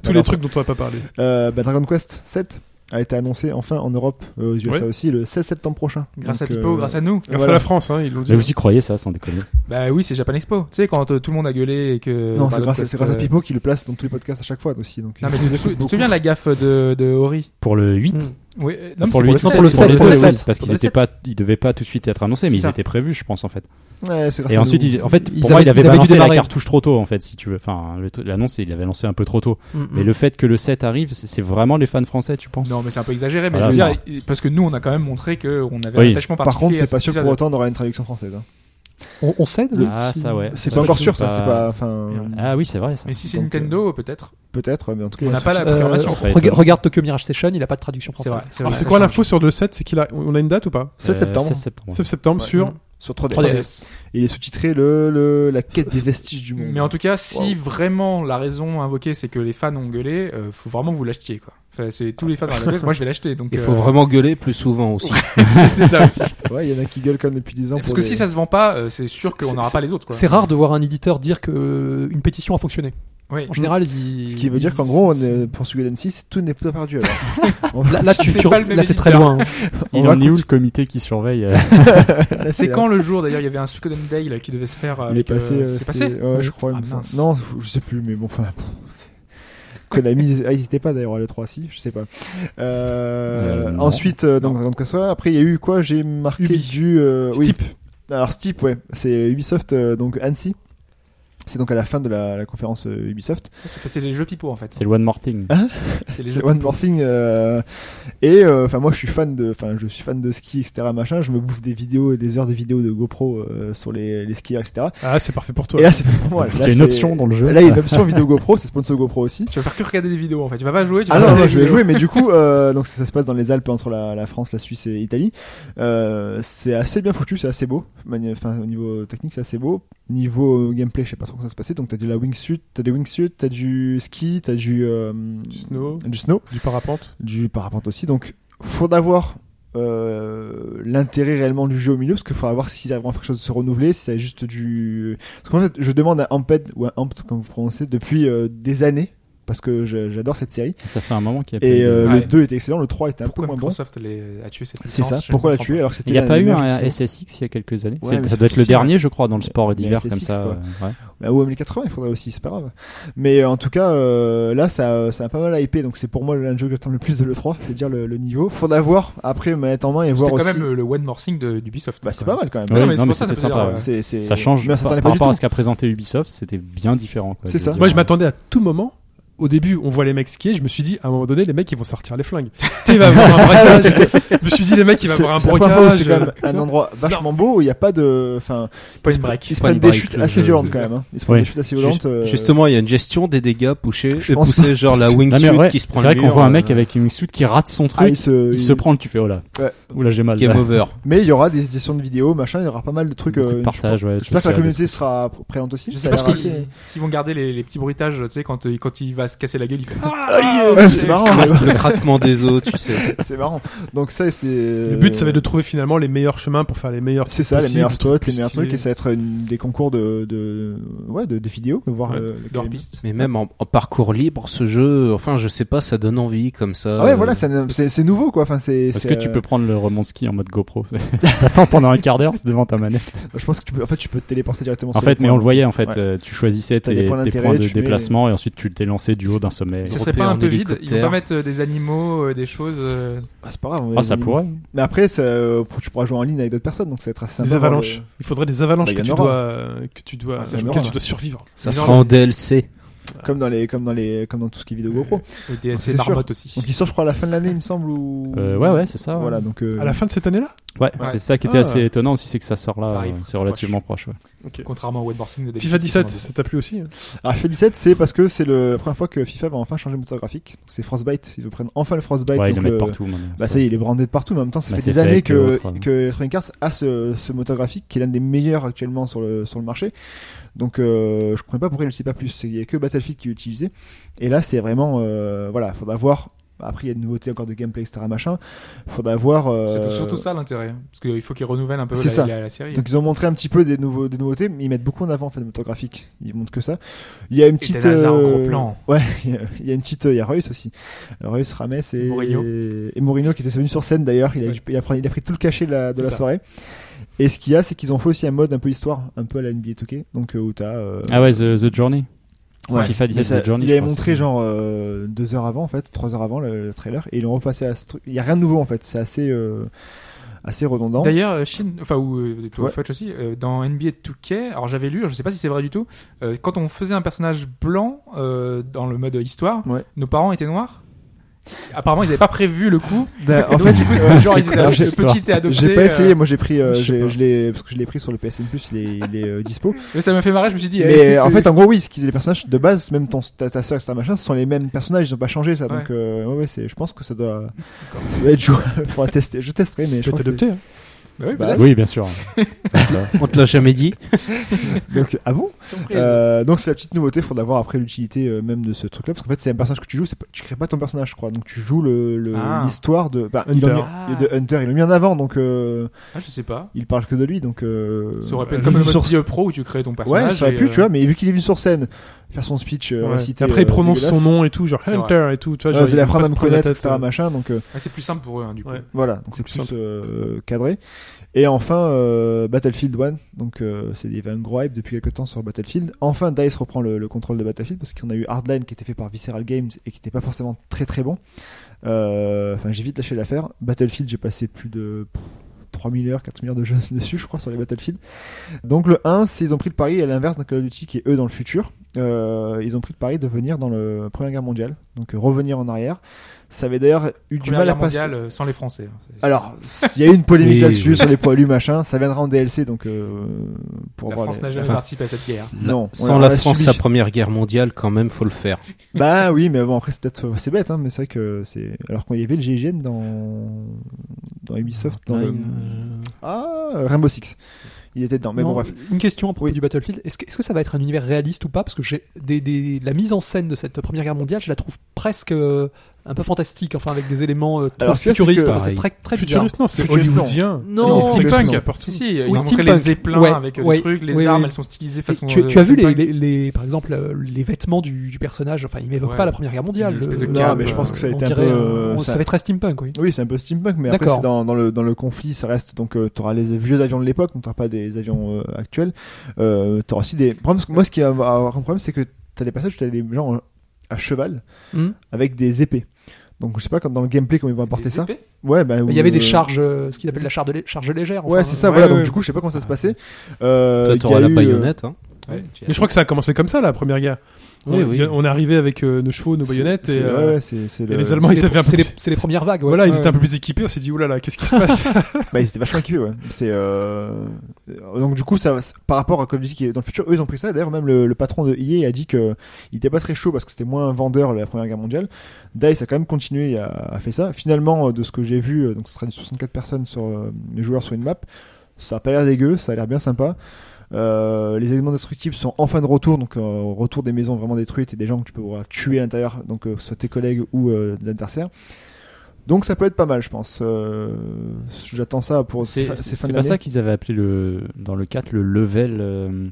Tous les trucs dont on n'a pas parlé.
euh, ben, Dragon Quest 7 a été annoncé enfin en Europe euh, aux USA
Ouais.
aussi le 16 septembre prochain.
Grâce
Donc,
à Pipo,
euh,
grâce à nous.
Grâce
voilà.
à la France, hein, ils l'ont dit.
Mais vous y croyez ça, sans déconner
Bah oui, c'est Japan Expo. Tu sais, quand euh, tout le monde a gueulé et que.
Non,
Dragon
c'est grâce, à-
Quest,
c'est grâce à
euh,
Pipo qui le place dans tous les podcasts à chaque fois aussi donc.
Non, mais tu
il nous
te
écoute
sou- tu te
beaucoup.
souviens de la gaffe de, de Ori
Pour le 8
Mm.
Oui, euh, non, mais
Pour
c'est
le 8
non, pour le
Pour
sept,
le
pour le
sept,
sept.
oui, Parce qu'ils
Pour le
étaient
sept.
pas, ils devaient pas tout de suite être annoncés, mais
C'est
ils
ça.
étaient prévus, je pense, en fait.
Ouais, c'est grâce
Et
à
ensuite,
nous.
ils- en fait,
Ils
pour moi,
avaient-
il avait
ils avaient dû
balancé la
démarrer.
cartouche trop tôt, en fait, si tu veux. Enfin, le t- l'annonce, il l'avait lancé un peu trop tôt.
Mm,
Hmm.
Mais le fait que le 7 arrive, c'est- c'est vraiment les fans français, tu penses
Non, mais c'est un peu exagéré, mais
Voilà,
je veux dire, parce que nous, on a quand même montré qu'on avait un
Oui.
attachement
Par contre,
particulier. à
c'est pas
cette
sûr que
épisode.
pour autant on aura une traduction française. hein.
On, on cède le.
Ah,
si-
ça, ouais.
C'est
Ça,
pas
je
encore
sais
sûr ça,
pas.
c'est pas enfin
Ah oui, c'est vrai, ça.
Mais si c'est
Donc, euh, Ah,
Nintendo, peut-être.
peut-être mais en tout cas
On
il y a
n'a pas la
ce-
Euh,
confirmation.
ça va être-
rega- regarde Tokyo Mirage Session, il a pas de traduction
C'est
française.
vrai.
Alors c'est
vrai.
quoi l'info sur le 7 C'est qu'il a, on a une date ou pas
Euh,
16 septembre
16 septembre.
7 septembre
Ouais.
sur.
sur 3D.
3DS.
Et il est sous-titré le, le la quête des vestiges du monde.
Mais en tout cas, si vraiment la raison invoquée c'est que les fans ont gueulé, euh, faut vraiment vous l'achetiez quoi. Enfin, c'est tous les fans dans la gueule, moi je vais l'acheter donc.
Il
euh,
faut vraiment gueuler plus souvent aussi.
c'est- c'est ça aussi.
Ouais, il y en a qui gueulent comme depuis 10 ans.
Parce
pour
que
des-
si ça se vend pas, euh, c'est sûr
C'est-
qu'on n'aura
c'est-
pas les autres quoi.
C'est rare de voir un éditeur dire que euh, une pétition a fonctionné.
Oui.
En général, il-
Ce qui veut dire qu'en gros, on est- pour Suikoden 6, tout n'est pas perdu alors. On va-
Là, là, tu,
C'est
tu-
pas le même
là, c'est très
éditeur.
loin. hein.
on
Il
va
en est où le comité qui surveille euh,
là,
C'est
la-
quand le jour d'ailleurs il y avait un Suikoden Day là, qui devait se faire.
Il
avec,
est
euh,
passé. euh,
c'est passé.
Ouais, je crois. il
Ah,
me semble.
mince.
Non, je sais plus, mais bon, enfin. pff, c'est- Konami, ah, ils étaient pas d'ailleurs à l'E3, si, je sais pas. Euh,
Euh, non.
ensuite, euh, donc, Dragon Quest, ouais, après, il y a eu quoi J'ai marqué
Ubi.
du. euh, oui.
Steep.
Alors, Steep, ouais, c'est Ubisoft, euh, donc Annecy. C'est donc à la fin de la, la conférence euh, Ubisoft.
C'est c'est les jeux pipo en fait.
C'est le one more thing.
C'est les
C'est
jeux
One More Thing. euh, et euh, enfin, moi, je suis fan de, enfin, je suis fan de ski, etc. Machin. Je me bouffe des vidéos et des heures de vidéos de GoPro euh, sur les, les skieurs, etc.
Ah, c'est parfait pour toi.
Et là, c'est pas moi.
Il y a une option dans le jeu.
Là, il y a une option vidéo GoPro. C'est sponsor GoPro aussi.
Tu vas faire que regarder des vidéos en fait. Tu vas pas jouer, tu vas
Ah non,
regarder
non,
des
je vais
vidéos.
jouer, mais du coup, euh, donc ça, ça se passe dans les Alpes entre la, la France, la Suisse et l'Italie. Euh, c'est assez bien foutu, c'est assez beau. Mani- Enfin, au niveau technique, c'est assez beau. Niveau euh, gameplay, je sais pas trop comment ça se passait. Donc t'as de la wingsuit, t'as des wingsuits, t'as du ski, t'as du, euh,
Du snow.
du snow,
Du parapente.
du parapente aussi. Donc faudra avoir euh, l'intérêt réellement du jeu au milieu parce qu'il faudra voir s'ils arrivent à faire quelque chose de se renouveler si c'est juste du parce qu'en fait je demande à Amped ou à Ampt comme vous prononcez depuis euh, des années parce que je- j'adore cette série
Ça fait un moment qu'il n'y a pas eu
et
de-
euh,
Ouais.
le 2 était excellent, le 3 était un
Pourquoi
peu moins bon.
Microsoft les- a tué cette
C'est ça,
licence, je
pourquoi
ne
la
comprends
tuer
pas.
alors que c'était
Il n'y a
la
pas eu
dernière,
un
justement.
SSX il y a quelques années.
Ouais,
C'est-
mais
ça doit être le
SSX,
dernier, je crois, dans le sport
Mais
d'hiver
SSX,
comme ça.
quoi.
euh, ouais.
Bah, ou 80, il faudrait aussi, c'est pas grave. Mais euh, en tout cas, euh, là, ça, euh, ça a pas mal hypé, donc c'est pour moi le jeu que j'attends le plus de l'E3, c'est dire le, le niveau. Faudra voir après mettre en main et voir
C'était quand
aussi.
même euh, le One More Thing de- d'Ubisoft.
Bah, c'est pas mal quand même.
Ouais,
Ouais,
mais c'est
non, mais
pour ça,
c'était
ça veut dire,
sympa. ouais.
euh,
C'est, c'est...
Ça change
Mais on
par,
s'attendait
par
pas du
rapport à
tout.
ce qu'a présenté Ubisoft, c'était bien différent. quoi,
C'est
de
ça.
dire,
Moi, je
euh,
m'attendais à tout moment. Au début, on voit les mecs skier. Je me suis dit, à un moment donné, les mecs, ils vont sortir les flingues. Tu vas avoir un brassage. Je me suis dit, les mecs, ils vont
C'est-
avoir un
c'est la première fois où
brocage.
C'est quand même un endroit vachement beau où il n'y a pas de. Enfin,
C'est pas une break.
ils se
pas une
prennent des
break,
chutes
le
assez
jeu,
violentes
c'est
quand
ça.
même. hein. Ils se prennent
Ouais.
des chutes assez
Juste-
violentes. euh,
Justement, il y a une gestion des dégâts poussés,
Je pense
poussés genre la
Non, mais
wingsuit
ouais,
qui se
c'est
prend
vrai
le
qu'on
mur,
voit un
euh,
mec avec une wingsuit qui rate son
ah,
truc,
ils se.
il se prend, tu fais oh là.
Ouais.
Ouh là, j'ai mal.
Game
là.
over.
Mais il y aura des éditions de vidéos, machin, il y aura pas mal de trucs.
Beaucoup de
euh,
partage, ouais,
J'espère que la
social.
communauté sera présente aussi. Ça a
Parce
l'air
qu'ils-
assez-
S'ils vont garder les, les petits bruitages, tu sais, quand, euh, quand il va se casser la gueule, il fait. Ah,
Ouais, c'est marrant.
Le craquement des os, tu sais.
C'est marrant. Donc ça, c'est
Le
le
but, ça va être de trouver finalement les meilleurs chemins pour faire les meilleurs.
c'est ça, les
possibles,
meilleurs
des
spots,
trucs
les
plus
meilleurs
stylés.
trucs, et ça va être une, des concours de, de ouais, de, de vidéos, de voir
Ouais,
euh, lequel est
Leur
mieux.
piste.
Mais même en, en parcours libre, ce jeu, enfin, je sais pas, ça donne envie comme ça.
Ah ouais,
euh,
voilà, ça ne- c'est c'est nouveau quoi. Enfin, c'est.
Est-ce
c'est,
que tu
euh,
peux prendre le remont ski en mode GoPro T'attends pendant un quart d'heure devant ta manette.
Je pense que tu peux. En fait, tu peux te téléporter directement.
En
sur les
fait, mais
points.
on le voyait, en fait,
Ouais.
euh, tu choisissais
T'as
tes,
des points
tes
d'intérêt,
points de
tu mets-
déplacement et ensuite tu t'es lancé du haut d'un sommet.
Ce serait pas un peu vide. Ils vont
hélicoptère.
pas mettre euh, des animaux, euh, des choses. euh,
Ah, c'est pas grave. on
Ah,
est
ça
en ligne.
pourrait.
Mais après, ça, euh, tu pourras jouer en ligne avec d'autres personnes, donc ça va être assez sympa. euh,
Des
voir
avalanches.
le-
Il faudrait des avalanches
Bah,
que,
y en
tu
aura.
dois, euh, que tu dois,
Ah, ça,
que
y en aura.
tu dois survivre.
Ça
les
sera
gens-
en DLC.
Comme dans les, comme dans les, comme dans tout ce qui est vidéo GoPro. Ah,
Et des
C'est
c'est marmottes aussi.
Donc il sort, je crois, à la fin de l'année, il me semble. Ou...
Euh, ouais, ouais, c'est ça. ouais.
Voilà, donc. euh,
À la fin de cette année-là
Ouais,
Ouais.
c'est ça qui était
Ah.
assez étonnant aussi, c'est que ça sort
Ça
là.
arrive,
euh,
c'est
C'est relativement proche. ouais.
Contrairement au Wetboxing de
FIFA 17,
David.
ça t'a plu aussi hein
Alors FIFA 17, c'est parce que c'est le- la première fois que FIFA va enfin changer le moteur graphique. Donc, C'est Frostbite. Ils prennent enfin le Frostbite.
Ouais, ils
donc
le mettent
le-
partout. maintenant,
Bah
ça.
ça y est, il est brandé de partout, mais en même temps, ça
Bah,
fait des
c'est
années
avec,
que,
euh, autre, euh.
que Electronic Arts a ce, ce moteur graphique qui est l'un des meilleurs actuellement sur le, sur le marché. Donc euh, je comprends pas pourquoi il ne sait pas plus. C'est- Il n'y a que Battlefield qui est utilisé. Et là, c'est vraiment... Euh, voilà, faudra voir... Après, il y a de nouveautés encore de gameplay, etc. Machin. Faudra voir... euh,
C'est surtout ça l'intérêt. hein. Parce qu'il faut qu'ils renouvellent un peu
C'est
la,
ça.
la- la série.
Donc ils ont montré un petit peu des, nouveaux, des nouveautés, mais ils mettent beaucoup en avant en fait, le moteur graphique. Ils montrent que ça. Il y a une
Eden
petite... euh,
Hazard en gros plan.
Ouais, il y, a, il y a une petite... euh, Il y a Reus aussi. Reus, Rames et
Mourinho.
et Mourinho qui était venu sur scène d'ailleurs. Il, a-
Ouais.
il a pris- il a pris tout le cachet de la, de
C'est
la
ça.
soirée. Et ce qu'il y a, c'est qu'ils ont fait aussi un mode un peu histoire, un peu à la NBA 2K. Donc euh, où t'as... euh,
Ah ouais, The, The Journey.
Ouais.
FIFA
Mais
17
ça-
The Journey.
il
je
avait
crois,
montré
c'est-
genre euh, deux heures avant en fait, trois heures avant le, le trailer, et ils l'ont repassé à ce truc. Il y a rien de nouveau en fait, c'est assez euh, assez redondant.
D'ailleurs, euh, Shin, enfin, ou euh, toi,
Ouais.
Fudge aussi, euh, dans NBA 2K, alors j'avais lu, je sais pas si c'est vrai du tout, euh, quand on faisait un personnage blanc euh, dans le mode histoire,
Ouais.
nos parents étaient noirs. Apparemment, ils n'avaient pas prévu le coup.
Bah, en
Donc,
fait,
du coup,
ouais,
genre,
c'est
ils étaient
clair.
assez
J'ai-
petits et adoptés.
J'ai pas essayé,
euh,
moi j'ai pris, euh,
je sais
j'ai-
pas.
je l'ai parce que je l'ai pris sur le PSN Plus, il est, il est euh, dispo.
mais ça m'a fait marrer, je me suis dit.
Mais
eh,
en
c'est-
fait, en gros, oui, ce qu'ils- les personnages de base, même ton, ta, ta soeur, etc., machin, ce sont les mêmes personnages, ils ont pas changé ça. Donc, euh, ouais, ouais, c'est, je pense que ça doit, ça doit être jouable. Faudra tester. Je testerai, mais je
Tu peux
crois que
t'adopter. hein.
Bah oui,
bah,
peut-être,
Oui, bien sûr.
hein.
On te l'a jamais dit.
c'est- Donc, ah bon
surprise.
euh, Donc, c'est la petite nouveauté. Faudra voir après l'utilité euh, même de ce truc-là, parce qu'en fait, c'est un personnage que tu joues. C'est pas, tu crées pas ton personnage, je crois. Donc, tu joues le, le-
Ah.
l'histoire de bah, ils l'ont
Hunter.
mis- et de Hunter. Ils l'ont mis en avant, donc euh,
Ah, je sais pas.
il parle que de lui. Donc, euh,
Ça aurait pu être
euh,
comme le mode
sur-
vieux pro où tu crées ton personnage.
Ouais, ça aurait
et,
pu,
euh,
tu vois, mais vu qu'il est venu sur scène, faire son speech, euh,
Ouais.
réciter,
Après,
euh,
il prononce son
dégueulasse.
nom et tout, genre
C'est vrai.
Hunter et tout. Tu vois,
Ouais,
genre,
vous
il
allez
va
apprendre
pas
à
se
me
prendre la
connaître,
tête,
etc.
euh.
Machin, donc euh,
ouais, c'est plus simple pour eux, hein, du coup.
Ouais.
voilà, donc c'est
C'est plus
plus euh, cadré. Et enfin, euh, Battlefield 1, donc euh, c'est il y avait un gros hype depuis quelques temps sur Battlefield. Enfin, DICE reprend le, le contrôle de Battlefield parce qu'on a eu Hardline qui était fait par Visceral Games et qui n'était pas forcément très très bon. Euh, Enfin, j'ai vite lâché l'affaire. Battlefield, j'ai passé plus de 3000 heures, 4000 heures de jeu dessus, je crois, sur les Battlefield. Donc le 1, c'est ils ont pris le pari à l'inverse d'un Call of Duty qui est eux dans le futur. Euh, ils ont pris le pari de venir dans la Première Guerre mondiale, donc euh, revenir en arrière. Ça avait d'ailleurs eu du mal à passer.
sans les Français. hein. C'est-
Alors, il y a eu une polémique
Oui,
là-dessus
oui.
sur les poilus, machin. Ça viendra en DLC, donc euh, pour
la
voir
France
les-
n'a jamais
enfin,
participé à cette guerre.
Non, on
Sans la
l'a
France,
subi.
la première guerre mondiale, quand même, faut le faire.
Bah oui, mais bon, après, c'est peut-être, c'est bête, hein, mais c'est vrai que c'est. Alors qu'il y avait le GIGN dans. dans Ubisoft, dans le. Ah, Rainbow Six. Il était dedans, mais
euh, Non,
bon, bref.
Une question à propos
Oui.
du Battlefield. Est-ce que, est-ce que ça va être un univers réaliste ou pas Parce que j'ai des, des- la mise en scène de cette Première Guerre mondiale, je la trouve presque euh, un peu fantastique, enfin avec des éléments euh, trop
Alors, ce qu'il y a, c'est
futuristes.
que-
Enfin, c'est très très bizarre.
Ah, Futuriste, non, c'est
Futuriste, non.
hollywoodien.
Non,
c'est
c'est
steampunk.
steampunk.
Si, si, ils
Oui,
ont euh, montré
steampunk.
les éplins
Ouais,
avec euh,
ouais,
les trucs, les
ouais,
armes,
ouais.
elles sont stylisées
Et
façon.
tu,
euh,
tu as vu les,
steampunk.
les, les- par exemple euh, les vêtements du, du personnage Enfin, il m'évoque
Ouais.
pas la Première Guerre mondiale.
Une espèce de
Le-
Non,
câble,
mais je pense que ça a
on
été un peu.
dirait,
euh,
euh,
ça-
ça va être très steampunk, oui.
Oui, c'est un peu steampunk, mais après,
D'accord.
c'est dans, dans, le, dans le conflit, ça reste. Donc, euh, t'auras les vieux avions de l'époque, donc t'auras pas des avions euh, actuels. Euh, t'auras aussi des. Problème, moi, ce qui va avoir un problème, c'est que t'as des passages où t'as des gens à cheval
Hmm.
avec des épées. Donc, je sais pas quand dans le gameplay comment ils vont apporter
Des
ça.
épées
Ouais, bah.
Il y avait des
charges
charges, euh, ce qu'ils appellent la charge, lé- charge légère.
Ouais,
enfin,
c'est ça,
euh,
voilà.
ouais,
donc,
ouais.
du coup, je sais pas comment ça se
Ah,
passait. Euh,
Toi,
il y
t'auras
a
la
eu, euh,
baïonnette. Hein.
Ouais, tu-
Mais je crois que ça a commencé comme ça, la première guerre.
Oui,
on,
oui.
on est arrivé avec euh, nos chevaux, nos baïonnettes.
c'est-
Et, euh,
ouais, ouais, c'est- c'est
et
le-
les Allemands, ils
C'est
avaient un
les-
peu
c'est les,
plus-
c'est les premières vagues. ouais.
Voilà, ils
Ouais.
étaient un peu plus équipés. On s'est dit, oulala, qu'est-ce qui se passe
Bah, ils étaient vachement équipés, ouais. C'est euh... donc du coup, ça, va- par rapport à Call of Duty qui est dans le futur, eux ils ont pris ça. D'ailleurs, même le, le patron de EA a dit que il était pas très chaud parce que c'était moins vendeur la Première Guerre mondiale. Dice a quand même continué à, à faire ça. Finalement, euh, de ce que j'ai vu, euh, donc ce sera du 64 personnes sur euh, les joueurs sur une map. Ça a pas l'air dégueu, ça a l'air bien sympa. Euh, les éléments destructibles sont enfin de retour, donc euh, retour des maisons vraiment détruites et des gens que tu peux pouvoir tuer à l'intérieur, donc euh, que ce soit tes collègues ou euh, des adversaires. Donc ça peut être pas mal, je pense. Euh, J'attends ça pour ces
C'est
fa- ces fins
c'est
de
pas ça
l'année.
qu'ils avaient appelé le, dans le 4 le level. euh,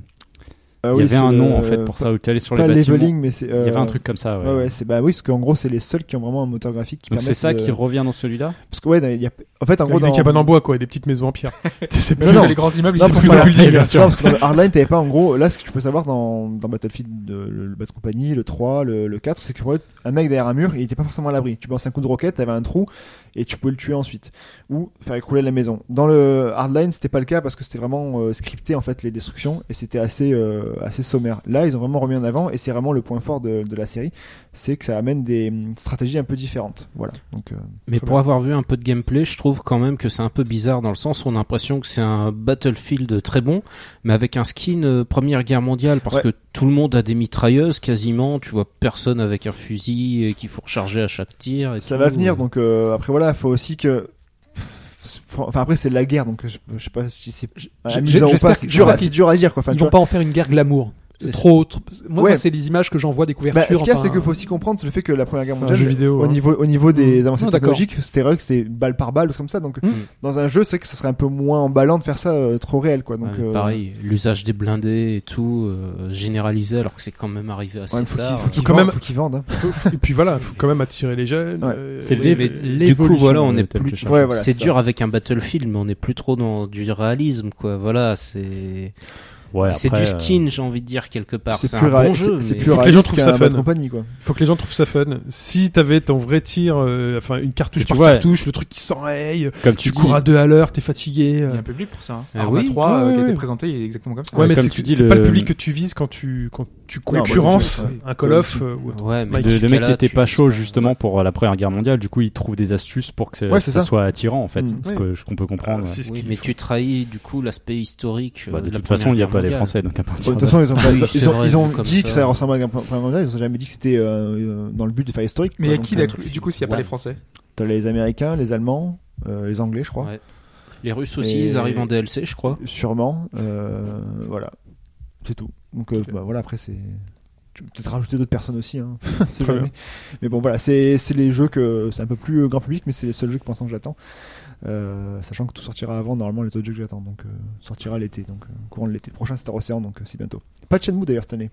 Ah
il y
oui,
avait
c'est
un nom
le-
en fait pour
pas-
ça où tu allais sur les
Pas
bâtiments.
leveling, mais c'est.
Il y
euh,
avait un truc comme ça. Ouais.
Ouais, ouais, c'est bah oui, parce qu'en gros, c'est les seuls qui ont vraiment un moteur graphique qui
Donc
permet
c'est ça
de-
qui revient dans celui-là.
Parce que ouais, il y a... en fait, en gros,
Avec des
dans-
cabanes en bois, quoi, et des petites maisons en pierre. c'est
Non,
plus
non.
les grands immeubles,
Non,
ils
c'est
sont
plus
parce que
dans
dans
le
la-
building, bien
non,
sûr.
hein.
parce que dans le Hardline, t'avais pas en gros. Là, ce que tu peux savoir dans, dans Battlefield, euh, le, le Bad Company, le 3, le, le 4, c'est que ouais, un mec derrière un mur, il était pas forcément à l'abri. Tu lances un coup de roquette, t'avais un trou et tu pouvais le tuer ensuite. Ou faire écrouler la maison. Dans le Hardline, c'était pas le cas parce que c'était vraiment euh, scripté en fait les destructions et c'était assez, euh, assez sommaire. Là, ils ont vraiment remis en avant et c'est vraiment le point fort de, de la série, c'est que ça amène des mm, stratégies un peu différentes. Voilà. Donc, euh,
Mais
Très
pour
bien.
avoir vu un peu de gameplay, je trouve quand même que c'est un peu bizarre dans le sens où on a l'impression que c'est un Battlefield très bon, mais avec un skin euh, Première Guerre mondiale, parce
Ouais.
que tout le monde a des mitrailleuses quasiment, tu vois personne avec un fusil et qu'il faut recharger à chaque tir. et
Ça
tout.
va venir, donc euh, après voilà, faut aussi que. Enfin après c'est de la guerre, donc je, je sais pas si c'est amusant ou
j'espère
pas.
que-
C'est dur, à-
j'espère
c'est dur à dire quoi. Enfin,
Ils
tu
vont
vois.
pas en faire une guerre glamour.
C'est-
Trop, trop- Moi,
Ouais.
moi, c'est les images que j'envoie des
Bah,
couvertures.
ce qu'il y a,
enfin, euh,
c'est qu'il faut aussi comprendre c'est le fait que la première guerre
un
mondiale,
jeu vidéo.
au
hein.
niveau au niveau des avancées
Non, d'accord.
technologiques, c'était vrai que c'était balle par balle ou comme ça. Donc
Mm.
dans un jeu, c'est vrai que ce serait un peu moins emballant de faire ça euh, trop réel quoi.
Ouais,
Donc
mais
euh,
pareil, l'usage des blindés et tout euh, généralisé, alors que c'est quand même arrivé
ouais,
assez
mais faut qu'ils
tard.
faut qu'ils
Quand
vendent,
même-
faut qu'ils vendent, hein.
Et puis voilà, faut quand même attirer les jeunes.
Ouais.
euh,
C'est
et-
des-
mais
et-
du coup, voilà, on
euh,
est
tel
plus-
que cherche.
Ouais, voilà,
c'est
ça.
dur avec un Battlefield, mais on n'est plus trop dans du réalisme, quoi. Voilà, c'est
Ouais,
c'est
après,
du
euh,
skin, j'ai envie de dire quelque part. C'est
C'est
un
plus
bon
réel-
jeu.
c'est- c'est
mais-
plus
Faut que les
réaliste
gens trouvent
qu'un
ça
Bad
fun.
Company quoi.
Faut que les gens trouvent ça fun. Si t'avais ton vrai tir, euh, enfin une cartouche
Et tu
par
vois,
cartouche, le truc qui s'enraye,
Comme
tu
tu dis,
cours à deux à l'heure, t'es fatigué.
Il y a
euh.
un public pour ça. hein.
Ah
Arma
oui,
3 euh,
ouais,
qui a
ouais.
été présenté il est exactement comme ça.
Ouais,
Ouais,
mais
comme
c'est
tu
que-
dis,
c'est
le-
pas le public que tu vises quand tu quand tu
bah,
concurrences
ouais,
un Call of euh, ou autre.
Ouais, mais
Mike,
dans
de,
ce
de mecs
cas-là,
qui étaient
tu-
pas chauds justement pour euh, la Première Guerre mondiale, du coup ils trouvent des astuces pour que
Ouais,
ça,
c'est
ça
ça.
soit attirant en fait,
Mm.
ce
Oui.
que je- qu'on peut comprendre.
Ah,
ouais.
c'est ce
Oui,
qu'il
mais
faut.
tu trahis du coup l'aspect historique.
Bah,
euh,
de
la
toute
Première
façon, il n'y a
Guerre
pas les
mondiale.
Français, donc à
Bon,
partir
De
de
toute façon, ils ont, pas-
Oui,
ils ont-
c'est
ils ont,
vrai,
ils ont
vu comme
dit que
ça.
ça ressemblait à un Première Guerre mondiale. Ils ont jamais dit que c'était euh, dans le but de faire historique.
Mais il
quoi.
y a qui
Donc, euh,
là, du coup s'il n'y a pas
Ouais.
les Français
T'as les Américains, les Allemands, euh, les Anglais, je crois.
Ouais. Les Russes aussi,
Et-
ils arrivent en DLC, je crois.
Sûrement. euh, voilà. C'est tout. Donc euh, bah, voilà, après, c'est. Tu peux peut-être rajouter d'autres personnes aussi. Hein. C'est
Très
jamais.
bien.
Mais bon, voilà, c'est c'est les jeux que. C'est un peu plus euh, grand public, mais c'est les seuls jeux que pour l'instant que j'attends. Euh, sachant que tout sortira avant, normalement, les autres jeux que j'attends. Donc, euh, sortira l'été, donc euh, courant de l'été. Le prochain Star Ocean, donc euh, c'est bientôt. Pas de Shenmue d'ailleurs cette année.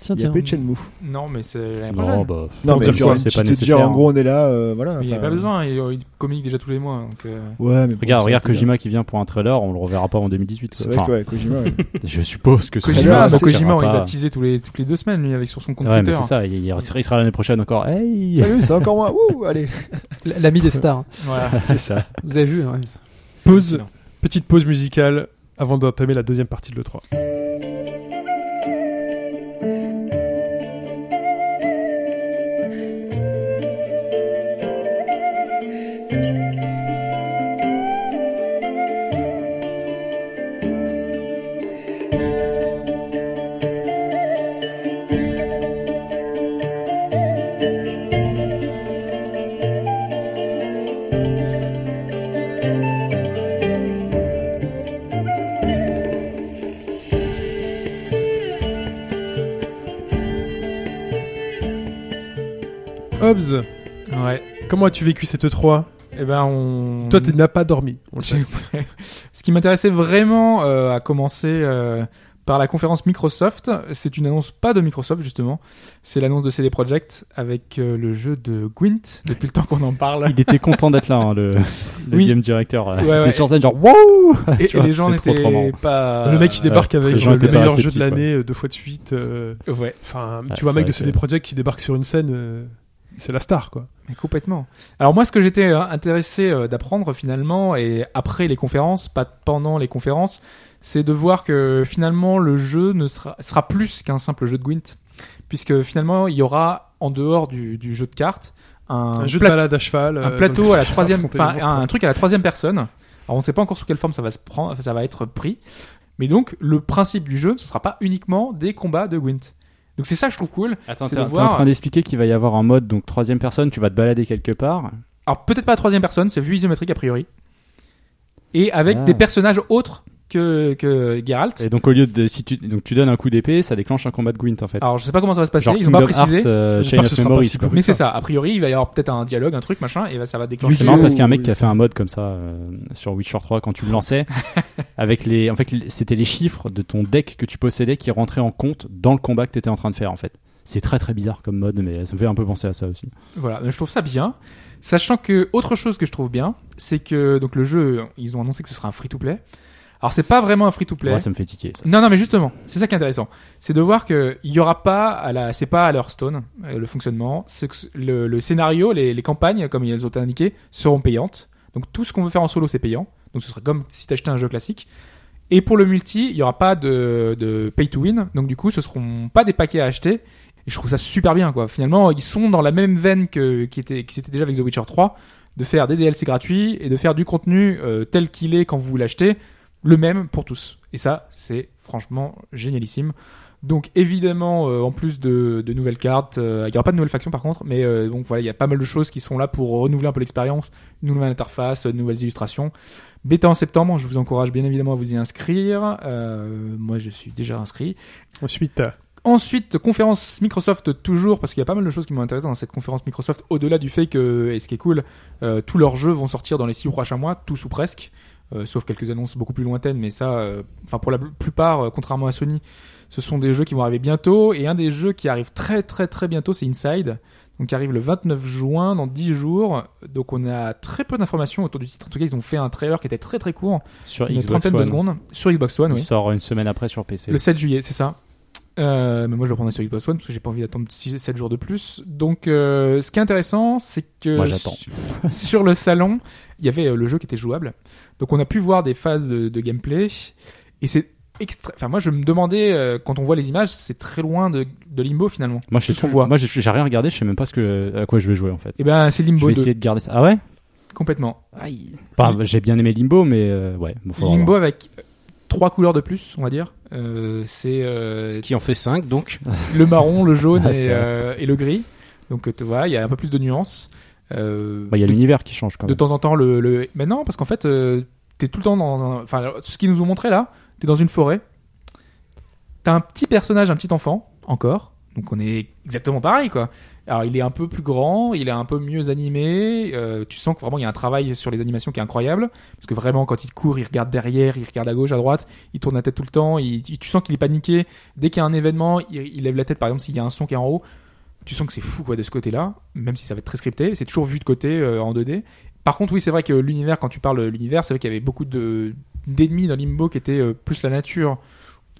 Tiens,
Il n'y a
Ah, tiens.
pas eu de Shenmue.
Non, mais c'est l'année
Non,
prochaine.
bah,
Non, mais
dire
genre,
quoi,
une
c'est pas
petite- te dire
nécessaire.
en gros, on est là, euh, voilà.
Mais il n'y a
enfin,
pas besoin, il, il communique déjà tous les mois. Donc, euh,
Ouais, mais bon,
Regarde,
c'est
regarde
un peu bien.
Kojima qui vient pour un trailer, on le reverra pas en 2018. quoi.
C'est vrai que
Enfin,
ouais, Kojima, ouais.
je suppose que ce
bien,
Kojima,
trailer
bah,
c'est-
Kojima
servira
il
Ah, pas-
va teaser tous les, toutes les deux semaines lui avec sur son compte
Ouais, mais
Twitter.
c'est ça, il, il sera il sera l'année prochaine encore. Hey
Salut, c'est encore moi. Ouh, allez.
L'ami des stars.
Voilà.
C'est ça.
Vous avez vu ouais.
pause, petite pause musicale avant d'entamer la deuxième partie de l'E3. Hobbs,
Ouais.
comment as-tu vécu cette E3
Eh ben, on.
Toi, tu n'as pas dormi. on le sait.
Ce qui m'intéressait vraiment euh, à commencer euh, par la conférence Microsoft, c'est une annonce pas de Microsoft justement, c'est l'annonce de CD Projekt avec euh, le jeu de Gwent, depuis le temps qu'on en parle.
Il était content d'être là, hein, le, le
Oui.
game director. Il
ouais.
était sur scène, genre wouh
Et,
Tu vois,
et les gens
c'était trop,
n'étaient
trop marrant.
pas.
le mec qui débarque
euh,
avec
très
genre,
gentil,
le meilleur jeu
paracetic,
de l'année euh, deux fois de suite. euh,
Ouais,
Enfin,
Ouais,
tu vois, un
c'est
mec de
vrai
CD
que-
Projekt qui débarque sur une scène, euh, c'est la star, quoi.
mais complètement. Alors moi, ce que j'étais euh, intéressé euh, d'apprendre finalement, et après les conférences, pas pendant les conférences, c'est de voir que finalement le jeu ne sera, sera plus qu'un simple jeu de Gwent, puisque finalement il y aura en dehors du, du jeu de cartes
Un,
un,
jeu
plat-
de balade à cheval.
un
euh,
plateau
dans
à la
lequel tu vas
troisième,
affronter
enfin
les monstres.
un, un truc à la troisième personne. Alors on ne sait pas encore sous quelle forme ça va se prendre, enfin, ça va être pris. Mais donc le principe du jeu, ce sera pas uniquement des combats de Gwent. Donc c'est ça que je trouve cool.
Attends,
C'est
t'es
de
t'es en
voir-
train d'expliquer qu'il va y avoir un mode, donc troisième personne, tu vas te balader quelque part.
Alors peut-être pas la troisième personne, c'est vue isométrique a priori. Et avec
Ah.
des personnages autres que que Geralt.
Et donc au lieu de si tu donc tu donnes un coup d'épée, ça déclenche un combat de Gwent en fait.
Alors je sais pas comment ça va se passer, ils Ah, ont
Kingdom
pas précisé.
Hearts, euh,
J'espère
Chain
que
of
ce sera pas
Memories.
si
quoi.
cool.
mais c'est ça. A priori, il va y avoir peut-être un dialogue, un truc machin, et ça va déclencher.
C'est marrant parce qu'il y a un mec qui a fait un mode comme ça euh, sur Witcher 3 quand tu le lançais avec les en fait les- c'était les chiffres de ton deck que tu possédais qui rentraient en compte dans le combat que tu étais en train de faire en fait. C'est très très bizarre comme mode mais ça me fait un peu penser à ça aussi.
Voilà, mais je trouve ça bien. Sachant que autre chose que je trouve bien, c'est que donc le jeu, ils ont annoncé que ce sera un free to play. Alors c'est pas vraiment un free to play.
Moi ça me fait tiquer ça.
non non mais justement, c'est ça qui est intéressant, c'est de voir que il y aura pas à la c'est pas à l'Hearthstone euh, le fonctionnement, C'est que le, le scénario, les, les campagnes comme ils ont été indiquées seront payantes. Donc tout ce qu'on veut faire en solo c'est payant. Donc ce sera comme si t'achetais un jeu classique. Et pour le multi, il y aura pas de, de pay to win. Donc du coup, ce seront pas des paquets à acheter. Et je trouve ça super bien, quoi. Finalement, ils sont dans la même veine que qui était qui s'était déjà avec The Witcher 3, de faire des DLC gratuits et de faire du contenu euh, tel qu'il est quand vous l'achetez, le même pour tous. Et ça, c'est franchement génialissime. Donc évidemment, euh, en plus de, de nouvelles cartes, euh, il y aura pas de nouvelles factions par contre, mais euh, donc voilà, il y a pas mal de choses qui sont là pour renouveler un peu l'expérience, une nouvelle interface, euh, de nouvelles illustrations. Bêta en septembre, je vous encourage bien évidemment à vous y inscrire. Euh, moi, je suis déjà inscrit.
Ensuite, euh,
Ensuite, conférence Microsoft toujours, parce qu'il y a pas mal de choses qui m'ont intéressé dans cette conférence Microsoft, au-delà du fait que, et ce qui est cool, euh, tous leurs jeux vont sortir dans les six prochains mois, tous ou presque, euh, sauf quelques annonces beaucoup plus lointaines, mais ça, euh, enfin pour la plupart, euh, contrairement à Sony, ce sont des jeux qui vont arriver bientôt, et un des jeux qui arrive très très très bientôt, c'est Inside, donc qui arrive le 29 juin, dans 10 jours, donc on a très peu d'informations autour du titre, en tout cas ils ont fait un trailer qui était très très court,
Sur
une
Xbox
trentaine de
One.
secondes, sur Xbox One,
Il
oui.
sort une semaine après sur PC.
Le 7 juillet, c'est ça. Euh, mais moi je le prendrai sur Xbox One parce que j'ai pas envie d'attendre 6, 7 jours de plus. Donc euh, ce qui est intéressant, c'est que
Moi, j'attends.
su- sur le salon, il y avait euh, le jeu qui était jouable. Donc on a pu voir des phases de, de gameplay et c'est extra enfin moi je me demandais euh, quand on voit les images, c'est très loin de, de Limbo finalement.
Moi je sais
Qu'est-ce qu'on
toujours-
voit
moi j'ai j'ai rien regardé, je sais même pas ce que à quoi je vais jouer en fait.
Et ben c'est
Je
Limbo
vais
2
essayer de garder ça. Ah ouais
complètement.
Bah, J'ai bien aimé Limbo mais euh, ouais, bon, faudra
Limbo
voir.
avec euh, trois couleurs de plus, on va dire. Euh, c'est euh,
Ce qui en fait 5, donc.
le marron, le jaune
Ah,
et,
c'est vrai.
euh, et le gris. Donc euh, tu vois, il y a un peu plus de nuances. Euh,
Bah, il y a
de,
l'univers qui change quand
de
même.
temps en temps le, le... mais non parce qu'en fait euh, t'es tout le temps dans un... enfin alors, ce qu'ils nous ont montré là, t'es dans une forêt. T'as un petit personnage, un petit enfant encore. Donc on est exactement pareil quoi. Alors il est un peu plus grand, il est un peu mieux animé. euh, tu sens que vraiment il y a un travail sur les animations qui est incroyable parce que vraiment quand il court, il regarde derrière, il regarde à gauche, à droite, il tourne la tête tout le temps. Il, tu tu sens qu'il est paniqué dès qu'il y a un événement, il, il lève la tête, par exemple, s'il y a un son qui est en haut, tu sens que c'est fou quoi de ce côté-là, même si ça va être très scripté, c'est toujours vu de côté euh, en 2D. Par contre, oui, c'est vrai que l'univers, quand tu parles de l'univers, c'est vrai qu'il y avait beaucoup de d'ennemis dans Limbo qui étaient euh, plus la nature.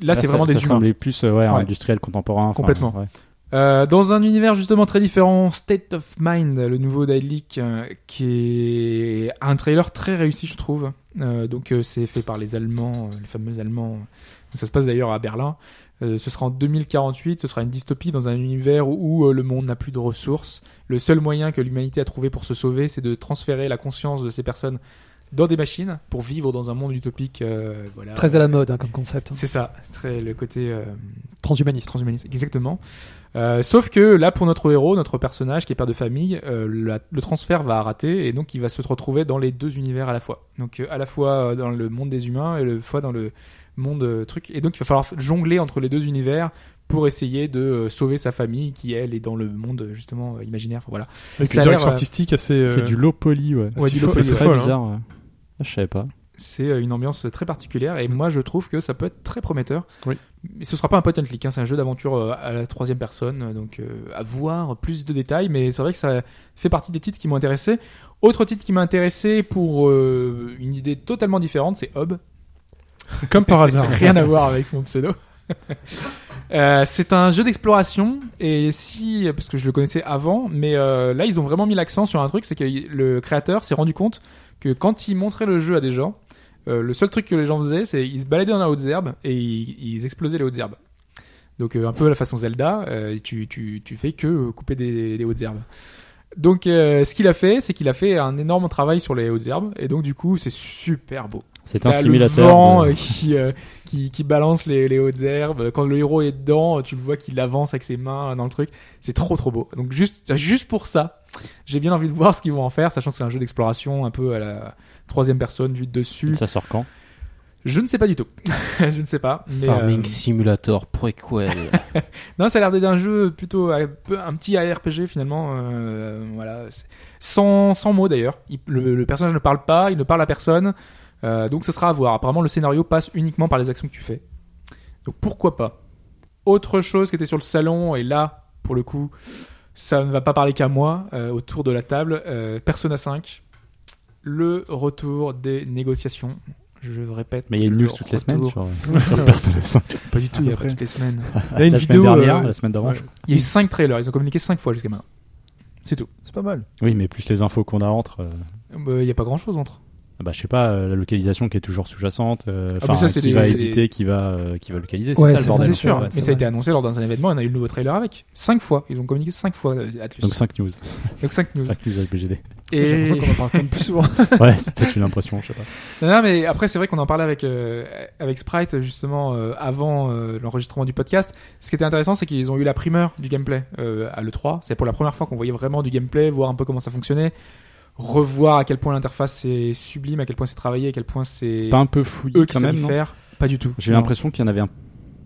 Là, c'est
ça-
vraiment des
ça
humains.
semblait plus euh, ouais,
Ouais.
industriel contemporain. enfin,
Complètement.
ouais.
Euh, dans un univers justement très différent, State of Mind, le nouveau Dailic, euh, qui est un trailer très réussi, je trouve. Euh, donc euh, c'est fait par les Allemands, euh, les fameux Allemands. Ça se passe d'ailleurs à Berlin. Euh, ce sera en 2048, ce sera une dystopie dans un univers où, où, euh, le monde n'a plus de ressources. Le seul moyen que l'humanité a trouvé pour se sauver, c'est de transférer la conscience de ces personnes dans des machines pour vivre dans un monde utopique. euh, voilà.
Très à la mode hein, comme concept. hein.
C'est ça, c'est très le côté. euh,
Transhumaniste.
transhumaniste. Exactement. Euh, sauf que là, pour notre héros, notre personnage qui est père de famille, euh, la- le transfert va rater et donc il va se retrouver dans les deux univers à la fois. Donc euh, à la fois euh, dans le monde des humains et le fois dans le monde euh, truc. Et donc il va falloir jongler entre les deux univers pour essayer de euh, sauver sa famille qui elle est dans le monde justement euh, imaginaire. Voilà.
Avec
Ça a
une direction
l'air, euh,
artistique assez.
C'est
euh,
du low poly, ouais.
Ouais,
C'est
du
fo-
low poly,
c'est
ouais.
très
Folle, hein.
bizarre. ouais. Ah, Je savais pas.
C'est euh, une ambiance très particulière et moi je trouve que ça peut être très prometteur.
Oui.
Mais ce sera pas un point and click, hein, c'est un jeu d'aventure euh, à la troisième personne, euh, donc euh, à voir plus de détails. Mais c'est vrai que ça fait partie des titres qui m'ont intéressé. Autre titre qui m'a intéressé pour euh, une idée totalement différente, c'est Hob.
Comme par hasard. hein.
Rien à voir avec mon pseudo. Euh, c'est un jeu d'exploration et si parce que je le connaissais avant, mais euh, là ils ont vraiment mis l'accent sur un truc, c'est que le créateur s'est rendu compte que quand il montrait le jeu à des gens, euh, le seul truc que les gens faisaient, c'est ils se baladaient dans la haute herbe et ils, ils explosaient les hautes herbes. Donc euh, un peu à la façon Zelda, euh, tu, tu, tu fais que euh, couper des, des hautes herbes. Donc euh, ce qu'il a fait, c'est qu'il a fait un énorme travail sur les hautes herbes et donc du coup c'est super beau.
C'est un
T'as
simulateur.
Le vent
de-
euh, qui, euh, qui, qui balance les, les hautes herbes. Quand le héros est dedans, tu le vois qu'il avance avec ses mains dans le truc. C'est trop trop beau. Donc juste, juste pour ça, j'ai bien envie de voir ce qu'ils vont en faire, sachant que c'est un jeu d'exploration un peu à la troisième personne vue de dessus.
Ça sort quand
Je ne sais pas du tout. Je ne sais pas. Mais,
Farming
euh,
Simulator Prequel.
non, ça a l'air d'être un jeu plutôt un, peu- un petit ARPG finalement. euh, voilà, C'est- sans, sans mots d'ailleurs. Il- Le, le personnage ne parle pas, il ne parle à personne. Euh, donc ce sera à voir. Apparemment, le scénario passe uniquement par les actions que tu fais. Donc pourquoi pas Autre chose qui était sur le salon, et là, pour le coup, ça ne va pas parler qu'à moi, euh, autour de la table, euh, Persona 5, le retour des négociations. Je répète.
Mais il y a une news
le
toutes les semaines
retour-
sur, sur le Persona 5.
Pas du tout, il y a pas
Après.
toutes les semaines.
Il y a une
la
vidéo.
semaine dernière,
euh,
la semaine d'avant.
ouais.
je crois.
Il y a eu 5 trailers, ils ont communiqué 5 fois jusqu'à maintenant. C'est tout.
C'est pas mal.
Oui, mais plus les infos qu'on a entre. euh,
Il n'y a pas grand chose entre.
bah, je sais pas, euh, la localisation qui est toujours sous-jacente. euh,
Ah,
Enfin,
mais ça, c'est
qui
des-
va
c'est
éditer, qui va, euh, qui va localiser.
Ouais,
c'est ça
c'est-
le bordel.
c'est
en fait,
sûr,
ouais,
mais
c'est
ça
vrai.
a été annoncé lors d'un événement, on a eu le nouveau trailer avec. 5 fois, ils ont communiqué 5 fois euh, Atlus.
Donc 5 news.
Donc 5 news.
5 news LBGD.
J'ai
Et...
l'impression qu'on en parle quand même plus souvent.
ouais, c'est peut-être une impression, je sais pas.
Non, non, mais après, c'est vrai qu'on en parlait avec, euh, avec Sprite, justement, euh, avant euh, l'enregistrement du podcast. Ce qui était intéressant, c'est qu'ils ont eu la primeur du gameplay euh, à l'E3. C'est pour la première fois qu'on voyait vraiment du gameplay, voir un peu comment ça fonctionnait, revoir à quel point l'interface est sublime, à quel point c'est travaillé, à quel point c'est
Pas un peu fouillé
eux qui
quand
savent
même,
y
non
faire. Pas du tout.
J'ai
Non.
l'impression qu'il y en avait un-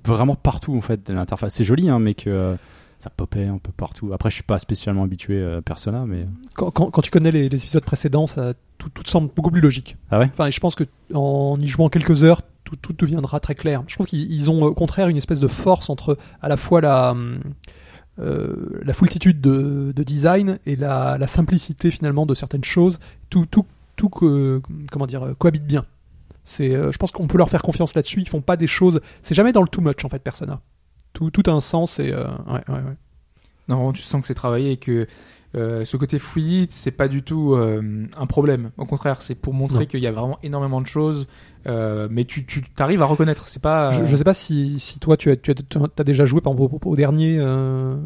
vraiment partout en fait de l'interface. C'est joli, hein, mais que euh, ça popait un peu partout. Après, je suis pas spécialement habitué euh, à Persona, mais
Quand, quand- quand tu connais les, les épisodes précédents, ça, tout, tout semble beaucoup plus logique.
Ah ouais
Enfin, et je pense que en y jouant quelques heures, tout, tout deviendra très clair. Je trouve qu'ils ils ont euh, au contraire une espèce de force entre à la fois la hum, euh, la foultitude de, de design et la, la simplicité finalement de certaines choses. Tout tout tout co- comment dire euh, cohabite bien. C'est, euh, je pense qu'on peut leur faire confiance là-dessus. Ils font pas des choses. C'est jamais dans le too much en fait, Persona. Tout, tout a un sens et euh, ouais, ouais, ouais.
Non, vraiment, tu sens que c'est travaillé et que euh, ce côté fouillis, c'est pas du tout euh, un problème. Au contraire, c'est pour montrer
Non.
qu'il y a vraiment énormément de choses, euh, mais tu, tu arrives à reconnaître. C'est
Euh,
pas.
Je, je sais pas si, si toi tu as, tu as, tu as déjà joué par exemple, au, au dernier euh,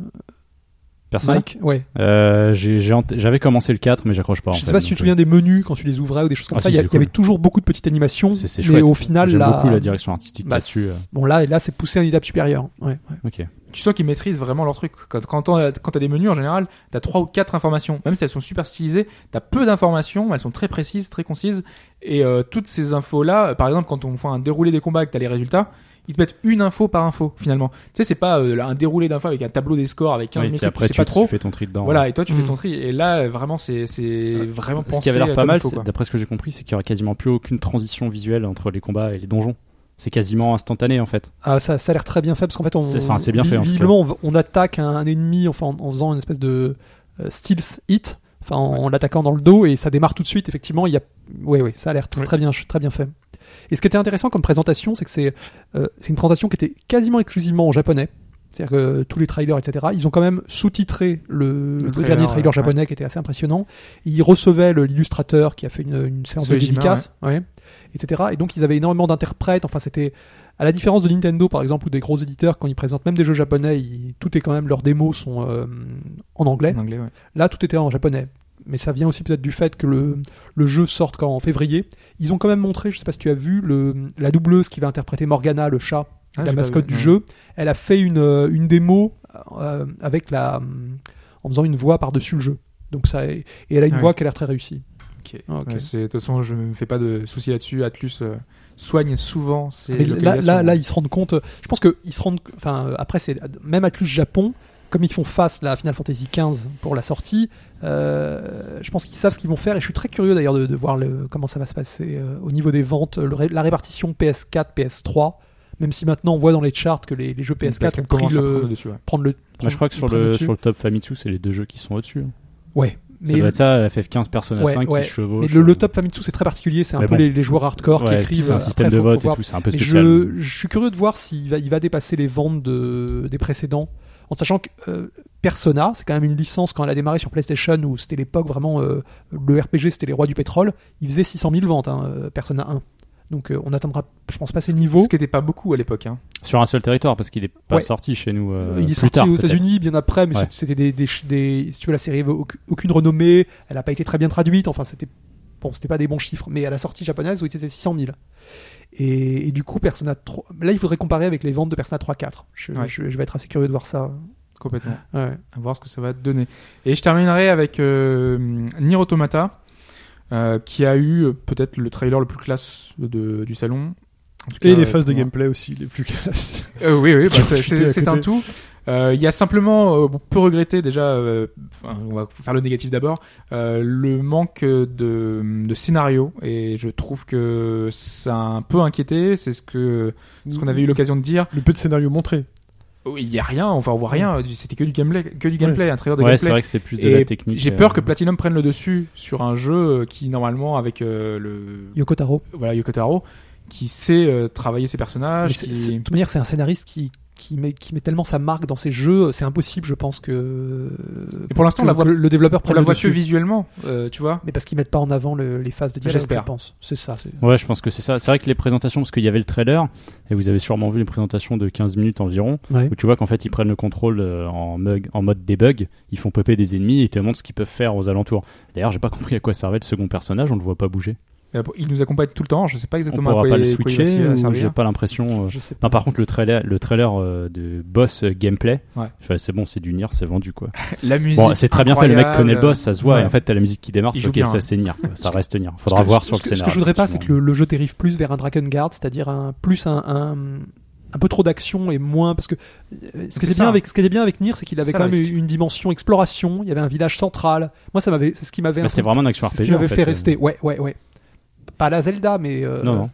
Persona.
Mike. Ouais.
Euh, j'ai- j'ai ent- J'avais commencé le 4, mais j'accroche pas. en
je sais
fait,
pas si tu
donc, euh,
te souviens des menus quand tu les ouvrais ou des choses comme
Ah,
ça.
si,
il y, a-
c'est
il y avait
cool.
toujours beaucoup de petites animations.
C'est- c'est
mais
chouette.
au final,
J'aime
là,
beaucoup la direction artistique
bah,
là-dessus. euh,
c'est- bon là, et là, c'est poussé à une étape supérieure. Ouais. ouais.
Ok.
Tu sens qu'ils maîtrisent vraiment leur truc. Quand, quand t'as quand t'as des menus, en général, t'as trois ou quatre informations. Même si elles sont super stylisées, t'as peu d'informations, mais elles sont très précises, très concises. Et euh, toutes ces infos-là, euh, par exemple, quand on fait un déroulé des combats et que t'as les résultats, ils te mettent une info par info, finalement. Tu sais, c'est pas euh, un déroulé d'infos avec un tableau des scores avec 15
Oui,
000
puis
trucs,
après,
tu sais
tu,
pas
tu
trop.
fais ton tri dedans.
Voilà, et toi tu fais
Mm.
ton tri. Et là, euh, vraiment, c'est c'est vraiment
Euh, Ce
pensé.
qui avait
euh,
l'air pas
comme
mal,
il faut,
c'est-
quoi.
d'après ce que j'ai compris, c'est qu'il y aurait quasiment plus aucune transition visuelle entre les combats et les donjons. C'est quasiment instantané en fait.
Ah, ça, ça a l'air très bien fait parce qu'en fait, on,
C'est- enfin, c'est bien
vis-
fait, en tout cas.
visiblement, on, on attaque un, un ennemi enfin, en, en faisant une espèce de euh, stealth hit. Enfin, en, en l'attaquant dans le dos et ça démarre tout de suite. Effectivement, il y a, ouais, ouais, ça a l'air tout- très bien, très bien fait. Et ce qui était intéressant comme présentation, c'est que c'est, euh, c'est une présentation qui était quasiment exclusivement en japonais. C'est-à-dire que tous les trailers, etc., ils ont quand même sous-titré le, le
trailer,
dernier trailer
ouais.
japonais qui était assez impressionnant. Ils recevaient le- l'illustrateur qui a fait une, une séance de
Soejima,
dédicace, ouais, etc. Et donc ils avaient énormément d'interprètes. Enfin, c'était à la différence de Nintendo, par exemple, ou des gros éditeurs, quand ils présentent même des jeux japonais, ils- tout est quand même leurs démos sont euh, en anglais.
En anglais, ouais.
Là, tout était en japonais. Mais ça vient aussi peut-être du fait que le, le jeu sorte quand en février. Ils ont quand même montré, je sais pas si tu as vu, le, la doubleuse qui va interpréter Morgana, le chat,
Ah, j'ai
la
pas
mascotte
vu,
du
non.
jeu. Elle a fait une, euh, une démo euh, avec la, hum, en faisant une voix par-dessus le jeu. Donc ça, est- et elle a une
Ah oui.
voix qui a l'air très réussie.
Ok.
Ah, ok.
Ouais, c'est- de toute façon, je me fais pas de soucis là-dessus. Atlus euh, soigne souvent ses.
Ah, Mais là,
localisations.
là, là, ils se rendent compte. euh, Je pense que ils se rendent. Enfin, euh, après, c'est même Atlus Japon, comme ils font face là, à Final Fantasy XV pour la sortie. euh, je pense qu'ils savent ce qu'ils vont faire. Et je suis très curieux d'ailleurs de, de voir le, comment ça va se passer euh, au niveau des ventes, le ré- la répartition PS4, PS3. Même si maintenant on voit dans les charts que les, les jeux
Parce
PS4
qu'elle
ont pris
commence à prendre
le,
dessus. ouais.
prendre le.
Moi, je crois que sur
prendre
le,
dessus.
sur le top Famitsu, c'est les deux jeux qui sont au-dessus. hein.
Ouais.
Ça
Mais,
doit être ça, FF15, Persona
Ouais,
5
ouais.
qui se chevauche.
mais le, le top Famitsu c'est très particulier. C'est un
Mais
peu
bon.
les, les joueurs hardcore qui
Ouais, puis
écrivent. euh,
C'est un
Après,
système
faut-
de
faut
vote et
voir.
tout, c'est un peu
Mais
spécial.
je, je suis curieux de voir s'il va, il va dépasser les ventes de, des précédents. En sachant que euh, Persona, c'est quand même une licence, quand elle a démarré sur PlayStation, où c'était l'époque vraiment, euh, le RPG c'était les rois du pétrole, il faisait 600 000 ventes, hein, euh, Persona 1. Donc euh, on attendra, je pense, pas ces niveaux.
Ce qui n'était pas beaucoup à l'époque. hein.
Sur un seul territoire, parce qu'il est pas
Ouais.
sorti chez nous.
Euh,
euh,
il est
plus
sorti
tard,
aux
peut-être.
États-Unis bien après, mais
Ouais.
c'est- c'était des, des, des- si tu veux, la série avait auc- aucune renommée, elle n'a pas été très bien traduite, enfin c'était bon, c'était pas des bons chiffres, mais à la sortie japonaise où il était 600 000. Et, et du coup, Persona 3, là il faudrait comparer avec les ventes de Persona 3-4. Je,
Ouais.
je- je vais être assez curieux de voir ça.
Complètement.
Ouais.
à voir ce que ça va donner. Et je terminerai avec euh, Nier Automata, euh, qui a eu euh, peut-être le trailer le plus classe de- du salon. En tout
Et
cas,
les
euh,
phases de
pour moi.
gameplay aussi, les plus classiques.
Euh, oui, oui, bah,
Qui ont
c'est-
chuté
c'est
à
c'est un
côté.
tout. Euh, Il y a simplement, euh, on peut regretter déjà, euh, enfin, on va faire le négatif d'abord, euh, le manque de, de scénario. Et je trouve que ça a un peu inquiété. C'est ce que ce
Mm.
qu'on avait eu l'occasion de dire.
Le peu de scénario montré.
Oui, Il y a rien, enfin on voit rien. C'était que du gameplay, que du gameplay, un trailer de
Ouais, c'est
gameplay.
vrai que c'était plus de
Et
la technique.
J'ai
euh,
peur que Platinum prenne le dessus sur un jeu qui normalement avec euh, le
Yoko Taro.
voilà Yoko Taro qui sait euh, travailler ses
Mais
personnages.
c'est-
qui-
c'est- De toute manière, c'est un scénariste qui, qui, met, qui met tellement sa marque dans ses jeux, c'est impossible, je pense, que.
Et pour l'instant, on
que-
la voit-
que le développeur
Pour
prenne
la
le
voiture
dessus.
visuellement, euh, tu vois.
Mais parce qu'ils mettent pas en avant le- les phases de dialogue, je
J'espère.
pense. C'est ça. c'est-
Ouais, je pense que c'est ça. C'est vrai que les présentations, parce qu'il y avait le trailer, et vous avez sûrement vu les présentations de 15 minutes environ,
Ouais.
où tu vois qu'en fait ils prennent le contrôle euh, en, mug- en mode debug, ils font popper des ennemis et ils te montrent ce qu'ils peuvent faire aux alentours. D'ailleurs, j'ai pas compris à quoi servait le second personnage, on le voit pas bouger.
Euh, Il nous accompagne tout le temps. Je sais pas
On
exactement à
pourra
quoi
pas
il-
le
quoi il va
switcher,
se-
ou
servir.
j'ai pas l'impression. euh,
Je sais pas.
Non, par contre, le trailer, le trailer euh, de boss euh, gameplay,
Ouais.
enfin, c'est bon, c'est du Nier, c'est vendu quoi.
La musique.
Bon, c'est très bien fait, le mec
incroyable.
connaît le boss, ça se voit,
Ouais.
et en fait, t'as la musique qui démarre,
Il
tu
joue
ok,
bien,
ça
hein.
c'est Nier, quoi, ça reste Nier.
Ce
Faudra
que-
voir
ce
sur le
que- ce
scénario.
que je voudrais pas, c'est que
effectivement.
le, le jeu dérive plus vers un Dragon Guard, c'est-à-dire un plus un, un, un peu trop d'action et moins parce que euh, ce
C'est
qui était
ça.
bien avec ce qui était bien avec Nier, c'est qu'il avait
Ça,
quand même
le risque.
une dimension exploration. Il y avait un village central. Moi, ça m'avait, c'est ce qui m'avait,
Bah,
un
C'était
peu-
vraiment un action
c'est
RPG.
ce qui m'avait
en
fait,
euh,
rester. Ouais, ouais, ouais. Pas la Zelda, mais euh,
Non, non.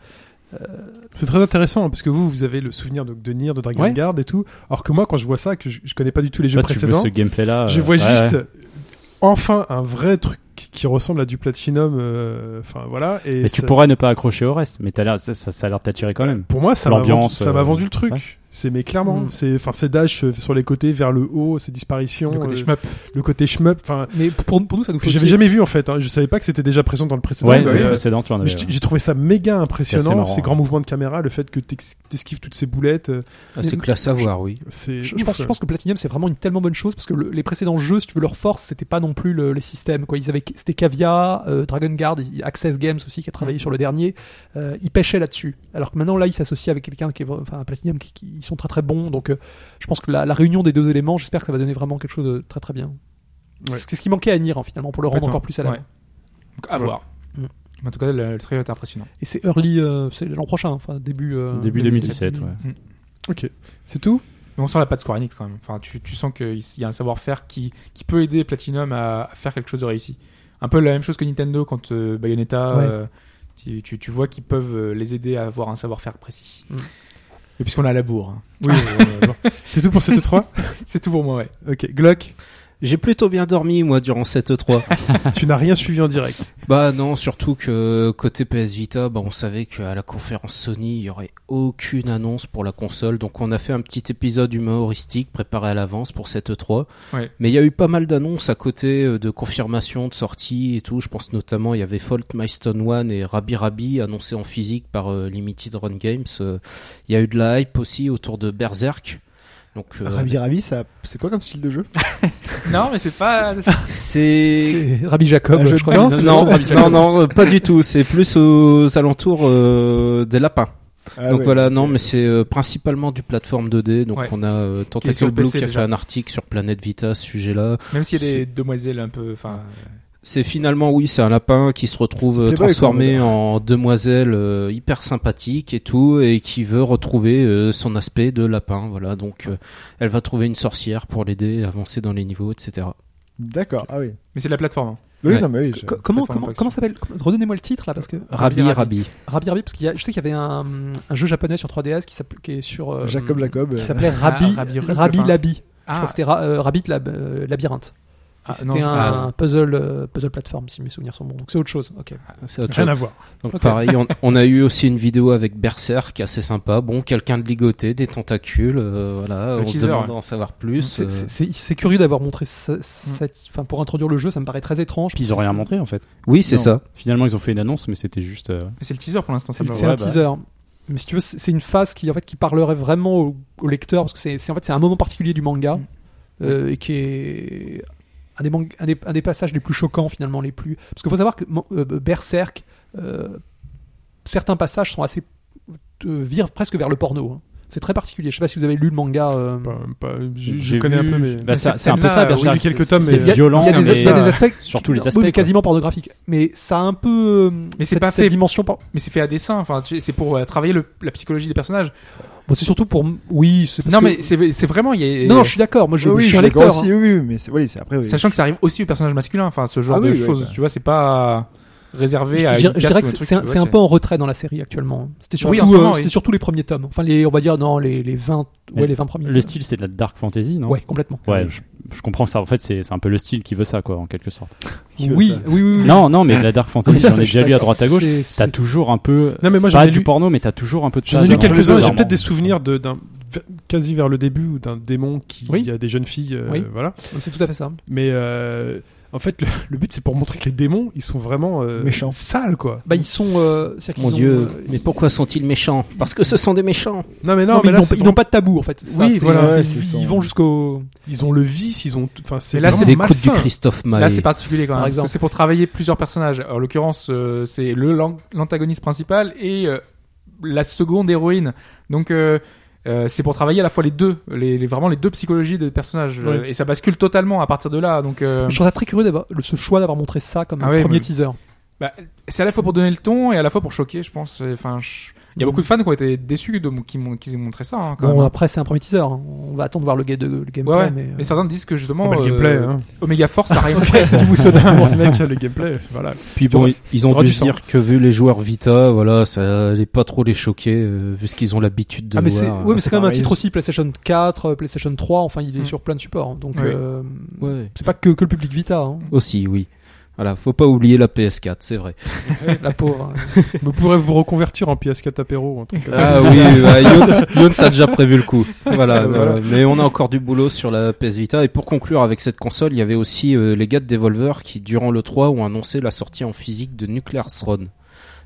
C'est très intéressant, hein, parce que vous, vous avez le souvenir de, de Nier, de Dragon
Ouais.
Guard et tout. Alors que moi, quand je vois ça, que je, je connais pas du tout les jeux
Toi, tu veux
précédents,
ce gameplay-là.
je
euh,
vois
ouais,
juste
ouais.
euh, enfin un vrai truc qui ressemble à du Platinum. euh, Enfin, voilà. Et
Mais tu
ça-
pourrais ne pas accrocher au reste, mais t'as l'air- ça, ça- ça a l'air de t'attirer quand même.
Pour moi, ça m'a vendu,
L'ambiance,
ça m'a
euh,
vendu le truc.
ouais.
C'est mais clairement,
Mm.
c'est enfin ces dash euh, sur les côtés vers le haut, ces disparitions,
Le côté
euh,
shmup.
le côté shmup. Enfin,
Mais pour, pour nous, ça nous
que
fait.
j'avais
aussi-
jamais vu en fait. hein. Je savais pas que c'était déjà présent dans le précédent.
Ouais,
mais,
bah
le
oui.
euh,
précédent, tu en
mais
avais.
j'ai-
ouais.
j'ai trouvé ça méga impressionnant,
marrant,
ces grands
hein.
mouvements de caméra, le fait que t'ex- t'esquives toutes ces boulettes, euh,
Ah, c'est classe à voir, oui.
c'est.
Je, je
ouf.
pense, je pense que Platinum c'est vraiment une tellement bonne chose parce que le- les précédents jeux, si tu veux leur force, c'était pas non plus le- les systèmes quoi. Ils avaient c'était Cavia, euh, Dragon Guard, ils- Access Games aussi qui a travaillé sur le dernier. Euh, ils pêchaient là-dessus. Alors que maintenant là, ils s'associent avec quelqu'un qui est vra- enfin un Platinum qui, qui- ils sont très très bons. Donc euh, je pense que la, la réunion des deux éléments, j'espère que ça va donner vraiment quelque chose de très très bien.
Ouais.
C'est ce qui manquait à Nier hein, finalement pour le rendre
Complètement.
encore plus à la.
Ouais. Donc, à
Ouais.
voir.
Mm.
Mais En tout cas, le, le trailer est impressionnant.
Et c'est early, euh, c'est l'an prochain, enfin début. euh,
Début 2017, ouais.
Ok, c'est tout.
Mais on sent la patte Square Enix quand même. Enfin, tu, tu sens qu'il y a un savoir-faire qui, qui peut aider Platinum à, à faire quelque chose de réussi. Un peu la même chose que Nintendo quand euh, Bayonetta,
Ouais.
euh, tu, tu, tu vois qu'ils peuvent euh, les aider à avoir un savoir-faire précis.
Mm.
Et puisqu'on a la bourre. hein.
Oui, euh, bon. c'est tout pour cette 3
C'est tout pour moi, ouais.
Ok, Glock.
J'ai plutôt bien dormi, moi, durant cette E3.
tu n'as rien suivi en direct.
bah non, surtout que euh, côté PS Vita, bah, on savait qu'à la conférence Sony, il y aurait aucune annonce pour la console. Donc on a fait un petit épisode humoristique préparé à l'avance pour cette E3.
Ouais.
Mais il y a eu pas mal d'annonces à côté euh, de confirmations, de sorties et tout. Je pense notamment, il y avait Fault Milestone 1 et Rabi Rabi annoncés en physique par euh, Limited Run Games. Euh, Il y a eu de la hype aussi autour de Berserk. Donc, euh,
Rabi Rabi, ça, c'est quoi comme style de jeu
Non, mais c'est pas.
c'est
C'est Rabbi Jacob,
Un jeu
je
de
crois.
danse
Non, non, non, non, euh, pas du tout. C'est plus aux alentours euh, des lapins.
Ah
donc
ouais.
voilà, non, mais c'est euh, principalement du plateforme 2D. Donc
Ouais.
on a euh,
Qui est sur
Tentacle
le
Blue
PC
qui a
déjà.
fait un article sur Planète Vita, ce sujet-là.
Même s'il y a des demoiselles un peu. Enfin,
C'est finalement, oui, c'est un lapin qui se retrouve euh,
Playboy,
transformé en demoiselle euh, hyper sympathique et tout, et qui veut retrouver euh, son aspect de lapin. Voilà, donc euh, elle va trouver une sorcière pour l'aider à avancer dans les niveaux, etc.
D'accord, ah oui.
mais c'est de la plateforme. hein.
Oui,
Ouais.
non, mais oui. je-
Co- Comment,
Enfin,
comment,
pas
comment
sûr.
s'appelle comment- Redonnez-moi le titre là parce que
Ah.
Rabi, Rabi.
Rabi Rabi parce qu'il y a, je sais qu'il y avait un, un jeu japonais sur 3DS qui, s'appelait- qui est sur euh,
Jacob Jacob.
qui
euh,
s'appelait
Ah,
Rabi
Rabi Rup,
Rabi
enfin.
Labi. Je crois
Ah,
que c'était Ra- euh, Rabbit Lab- euh, labyrinthe. Et
ah, non,
c'était
je-
un
ah,
puzzle euh, puzzle platform si mes souvenirs sont bons. Donc c'est autre chose. Ok.
Ah.
C'est autre chose.
Rien à voir.
Donc
Ok.
pareil, on, on a eu aussi une vidéo avec Berserk assez sympa. Bon, quelqu'un de ligoté, des tentacules, euh, voilà.
Le
on
teaser,
se demande
ouais.
à en savoir plus.
C'est-
euh,
c'est- C'est c'est curieux d'avoir montré
Mm.
ça- cette. Enfin, pour introduire le jeu, ça me paraît très étrange.
Puis ils ont
parce
rien
que
montré en fait.
Oui, c'est
Non.
ça.
Finalement, ils ont fait une annonce, mais c'était juste. euh,
C'est le teaser pour l'instant. ça
C'est
me-
c'est
Ouais,
un
bah.
teaser. Mais si tu veux, c'est c'est une phase qui en fait qui parlerait vraiment au, au lecteur parce que c'est c'est- en fait c'est un moment particulier du manga
Mm.
euh, et qui est un des, mang- un des- un des passages les plus choquants finalement les plus parce qu'il faut savoir que man- euh, Berserk euh, certains passages sont assez euh, virent presque vers le porno. hein. C'est très particulier. Je sais pas si vous avez lu le manga. euh,
Pas- pas- je je
j'ai
connais
vu-
un peu, mais.
Bah, ça-
cette
c'est un peu
scène-là,
ça,
euh,
Berserk.
oui, il y a quelques tomes,
C'est
mais-
il y a-
violent,
il y a des, il y a
mais-
des euh, aspects
sur tous les
oui,
aspects,
mais
quoi.
quasiment pornographiques. Mais ça a un peu. euh,
Mais c'est
cette-
pas
cette
fait-
dimension. por-
Mais c'est fait à dessin. Enfin, tu sais, c'est pour euh, travailler le- la psychologie des personnages.
Bon, c'est surtout pour. Oui, c'est parce
non,
que-
mais c'est c'est vraiment. il y a-
Non, non, je suis d'accord. Moi, je,
oui,
je suis un
d'accord
lecteur.
aussi,
hein.
oui, oui, mais c'est, oui, c'est après. oui.
Sachant que ça arrive aussi aux personnages masculins, enfin ce genre
Ah
de
oui, oui,
choses,
bah.
tu vois, c'est pas réservé
Je,
à.
dirais-
une caste
je dirais
ou
que
un truc,
c'est un,
tu
c'est
vois,
un peu en retrait dans la série actuellement. C'était surtout,
Oui, en ce moment,
euh,
oui.
c'était surtout les premiers tomes. Enfin, les, on va dire, non, les, les 20, ouais,
Mais
les 20 premiers
Le
tomes.
style, c'est de la dark fantasy, non
Ouais, complètement.
Ouais, je, je comprends ça. En fait, c'est c'est un peu le style qui veut ça, quoi, en quelque sorte.
Qui veut
Oui,
ça
oui, oui, oui.
Non, non, mais de la dark
Oui,
fantasy, on est
c'est-
déjà vu à droite à gauche.
c'est-
T'as
c'est-
toujours un peu.
Non, mais moi j'en
Pas
ai
du
lu,
porno, mais t'as toujours un peu de
j'en
ça.
ai lu
dans-
quelques-uns. J'ai
bizarrement.
peut-être des souvenirs de d'un quasi vers le début ou d'un démon qui
Oui.
a des jeunes filles. euh,
Oui.
Voilà.
C'est tout à fait ça.
Mais euh, en fait, le, le but c'est pour montrer que les démons, ils sont vraiment euh,
Méchants.
sales quoi.
Bah, ils sont. euh, c'est-à-dire qu'ils
Mon
ont,
Dieu,
euh,
mais pourquoi sont-ils méchants Parce que ce sont des méchants.
Non mais non, mais
Non, mais ils
là,
n'ont
c'est
pas- ils
pour-
n'ont pas de tabou en fait.
Oui,
C'est ça, c'est- euh,
voilà,
c'est-
ouais, c'est
Ils
son-
vont jusqu'au.
ils ont le vice, ils ont. tout- Enfin, c'est
Mais là,
vraiment
C'est écoute du
malsain.
Christophe Maé.
Là, c'est particulier quand même.
Par
parce que
exemple.
c'est pour travailler plusieurs personnages. En l'occurrence, euh, c'est le l'an- l'antagoniste principal et euh, la seconde héroïne. Donc, euh, euh, c'est pour travailler à la fois les deux, les, les- vraiment les deux psychologies des personnages.
Oui.
Euh, Et ça bascule totalement à partir de là. Donc, euh,
Je trouve ça très curieux d'avoir le- ce choix d'avoir montré ça comme
Ah ouais,
premier
mais-
teaser.
bah, c'est à la fois pour donner le ton et à la fois pour choquer, je pense. Enfin, je- il y a beaucoup de fans qui ont été déçus de, qui m'ont- qu'ils aient montré ça. hein, quand
Bon,
même.
après, c'est un premier teaser. hein. On va attendre de voir le, ga- de- le gameplay.
Ouais, ouais.
Mais,
Mais,
euh,
certains disent que justement,
Ah, bah, le
euh,
gameplay, hein.
Omega Force, ça rien
c'est du Moussoda.
Bon, le mec, le gameplay, voilà.
Puis bon,
Ouais.
ils ont
Aura
dû
du
se dire que vu les joueurs Vita, voilà, ça allait pas trop les choquer, euh, vu ce qu'ils ont l'habitude de
Ah, mais c'est
voir.
ouais, mais c'est quand même un
pareil.
titre aussi PlayStation 4, euh, PlayStation 3, enfin il est
Mm.
sur plein de supports. Donc
Oui.
euh,
Ouais.
c'est pas que, que le public Vita, hein,
Aussi, oui. Voilà, faut pas oublier la PS4, c'est vrai.
la pauvre.
Vous pourrez vous reconvertir en PS4 apéro, ou un truc comme ça.
Ah oui, bah, Younes, Younes a déjà prévu le coup. Voilà,
Voilà.
euh, mais on a encore du boulot sur la PS Vita. Et pour conclure avec cette console, il y avait aussi euh, les gars de Devolver qui, durant le 3, ont annoncé la sortie en physique de Nuclear Throne.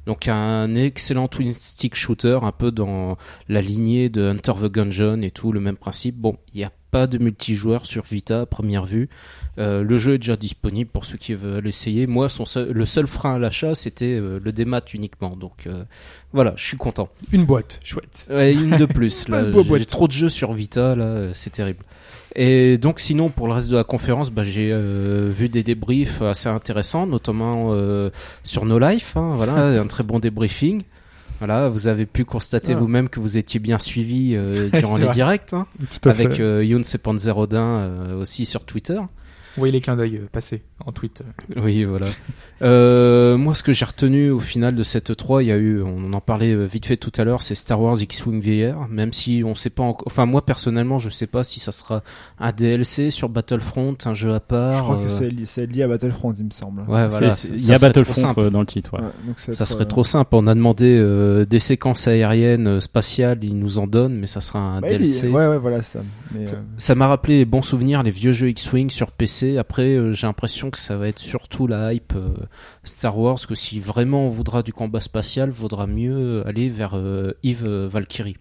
Donc un excellent twin stick shooter, un peu dans la lignée de Hunter the Gungeon et tout, le même principe. Bon, il n'y a pas de multijoueur sur Vita à première vue. Euh, le jeu est déjà disponible pour ceux qui veulent l'essayer. Moi, son seul- le seul frein à l'achat, c'était euh, le démat uniquement. Donc euh, voilà, je suis content.
Une boîte, chouette.
Ouais, une de plus. là.
Une boîte.
J'ai trop de jeux sur Vita, là, euh, c'est terrible. Et donc, sinon, pour le reste de la conférence, bah, j'ai euh, vu des débriefs assez intéressants, notamment euh, sur No Life. hein, voilà, un très bon débriefing. Voilà, vous avez pu constater
Ah.
vous-même que vous étiez bien suivi euh, durant
C'est
les
vrai.
directs, hein,
Tout à
avec
fait.
euh, Younes et Panzerodin euh, aussi sur Twitter.
voyez les clins d'œil euh, passer en tweet.
Oui, voilà. Euh, moi, ce que j'ai retenu au final de cette 3, il y a eu, on en parlait euh, vite fait tout à l'heure, c'est Star Wars X-Wing VR, même si on sait pas encore, enfin, moi personnellement, je sais pas si ça sera un DLC sur Battlefront, un jeu à part.
Je crois que
euh,
c'est li- c'est lié à Battlefront, il me semble.
Ouais, Ah, voilà.
C'est- c'est-
ça
Il y
serait
a
trop
Battlefront
simple.
euh, dans le titre, ouais.
Ouais, donc
Ça
ça doit être,
serait
euh,
trop simple. On a demandé euh, des séquences aériennes, euh, spatiales, ils nous en donnent, mais ça sera un
bah, il est-
DLC.
Ouais, ouais, voilà ça. Mais, euh,
Ça m'a rappelé les bons souvenirs, les vieux jeux X-Wing sur PC. Après, euh, j'ai l'impression que ça va être surtout la hype euh, Star Wars, que si vraiment on voudra du combat spatial, vaudra mieux aller vers euh, Yves euh, Valkyrie.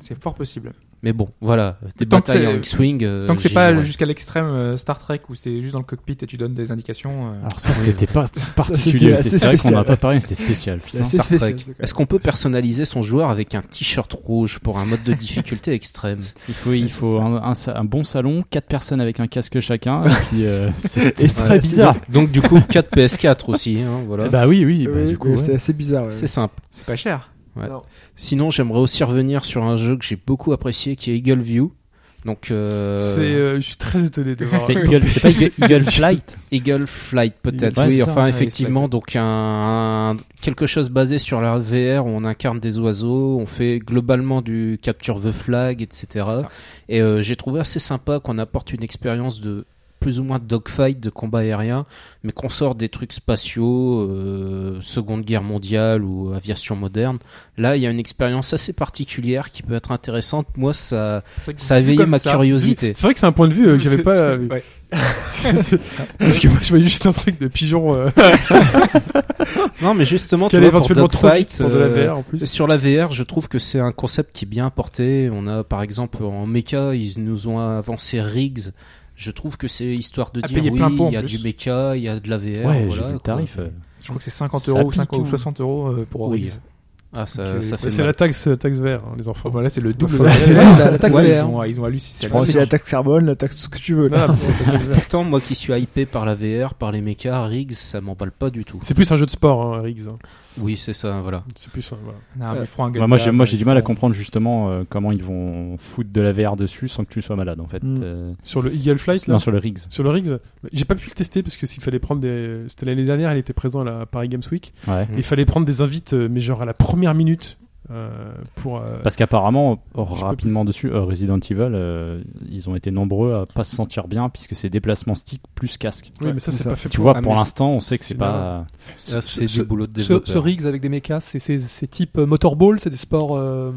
C'est fort possible.
Mais bon, voilà, des
Tant que
batailles
c'est-
en X-Wing. euh,
Tant que c'est
j'y
pas
jouerai.
jusqu'à l'extrême euh, Star Trek où c'est juste dans le cockpit et tu donnes des indications. euh,
Alors ça, c'était pas particulier.
assez
C'est c'est vrai qu'on n'a
spécial.
pas parlé, mais c'était spécial.
c'est
Putain.
assez
Star
spécial,
Trek.
c'est quoi.
Est-ce qu'on peut personnaliser son joueur avec un t-shirt rouge pour un mode de difficulté extrême
Il faut, il faut un, un sa- un bon salon, quatre personnes avec un casque chacun, et puis euh, c'est
Et
c'est
c'est-
très bizarre.
Ah.
Donc du coup, 4 PS4 aussi, hein,
Eh ben,
voilà.
Bah oui, oui, bah,
Oui,
du coup,
mais
ouais.
c'est assez bizarre. ouais.
C'est simple.
C'est pas cher.
Sinon, j'aimerais aussi revenir sur un jeu que j'ai beaucoup apprécié, qui est Eagle View. Donc, euh,
C'est, euh, je suis très étonné de voir.
c'est Eagle, c'est pas Eagle- Eagle Flight.
Eagle Flight peut-être
Ouais,
oui
c'est ça,
enfin
ouais,
effectivement donc un, un- quelque chose basé sur la VR où on incarne des oiseaux on fait globalement du capture the flag etc
ça.
et euh, j'ai trouvé assez sympa qu'on apporte une expérience de plus ou moins de dogfight de combat aérien mais qu'on sort des trucs spatiaux euh, seconde guerre mondiale ou aviation moderne là il y a une expérience assez particulière qui peut être intéressante moi ça
C'est vrai que
ça a
vu
éveillé
comme
ma
ça,
curiosité
C'est vrai que c'est un point de vue euh, que j'avais
c'est-
pas. euh,
Ouais.
Parce que moi, je voyais juste un truc de pigeon euh,
non mais justement
qui
tu
allait
vois, pour
éventuellement trop vite
dogfight
pour de la
euh,
VR en plus.
Sur la VR, je trouve que c'est un concept qui est bien porté. On a, par exemple, en mecha, ils nous ont avancé Riggs. Je trouve que c'est histoire de
À
dire
payer
oui,
plein pot, en
il y a
plus.
du mecha, il y a de la VR.
Ouais, j'ai
voilà,
vu le
quoi.
tarif. euh.
Je crois que c'est 50
Ça
euros ou
pique
50 ou
ou-
60 euros euh, pour
Oui.
Oryx.
Ah, ça,
Donc, euh,
ça fait
C'est la
mal.
taxe, euh, taxe VR, hein, les enfants.
Enfin, voilà, c'est le double.
Ouais,
c'est la- la- la taxe
Ouais, ils
VR.
ont, ils ont
Je
halluciné.
pense que c'est la taxe carbone, la taxe tout ce que tu veux.
Non,
Là.
non, mais c'est-
Pourtant, moi qui suis hypé par la VR, par les mechas, Riggs, ça m'emballe pas du tout.
C'est plus un jeu de sport, hein, Riggs. hein.
Oui, c'est ça, voilà.
C'est plus un. Voilà.
Non, mais ils feront un
Ouais, moi, j'ai,
Gundam,
moi, j'ai du
ils
mal à
feront-
comprendre justement euh, comment ils vont foutre de la VR dessus sans que tu sois malade en fait.
Mm.
Euh,
Sur le Eagle Flight, là
non, sur le Riggs.
Sur le Riggs, j'ai pas pu le tester parce que s'il fallait prendre des. C'était l'année dernière, il était présent à la Paris Games Week.
Ouais.
Mm.
Et Il fallait prendre des invites, euh, mais genre à la première minute. euh, pour. euh,
Parce qu'apparemment, oh,
Je peux
rapidement dessus, euh, Resident Evil, euh, ils ont été nombreux à pas se sentir bien puisque c'est déplacement stick plus casque.
Oui, mais ça, c'est
ça.
pas fait
Tu
pour-
vois,
Ah,
pour
mais
l'instant, on sait que c'est
c'est
pas.
Ça, c'est
ce-
du boulot de
Ce,
développeur.
ce rigs avec des mechas, c'est- c'est c'est type euh, motorball, c'est des sports. euh,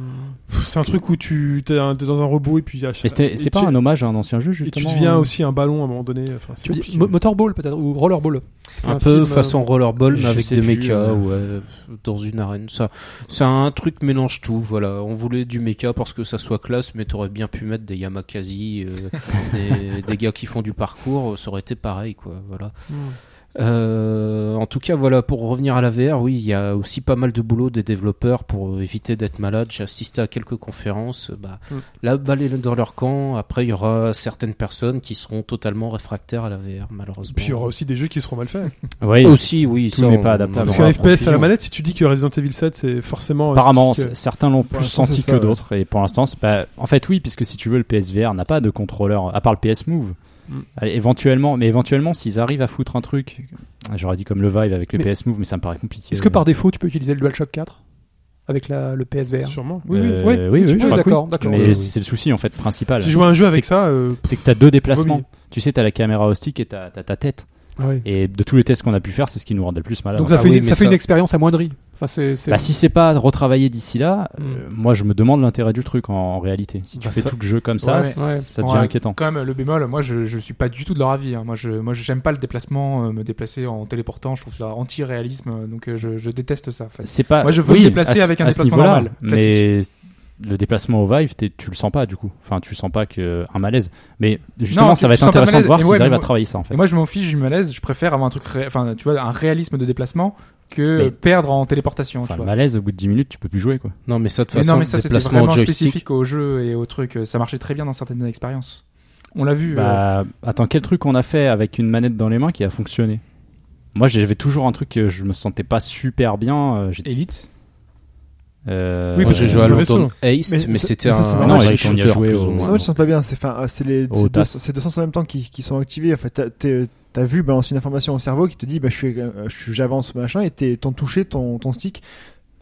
Pff, C'est un truc où tu t'es un- t'es dans un robot et puis. à chaque-
Mais c'était-
et
c'est
tu-
pas un hommage à un ancien jeu
Et tu
justement.
deviens
euh,
aussi un ballon à un moment donné. Enfin, c'est
tu dis-
compliqué.
mo- motorball peut-être ou rollerball.
un
un
peu
film,
façon rollerball mais
je
avec
sais
des
plus,
mechas
euh,
ouais, dans une arène ça c'est un truc mélange tout voilà on voulait du mecha parce que ça soit classe mais t'aurais bien pu mettre des Yamakazi euh, des, des gars qui font du parcours ça aurait été pareil quoi voilà
Hmm.
Euh, en tout cas voilà pour revenir à la VR oui il y a aussi pas mal de boulot des développeurs pour euh, éviter d'être malade j'ai assisté à quelques conférences euh, bah,
Mm.
la balle est dans leur camp après il y aura certaines personnes qui seront totalement réfractaires à la VR malheureusement
Puis il y aura aussi des jeux qui seront mal faits.
Oui.
aussi, oui,
Tout
ça,
n'est
on-
pas adaptable.
on
Parce
aura
qu'un FPS à la
confusion.
manette, si tu dis que Resident Evil 7, c'est forcément. euh,
bah, Apparemment,
stick, euh,
c- certains l'ont
Pour
plus
l'instant,
senti
c'est ça,
que
ouais.
d'autres. Et pour l'instant, c'est pas... en fait, oui, puisque si tu veux, le PSVR n'a pas de contrôleur, à part le PS Move.
Mm.
Allez, éventuellement, mais éventuellement, s'ils arrivent à foutre un truc, j'aurais dit comme le Vive avec le
Mais-
PS Move, mais ça me paraît compliqué.
Est-ce que par défaut tu peux utiliser le DualShock 4 avec la, le PSVR
euh, Sûrement.
oui,
oui,
Euh, oui, oui, je
Oui,
crois que
d'accord,
oui.
d'accord. Euh,
Mais
Oui, oui.
c'est le souci en fait principal.
J'ai joué à un jeu
C'est-
avec ça. euh,
C'est que t'as deux déplacements.
Vomi.
Tu sais, t'as la caméra au stick et t'as t'as ta tête. Et de tous les tests qu'on a pu faire, c'est ce qui nous rendait le plus malade.
Ah Donc
en
ça
ah
fait,
oui,
une,
mais
ça fait
ça-
une expérience amoindrie. Enfin, c'est c'est-
Bah, si c'est pas retravaillé d'ici là,
Mm.
euh, moi je me demande l'intérêt du truc en, en réalité. Si tu
Bah,
fais
fa-
tout le jeu comme ça,
Ouais,
c-
ouais.
ça devient
Ouais,
inquiétant.
Quand même, le bémol, moi je, je suis pas du tout de leur avis. hein. Moi, je, moi je- j'aime pas le déplacement, euh, me déplacer en téléportant, je trouve ça anti-réalisme, euh, donc euh, je, je déteste ça. en fait.
C'est pas.
Moi, je veux
oui,
me déplacer
à ce-
avec un
à ce
déplacement
niveau-là,
normal,
Mais le déplacement au Vive, t'es- tu le sens pas du coup. Enfin, tu sens pas que euh, un malaise. Mais justement,
Non, tu-
ça va
tu
être
sens pas
intéressant
malaise.
de voir
Et
s'ils
ouais, mais
arrivent à
moi-
travailler ça en fait.
Et moi je m'en fiche, je me malaise, je préfère avoir un truc, ré- enfin tu vois, un réalisme de déplacement que euh,
Mais-
perdre en téléportation.
Enfin,
tu
le
vois.
malaise, au bout de 10 minutes, tu peux plus jouer quoi.
Non, mais ça, de toute
Mais
façon,
non, mais ça
le
c'était
déplacement
vraiment
au joystick.
spécifique au jeu et au truc. euh, Ça marchait très bien dans certaines expériences. On l'a vu. euh,
Bah, attends, quel truc on a fait avec une manette dans les mains qui a fonctionné Moi, j'avais toujours un truc que je me sentais pas super bien. euh, j'étais-
Elite.
Euh,
Oui, parce
ouais,
j'ai joué à
le
London
vaisseau.
Heist, mais,
Mais ça-
c'était
mais ça,
un,
c'est
un
normal.
Non,
rail
ils sont
shooter,
bien joués
plus
au
ou
moins.
Ça
moins.
va, tu sens pas bien. C'est enfin, euh, c'est les
Au
c'est deux,
tas.
c'est 200 en même temps qui, qui sont activés. Enfin, t'as- t'es- t'as vu balance une information au cerveau qui te dit bah je suis euh, je suis- j'avance machin et t'es- ton toucher ton ton stick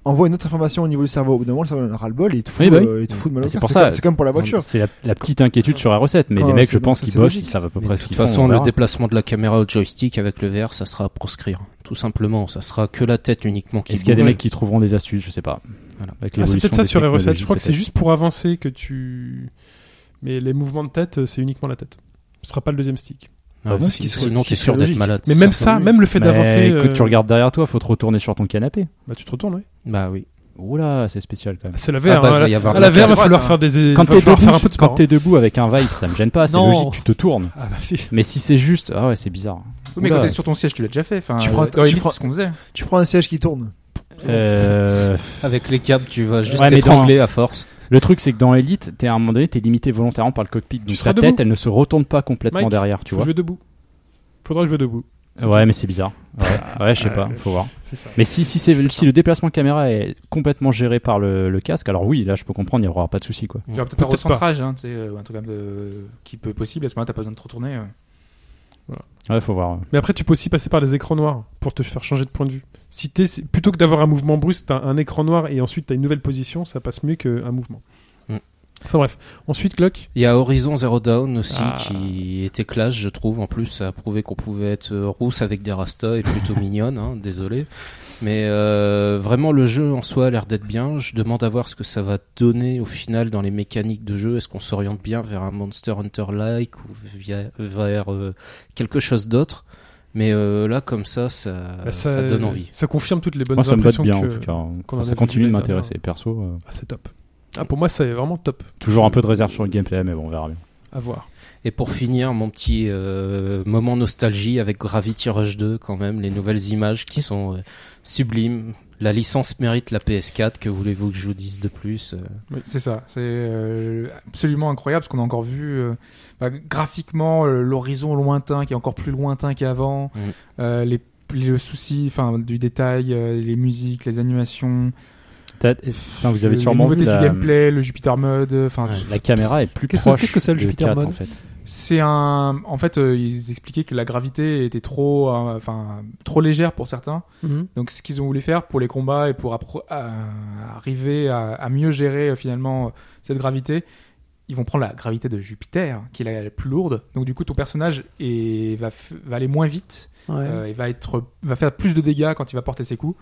envoie une autre information au niveau du cerveau. Au bout d'un moment, le cerveau en aura le bol et il te fout,
Oui, bah oui.
euh, il te fout de mal au
Mais c'est
cœur.
pour
C'est
ça-
comme- C'est comme pour la voiture.
C'est la, la petite inquiétude sur la recette, mais
Ah,
les mecs,
c'est
je
donc-
pense
ça,
qu'ils
c'est
bossent,
logique.
ils savent à peu
Mais
près
de
ce
toute
qu'ils font. on
façon, le
verra.
déplacement de la caméra au joystick avec le VR, ça sera à proscrire. Tout simplement, ça sera que la tête uniquement qui
Est-ce qu'il y a des
bouge.
mecs qui trouveront des astuces Je sais pas.
Voilà.
Avec
Ah, c'est
l'évolution
peut-être ça
des
sur R7. Je crois que c'est
technologies,
juste pour avancer que tu. Mais les mouvements de tête, euh, c'est uniquement la tête. Ce sera pas le deuxième stick.
Ouais,
Ah bon
parce
Ce
que
qui serait-
sinon,
ce qui
t'es sûr
serait
d'être
logique.
malade.
Mais même ça,
oui.
même le fait
Mais
d'avancer.
Quand tu
euh,
regardes derrière toi, faut te retourner sur ton canapé.
Bah, tu te retournes, oui.
Bah oui.
Oula, c'est spécial quand même.
C'est la
Ah
VR.
bah,
hein,
il va
à
y
la-
avoir
à
de
la
la
VR, va
casse,
falloir
ça.
faire des. il va
hein. Quand t'es
falloir
debout,
faire un peu de
quand
sport. hein.
t'es debout avec un vibe, ça me gêne pas, c'est
Non.
logique, tu te tournes.
Ah bah si.
Mais si c'est juste, ah ouais, c'est bizarre.
Oui, mais
Oula.
quand t'es sur ton siège, tu l'as déjà fait. Enfin,
Tu prends-
euh,
tu
dans Elite,
prends-
c'est ce qu'on faisait.
Tu prends un siège qui tourne.
Euh,
Avec les câbles, tu vas juste
Ouais, mais
t'étrangler à force.
le truc, c'est que dans Elite, t'es à un moment donné, t'es limité volontairement par le cockpit. Donc
seras
ta tête,
debout.
elle ne se retourne pas complètement
Mike,
derrière, tu
Faut
vois.
jouer debout. Faudra jouer debout.
Ouais, mais c'est bizarre. Ouais, ouais, je sais pas, faut voir.
C'est ça.
Mais si, si, c'est- si le déplacement caméra est complètement géré par le, le casque, alors oui, là je peux comprendre, il n'y aura pas de souci quoi.
Il y aura peut-être un
Peut-être pas.
recentrage, hein, tu sais, euh, ou un truc comme de- qui peut possible. À ce moment-là, t'as pas besoin de te retourner. euh.
Ouais, faut voir.
Mais après, tu peux aussi passer par les écrans noirs pour te faire changer de point de vue. Si t'es, plutôt que d'avoir un mouvement brusque, t'as un écran noir et ensuite t'as une nouvelle position, ça passe mieux qu'un mouvement.
Mm.
Enfin bref. Ensuite, Glock.
Il y a Horizon Zero Dawn aussi
Ah.
qui était classe, je trouve. En plus, ça a prouvé qu'on pouvait être euh, rousse avec des rastas et plutôt mignonne, hein, désolé. Mais euh, vraiment, le jeu en soi a l'air d'être bien. Je demande à voir ce que ça va donner au final dans les mécaniques de jeu. Est-ce qu'on s'oriente bien vers un Monster Hunter-like ou via- vers euh, quelque chose d'autre Mais euh, là, comme ça, ça,
Euh,
Bah,
ça, donne envie.
Ça confirme toutes les bonnes
Moi ça me botte
impressions
bien en
que-
tout cas. hein.
qu'on en
ça
avait
continue
vu
de
la
m'intéresser. Perso, euh,
Ah, c'est top. Ah, pour moi, c'est vraiment top
toujours un peu de réserve sur le gameplay, mais bon, on verra bien.
à voir.
Et pour finir, mon petit euh, moment nostalgie avec Gravity Rush 2 quand même, les nouvelles images qui sont euh, sublimes. La licence mérite la PS4, que voulez-vous que je vous dise de plus euh,
C'est ça, c'est euh, absolument incroyable ce qu'on a encore vu euh, bah, graphiquement euh, l'horizon lointain qui est encore plus lointain qu'avant,
Mm.
euh, les, le souci enfin du détail, euh, les musiques, les animations,
T'as- enfin, vous avez
les
sûrement vu
nouveautés
la,
du gameplay, le Jupiter Mode, enfin
Ouais.
tout-
la caméra est plus
Qu'est-ce que-
proche.
qu'est-ce que c'est, le
de
Jupiter
4,
Mode
en fait.
c'est un en fait euh, ils expliquaient que la gravité était trop euh, enfin trop légère pour certains.
Mhm.
Donc ce qu'ils ont voulu faire pour les combats et pour appro- à- arriver à, à mieux gérer euh, finalement euh, cette gravité, ils vont prendre la gravité de Jupiter, qui est la, la plus lourde. Donc du coup ton personnage est- va, f- va aller moins vite,
Ouais.
euh, et va, être, va faire plus de dégâts quand il va porter ses coups.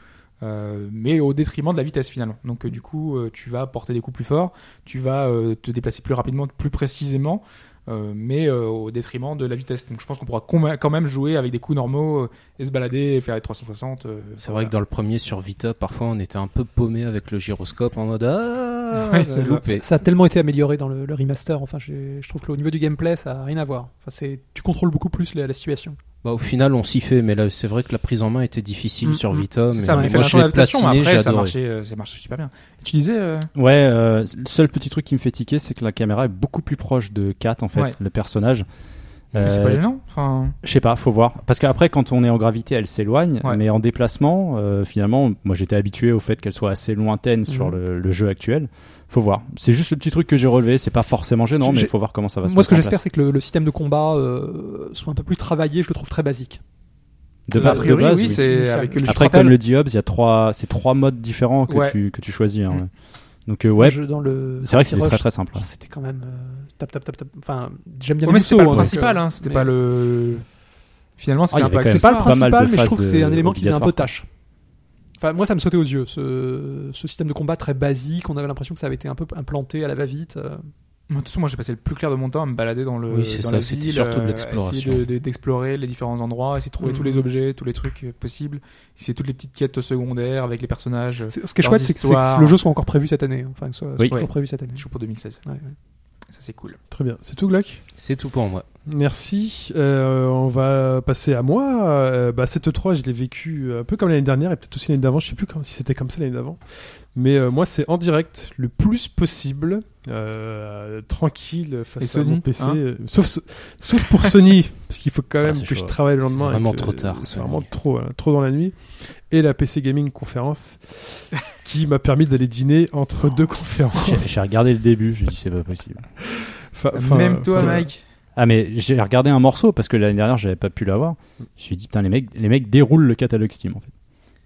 euh, mais au détriment de la vitesse finalement. Donc euh, du coup, euh, tu vas porter des coups plus forts, tu vas euh, te déplacer plus rapidement, plus précisément, euh, mais euh, au détriment de la vitesse. Donc je pense qu'on pourra com- quand même jouer avec des coups normaux euh, et se balader et faire les 360. euh,
C'est vrai que dans le premier sur Vita, parfois on était un peu paumé avec le gyroscope en mode Ah,
Ouais,
on a
c'est ça.
loupé.
Euh, Ça, ça a tellement été amélioré dans le, le remaster. Enfin, j'ai- je trouve que au niveau du gameplay, ça n'a rien à voir. Enfin, c'est, tu contrôles beaucoup plus la, la situation.
Bah, au final, on s'y fait, mais là, c'est vrai que la prise en main était difficile
Mm,
sur
mm.
Vita.
C'est
Mais
ça, on a
moi,
fait la
je l'ai
adaptation, mais
platiné, j'ai
après, ça
adoré.
marchait, euh, ça marchait super bien. Et tu disais, euh,
Ouais, euh, le seul petit truc qui me fait tiquer, c'est que la caméra est beaucoup plus proche de 4 en fait,
Ouais.
le personnage.
mais c'est
Euh,
pas gênant. Enfin,
Je sais pas, faut voir. Parce qu'après, quand on est en gravité, elle s'éloigne,
Ouais.
mais en déplacement, euh, finalement, moi j'étais habitué au fait qu'elle soit assez lointaine sur
Mhm.
le, le jeu actuel. Faut voir. C'est juste le petit truc que j'ai relevé. C'est pas forcément gênant,
J'ai-
mais faut voir comment Bah, ça va se
Moi, ce que
mettre en
j'espère, c'est que le, le système de combat euh, soit un peu plus travaillé. Je le trouve très basique.
place. de,
a
ba- de
priori,
base.
oui,
oui.
c'est
Initial.
avec le
Après,
Jupiter
comme le dit Hobbs, il y a trois, c'est trois modes différents que
Ouais.
tu que tu choisis. hein,
Mhm.
ouais. Donc euh, ouais,
Je- dans le
c'est vrai que c'était
Rush,
très très simple. ouais.
C'était quand même euh, tap tap tap tap. Enfin, j'aime bien
Ouais, mais
les
c'est
mousseaux,
pas le
hein,
principal,
donc, euh,
hein, c'était
mais-
pas le. Finalement,
Ah, il
c'était
y
un
avait
peu
quand même
C'est pas le
pas mal de
principal, mais je
phases
trouve que c'est un
de-
élément qui faisait un peu
obligatoires,
tâche. Enfin, moi, ça me sautait aux yeux, ce, ce système de combat très basique. On avait l'impression que ça avait été un peu implanté à la va-vite. euh.
Moi, de toute façon, moi j'ai passé le plus clair de mon temps à me balader dans le.
Oui, c'est
dans
ça,
les
c'était
villes,
surtout de
euh,
l'exploration.
Essayer de- de- d'explorer les différents endroits, essayer de trouver
Mhm.
tous les objets, tous les trucs euh, possibles, essayer toutes les petites quêtes secondaires avec les personnages. euh,
C'est- Ce qui est
Leurs
chouette, c'est que, c'est
histoires.
que le jeu soit encore prévu cette année. hein. Enfin, que ce soit,
Oui.
soit toujours prévu cette année.
Toujours pour 2016.
Ouais, ouais.
Ça, c'est cool.
Très bien. C'est tout, Glock
C'est tout pour moi.
Merci. Euh, on va passer à moi. Euh, bah, cette 3, je l'ai vécu un peu comme l'année dernière et peut-être aussi l'année d'avant. Je sais plus comme- si c'était comme ça l'année d'avant. Mais euh, moi, c'est en direct, le plus possible, euh, tranquille face
Et
à mon
Sony,
PC.
hein
euh, sauf, ce- sauf pour Sony, parce qu'il faut quand
Ah,
même
c'est
que je
chaud.
travaille le
C'est
lendemain. et
vraiment
que-
trop tard,
C'est
Sony.
vraiment trop, hein, trop dans la nuit. Et la PC Gaming conférence qui m'a permis d'aller dîner entre deux
Oh,
conférences.
J'ai j'ai regardé le début, j'ai dit c'est pas possible.
Enfin, enfin,
Même toi,
enfin,
Mike.
Ah mais j'ai regardé un morceau parce que l'année dernière j'avais pas pu l'avoir. Je me suis dit putain les mecs les mecs déroulent le catalogue Steam en fait.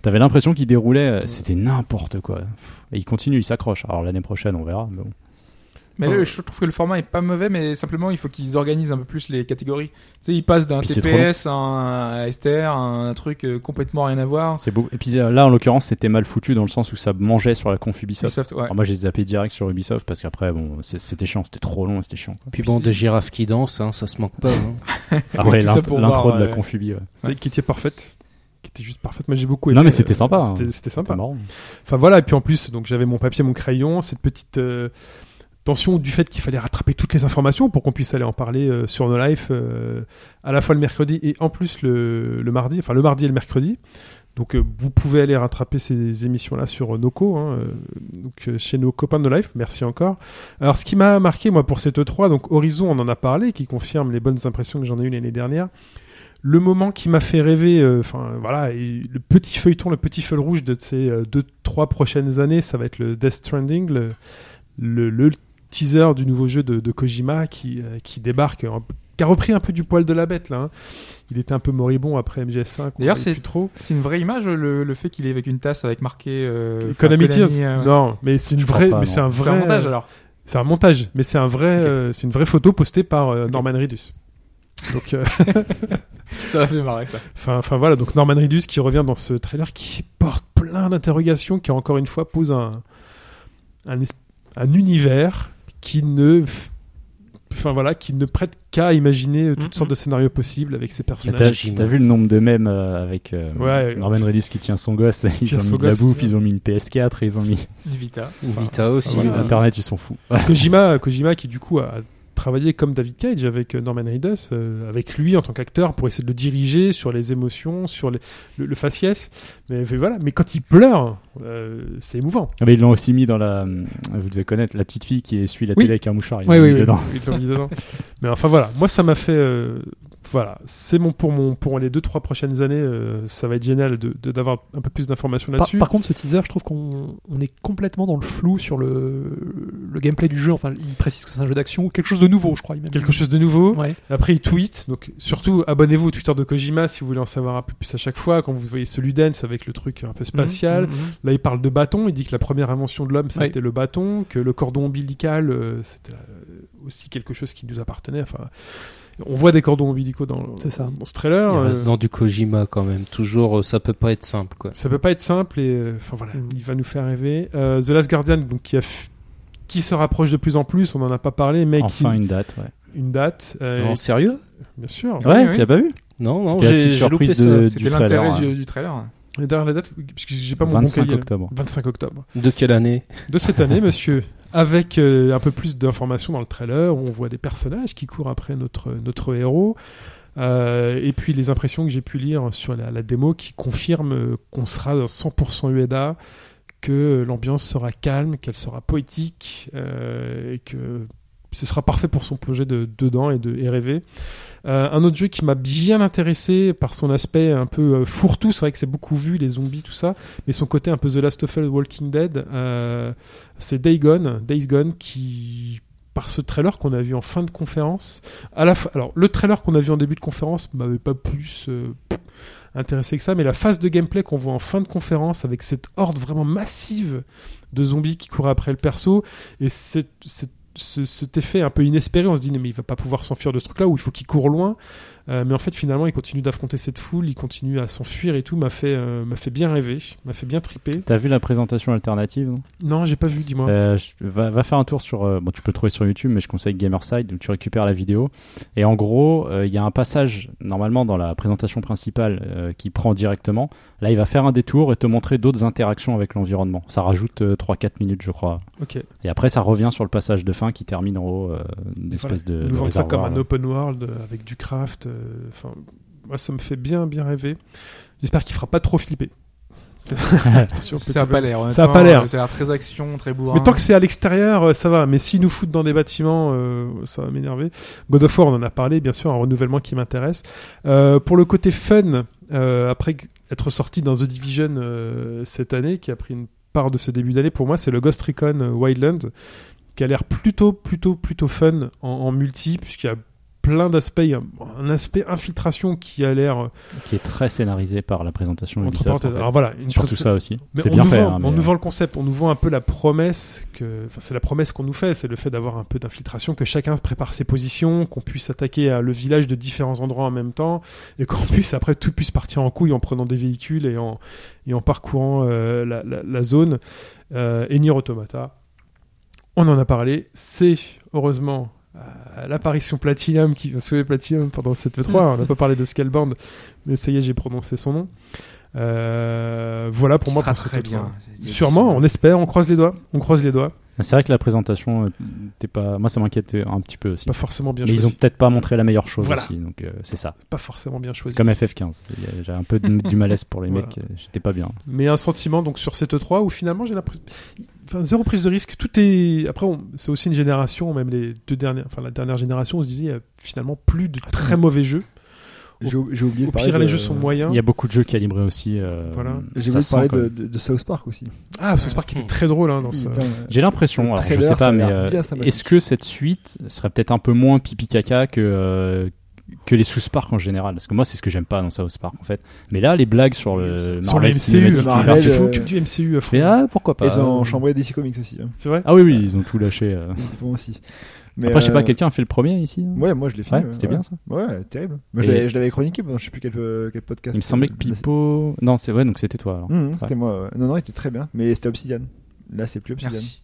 T'avais l'impression qu'ils déroulaient, euh, c'était n'importe quoi. Pff, Et ils continuent, ils s'accrochent. Alors l'année prochaine on verra. mais bon.
Mais là, je trouve que le format est pas mauvais, mais simplement, il faut qu'ils organisent un peu plus les catégories. Tu sais, ils passent d'un
Puis c'est trop
TPS à un STR, à un truc euh, complètement rien à voir.
C'est beau. Et puis euh, là en l'occurrence c'était mal foutu dans le sens où ça mangeait sur la conf Ubisoft.
Ubisoft, ouais.
Alors moi j'ai zappé direct sur Ubisoft parce qu'après bon c'est- c'était chiant, c'était trop long, et c'était chiant. quoi.
Puis bon, des girafes qui dansent, hein, ça se manque pas. hein.
Ah ouais,
tout ça
l'int-
pour
l'intro
voir,
de la
euh,
conf Ubi, ouais.
C'est qui était parfaite. Qui était juste parfaite. Moi, j'ai beaucoup aimé.
Non, mais c'était
Euh,
sympa, hein.
C'était- C'était
C'était
sympa.
marrant.
Enfin voilà, et puis en plus, donc j'avais mon papier, mon crayon, cette petite euh, tension du fait qu'il fallait rattraper toutes les informations pour qu'on puisse aller en parler euh, sur nos lives euh, à la fois le mercredi et en plus le, le mardi, enfin le mardi et le mercredi. Donc euh, vous pouvez aller rattraper ces émissions-là sur euh, Noco, hein, euh, donc euh, chez nos copains de nos lives, merci encore. Alors ce qui m'a marqué moi pour cette E3, donc Horizon, on en a parlé, qui confirme les bonnes impressions que j'en ai eues l'année dernière. Le moment qui m'a fait rêver, euh, enfin voilà, et le petit feuilleton, le petit feu rouge de ces euh, deux, trois prochaines années, ça va être le Death Stranding, le, le, le teaser du nouveau jeu de, de Kojima qui, euh, qui débarque, euh, qui a repris un peu du poil de la bête là. hein. Il était un peu moribond après MGS5. on
D'ailleurs,
parlait
c'est-
plus trop.
C'est une vraie image, le, le fait qu'il est avec une tasse avec marqué. Euh,
Konami
enfin, Konami,
Tears.
euh, ouais.
Non, mais c'est une
Je crois
vraie,
pas,
mais
non.
c'est un
C'est
vrai
un montage alors.
C'est un montage, mais c'est un vrai, euh, c'est une vraie photo postée par euh, Norman Reedus. Donc, euh,
Ça m'a fait marrer ça.
enfin, enfin voilà, donc Norman Reedus qui revient dans ce trailer qui porte plein d'interrogations, qui encore une fois pose un un, es- un univers qui ne, f- enfin voilà, qui ne prête qu'à imaginer euh, toutes
Mhm.
sortes de scénarios possibles avec ses
T'as
personnages.
Kojima.
t'as vu le nombre de mèmes euh, avec euh,
Ouais.
Norman Reedus qui tient son gosse, ils
tient
ont mis
son
de la
gosse,
bouffe,
ouais.
ils ont mis une PS4, ils ont mis
Une Vita.
Une Vita aussi. hein.
voilà.
ouais.
Internet, ils sont fous.
Kojima, Kojima qui du coup a travaillé comme David Cage avec euh, Norman Reedus, euh, avec lui en tant qu'acteur pour essayer de le diriger sur les émotions, sur les- le, le faciès. Mais, mais voilà, mais quand il pleure, euh, c'est émouvant.
Ah, mais ils l'ont aussi mis dans la, euh, vous devez connaître la petite fille qui essuie la
Oui.
télé avec un mouchoir, ils
Oui,
l'ont
oui,
mis
oui.
dedans.
Il l'a mis dedans. mais enfin voilà, moi ça m'a fait, euh, voilà, c'est mon pour mon pour les deux trois prochaines années, euh, ça va être génial de de- d'avoir un peu plus d'informations
Par,
là-dessus.
par contre, ce teaser, je trouve qu'on on est complètement dans le flou sur le, le gameplay du jeu. Enfin, il précise que c'est un jeu d'action ou quelque chose de nouveau, je crois. il m'a
Quelque
dit.
chose de nouveau.
Ouais.
Après, il tweet. Donc, surtout, abonnez-vous au Twitter de Kojima si vous voulez en savoir un peu plus à chaque fois. Quand vous voyez ce Ludens avec le truc un peu spatial.
Mhm,
Mm-hmm.
mhm.
Là, il parle de bâton. Il dit que la première invention de l'homme,
Ouais.
c'était le bâton, que le cordon ombilical, euh, c'était euh, aussi quelque chose qui nous appartenait. Enfin, on voit des cordons ombilicaux dans,
C'est ça.
dans ce trailer.
Il
euh,
reste dans du Kojima quand même. Toujours, euh, ça peut pas être simple quoi.
ça peut pas être simple et euh, enfin voilà,
Mm.
il va nous faire rêver. Euh, The Last Guardian, donc qui, a f- qui se rapproche de plus en plus. On en a pas parlé, mais
Enfin
qui-
une date, ouais.
une, date, euh,
Non, sérieux
bien sûr.
Ouais,
Ouais,
oui.
tu l'as pas vu
Non, non,
C'était la
j'ai
petite
j'ai
surprise
loupé ça.
de-
C'était
du
l'intérêt
trailer,
du,
hein.
du trailer.
Et D'ailleurs, la date, parce que j'ai pas mon bon
25
cahier.
octobre.
25 octobre.
De quelle année
de cette année, monsieur, avec euh, un peu plus d'informations dans le trailer, où on voit des personnages qui courent après notre, notre héros, Euh, et puis les impressions que j'ai pu lire sur la, la démo qui confirment euh, qu'on sera dans 100% Ueda, E que l'ambiance sera calme, qu'elle sera poétique, euh, et que ce sera parfait pour son projet de, dedans et de et rêver. Euh, un autre jeu qui m'a bien intéressé par son aspect un peu euh, fourre-tout, c'est vrai que c'est beaucoup vu, les zombies, tout ça, mais son côté un peu The Last of Us, Walking Dead, euh, c'est Day Gone, Days Gone qui par ce trailer qu'on a vu en fin de conférence, à la fin- alors le trailer qu'on a vu en début de conférence m'avait pas plus euh, intéressé que ça, mais la phase de gameplay qu'on voit en fin de conférence avec cette horde vraiment massive de zombies qui courent après le perso et cette- cette- ce- cet effet un peu inespéré, on se dit mais il va pas pouvoir s'enfuir de ce truc-là ou il faut qu'il court loin. Euh, mais en fait, finalement, il continue d'affronter cette foule, il continue à s'enfuir et tout. M'a fait, euh, m'a fait bien rêver, m'a fait bien triper.
T'as vu la présentation alternative non
Non, j'ai pas vu, dis-moi.
Euh, je- va, va faire un tour sur. euh, bon, tu peux le trouver sur YouTube, mais je conseille Gamerside où tu récupères la vidéo. Et en gros, euh, il y a un passage normalement dans la présentation principale euh, qui prend directement. Là, il va faire un détour et te montrer d'autres interactions avec l'environnement. Ça rajoute euh, 3-4 minutes, je crois.
Ok.
Et après, ça revient sur le passage de fin qui termine en haut euh, une espèce de.
nous
de
vendre ça comme
réservoir,
un
là.
open world euh, avec du craft. euh, Enfin, moi, ça me fait bien, bien rêver. J'espère qu'il fera pas trop flipper. Attention, petit
Ça a
peu.
pas l'air.
Ça a
honnêtement,
pas l'air.
euh, Ça a l'air très action, très bourrin.
Mais tant que c'est à l'extérieur, euh, ça va. Mais s'ils nous foutent dans des bâtiments, euh, ça va m'énerver. God of War, on en a parlé, bien sûr, un renouvellement qui m'intéresse. Euh, pour le côté fun, euh, après g- être sorti dans The Division euh, cette année, qui a pris une part de ce début d'année, pour moi, c'est le Ghost Recon euh, Wildlands, qui a l'air plutôt, plutôt, plutôt fun en, en multi, puisqu'il y a plein d'aspects. Il y a un, un aspect infiltration qui a l'air euh,
Qui est très scénarisé par la présentation
entre
Ubisoft. en
parenthèses.
fait.
Alors voilà, une
Surtout
chose que-
ça aussi.
mais
C'est
on
bien
nous
fait.
vend-
hein,
on
mais,
nous vend le concept, on nous vend un peu la promesse que, enfin, c'est la promesse qu'on nous fait, c'est le fait d'avoir un peu d'infiltration, que chacun prépare ses positions, qu'on puisse attaquer à le village de différents endroits en même temps, et qu'on puisse après tout puisse partir en couille en prenant des véhicules et en et en parcourant euh, la, la- la zone. Euh, et Nier Automata, on en a parlé. C'est heureusement euh, l'apparition Platinum qui va sauver Platinum pendant cette E3. on n'a pas parlé de Scalebound, mais ça y est, j'ai prononcé son nom. Euh, voilà pour
Qui
moi
sera
pour cette
très
E3.
bien.
Sûrement, hein. on espère, on croise les doigts, on croise les doigts.
C'est vrai que la présentation, euh, t'es pas. Moi, ça m'inquiète un petit peu aussi.
Pas forcément bien
Mais ils ont
choisi.
peut-être pas montré la meilleure chose
Voilà.
aussi, donc euh, c'est ça.
Pas forcément bien choisi.
Comme FF15, il y a- j'ai un peu de- du malaise pour les
Voilà.
mecs, euh, j'étais pas bien.
Mais un sentiment donc sur cette E3 où finalement j'ai l'impression, enfin zéro prise de risque. Tout est après, on- c'est aussi une génération, même les deux dernières, enfin la dernière génération, on se disait euh, finalement plus
Ah,
de très mauvais jeux.
J'ai ou- j'ai oublié
Au
de parler
pire,
de-
les jeux sont moyens.
Il y a beaucoup de jeux calibrés aussi. euh,
Voilà.
J'ai
ça
oublié de
se
parler
sent quand
de,
même.
de- de South Park aussi.
Ah, ce parc
Hmm.
était très drôle hein, dans ce.
Putain, euh,
J'ai l'impression,
Le
alors je
trailer,
sais
ça
pas,
a
mais
l'air
euh,
bien sympathique.
est-ce que cette suite serait peut-être un peu moins pipi caca que euh, que les South Park en général Parce que moi, c'est ce que j'aime pas dans South Park en fait. Mais là, les blagues sur le
Sur le
Marvel
MCU,
Cinematic
Marvel,
Universe,
hein. il faut
euh,
que du MCU à fond.
mais ah, pourquoi pas
Ils ont chambré DC Comics aussi. hein.
C'est vrai.
Ah oui, oui, ils ont tout lâché. euh.
Ils y vont aussi. Mais,
Après, je sais
euh,
pas, quelqu'un a fait le premier ici hein
Ouais, moi je l'ai fini.
Ouais, c'était bien ça.
Ouais, terrible. Moi,
Et-
je l'avais- je l'avais chroniqué pendant je sais plus quel, euh, quel podcast.
Il me semblait que
euh,
Pipo. Non, c'est Hein. ouais, donc c'était toi alors.
Hum, C'était moi. ouais. Non, non, il était très bien. Mais c'était Obsidian. Là, c'est plus Obsidian.
Merci.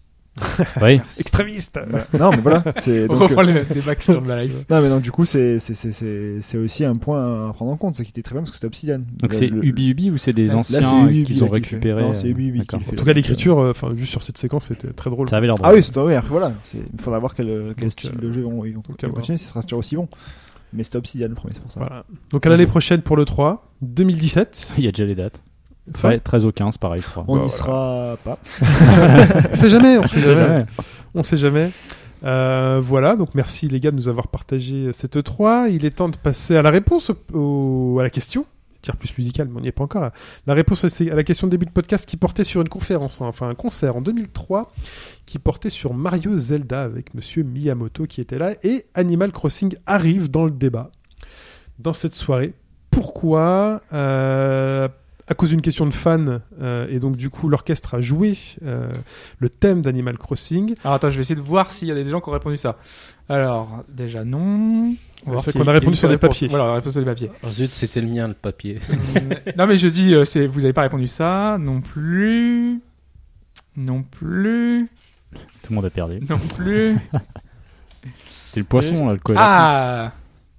Oui.
Extrémiste.
Voilà. non, mais voilà. C'est
On
donc. euh,
reprend les débats qui sont de la live.
Non, mais donc du coup, c'est c'est- c'est- c'est- c'est aussi un point à prendre en compte. C'est qu'il était très bien parce que c'était Obsidian.
Donc
Le-
c'est
le-
Ubi Ubi ou c'est des
Là, c'est
anciens euh,
Ubi Ubi
qu'ils ont
là qui le fait.
récupérés
Non, c'est
euh,
Ubi Ubi qui
d'accord.
le fait.
En tout cas, l'écriture, euh, enfin, juste sur cette séquence, c'était très drôle.
Ça avait l'air drôle.
Ah oui, c'est ouvert, voilà. C'est- Il faudra voir quel, quel
Donc,
style
euh,
de jeu ils vont, ils vont
donc, à voir.
continuer, ce sera sûr aussi bon. Mais c'était Obsidian le premier, c'est pour ça.
Voilà. Donc à l'année prochaine pour le 3 2017.
Il y a déjà les dates.
Ça,
Ouais, 13 au 15, pareil, je crois.
On
Bah,
n'y
voilà.
sera pas.
On sait jamais, on sait
C'est
jamais.
jamais.
On sait jamais. Euh, voilà, donc merci les gars de nous avoir partagé cette E3. Il est temps de passer à la réponse au- à la question. Dire plus musical, mais on n'y est pas encore. La réponse c'est à la question de début de podcast qui portait sur une conférence, hein, enfin un concert en 2003 qui portait sur Mario Zelda avec monsieur Miyamoto qui était là et Animal Crossing arrive dans le débat dans cette soirée. Pourquoi Euh, À cause d'une question de fan euh, et donc du coup l'orchestre a joué euh, le thème d'Animal Crossing.
Alors attends, je vais essayer de voir s'il y a des gens qui ont répondu ça. Alors, déjà non.
C'est
voir
vrai
s'il
qu'on a
y
répondu
une
sur des
réponse.
papiers.
Voilà, on a répondu sur des papiers.
Oh, Zut, c'était le mien, le papier.
Euh, non mais je dis, euh, c'est- vous avez pas répondu ça, non plus, non plus,
Tout le monde a perdu.
non plus.
C'est le poisson, là, le
Bah,
quoi.
ah,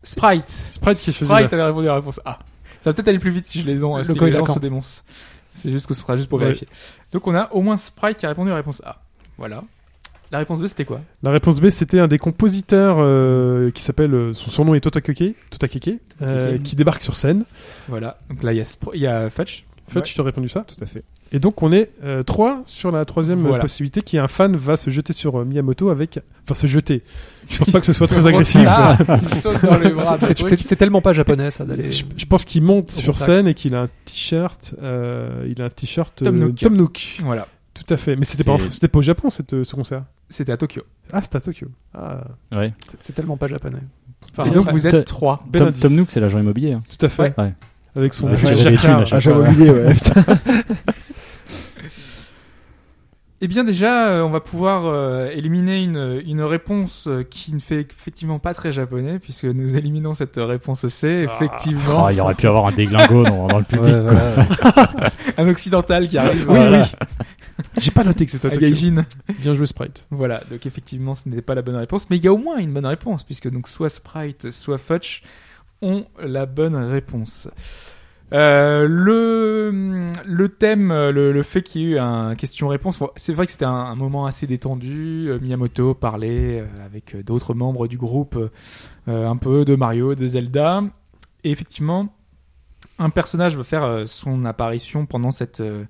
Sprite.
Sprite qui se faisait
Sprite avait répondu à la réponse A. Ça va peut-être aller plus vite si je les en,
Le
si
code
les gens
Lacan.
se dénoncent. C'est juste que ce sera juste pour
Ouais.
vérifier. Donc on a au moins Sprite qui a répondu à la réponse A. Voilà. La réponse B c'était quoi
La réponse B, c'était un des compositeurs euh, qui s'appelle, euh, son surnom est Totakeke, Totakeke euh,
Totakeke.
qui débarque sur scène.
Voilà. Donc là il y a, Spr- il y a Fetch.
En fait, je t'ai répondu ça.
Tout à fait.
Et donc, on est euh, trois sur la troisième
Voilà.
possibilité qui est un fan va se jeter sur euh, Miyamoto avec, enfin se jeter. Je pense pas que ce soit très agressif.
Ah, il saute dans les bras.
C'est- c'est-
truc.
C'est c'est tellement pas japonais ça d'aller.
Je, je pense qu'il monte
Au
sur
contact.
scène et qu'il a un t-shirt, euh, il a un t-shirt euh,
Tom Nook.
Nook.
Voilà.
Tout à fait. Mais c'était pas, en-
C'est-
c'était pas au Japon cette, euh, ce concert.
C'était à Tokyo.
Ah, c'était à Tokyo. Ah,
Ouais.
C'est- C'est tellement pas japonais.
Enfin,
Et
donc
donc,
vous
t'as-
êtes trois.
bel
Tom,
indice.
Tom Nook, c'est l'agent immobilier. hein.
Tout à fait.
Ouais.
Avec son Ah,
Ouais,
vieux
j'avais les thunes à
jacquard.
chaque
Ah, j'avais oublié, ouais. putain.
Eh bien déjà, euh, on va pouvoir euh, éliminer une, une réponse euh, qui ne fait effectivement pas très japonais, puisque nous éliminons cette réponse C, effectivement.
Oh, il y aurait pu avoir un déglingo dans, dans le public.
Ouais,
quoi.
voilà. un occidental qui arrive. voilà,
J'ai pas noté que c'était à
à
Tokyo.
Gaijin.
Bien joué Sprite.
Voilà, donc effectivement, ce n'était pas la bonne réponse, mais il y a au moins une bonne réponse, puisque donc soit Sprite, soit Fudge ont la bonne réponse. Euh, le, le thème, le, le fait qu'il y ait eu un question-réponse, bon, c'est vrai que c'était un, un moment assez détendu. euh, Miyamoto parlait euh, avec euh, d'autres membres du groupe, euh, un peu de Mario, de Zelda. Et effectivement, un personnage va faire euh, son apparition pendant cette, euh,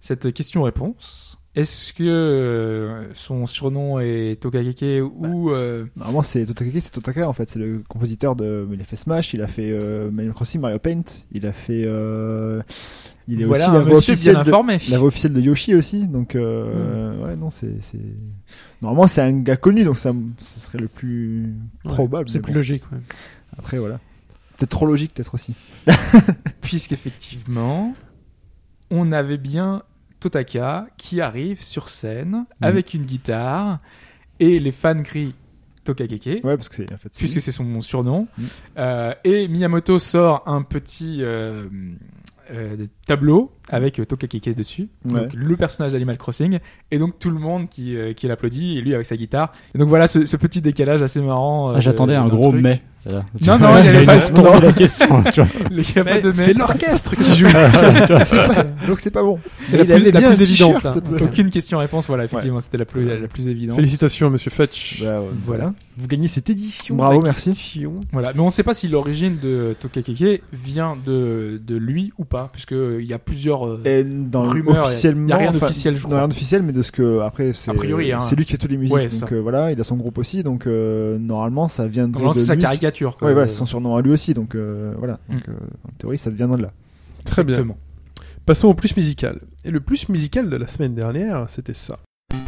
cette question-réponse. Est-ce que euh, son surnom est Tokageke ou...
Bah,
euh,
Normalement, c'est Totaka, c'est Totaka en fait. C'est le compositeur de. Il a fait Smash, il a fait euh, Mario Crossing, Mario Paint, il a fait. euh, Il est
voilà
aussi la
un
voix
monsieur bien
officielle de.
informé.
La voix officielle de Yoshi aussi, donc euh, ouais non c'est c'est normalement c'est un gars connu donc ça ce serait le plus probable.
C'est
mais
plus
bon.
logique. ouais.
Après voilà, peut-être trop logique peut-être aussi.
Puisqu'effectivement, on avait bien Totaka qui arrive sur scène avec une guitare et les fans crient Tokageke.
Ouais parce que c'est en fait. c'est
puisque
lui.
c'est son surnom.
Mm.
Euh, et Miyamoto sort un petit euh, euh, tableau avec euh, Tokakeke dessus,
Ouais.
donc le personnage d'Animal Crossing, et donc tout le monde qui, euh, qui l'applaudit, et lui avec sa guitare. Et donc voilà ce, ce petit décalage assez marrant. euh,
Ah, J'attendais
de-
un
d'un
gros
truc.
mais. Voilà.
Non, non, il y avait
une
pas-
autre tournée de la question. tu vois.
Il y a pas de mais.
C'est l'orchestre qui joue.
donc c'est pas bon.
C'était la
Il
plus-
avait
la
bien
plus
un t-shirt,
évidente, hein.
Totaka.
Ok.
Aucune question-réponse, voilà, effectivement, c'était la plus, la plus évidente.
Félicitations Monsieur Fetch.
Bah, ouais.
Voilà.
Vous gagnez cette édition.
Bravo,
La
merci.
édition.
Voilà, mais on ne sait pas si l'origine de Tokakeke vient de, de lui ou pas, puisque euh, il y a plusieurs. euh,
Et dans
Rumeur, y a-
officiellement,
y a rien
enfin,
d'officiel, je
non,
crois.
rien d'officiel, mais de ce que après c'est
A priori, hein.
c'est lui qui fait toutes les musiques,
Ouais, ça.
donc euh, voilà, il a son groupe aussi, donc euh, normalement ça viendrait
Normalement,
de
c'est sa
lui.
caricature. quoi. Mm.
Ouais, voilà, c'est son surnom à lui aussi, donc euh, voilà. Donc, euh, en théorie, ça viendrait de là.
Très bien.
Exactement.
Passons au plus musical. Et le plus musical de la semaine dernière, c'était ça. Et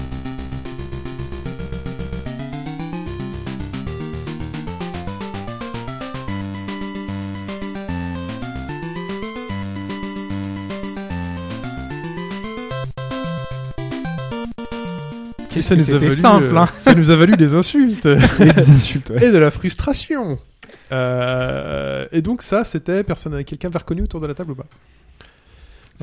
Qu'est-ce que c'était simple,
euh,
hein.
ça nous a valu des insultes
Et des insultes, ouais.
et de la frustration. Euh, et donc ça, c'était personne, quelqu'un vers reconnu autour de la table ou pas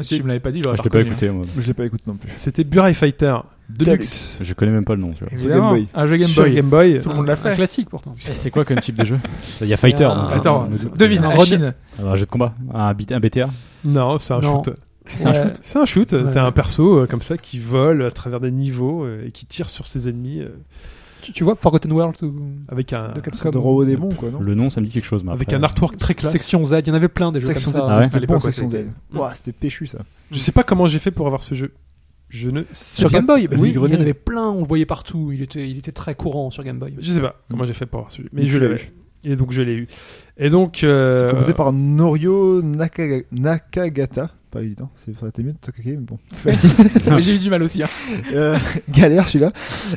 Si tu me l'avais pas dit, j'aurais
Ah, Je l'ai pas
reconnu,
écouté, moi.
Je l'ai pas écouté non plus.
C'était Burai Fighter Deluxe.
Je connais même pas le nom. tu vois.
hein. Évidemment,
Game Boy.
un jeu Game
Sur
Boy.
Game Boy.
Tout le monde l'a
Un
fait.
classique pourtant.
Et c'est quoi comme type de jeu Il y a Fighter.
un-
donc, hein.
Attends, euh,
Un-
devine,
un
un
shoot.
Ronin.
Un jeu de combat Un, B- un BTA
Non, c'est un
Non.
shoot.
C'est un
Ouais.
shoot.
C'est un shoot.
Ouais.
T'as un perso euh, comme ça qui vole à travers des niveaux euh, et qui tire sur ses ennemis euh,
Tu, tu vois Forgotten Worlds ou
avec un
de
C'est
Capcom
de robot démon, quoi, non
Le nom, ça me dit quelque chose. mais
avec
après, euh,
un artwork très classe.
Section Z, il y en avait plein des jeux comme ça.
Z, Ah ouais.
c'était
À
bon,
l'époque,
Section Z.
ouais,
Ouah, c'était péchu ça.
Je sais pas comment j'ai fait pour avoir ce jeu. Je ne sais
Sur
pas.
Game Boy,
Le
oui, il y en
Grenier.
avait plein, on le voyait partout. Il était, il était très courant sur Game Boy.
Je sais pas comment j'ai fait pour avoir ce jeu, mais
Mais
je
tu
l'avais.
l'as
Et donc je l'ai eu. Et donc euh,
C'est composé par Norio Nakaga- Nakagata. Pas évident, c'est- ça aurait été mieux de Takake, mais bon.
Mais J'ai eu du mal aussi. hein.
Euh, galère celui-là.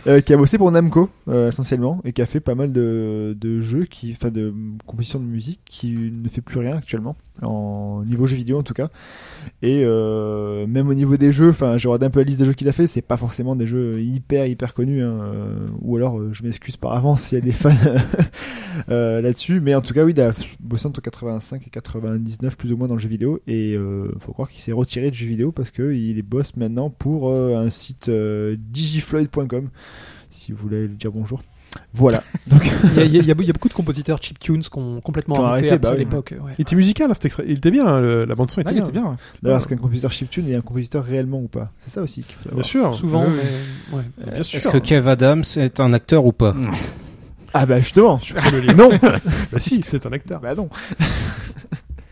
Euh, qui a bossé pour Namco, euh, essentiellement, et qui a fait pas mal de, de jeux, qui, enfin de compositions de musique, qui ne fait plus rien actuellement, en niveau jeux vidéo en tout cas. Et euh, même au niveau des jeux, enfin, je regarde un peu la liste des jeux qu'il a fait, c'est pas forcément des jeux hyper hyper connus, hein, euh, ou alors euh, je m'excuse par avance s'il y a des fans euh, là-dessus, mais en tout cas, oui, il a bossé entre 85 et 99 plus ou moins dans le jeu vidéo, et euh, faut croire qu'il s'est retiré du jeu vidéo parce que il bosse maintenant pour euh, un site euh, digifloyd.com, si vous voulez lui dire bonjour. Voilà. Donc,
Il y, a, il y a- il y a beaucoup de compositeurs chiptunes qui ont complètement
Qui ont
arrêté,
arrêté,
après
bah oui.
l'époque. ouais.
il était musical hein, cet extrait. Il était bien, hein, le- la bande son était,
Ah, il
bien.
était bien. ouais.
d'ailleurs, est-ce qu'un compositeur chiptune est un compositeur réellement ou pas C'est ça aussi qu'il faut
Bien sûr.
savoir.
Souvent,
Euh,
mais, ouais.
bien sûr.
Est-ce que Kev Adams est un acteur ou pas
Ah bah justement, je-
Faut le lire.
non
Bah si, c'est un acteur.
Bah non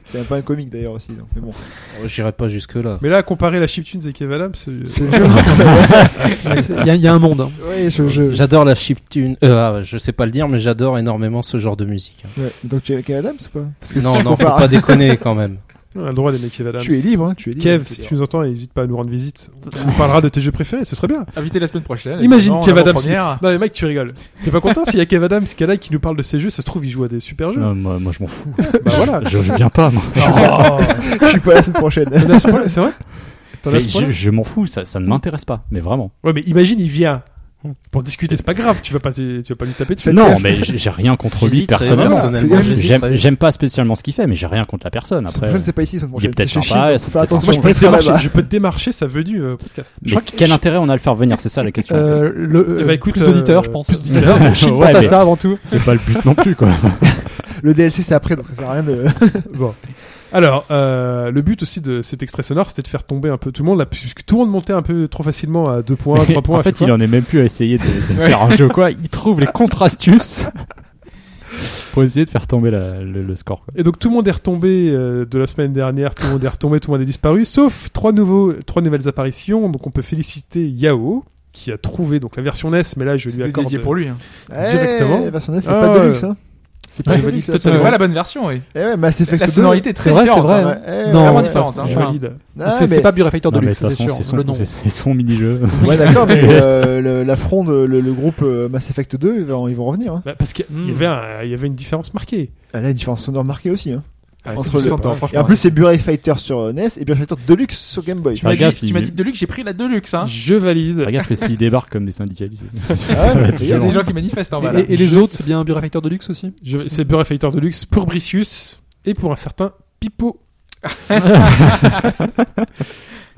C'est même pas un comique d'ailleurs aussi, donc, mais bon.
Oh, J'irai pas jusque là.
Mais là, comparer la chiptunes et Kev Adams, c'est-
C'est dur.
Ouais, c'est- il y, a- il y a un monde. hein.
ouais, je, je-
J'adore la chiptune. Euh, ah, je sais pas le dire, mais j'adore énormément ce genre de musique. hein.
ouais. Donc tu es avec Adams ou pas Parce que si
Non,
tu
non, faut
compares-
pas déconner quand même.
on a le droit d'aimer Kev Adams.
Tu es libre, hein, tu es libre.
Kev, si tu nous entends, n'hésite pas à nous rendre visite. On parlera de tes jeux préférés, ce serait bien.
Invité la semaine prochaine.
Imagine
évidemment,
Kev
en
Adams.
avant-première.
Non mais mec, tu rigoles. T'es pas content s'il y a Kev Adams qui est là et qui nous parle de ses jeux, ça se trouve il joue à des super jeux.
Non, moi, moi, je m'en fous.
Bah voilà.
je, je viens pas, moi.
Oh.
Je suis pas la semaine prochaine.
Non, c'est pas- c'est vrai T'en as
Mais
ce point-là
je je m'en fous, ça, ça ne m'intéresse pas, mais vraiment.
Ouais, mais imagine, il vient pour discuter, c'est pas grave, tu vas pas, tu, tu vas pas lui taper dessus.
Non, mais j'ai j'ai rien contre lui
J'hésite,
personnellement.
personnellement,
J'hésite.
j'hésite.
J'aime j'aime pas spécialement ce qu'il fait, mais j'ai rien contre la personne.
Parce que
Après, euh.
prochaine, c'est pas ici, semaine prochaine,
peut-être
c'est chez
sympa,
Chine, donc
c'est
Fais
peut-être
attention,
Moi, je peux,
on
te
restera
démarcher,
là-bas.
je peux te démarcher sa venue euh, au podcast.
mais quel intérêt on a à le faire venir C'est ça la question.
Euh, le,
Eh ben, écoute,
plus d'auditeurs,
euh,
je pense.
plus d'auditeurs.
Je
Ouais,
pense à
mais-
ça avant tout.
C'est pas le but non plus, quoi.
Le DLC, c'est après, donc ça sert à rien de.
Bon. Alors, euh, le but aussi de cet extrait sonore, c'était de faire tomber un peu tout le monde, là, puisque tout le monde montait un peu trop facilement à 2 points, 3 points.
en
à chaque
fait, il en est même plus à essayer de, de faire un jeu, quoi. Il trouve les contre-astuces pour essayer de faire tomber la- le, le score, quoi.
Et donc tout le monde est retombé euh, de la semaine dernière, tout le monde est retombé, tout le monde est disparu, sauf trois nouveaux, trois nouvelles apparitions. Donc on peut féliciter Yao qui a trouvé donc la version NES, mais là je lui
C'était
accorde.
dédié pour lui. hein.
Directement.
Eh, bah, son S, c'est
Ah,
pas
ouais.
de luxe, hein. C'est pas
Ouais,
de luxe.
valide,
ça,
C'est
totalement.
c'est-
pas la bonne version, oui.
Eh ouais, Mass Effect
La
2.
sonorité est très
C'est vrai, c'est
différente.
vrai.
hein.
Ouais, eh,
Non,
ouais,
Vraiment
ouais,
différente. hein.
euh, Je
Enfin,
valide.
Non,
c'est
mais-
c'est pas Burefactor
Non, Ah, mais de
Deluxe,
toute
c'est
façon,
sûr. hein,
c'est son,
le nom.
c'est- c'est son mini-jeu.
Ouais, d'accord, mais
Yes.
euh, le- la fronde, le, le groupe euh, Mass Effect 2, ils vont, ils vont revenir. Hein.
Bah, parce
hmm.
qu'il y, avait un- il y avait une différence marquée.
Elle a une différence sonore marquée aussi. Hein.
Ah,
Entre
c'est
les-
s'entend,
Et en
franchement.
plus, c'est Bureau Fighter sur euh, NES et Bureau Fighter Deluxe sur Game Boy.
Tu m'as
Fais gaffe,
dit, tu
il-
m'as dit que de Luc, j'ai pris la Deluxe. Hein.
je valide.
Regarde que s'ils débarquent comme des syndicalistes.
Ah ouais, mais
Il y a
violent.
des gens qui manifestent hein, en bas.
Et, et les autres, c'est bien Burefactor Deluxe aussi
Je- C'est Bureau Fighter Deluxe pour Bricius et pour un certain Pipo.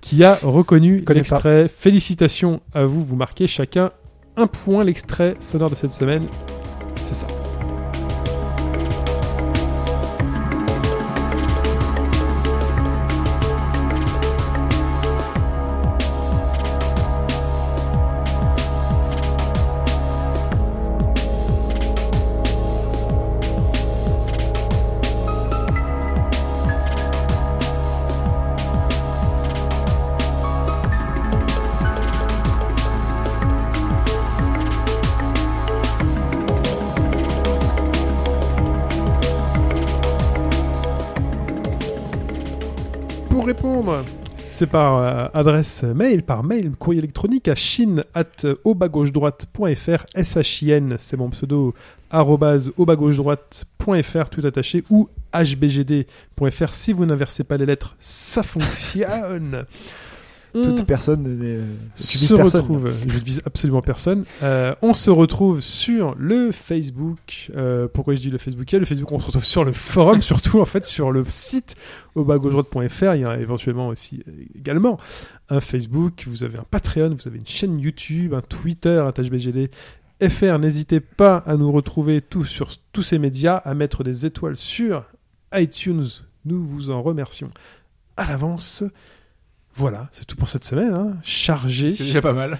qui a reconnu
connais pas.
l'extrait. Félicitations à vous, vous marquez chacun un point l'extrait sonore de cette semaine. C'est ça. Pour répondre, c'est par euh, adresse mail, par mail, courrier électronique à chine at au bas gauche droite.fr, S-H-I-N, c'est mon pseudo, arrobase au bas gauche droite.fr, tout attaché, ou hbgd.fr. Si vous n'inversez pas les lettres, ça fonctionne.
Toute
On
personne. n'est- tu vises
se
euh, personne.
retrouve, je ne vise absolument personne, Euh, on se retrouve sur le Facebook. Euh, pourquoi je dis le Facebook Il y a Le Facebook, on se retrouve sur le forum, surtout en fait sur le site au bas-gauche-droite.fr. Il y a éventuellement aussi euh, également un Facebook, vous avez un Patreon, vous avez une chaîne YouTube, un Twitter, HBGD. FR, n'hésitez pas à nous retrouver tous sur tous ces médias, à mettre des étoiles sur iTunes. Nous vous en remercions à l'avance. Voilà, c'est tout pour cette semaine. Hein. Chargé.
C'est déjà pas mal.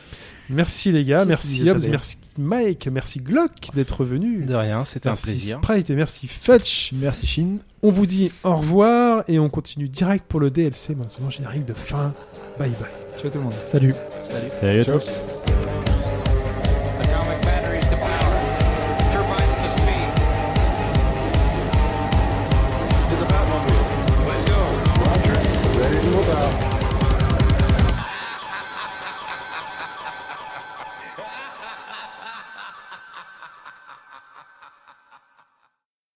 Merci les gars,
Qu'est-ce qui
merci
disait ça,
Hobbs,
d'ailleurs
merci Mike, merci Glock d'être venu.
De rien, Bah, c'était un
Merci
plaisir.
Sprite et merci Fetch.
Merci Chine.
On vous dit au revoir et on continue direct pour le DLC maintenant, générique de fin. Bye bye.
Ciao tout le monde.
Salut.
Salut à tous.